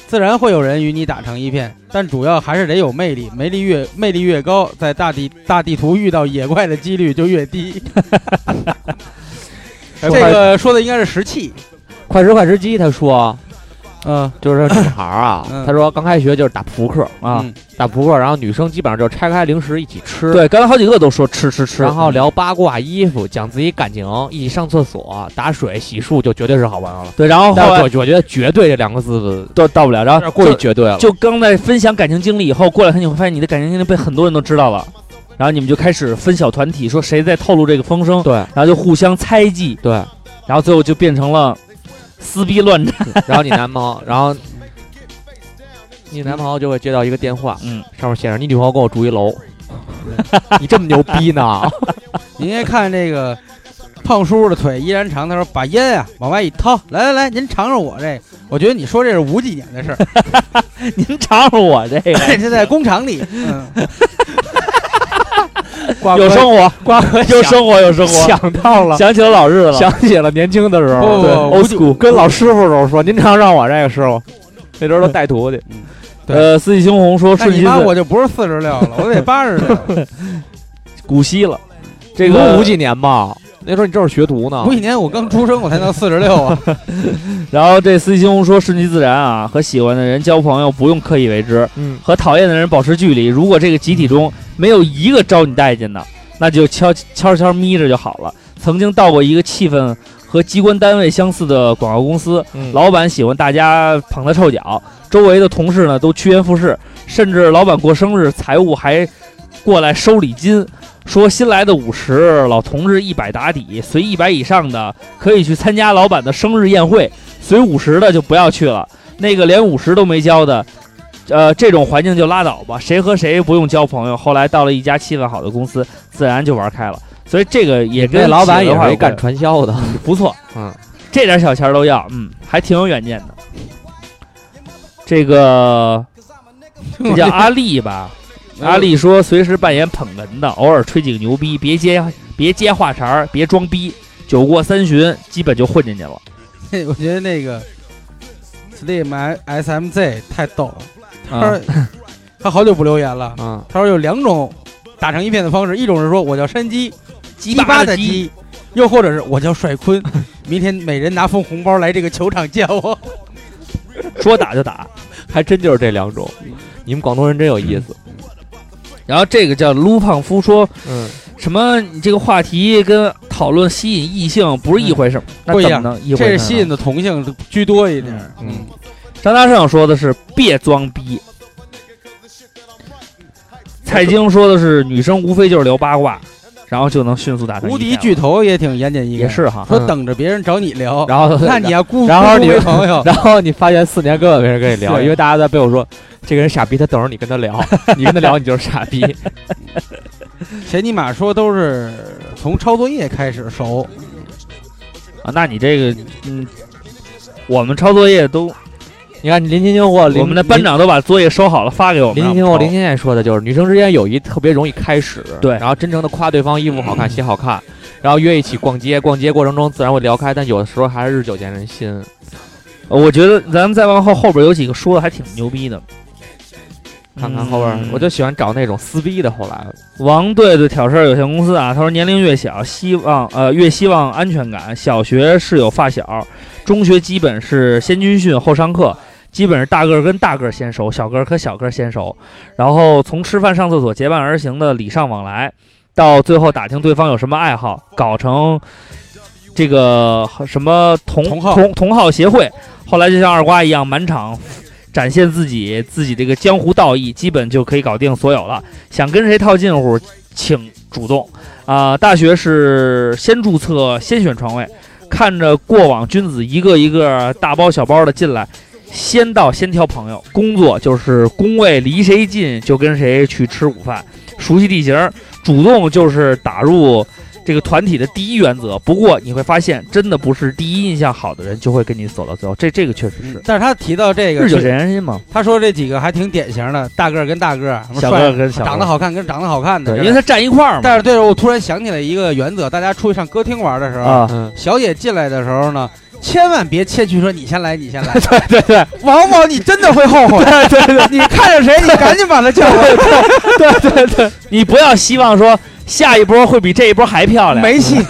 [SPEAKER 33] 自然会有人与你打成一片。但主要还是得有魅力，魅力越魅力越高，在大地大地图遇到野怪的几率就越低。 这个说的应该是石 器，
[SPEAKER 2] 快时快时机，他说，
[SPEAKER 33] 嗯，
[SPEAKER 2] 就是说女孩儿啊
[SPEAKER 33] 嗯
[SPEAKER 2] 他说刚开学就是打扑克啊，
[SPEAKER 33] 嗯
[SPEAKER 2] 打扑克，然后女生基本上就拆开零食一起吃，，
[SPEAKER 3] 对，刚才好几个都说吃吃吃，
[SPEAKER 2] 然后聊八卦、衣服，讲自己感情，一起上厕所、打水、洗漱，就绝对是好朋友了。
[SPEAKER 3] 对，然后
[SPEAKER 2] 但
[SPEAKER 3] 后
[SPEAKER 2] 我
[SPEAKER 3] 来
[SPEAKER 2] 我觉得绝对这两个字
[SPEAKER 3] 都到不了，然
[SPEAKER 2] 有
[SPEAKER 3] 后
[SPEAKER 2] 点过于
[SPEAKER 3] 就
[SPEAKER 2] 绝对了。
[SPEAKER 3] 就刚在分享感情经历以后，过两天你会发现你的感情经历被很多人都知道了，然后你们就开始分小团体，说谁在透露这个风声，
[SPEAKER 2] 对
[SPEAKER 3] 然后就互相猜忌，
[SPEAKER 2] 对，
[SPEAKER 3] 然后最后就变成了撕逼乱 战。
[SPEAKER 2] 然后你男朋友，然后你男朋友就会接到一个电话，
[SPEAKER 3] 嗯，
[SPEAKER 2] 上面写着你女朋友跟我住一 楼，你这么牛逼呢？
[SPEAKER 33] 您先看这个胖叔的腿依然长，他说把烟啊往外一掏，来来来，您尝尝我这个，我觉得你说这是五几年的事儿。
[SPEAKER 3] 您尝尝我这个
[SPEAKER 33] 这在工厂里，哎 嗯，
[SPEAKER 3] 有生活，
[SPEAKER 2] 瓜哥
[SPEAKER 3] 有
[SPEAKER 2] 想
[SPEAKER 3] 生活，有生活，
[SPEAKER 2] 想到了，
[SPEAKER 3] 想起了老日子了。
[SPEAKER 2] 想起了年轻的时
[SPEAKER 33] 不
[SPEAKER 2] 候，
[SPEAKER 33] 不
[SPEAKER 2] 对
[SPEAKER 33] 不，
[SPEAKER 3] old school，
[SPEAKER 2] 跟老师傅的时候说：“您常让我这个师傅，那时候都带徒弟。
[SPEAKER 33] 对
[SPEAKER 3] 呃，四季猩红说
[SPEAKER 33] 那
[SPEAKER 3] 顺
[SPEAKER 33] 你
[SPEAKER 3] 其
[SPEAKER 33] 妈
[SPEAKER 3] 自
[SPEAKER 33] 我就不是四十六了，我得八 十六。
[SPEAKER 3] 古稀了，这
[SPEAKER 2] 你不
[SPEAKER 3] 个
[SPEAKER 2] 是五几年吧？那时候你正是学徒呢
[SPEAKER 33] 五。几年我刚出生，我才能四十六啊。
[SPEAKER 3] 然后这司机星空说顺其自然啊，和喜欢的人交朋友不用刻意为之，
[SPEAKER 2] 嗯，
[SPEAKER 3] 和讨厌的人保持距离。如果这个集体中没有一个招你待见的，那就悄悄悄眯着就好了。曾经到过一个气氛和机关单位相似的广告公司，
[SPEAKER 2] 嗯
[SPEAKER 3] 老板喜欢大家捧他臭脚，周围的同事呢都趋炎附势，甚至老板过生日，财务还过来收礼金，说新来的五十，老同志一百打底，随一百以上的可以去参加老板的生日宴会，随五十的就不要去了，那个连五十都没交的。呃，这种环境就拉倒吧，谁和谁不用交朋友。后来到了一家气氛好的公司，自然就玩开了。所以这个也
[SPEAKER 2] 那
[SPEAKER 3] 跟
[SPEAKER 2] 老板
[SPEAKER 3] 企业
[SPEAKER 2] 也
[SPEAKER 3] 文化
[SPEAKER 2] 是一
[SPEAKER 3] 有关
[SPEAKER 2] 干传销的，
[SPEAKER 3] 不错，
[SPEAKER 2] 嗯，
[SPEAKER 3] 这点小钱儿都要，嗯，还挺有远见的。这个 这叫阿丽吧？
[SPEAKER 33] 嗯
[SPEAKER 3] 阿丽说，随时扮演捧哏的，偶尔吹几个牛逼，别接别接话茬儿，别装逼。酒过三巡，基本就混进去了。
[SPEAKER 33] 我觉得那个 Slim S M Z 太逗了，他
[SPEAKER 28] 嗯
[SPEAKER 3] 啊
[SPEAKER 33] 说他好久不留言了，
[SPEAKER 2] 嗯，
[SPEAKER 33] 他说有两种打成一片的方式，一种是说我叫山鸡，鸡巴
[SPEAKER 3] 的
[SPEAKER 33] 的
[SPEAKER 3] 鸡
[SPEAKER 33] 鸡，又或者是我叫帅坤， 明天每人拿封红包来这个球场见我。
[SPEAKER 3] 说打就打。
[SPEAKER 2] 还真就是这两种。你们广东人真有意思。
[SPEAKER 3] 然后这个叫撸胖夫说
[SPEAKER 2] 嗯，
[SPEAKER 3] 什么？你这个话题跟讨论吸引异性不是一回事儿，那
[SPEAKER 33] 不一
[SPEAKER 3] 怎么
[SPEAKER 33] 样
[SPEAKER 3] 能一回事
[SPEAKER 33] 嗯这
[SPEAKER 3] 儿呢？啊
[SPEAKER 33] 是吸引的同性居多一点。
[SPEAKER 2] 嗯
[SPEAKER 3] 张大圣说的是别装逼，蔡京说的是女生无非就是聊八卦，然后就能迅速打成一
[SPEAKER 33] 无敌
[SPEAKER 3] 片
[SPEAKER 33] 巨头也挺言简意赅，
[SPEAKER 3] 嗯也是哈。
[SPEAKER 33] 说
[SPEAKER 2] 嗯
[SPEAKER 33] 等着别人找你聊，
[SPEAKER 2] 然后
[SPEAKER 33] 那你要孤，
[SPEAKER 2] 然后
[SPEAKER 33] 孤独
[SPEAKER 2] 你，
[SPEAKER 33] 为朋友
[SPEAKER 2] 然后你发现四年根本没人跟你聊，
[SPEAKER 33] 是
[SPEAKER 2] 因为大家在背后说这个人傻逼，他等着你跟他聊，你跟他聊你就是傻逼。
[SPEAKER 33] 前尼玛说都是从抄作业开始熟，
[SPEAKER 3] 啊，那你这个嗯，我们抄作业都，
[SPEAKER 2] 你看林青青或林
[SPEAKER 3] 我们的班。长都把作业收好了发给我们
[SPEAKER 2] 呃林
[SPEAKER 3] 让
[SPEAKER 2] 青
[SPEAKER 3] 我们抄。
[SPEAKER 2] 青或林青燕说的就是，女生之间友谊特别容易开始，
[SPEAKER 3] 对
[SPEAKER 2] 然后真诚的夸对方衣服好看、鞋好看，然后约一起逛街，逛街过程中自然会聊开，但有的时候还是日久见人心。
[SPEAKER 3] 呃我觉得咱们再往后后边有几个说的还挺牛逼的，
[SPEAKER 2] 看看后边儿，
[SPEAKER 3] 嗯
[SPEAKER 2] 我就喜欢找那种撕逼的。后来，
[SPEAKER 3] 王队队挑事儿有限公司啊，他说年龄越小，希望呃越希望安全感。小学是有发小，中学基本是先军训后上课，基本是大个儿跟大个儿先熟，小个儿和小个儿先熟。然后从吃饭上厕所结伴而行的礼尚往来，到最后打听对方有什么爱好，搞成这个什么同
[SPEAKER 33] 同好
[SPEAKER 3] 同同好协会，后来就像二瓜一样满场呃展现自己自己这个江湖道义，基本就可以搞定所有了。想跟谁套近乎，请主动啊、大学是先注册先选床位，看着过往君子一个一个大包小包的进来。先到先挑朋友，工作就是工位离谁近就跟谁去吃午饭，熟悉地形儿，主动就是打入这个团体的第一原则。不过你会发现，真的不是第一印象好的人就会跟你走到最后，这这个确实是
[SPEAKER 33] 但是他提到这个
[SPEAKER 3] 日久见人心嘛。
[SPEAKER 33] 他说这几个还挺典型的，大个儿跟大个儿，什么
[SPEAKER 3] 小
[SPEAKER 33] 帅
[SPEAKER 3] 哥跟小哥
[SPEAKER 33] 长得好看跟长得好看的，
[SPEAKER 3] 对，因为他站一块儿嘛。
[SPEAKER 33] 但是对了，我突然想起来一个原则，大家出去上歌厅玩的时候，
[SPEAKER 3] 啊，
[SPEAKER 28] 嗯，
[SPEAKER 33] 小姐进来的时候呢，千万别谦虚说你先来，你先来，
[SPEAKER 3] 对对
[SPEAKER 33] 往往你真的会后悔。对对对，你看着谁，你赶紧把他叫过来，
[SPEAKER 3] 对对对， 你不要希望说下一波会比这一波还漂亮。
[SPEAKER 33] 没戏。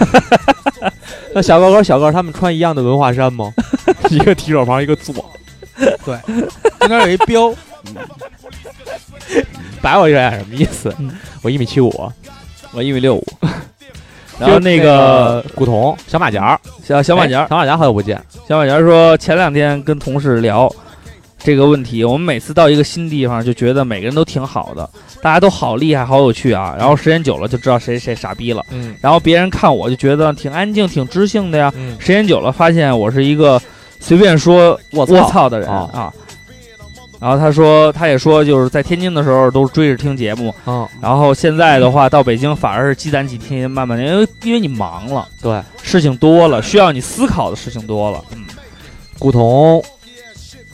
[SPEAKER 28] 那小高跟小高他们穿一样的文化衫 吗？一个提手旁，一个左，
[SPEAKER 33] 中间有一标，
[SPEAKER 28] 白我一眼什么意思？我一米七五，
[SPEAKER 3] 我一米六 五，然后那
[SPEAKER 28] 那
[SPEAKER 3] 个
[SPEAKER 28] 古潼小马甲，
[SPEAKER 3] 小小马甲
[SPEAKER 28] 哎，小马甲好久不见，
[SPEAKER 3] 小马甲说，前两天跟同事聊这个问题，我们每次到一个新地方，就觉得每个人都挺好的，大家都好厉害，好有趣啊。然后时间久了就知道谁谁傻逼了。
[SPEAKER 28] 嗯
[SPEAKER 3] 然后别人看我就觉得挺安静、挺知性的呀。
[SPEAKER 28] 嗯，
[SPEAKER 3] 时间久了，发现我是一个随便说
[SPEAKER 28] 我
[SPEAKER 3] 我操的人
[SPEAKER 28] 哦
[SPEAKER 3] 啊。然后他说，他也说，就是在天津的时候都追着听节目，
[SPEAKER 28] 嗯，
[SPEAKER 3] 然后现在的话到北京反而是积攒几天，慢慢地因为因为你忙了，
[SPEAKER 28] 对，嗯
[SPEAKER 3] 事情多了，需要你思考的事情多了。
[SPEAKER 28] 古潼，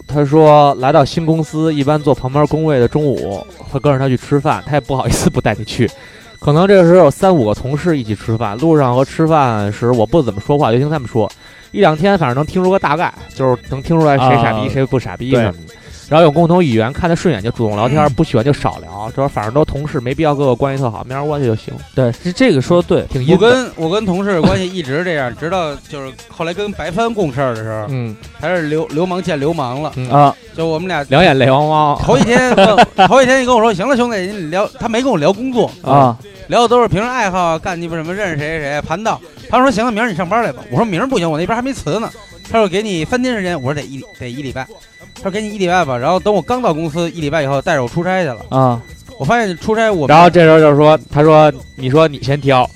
[SPEAKER 28] 他说来到新公司，一般坐旁边工位的中午会跟着他去吃饭，他也不好意思不带你去。可能这个时候有三五个同事一起吃饭，路上和吃饭时我不怎么说话，就听他们说，一两天反正能听出个大概，就是能听出来谁傻逼、
[SPEAKER 3] 啊
[SPEAKER 28] 谁不傻逼
[SPEAKER 3] 对
[SPEAKER 28] 什么的。然后有共同语言，看他顺眼就主动聊天，不喜欢就少聊。这反正都同事，没必要跟我关系特好，面儿过去就行。
[SPEAKER 3] 对，是这个说得对，
[SPEAKER 28] 挺
[SPEAKER 33] 我
[SPEAKER 28] 阴的。
[SPEAKER 33] 跟我跟同事关系一直这样，直到就是后来跟白帆共事儿的时候，
[SPEAKER 28] 嗯
[SPEAKER 33] 还是流流氓见流氓了，
[SPEAKER 28] 嗯，
[SPEAKER 3] 啊，
[SPEAKER 33] 就我们俩
[SPEAKER 28] 两眼泪汪汪。
[SPEAKER 33] 头一天问，头一天你跟我说，行了，兄弟，你聊，他没跟我聊工作
[SPEAKER 3] 啊，
[SPEAKER 33] 聊的都是平时爱好啊，干鸡巴什么，认识谁谁谁，盘道。他说行了，明儿你上班来吧。我说明儿不行，我那边还没辞呢。他说给你三天时间，我说得一得一礼拜。他说给你一礼拜吧，然后等我刚到公司一礼拜以后，带着我出差去了。
[SPEAKER 3] 啊，
[SPEAKER 33] 我发现出差我
[SPEAKER 28] 然后这时候就说，他说，你说你先挑，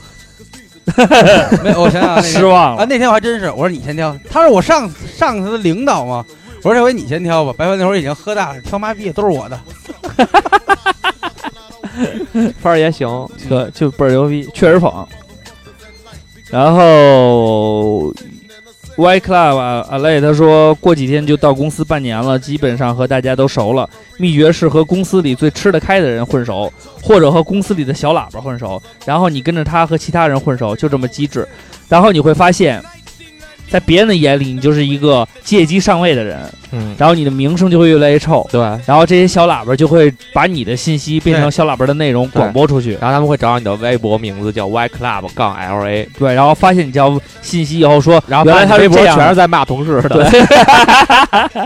[SPEAKER 33] 没有，我想想那
[SPEAKER 3] 失
[SPEAKER 33] 天
[SPEAKER 3] 望
[SPEAKER 33] 啊，
[SPEAKER 3] 了。
[SPEAKER 33] 那天我还真是，我说你先挑，他是我上上司的领导嘛， 我说这回你先挑吧。白帆那会儿已经喝大了，挑妈逼都是我的。
[SPEAKER 28] 范儿也行，
[SPEAKER 3] 可就倍儿牛逼，确实捧。然后 Y Club 啊阿累他说过几天就到公司半年了，基本上和大家都熟了。秘诀是和公司里最吃得开的人混熟，或者和公司里的小喇叭混熟，然后你跟着他和其他人混熟，就这么机智。然后你会发现，在别人的眼里，你就是一个借机上位的人，
[SPEAKER 28] 嗯，
[SPEAKER 3] 然后你的名声就会越来越臭。
[SPEAKER 28] 对，
[SPEAKER 3] 然后这些小喇叭就会把你的信息变成小喇叭的内容
[SPEAKER 28] 对
[SPEAKER 3] 广播出去，
[SPEAKER 28] 然后他们会找你的微博名字叫 Y Club 杠 L A，
[SPEAKER 3] 对，然后发现你这条信息以后说，
[SPEAKER 28] 然后
[SPEAKER 3] 原来
[SPEAKER 28] 发
[SPEAKER 3] 他
[SPEAKER 28] 现
[SPEAKER 3] 是
[SPEAKER 28] 微博
[SPEAKER 3] 这样
[SPEAKER 28] 全
[SPEAKER 3] 的，
[SPEAKER 28] 是在骂同事的，
[SPEAKER 3] 对，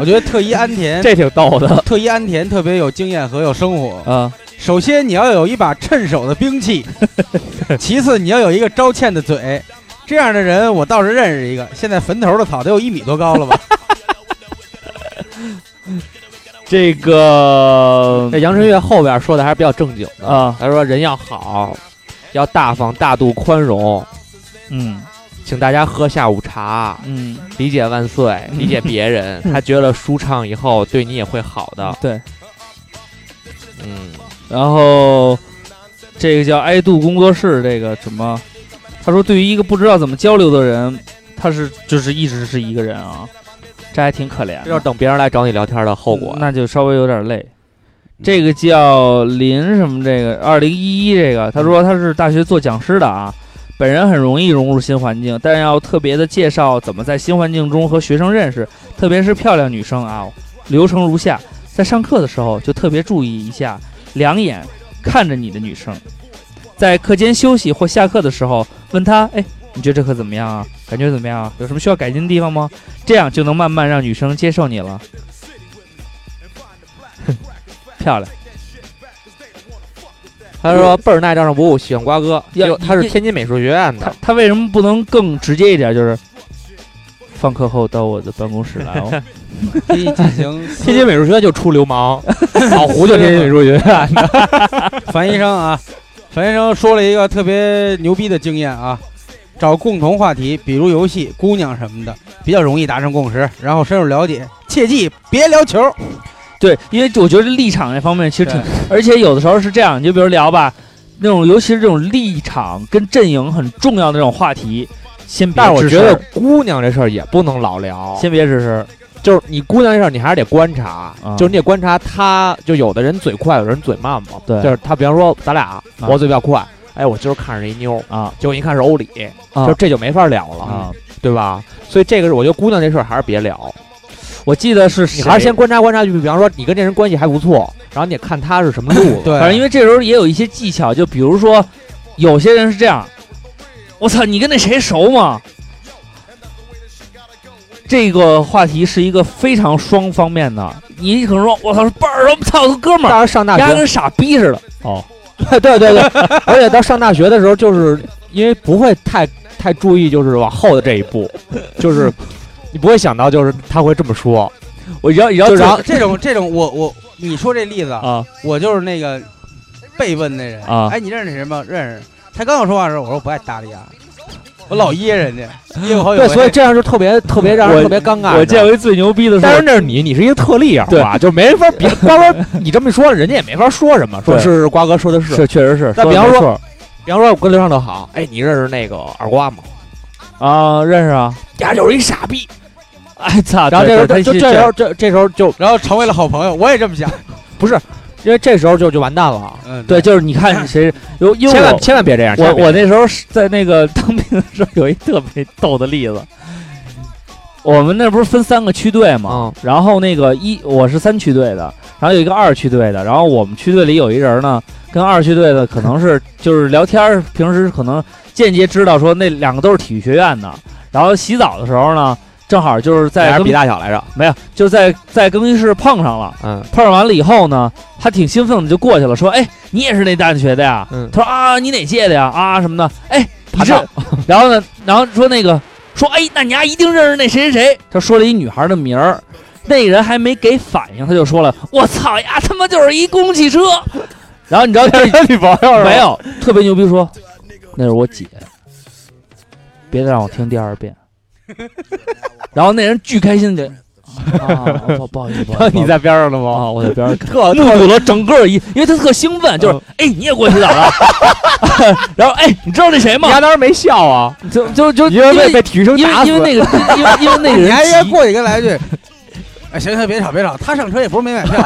[SPEAKER 33] 我觉得特一安田，
[SPEAKER 28] 这挺逗的。
[SPEAKER 33] 特一安田特别有经验和有生活。
[SPEAKER 3] 啊，
[SPEAKER 33] 首先你要有一把趁手的兵 器，其次你要有一个招欠的嘴。这样的人我倒是认识一个，现在坟头的草得有一米多高了吧？
[SPEAKER 3] 这个
[SPEAKER 28] 那杨晨越后边说的还是比较正经的，
[SPEAKER 3] 啊，
[SPEAKER 28] 他说人要好，要大方、大度、宽容，
[SPEAKER 3] 嗯
[SPEAKER 28] 请大家喝下午茶，
[SPEAKER 3] 嗯，
[SPEAKER 28] 理解万岁，理解别人，他觉得舒畅以后对你也会好的，
[SPEAKER 3] 对，
[SPEAKER 28] 嗯，
[SPEAKER 3] 然后这个叫爱度工作室这个什么，他说对于一个不知道怎么交流的人，他是就是一直是一个人啊，这还挺可怜的，
[SPEAKER 28] 这就是等别人来找你聊天的后果。啊
[SPEAKER 3] 嗯
[SPEAKER 28] 嗯
[SPEAKER 3] 那就稍微有点累。这个叫林什么？这个二零一一这个，他
[SPEAKER 28] 嗯
[SPEAKER 3] 说他是大学做讲师的啊，本人很容易融入新环境，但要特别的介绍怎么在新环境中和学生认识，特别是漂亮女生啊。流程如下：在上课的时候就特别注意一下，两眼看着你的女生，在课间休息或下课的时候问她：“哎，你觉得这课怎么样啊？感觉怎么样啊？有什么需要改进的地方吗？”这样就能慢慢让女生接受你了。漂亮，
[SPEAKER 28] 他说倍儿耐照常不误，喜欢瓜哥，就他是天津美术学院的
[SPEAKER 3] 他。他为什么不能更直接一点？就是放课后到我的办公室来 哦。
[SPEAKER 33] 可以进 行
[SPEAKER 28] 天津美术学院就出流 氓，老胡就天津美术学院的。
[SPEAKER 33] 樊医生啊，樊医生说了一个特别牛逼的经验啊，找共同话题，比如游戏、姑娘什么的，比较容易达成共识，然后深入了解，切记别聊球。
[SPEAKER 3] 对，因为我觉得立场这方面其实挺
[SPEAKER 33] 对，
[SPEAKER 3] 而且有的时候是这样，你就比如聊吧，那种尤其是这种立场跟阵营很重要的这种话题，先别
[SPEAKER 28] 但是我
[SPEAKER 3] 吱
[SPEAKER 28] 觉
[SPEAKER 3] 声
[SPEAKER 28] 得
[SPEAKER 3] 儿，
[SPEAKER 28] 姑娘这事儿也不能老聊，
[SPEAKER 3] 先别吱声儿。
[SPEAKER 28] 就是你姑娘这事儿，你还是得观察，
[SPEAKER 3] 啊
[SPEAKER 28] 就是你得观察她，就有的人嘴快，有的人嘴慢嘛。
[SPEAKER 3] 对
[SPEAKER 28] 就是她，比方说咱俩，我嘴比较快，哎，我今儿看上一妞，
[SPEAKER 3] 啊
[SPEAKER 28] 结果一看是欧里，
[SPEAKER 3] 啊
[SPEAKER 28] 就这就没法聊了，
[SPEAKER 3] 啊！
[SPEAKER 28] 对吧？所以这个是我觉得姑娘这事儿还是别聊，
[SPEAKER 3] 我记得是
[SPEAKER 28] 你
[SPEAKER 3] 谁
[SPEAKER 28] 还是先观察观察，就比方说你跟这人关系还不错，然后你得看他是什么路子。
[SPEAKER 33] 对，
[SPEAKER 3] 反正因为这时候也有一些技巧，就比如说，有些人是这样，我操，你跟那谁熟吗？这个话题是一个非常双方面的，你可能说，我操，倍儿熟，操，哥们儿，
[SPEAKER 28] 但是上大
[SPEAKER 3] 丫
[SPEAKER 28] 学，
[SPEAKER 3] 跟傻逼似的。
[SPEAKER 28] 对对对，而且到上大学的时候，就是因为不会太太注意，就是往后的这一步，就是你不会想到就是他会这么说，
[SPEAKER 3] 我要
[SPEAKER 2] 啊
[SPEAKER 3] 要
[SPEAKER 28] 就
[SPEAKER 33] 然
[SPEAKER 28] 然
[SPEAKER 33] 后
[SPEAKER 28] 后
[SPEAKER 33] 这种这种我我你说这例子啊，
[SPEAKER 3] 啊
[SPEAKER 33] 我就是那个被问那人
[SPEAKER 3] 啊
[SPEAKER 33] 哎，你认识那人吗？认识。他刚要说话的时候，我说我不爱搭理他，啊我老噎人家，噎我好几
[SPEAKER 28] 对，
[SPEAKER 33] 回。
[SPEAKER 28] 所以这样就特别特别让人特别尴尬。
[SPEAKER 3] 我
[SPEAKER 28] 你知
[SPEAKER 3] 见
[SPEAKER 28] 道吗
[SPEAKER 3] 过一最牛逼的
[SPEAKER 28] 但是
[SPEAKER 3] 是，
[SPEAKER 28] 那是你，你是一个特例啊，好吧？就没法别，瓜哥，你这么一说，人家也没法说什么，说
[SPEAKER 3] 对
[SPEAKER 28] 是瓜哥说的是。
[SPEAKER 3] 是确实是。
[SPEAKER 28] 那
[SPEAKER 3] 说
[SPEAKER 28] 比
[SPEAKER 3] 得
[SPEAKER 28] 方
[SPEAKER 3] 没
[SPEAKER 28] 说，比方说，我跟刘畅特好，哎，你认识那个二瓜吗？
[SPEAKER 3] 错啊，认识啊，
[SPEAKER 28] 呀，就是一傻逼。
[SPEAKER 3] 哎操！
[SPEAKER 28] 然后这时候，
[SPEAKER 3] 对
[SPEAKER 28] 就
[SPEAKER 3] 对对
[SPEAKER 28] 就这时候，这这时候就
[SPEAKER 33] 然后成为了好朋友，我也这么想。
[SPEAKER 28] 因为这时候就就完蛋了，
[SPEAKER 33] 嗯，
[SPEAKER 3] 对，就是你看 谁，有因为
[SPEAKER 28] 千
[SPEAKER 3] 我
[SPEAKER 28] 万千万别这样。千
[SPEAKER 3] 我
[SPEAKER 28] 万别
[SPEAKER 3] 我那时候是在那个当兵的时候有一特别逗的例子， 我们那不是分三个区队
[SPEAKER 28] 嗯
[SPEAKER 3] 嘛，然后那个一我是三区队的，然后有一个二区队的，然后我们区队里有一人呢，跟二区队的可能是就是聊天儿，平时可能间接知道说那两个都是体育学院的，然后洗澡的时候呢，正好就是
[SPEAKER 28] 俩
[SPEAKER 3] 在
[SPEAKER 28] 人比
[SPEAKER 3] 更
[SPEAKER 28] 大小来着，
[SPEAKER 3] 没有就是在在更衣室碰上了。
[SPEAKER 28] 嗯，
[SPEAKER 3] 碰上完了以后呢，他挺兴奋的就过去了，说：“哎，你也是那大学的呀？”
[SPEAKER 28] 嗯
[SPEAKER 3] 他说：“啊，你哪届的呀？啊什么的？哎，你
[SPEAKER 28] 爬
[SPEAKER 3] 这…… 然后呢，然后说那个说，哎，那你丫一定认识那谁谁谁。”他说了一女孩的名儿，那人还没给反应，他就说了：“我操呀，他妈就是一公共汽车。” 然 后你知道这
[SPEAKER 28] 女朋友
[SPEAKER 3] 没？ 有特别牛逼说，那是我姐，别再让我听第二遍。然后那人巨开心的，啊， 不不好意思，不好意思，
[SPEAKER 28] 你在边上了吗？
[SPEAKER 3] 啊，我在边上看。
[SPEAKER 28] 特
[SPEAKER 3] 目睹了整个一，因为他特兴奋，就是哎，你也过去洗澡了， 然后哎，你知道那谁
[SPEAKER 28] 你
[SPEAKER 3] 吗？
[SPEAKER 28] 丫当时没笑啊？
[SPEAKER 3] 就就就
[SPEAKER 28] 你
[SPEAKER 3] 因
[SPEAKER 28] 因为
[SPEAKER 3] 为
[SPEAKER 28] 被被体育生
[SPEAKER 3] 因
[SPEAKER 28] 打
[SPEAKER 3] 为
[SPEAKER 28] 死
[SPEAKER 3] 因为那个因为因为那个
[SPEAKER 33] 你还
[SPEAKER 3] 人
[SPEAKER 33] 人
[SPEAKER 3] 急，
[SPEAKER 33] 过去跟来一句。哎，行行，别吵别吵，他上车也不是没买票，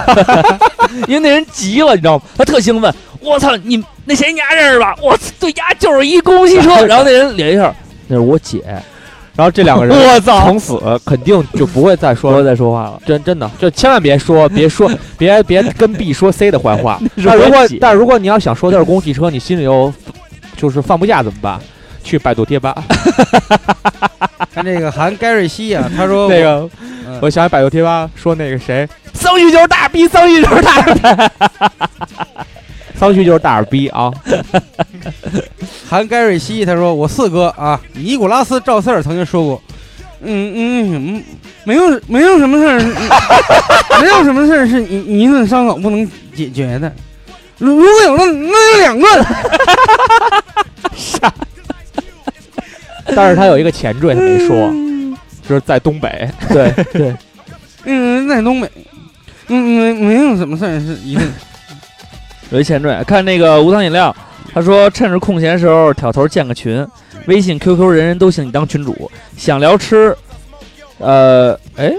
[SPEAKER 3] 因为那人急了，你知道吗？他特兴奋，我操，你那谁你还认识吧？我操，对呀，就是一公共汽 车。然后那人脸一下，那是我姐，
[SPEAKER 28] 然后这两个 人，
[SPEAKER 3] 我
[SPEAKER 28] 操，从此肯定就不会 再
[SPEAKER 3] 不
[SPEAKER 28] 说
[SPEAKER 3] 要再说话了。
[SPEAKER 28] 真真的，就千万别说，别说，别别跟 B 说 C 的坏话。但如
[SPEAKER 3] 我
[SPEAKER 28] 果
[SPEAKER 3] 姐
[SPEAKER 28] 但如果你要想说他是公共汽车，你心里又就是放不下怎么办？去百度贴吧，
[SPEAKER 33] 看这个韩盖瑞希啊，他说
[SPEAKER 28] 那个
[SPEAKER 33] 嗯
[SPEAKER 28] 我想起百度贴吧说那个谁，桑榆就是大逼，桑榆就是大逼， 桑榆就是大耳逼啊！
[SPEAKER 33] 韩盖瑞希，他说我四哥啊，尼古拉斯赵四儿曾经说过，嗯嗯嗯，没有没有什么事儿是，嗯 没有什么事儿是你你一顿伤口不能解决的，如如果有那那就两个，
[SPEAKER 28] 但是他有一个前缀他没说，就是在东北，
[SPEAKER 3] 对对，
[SPEAKER 33] 嗯，在东北，嗯没没有什么事儿是一顿，
[SPEAKER 3] 有一前缀，看那个无糖饮料，他说趁着空闲时候挑头建个群，微信、QQ 人人都行，你当群主，想聊吃，呃，哎，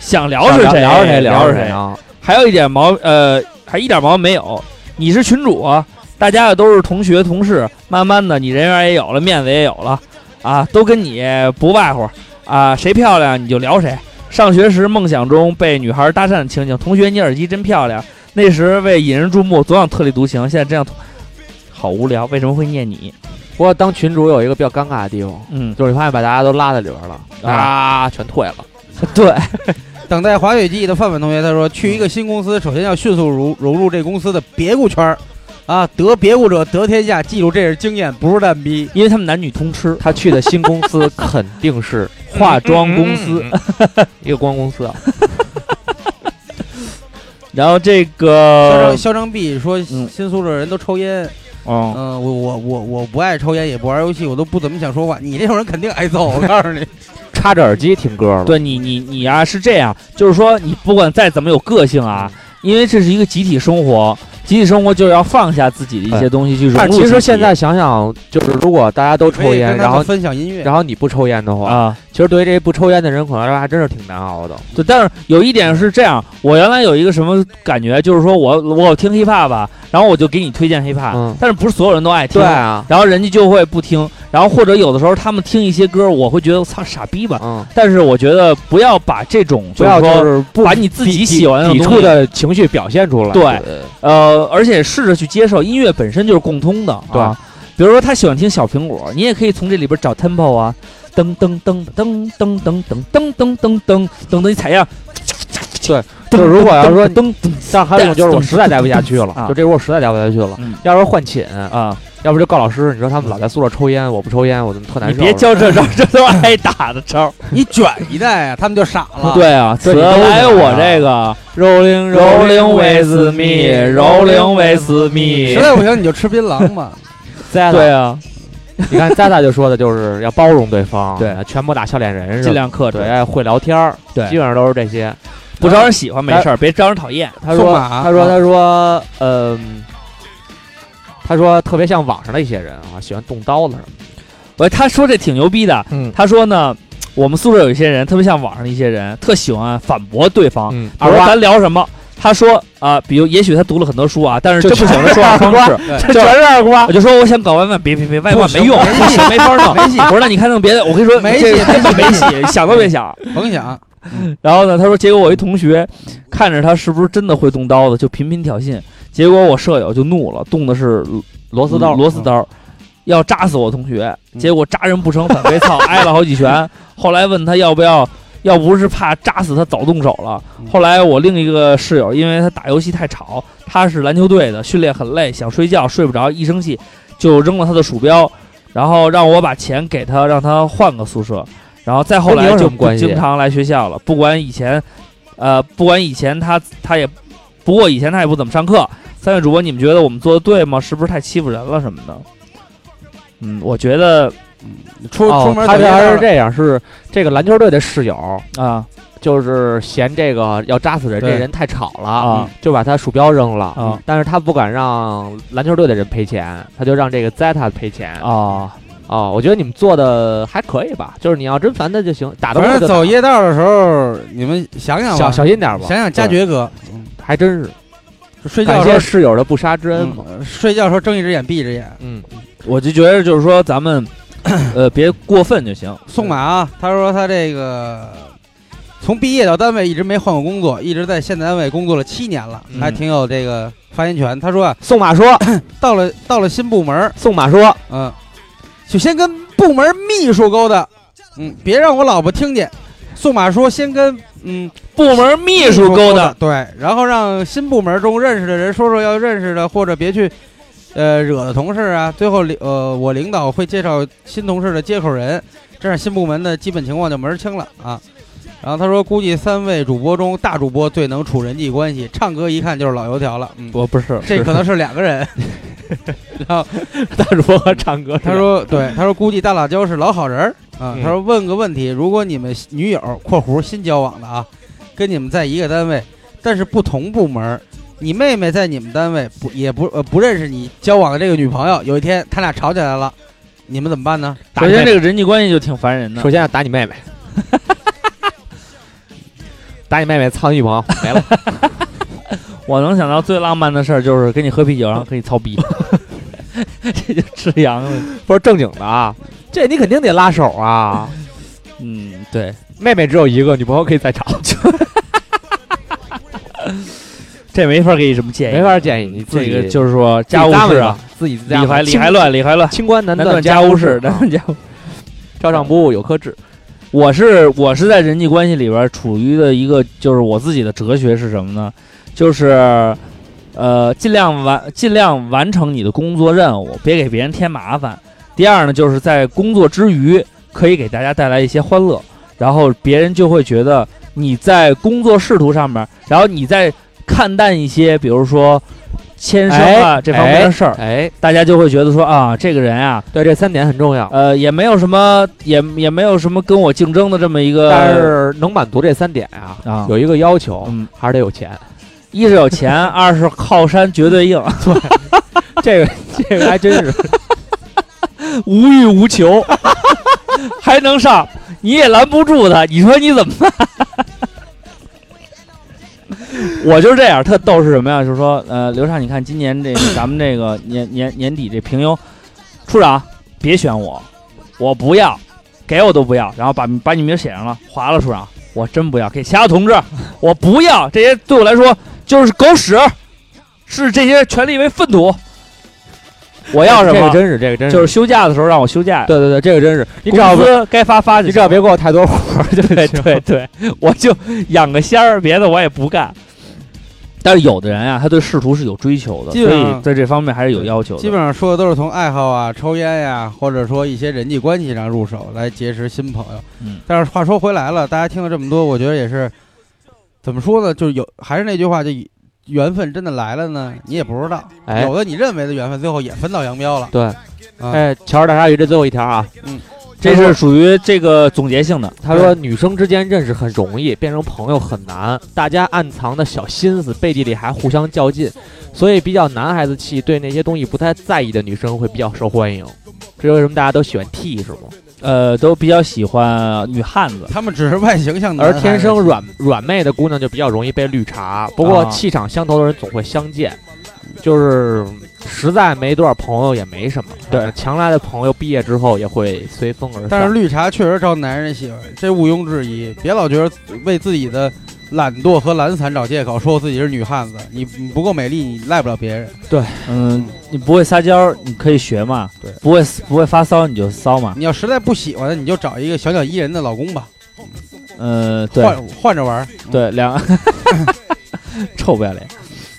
[SPEAKER 3] 想聊是谁？
[SPEAKER 28] 聊是谁？
[SPEAKER 3] 聊
[SPEAKER 28] 聊
[SPEAKER 3] 是
[SPEAKER 28] 是
[SPEAKER 3] 谁
[SPEAKER 28] 谁？啊？
[SPEAKER 3] 还有一点毛，呃，还一点毛病没有，你是群主啊，大家也都是同学同事，慢慢的你人缘也有了，面子也有了，啊，都跟你不外乎啊，谁漂亮你就聊谁。上学时梦想中被女孩搭讪的情景，同学你耳机真漂亮，那时为引人注目，总想特立独行，现在这样好无聊，为什么会念你？
[SPEAKER 28] 不过当群主有一个比较尴尬的地方，
[SPEAKER 3] 嗯，
[SPEAKER 28] 就是你发现把大家都拉在里边了，啊，全退了。
[SPEAKER 3] 对，
[SPEAKER 33] 等待滑雪季的范范同学，他说去一个新公司，首先要迅速融融入这公司的别故圈儿啊，得别物者得天下，记住这是经验，不是蛋逼。
[SPEAKER 3] 因为他们男女通吃。
[SPEAKER 28] 他去的新公司肯定是
[SPEAKER 3] 化妆公司，
[SPEAKER 28] 一个光公司啊。
[SPEAKER 3] 然后这
[SPEAKER 28] 呃
[SPEAKER 3] 个，
[SPEAKER 33] 嚣张嚣张毕说，
[SPEAKER 3] 嗯
[SPEAKER 33] 新宿舍人都抽烟，
[SPEAKER 3] 嗯
[SPEAKER 28] 哦
[SPEAKER 33] 嗯、，我我我我不爱抽烟，也不玩游戏，我都不怎么想说话。你这种人肯定挨揍，我告诉你。
[SPEAKER 28] 插着耳机听歌了。，
[SPEAKER 3] 对你，你你啊，是这样，就是说你不管再怎么有个性啊，
[SPEAKER 28] 嗯
[SPEAKER 3] 因为这是一个集体生活，集体生活就是要放下自己的一些东西去融
[SPEAKER 28] 哎但
[SPEAKER 3] 入集体。
[SPEAKER 28] 其实现在想想，就是如果大家都 抽
[SPEAKER 33] 可以
[SPEAKER 28] 烟，
[SPEAKER 33] 跟他
[SPEAKER 28] 然后
[SPEAKER 33] 们分享音乐，
[SPEAKER 28] 然后你不抽烟的话，
[SPEAKER 3] 啊，
[SPEAKER 28] 其实对于这些不抽烟的人，可能还真是挺难熬的。
[SPEAKER 3] 对，但是有一点是这样，我原来有一个什么感觉，就是说我我听 hiphop 吧，然后我就给你推荐 hiphop，、
[SPEAKER 28] 嗯
[SPEAKER 3] 但是不是所有人都爱听
[SPEAKER 28] 对，啊，
[SPEAKER 3] 然后人家就会不听，然后或者有的时候他们听一些歌，我会觉得操傻逼吧，
[SPEAKER 28] 嗯，
[SPEAKER 3] 但是我觉得不要把这种就
[SPEAKER 28] 不
[SPEAKER 3] 是
[SPEAKER 28] 要
[SPEAKER 3] 说
[SPEAKER 28] 就是不
[SPEAKER 3] 把你自己
[SPEAKER 28] 抵
[SPEAKER 3] 喜欢的
[SPEAKER 28] 抵
[SPEAKER 3] 东
[SPEAKER 28] 触
[SPEAKER 3] 西
[SPEAKER 28] 的情绪表现出来。
[SPEAKER 3] 对呃，而且试着去接受，音乐本身就是共通的，
[SPEAKER 28] 对
[SPEAKER 3] 啊。比如说他喜欢听小苹果，你也可以从这里边找 tempo 啊，噔噔噔噔噔噔噔噔噔噔噔噔噔一采样。
[SPEAKER 28] 对，
[SPEAKER 3] 噔
[SPEAKER 28] 就是如果要说
[SPEAKER 3] 噔噔噔
[SPEAKER 28] 但还有一种就是我实在待不下去
[SPEAKER 3] 啊
[SPEAKER 28] 了，就这屋我实在待不下去了
[SPEAKER 3] 嗯，
[SPEAKER 28] 要不然换寝，
[SPEAKER 3] 噔啊，
[SPEAKER 28] 要不就告老师。你说他们老在宿舍抽烟，我不抽烟，我怎么特难
[SPEAKER 3] 你
[SPEAKER 28] 受？
[SPEAKER 3] 别教这招，这都挨打的招。
[SPEAKER 33] 你卷一代啊，他们就傻 了。
[SPEAKER 3] 对啊，此
[SPEAKER 28] 你都懂
[SPEAKER 3] 来
[SPEAKER 28] 啊
[SPEAKER 3] 我这个
[SPEAKER 28] rolling
[SPEAKER 3] rolling with me，rolling with
[SPEAKER 33] 实
[SPEAKER 3] me。
[SPEAKER 33] 在不行你就吃槟榔吧。
[SPEAKER 28] 在
[SPEAKER 3] 对啊，
[SPEAKER 28] 你看扎达就说的就是要包容对方，
[SPEAKER 3] 对，
[SPEAKER 28] 全不打笑脸人，
[SPEAKER 3] 尽量克制
[SPEAKER 28] 对，，
[SPEAKER 2] 啊
[SPEAKER 28] 哎会聊天儿，
[SPEAKER 3] 对
[SPEAKER 28] 基本上都是这些。
[SPEAKER 3] 不招人喜欢没事儿，别招人讨厌。
[SPEAKER 28] 他
[SPEAKER 33] 送
[SPEAKER 28] 说，
[SPEAKER 33] 马
[SPEAKER 28] 他说，
[SPEAKER 33] 啊
[SPEAKER 28] 他说，嗯，他说特别像网上的一些人啊，喜欢动刀子什么的。
[SPEAKER 3] 我他说这挺牛逼的，
[SPEAKER 28] 嗯
[SPEAKER 3] 他说呢，我们宿舍有一些人，特别像网上的一些人，特喜欢反驳对方。
[SPEAKER 28] 嗯，
[SPEAKER 3] 啊，我说咱聊什么？他说啊、比如也许他读了很多书啊，但是真不喜欢说话方式。
[SPEAKER 28] 这全是二瓜
[SPEAKER 3] 我。就说我想搞外卖，别别别，外卖没用，不行，没法弄。 我说那你看弄别的，我跟你说，
[SPEAKER 33] 没
[SPEAKER 3] 这
[SPEAKER 33] 戏
[SPEAKER 3] 根本没戏，想都别想。
[SPEAKER 33] 甭想，
[SPEAKER 3] 然后呢，他说，结果我一同学看着他是不是真的会动刀子，就频频挑衅。结果我舍友就怒了，动的是螺
[SPEAKER 28] 丝刀
[SPEAKER 3] 嗯螺丝刀，嗯要扎死我同学。结果扎人不成反 被操，挨了好几拳。后来问他要不要，要不是怕扎死他早动手了。
[SPEAKER 28] 嗯
[SPEAKER 3] 后来我另一个室友，因为他打游戏太吵，他是篮球队的，训练很累，想睡觉睡不着，一生气就扔了他的鼠标，然后让我把钱给他，让他换个宿舍。然后再后
[SPEAKER 28] 跟你
[SPEAKER 3] 来
[SPEAKER 28] 有
[SPEAKER 3] 就
[SPEAKER 28] 什么
[SPEAKER 3] 不
[SPEAKER 28] 关系
[SPEAKER 3] 经常来学校了，不管以前，呃，不管以前他他也，不过以前他也不怎么上课。三位主播，你们觉得我们做的对吗？是不是太欺负人了什么的？嗯，我觉得
[SPEAKER 33] 出出
[SPEAKER 28] 哦，
[SPEAKER 33] 门
[SPEAKER 28] 他
[SPEAKER 33] 走
[SPEAKER 28] 这
[SPEAKER 33] 街
[SPEAKER 28] 还
[SPEAKER 33] 道
[SPEAKER 28] 是这样，是这个篮球队的室友，
[SPEAKER 3] 啊，
[SPEAKER 28] 就是嫌这个要扎死人，这
[SPEAKER 3] 对
[SPEAKER 28] 人太吵了，
[SPEAKER 3] 啊
[SPEAKER 28] 就把他鼠标扔了。
[SPEAKER 3] 啊
[SPEAKER 28] 但是他不敢让篮球队的人赔钱，他就让这个 Zeta 赔钱。
[SPEAKER 3] 啊，
[SPEAKER 28] 哦，我觉得你们做的还可以吧，就是你要真烦他就行，打得过
[SPEAKER 33] 反
[SPEAKER 28] 就
[SPEAKER 33] 正
[SPEAKER 28] 打
[SPEAKER 33] 走啊夜道的时候，你们想想
[SPEAKER 28] 小
[SPEAKER 33] 吧，
[SPEAKER 28] 小心点吧。
[SPEAKER 33] 想想佳
[SPEAKER 28] 对
[SPEAKER 33] 爵哥，
[SPEAKER 28] 还真是
[SPEAKER 33] 就睡觉
[SPEAKER 28] 感
[SPEAKER 33] 的时
[SPEAKER 28] 谢
[SPEAKER 33] 候
[SPEAKER 28] 室友的不杀之恩嘛。
[SPEAKER 33] 嗯睡觉的时候睁一只眼闭一只眼。
[SPEAKER 28] 嗯，
[SPEAKER 3] 我就觉得就是说咱们， 呃，别过分就行。
[SPEAKER 33] 宋马啊，他说他这个从毕业到单位一直没换过工作，一直在现单位工作了七年了，还挺有这个发言权。他说啊，
[SPEAKER 28] 宋马说，
[SPEAKER 33] 到了到了新部门儿，
[SPEAKER 28] 宋马说，
[SPEAKER 33] 嗯，就先跟部门秘书勾搭，嗯，别让我老婆听见。宋马说先跟嗯
[SPEAKER 3] 部门秘书勾搭，
[SPEAKER 33] 对，然后让新部门中认识的人说说要认识的，或者别去，呃，惹的同事啊。最后领，呃，我领导会介绍新同事的接口人，这样新部门的基本情况就门儿清了啊。然后他说，估计三位主播中，大主播最能处人际关系，唱歌一看就是老油条了。嗯，
[SPEAKER 3] 我不是，
[SPEAKER 33] 这可能是两个人。
[SPEAKER 28] 大主播和唱 歌，
[SPEAKER 33] 他说，对，他说估计大辣椒是老好人儿啊。
[SPEAKER 28] 嗯
[SPEAKER 33] 他说问个问题，如果你们女友（括弧新交往的啊）跟你们在一个单位，但是不同部门儿，你妹妹在你们单位不也不呃不认识你交往的这个女朋友，有一天他俩吵起来了，你们怎么办呢？
[SPEAKER 28] 打
[SPEAKER 3] 首
[SPEAKER 28] 你妹
[SPEAKER 3] 先这
[SPEAKER 28] 妹，
[SPEAKER 3] 个人际关系就挺烦人的
[SPEAKER 28] 首。先要打你妹 妹，打你妹妹，操你女朋友，没了。
[SPEAKER 3] 我能想到最浪漫的事儿就是跟你喝啤酒，然后跟你 操逼，这就吃羊了。
[SPEAKER 28] 不是正经的啊，这你肯定得拉手啊。
[SPEAKER 3] 嗯，对，
[SPEAKER 28] 妹妹只有一个，女朋友可以再 找，
[SPEAKER 3] 这没法给你什么建议，
[SPEAKER 28] 没法建议你自
[SPEAKER 3] 这
[SPEAKER 28] 己
[SPEAKER 3] 个就是说
[SPEAKER 28] 自己
[SPEAKER 3] 家务
[SPEAKER 28] 搭吧
[SPEAKER 3] 事啊，，
[SPEAKER 28] 自己
[SPEAKER 3] 理
[SPEAKER 28] 家
[SPEAKER 3] 还理还
[SPEAKER 28] 乱，
[SPEAKER 3] 乱，理还乱，
[SPEAKER 28] 清官难
[SPEAKER 3] 难断
[SPEAKER 28] 家
[SPEAKER 3] 家
[SPEAKER 28] 务
[SPEAKER 3] 事，难
[SPEAKER 28] 啊
[SPEAKER 3] 断家务。
[SPEAKER 28] 照账不误有颗痣。
[SPEAKER 3] 我是我是在人际关系里边儿处于的一个，就是我自己的哲学是什么呢？就是，呃，尽量完尽量完成你的工作任务，别给别人添麻烦。第二呢，就是在工作之余，可以给大家带来一些欢乐，然后别人就会觉得你在工作仕途上面，然后你在看淡一些，比如说牵生啊、
[SPEAKER 28] 哎
[SPEAKER 3] 这方面的事儿，
[SPEAKER 28] 哎，
[SPEAKER 3] 大家就会觉得说啊，这个人啊，
[SPEAKER 28] 对，这三点很重要。
[SPEAKER 3] 呃，也没有什么，也也没有什么跟我竞争的这么一个，
[SPEAKER 28] 但是能满足这三点啊，
[SPEAKER 3] 啊
[SPEAKER 28] 有一个要求，
[SPEAKER 3] 嗯
[SPEAKER 28] 还是得有钱。
[SPEAKER 3] 一是有钱，二是靠山绝对硬，
[SPEAKER 28] 这个这个还真是，
[SPEAKER 3] 无欲无求， 还能上，你也拦不住他，你说你怎么办？ 我就是这样，特逗是什么呀？就是说，呃，刘畅，你看今年 这咱们这个年年年底这评优，处长别选我，我不要，给我都不要，然后把把你名写上了，划了处长，我真不要，给其他同志，我不要这些，对我来说就是狗屎，是这些权利为粪土，我要什么？
[SPEAKER 28] 这个真是，这个真是，
[SPEAKER 3] 就是休假的时候让我休假，
[SPEAKER 28] 对对对，这个真是，你只要
[SPEAKER 3] 嗯工
[SPEAKER 28] 不
[SPEAKER 3] 资该发发就
[SPEAKER 28] 你
[SPEAKER 3] 行，
[SPEAKER 28] 只要别给我太多活儿就
[SPEAKER 3] 对
[SPEAKER 28] 行。
[SPEAKER 3] 对对，我就养个仙儿，别的我也不干。但是有的人啊，他对仕途是有追求的，
[SPEAKER 33] 基
[SPEAKER 3] 所
[SPEAKER 33] 本上
[SPEAKER 3] 以在这方面还是有要求的。
[SPEAKER 33] 基本上说的都是从爱好啊、抽烟呀、或者说一些人际关系上入手来结识新朋友。
[SPEAKER 3] 嗯
[SPEAKER 33] 但是话说回来了，大家听了这么多，我觉得也是，怎么说呢？就是有，还是那句话，就缘分真的来了呢，你也不知道。
[SPEAKER 28] 哎
[SPEAKER 33] 有的你认为的缘分，最后也分道扬镳了。
[SPEAKER 28] 对，
[SPEAKER 33] 啊嗯哎
[SPEAKER 28] 哎，乔治大鲨鱼这最后一条啊，
[SPEAKER 3] 这是属于这个总结性的。
[SPEAKER 28] 他说女生之间认识很容易，变成朋友很难，大家暗藏的小心思，背地里还互相较劲，所以比较男孩子气，对那些东西不太在意的女生会比较受欢迎。这为什么大家都喜欢 T 是吗？
[SPEAKER 3] 呃，都比较喜欢女汉子，
[SPEAKER 33] 他们只是外形嗯像男孩
[SPEAKER 28] 而
[SPEAKER 33] 子，
[SPEAKER 28] 天生软软妹的姑娘就比较容易被绿茶，不过
[SPEAKER 3] 啊
[SPEAKER 28] 气场相投的人总会相见，就是实在没多少朋友也没什么。对，强来的朋友毕业之后也会随风而散。
[SPEAKER 33] 但是绿茶确实招男人喜欢，这毋庸置疑。别老觉得为自己的懒惰和懒散找借口，说自己是女汉子，你你不够美丽，你赖不了别人。
[SPEAKER 3] 嗯，你不会撒娇，你可以学嘛。
[SPEAKER 33] 对，
[SPEAKER 3] 不会不会发骚你就骚嘛。
[SPEAKER 33] 你要实在不喜欢，你就找一个小鸟依人的老公吧，
[SPEAKER 3] 呃，对
[SPEAKER 33] 换换着玩儿。嗯，
[SPEAKER 3] 对，两 个臭不要脸。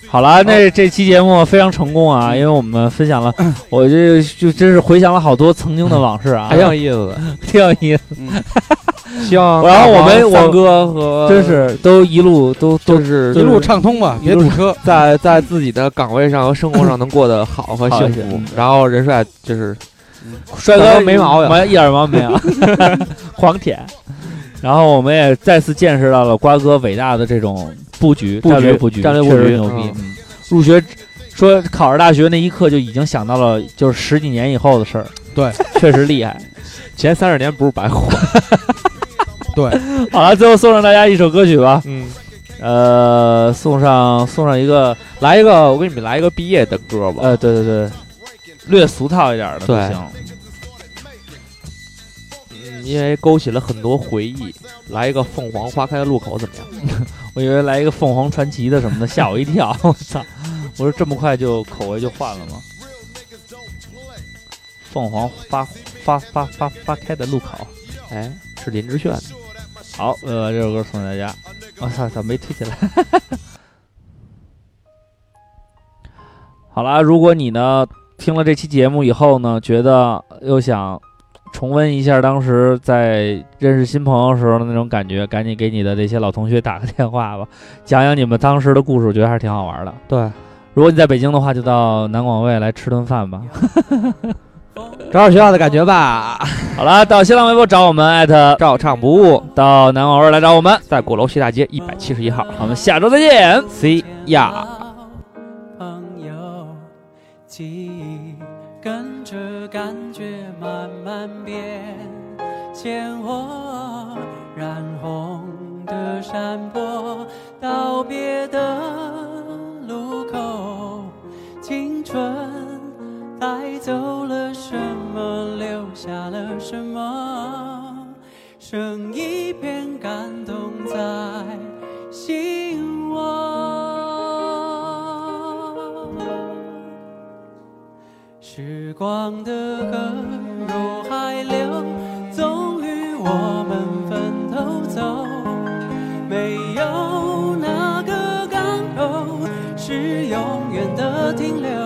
[SPEAKER 3] 好了，那这期节目非常成功啊，
[SPEAKER 28] 嗯
[SPEAKER 3] 因为我们分享了，我这就真是回想了好多曾经的往事啊，
[SPEAKER 28] 还挺有意思的，
[SPEAKER 3] 挺有意思。
[SPEAKER 28] 希 望
[SPEAKER 3] 然后我们我
[SPEAKER 28] 三哥和
[SPEAKER 3] 真是都一路都都
[SPEAKER 28] 就是
[SPEAKER 33] 一路畅通吧，别堵车。
[SPEAKER 28] 在在自己的岗位上和生活上能过得好和幸
[SPEAKER 3] 好一
[SPEAKER 28] 福，然后人帅就是
[SPEAKER 3] 帅
[SPEAKER 28] 大
[SPEAKER 3] 哥
[SPEAKER 28] 家没毛病
[SPEAKER 3] 一点毛病没有， 狂舔。然后我们也再次见识到了瓜哥伟大的这种布局、
[SPEAKER 28] 布局
[SPEAKER 3] 战略布局、
[SPEAKER 28] 战略布
[SPEAKER 3] 确实
[SPEAKER 28] 局
[SPEAKER 3] 牛逼
[SPEAKER 28] 嗯。
[SPEAKER 3] 嗯，入学说考上大学那一刻就已经想到了，就是十几年以后的事儿。
[SPEAKER 33] 对，
[SPEAKER 3] 确实厉害。
[SPEAKER 28] 前三十年不是白活。
[SPEAKER 33] 对，
[SPEAKER 3] 好了，最后送上大家一首歌曲吧。
[SPEAKER 28] 嗯，
[SPEAKER 3] 呃，送上送上一个，
[SPEAKER 28] 来一个，我给你们来一个毕业的歌吧。
[SPEAKER 3] 呃，对对对，略俗套一点的不
[SPEAKER 28] 对
[SPEAKER 3] 行。
[SPEAKER 28] 嗯因为勾起了很多回忆，来一个凤凰花开的路口怎么样？
[SPEAKER 3] 我以为来一个凤凰传奇的什么的，吓我一 跳。我操！我说这么快就口味就换了吗？凤凰发发发发发开的路口。
[SPEAKER 28] 哎，是林志炫的。
[SPEAKER 3] 好，呃，把这首歌送给大家。 我、操操，啊没推起来。好啦，如果你呢听了这期节目以后呢，觉得又想重温一下当时在认识新朋友时候的那种感觉，赶紧给你的这些老同学打个电话吧，讲讲你们当时的故事，我觉得还是挺好玩的。
[SPEAKER 28] 对，
[SPEAKER 3] 如果你在北京的话，就到南广卫来吃顿饭吧。
[SPEAKER 28] 找找学校的感觉吧。
[SPEAKER 3] 好啦，到新浪微博找我们，艾特
[SPEAKER 28] 照唱不误，
[SPEAKER 3] 到南广卫来找我们。
[SPEAKER 28] 在鼓楼西大街一百七十一号。
[SPEAKER 3] 我们下周再见。
[SPEAKER 28] C 呀。
[SPEAKER 31] 朋友，记忆跟着感觉慢慢变，鲜活染红的山坡，道别的路口，青春带走了什么，留下了什么，剩一片感动在心窝。时光的河入海流，总与我们分头走。没有哪个港口是永远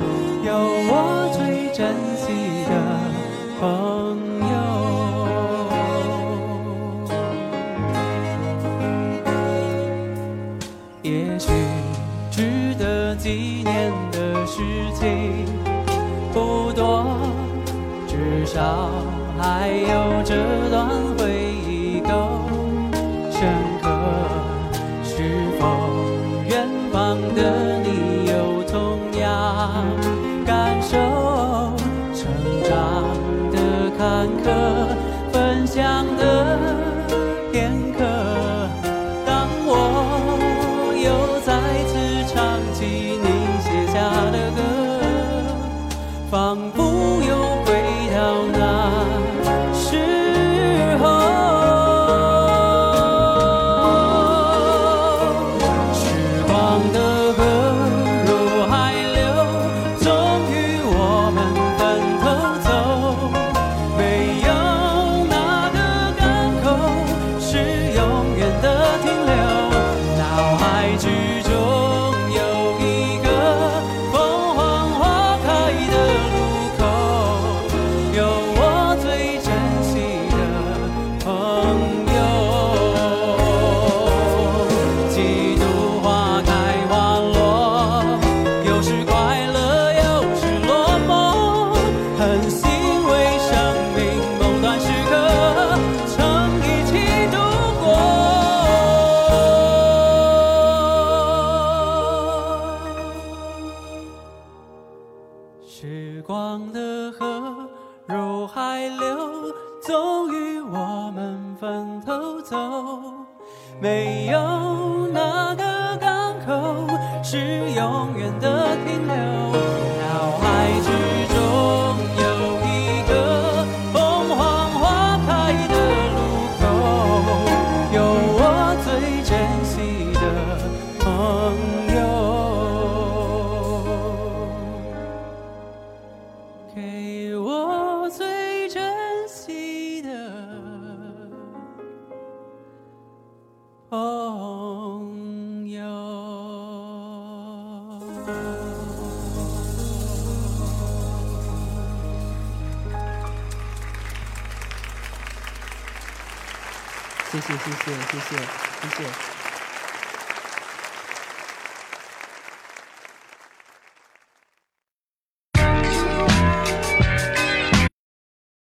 [SPEAKER 31] 我最珍惜的朋友。也许值得纪念的事情不多，至少还有这段回忆够深刻。是否远方的你有同样感受？成长的坎坷，分享的片刻。当我又再次唱起你写下的歌，仿佛又回到那时候。时光的河入海流，终于我们分头走。没有哪个港口是永远的停留。脑海之中有一个凤凰花开的路口，有我最珍惜的朋友。几度花开花落，有时快乐，有时落寞。很欣慰，生命某段时刻曾一起度过。时光的河入海流，终于我们分头走。没有哪个港口是永远的停留。脑海之中有一个凤凰花开的路口，有我最珍惜的朋友，给我最珍惜的。朋友。
[SPEAKER 7] 谢谢谢谢谢谢谢谢。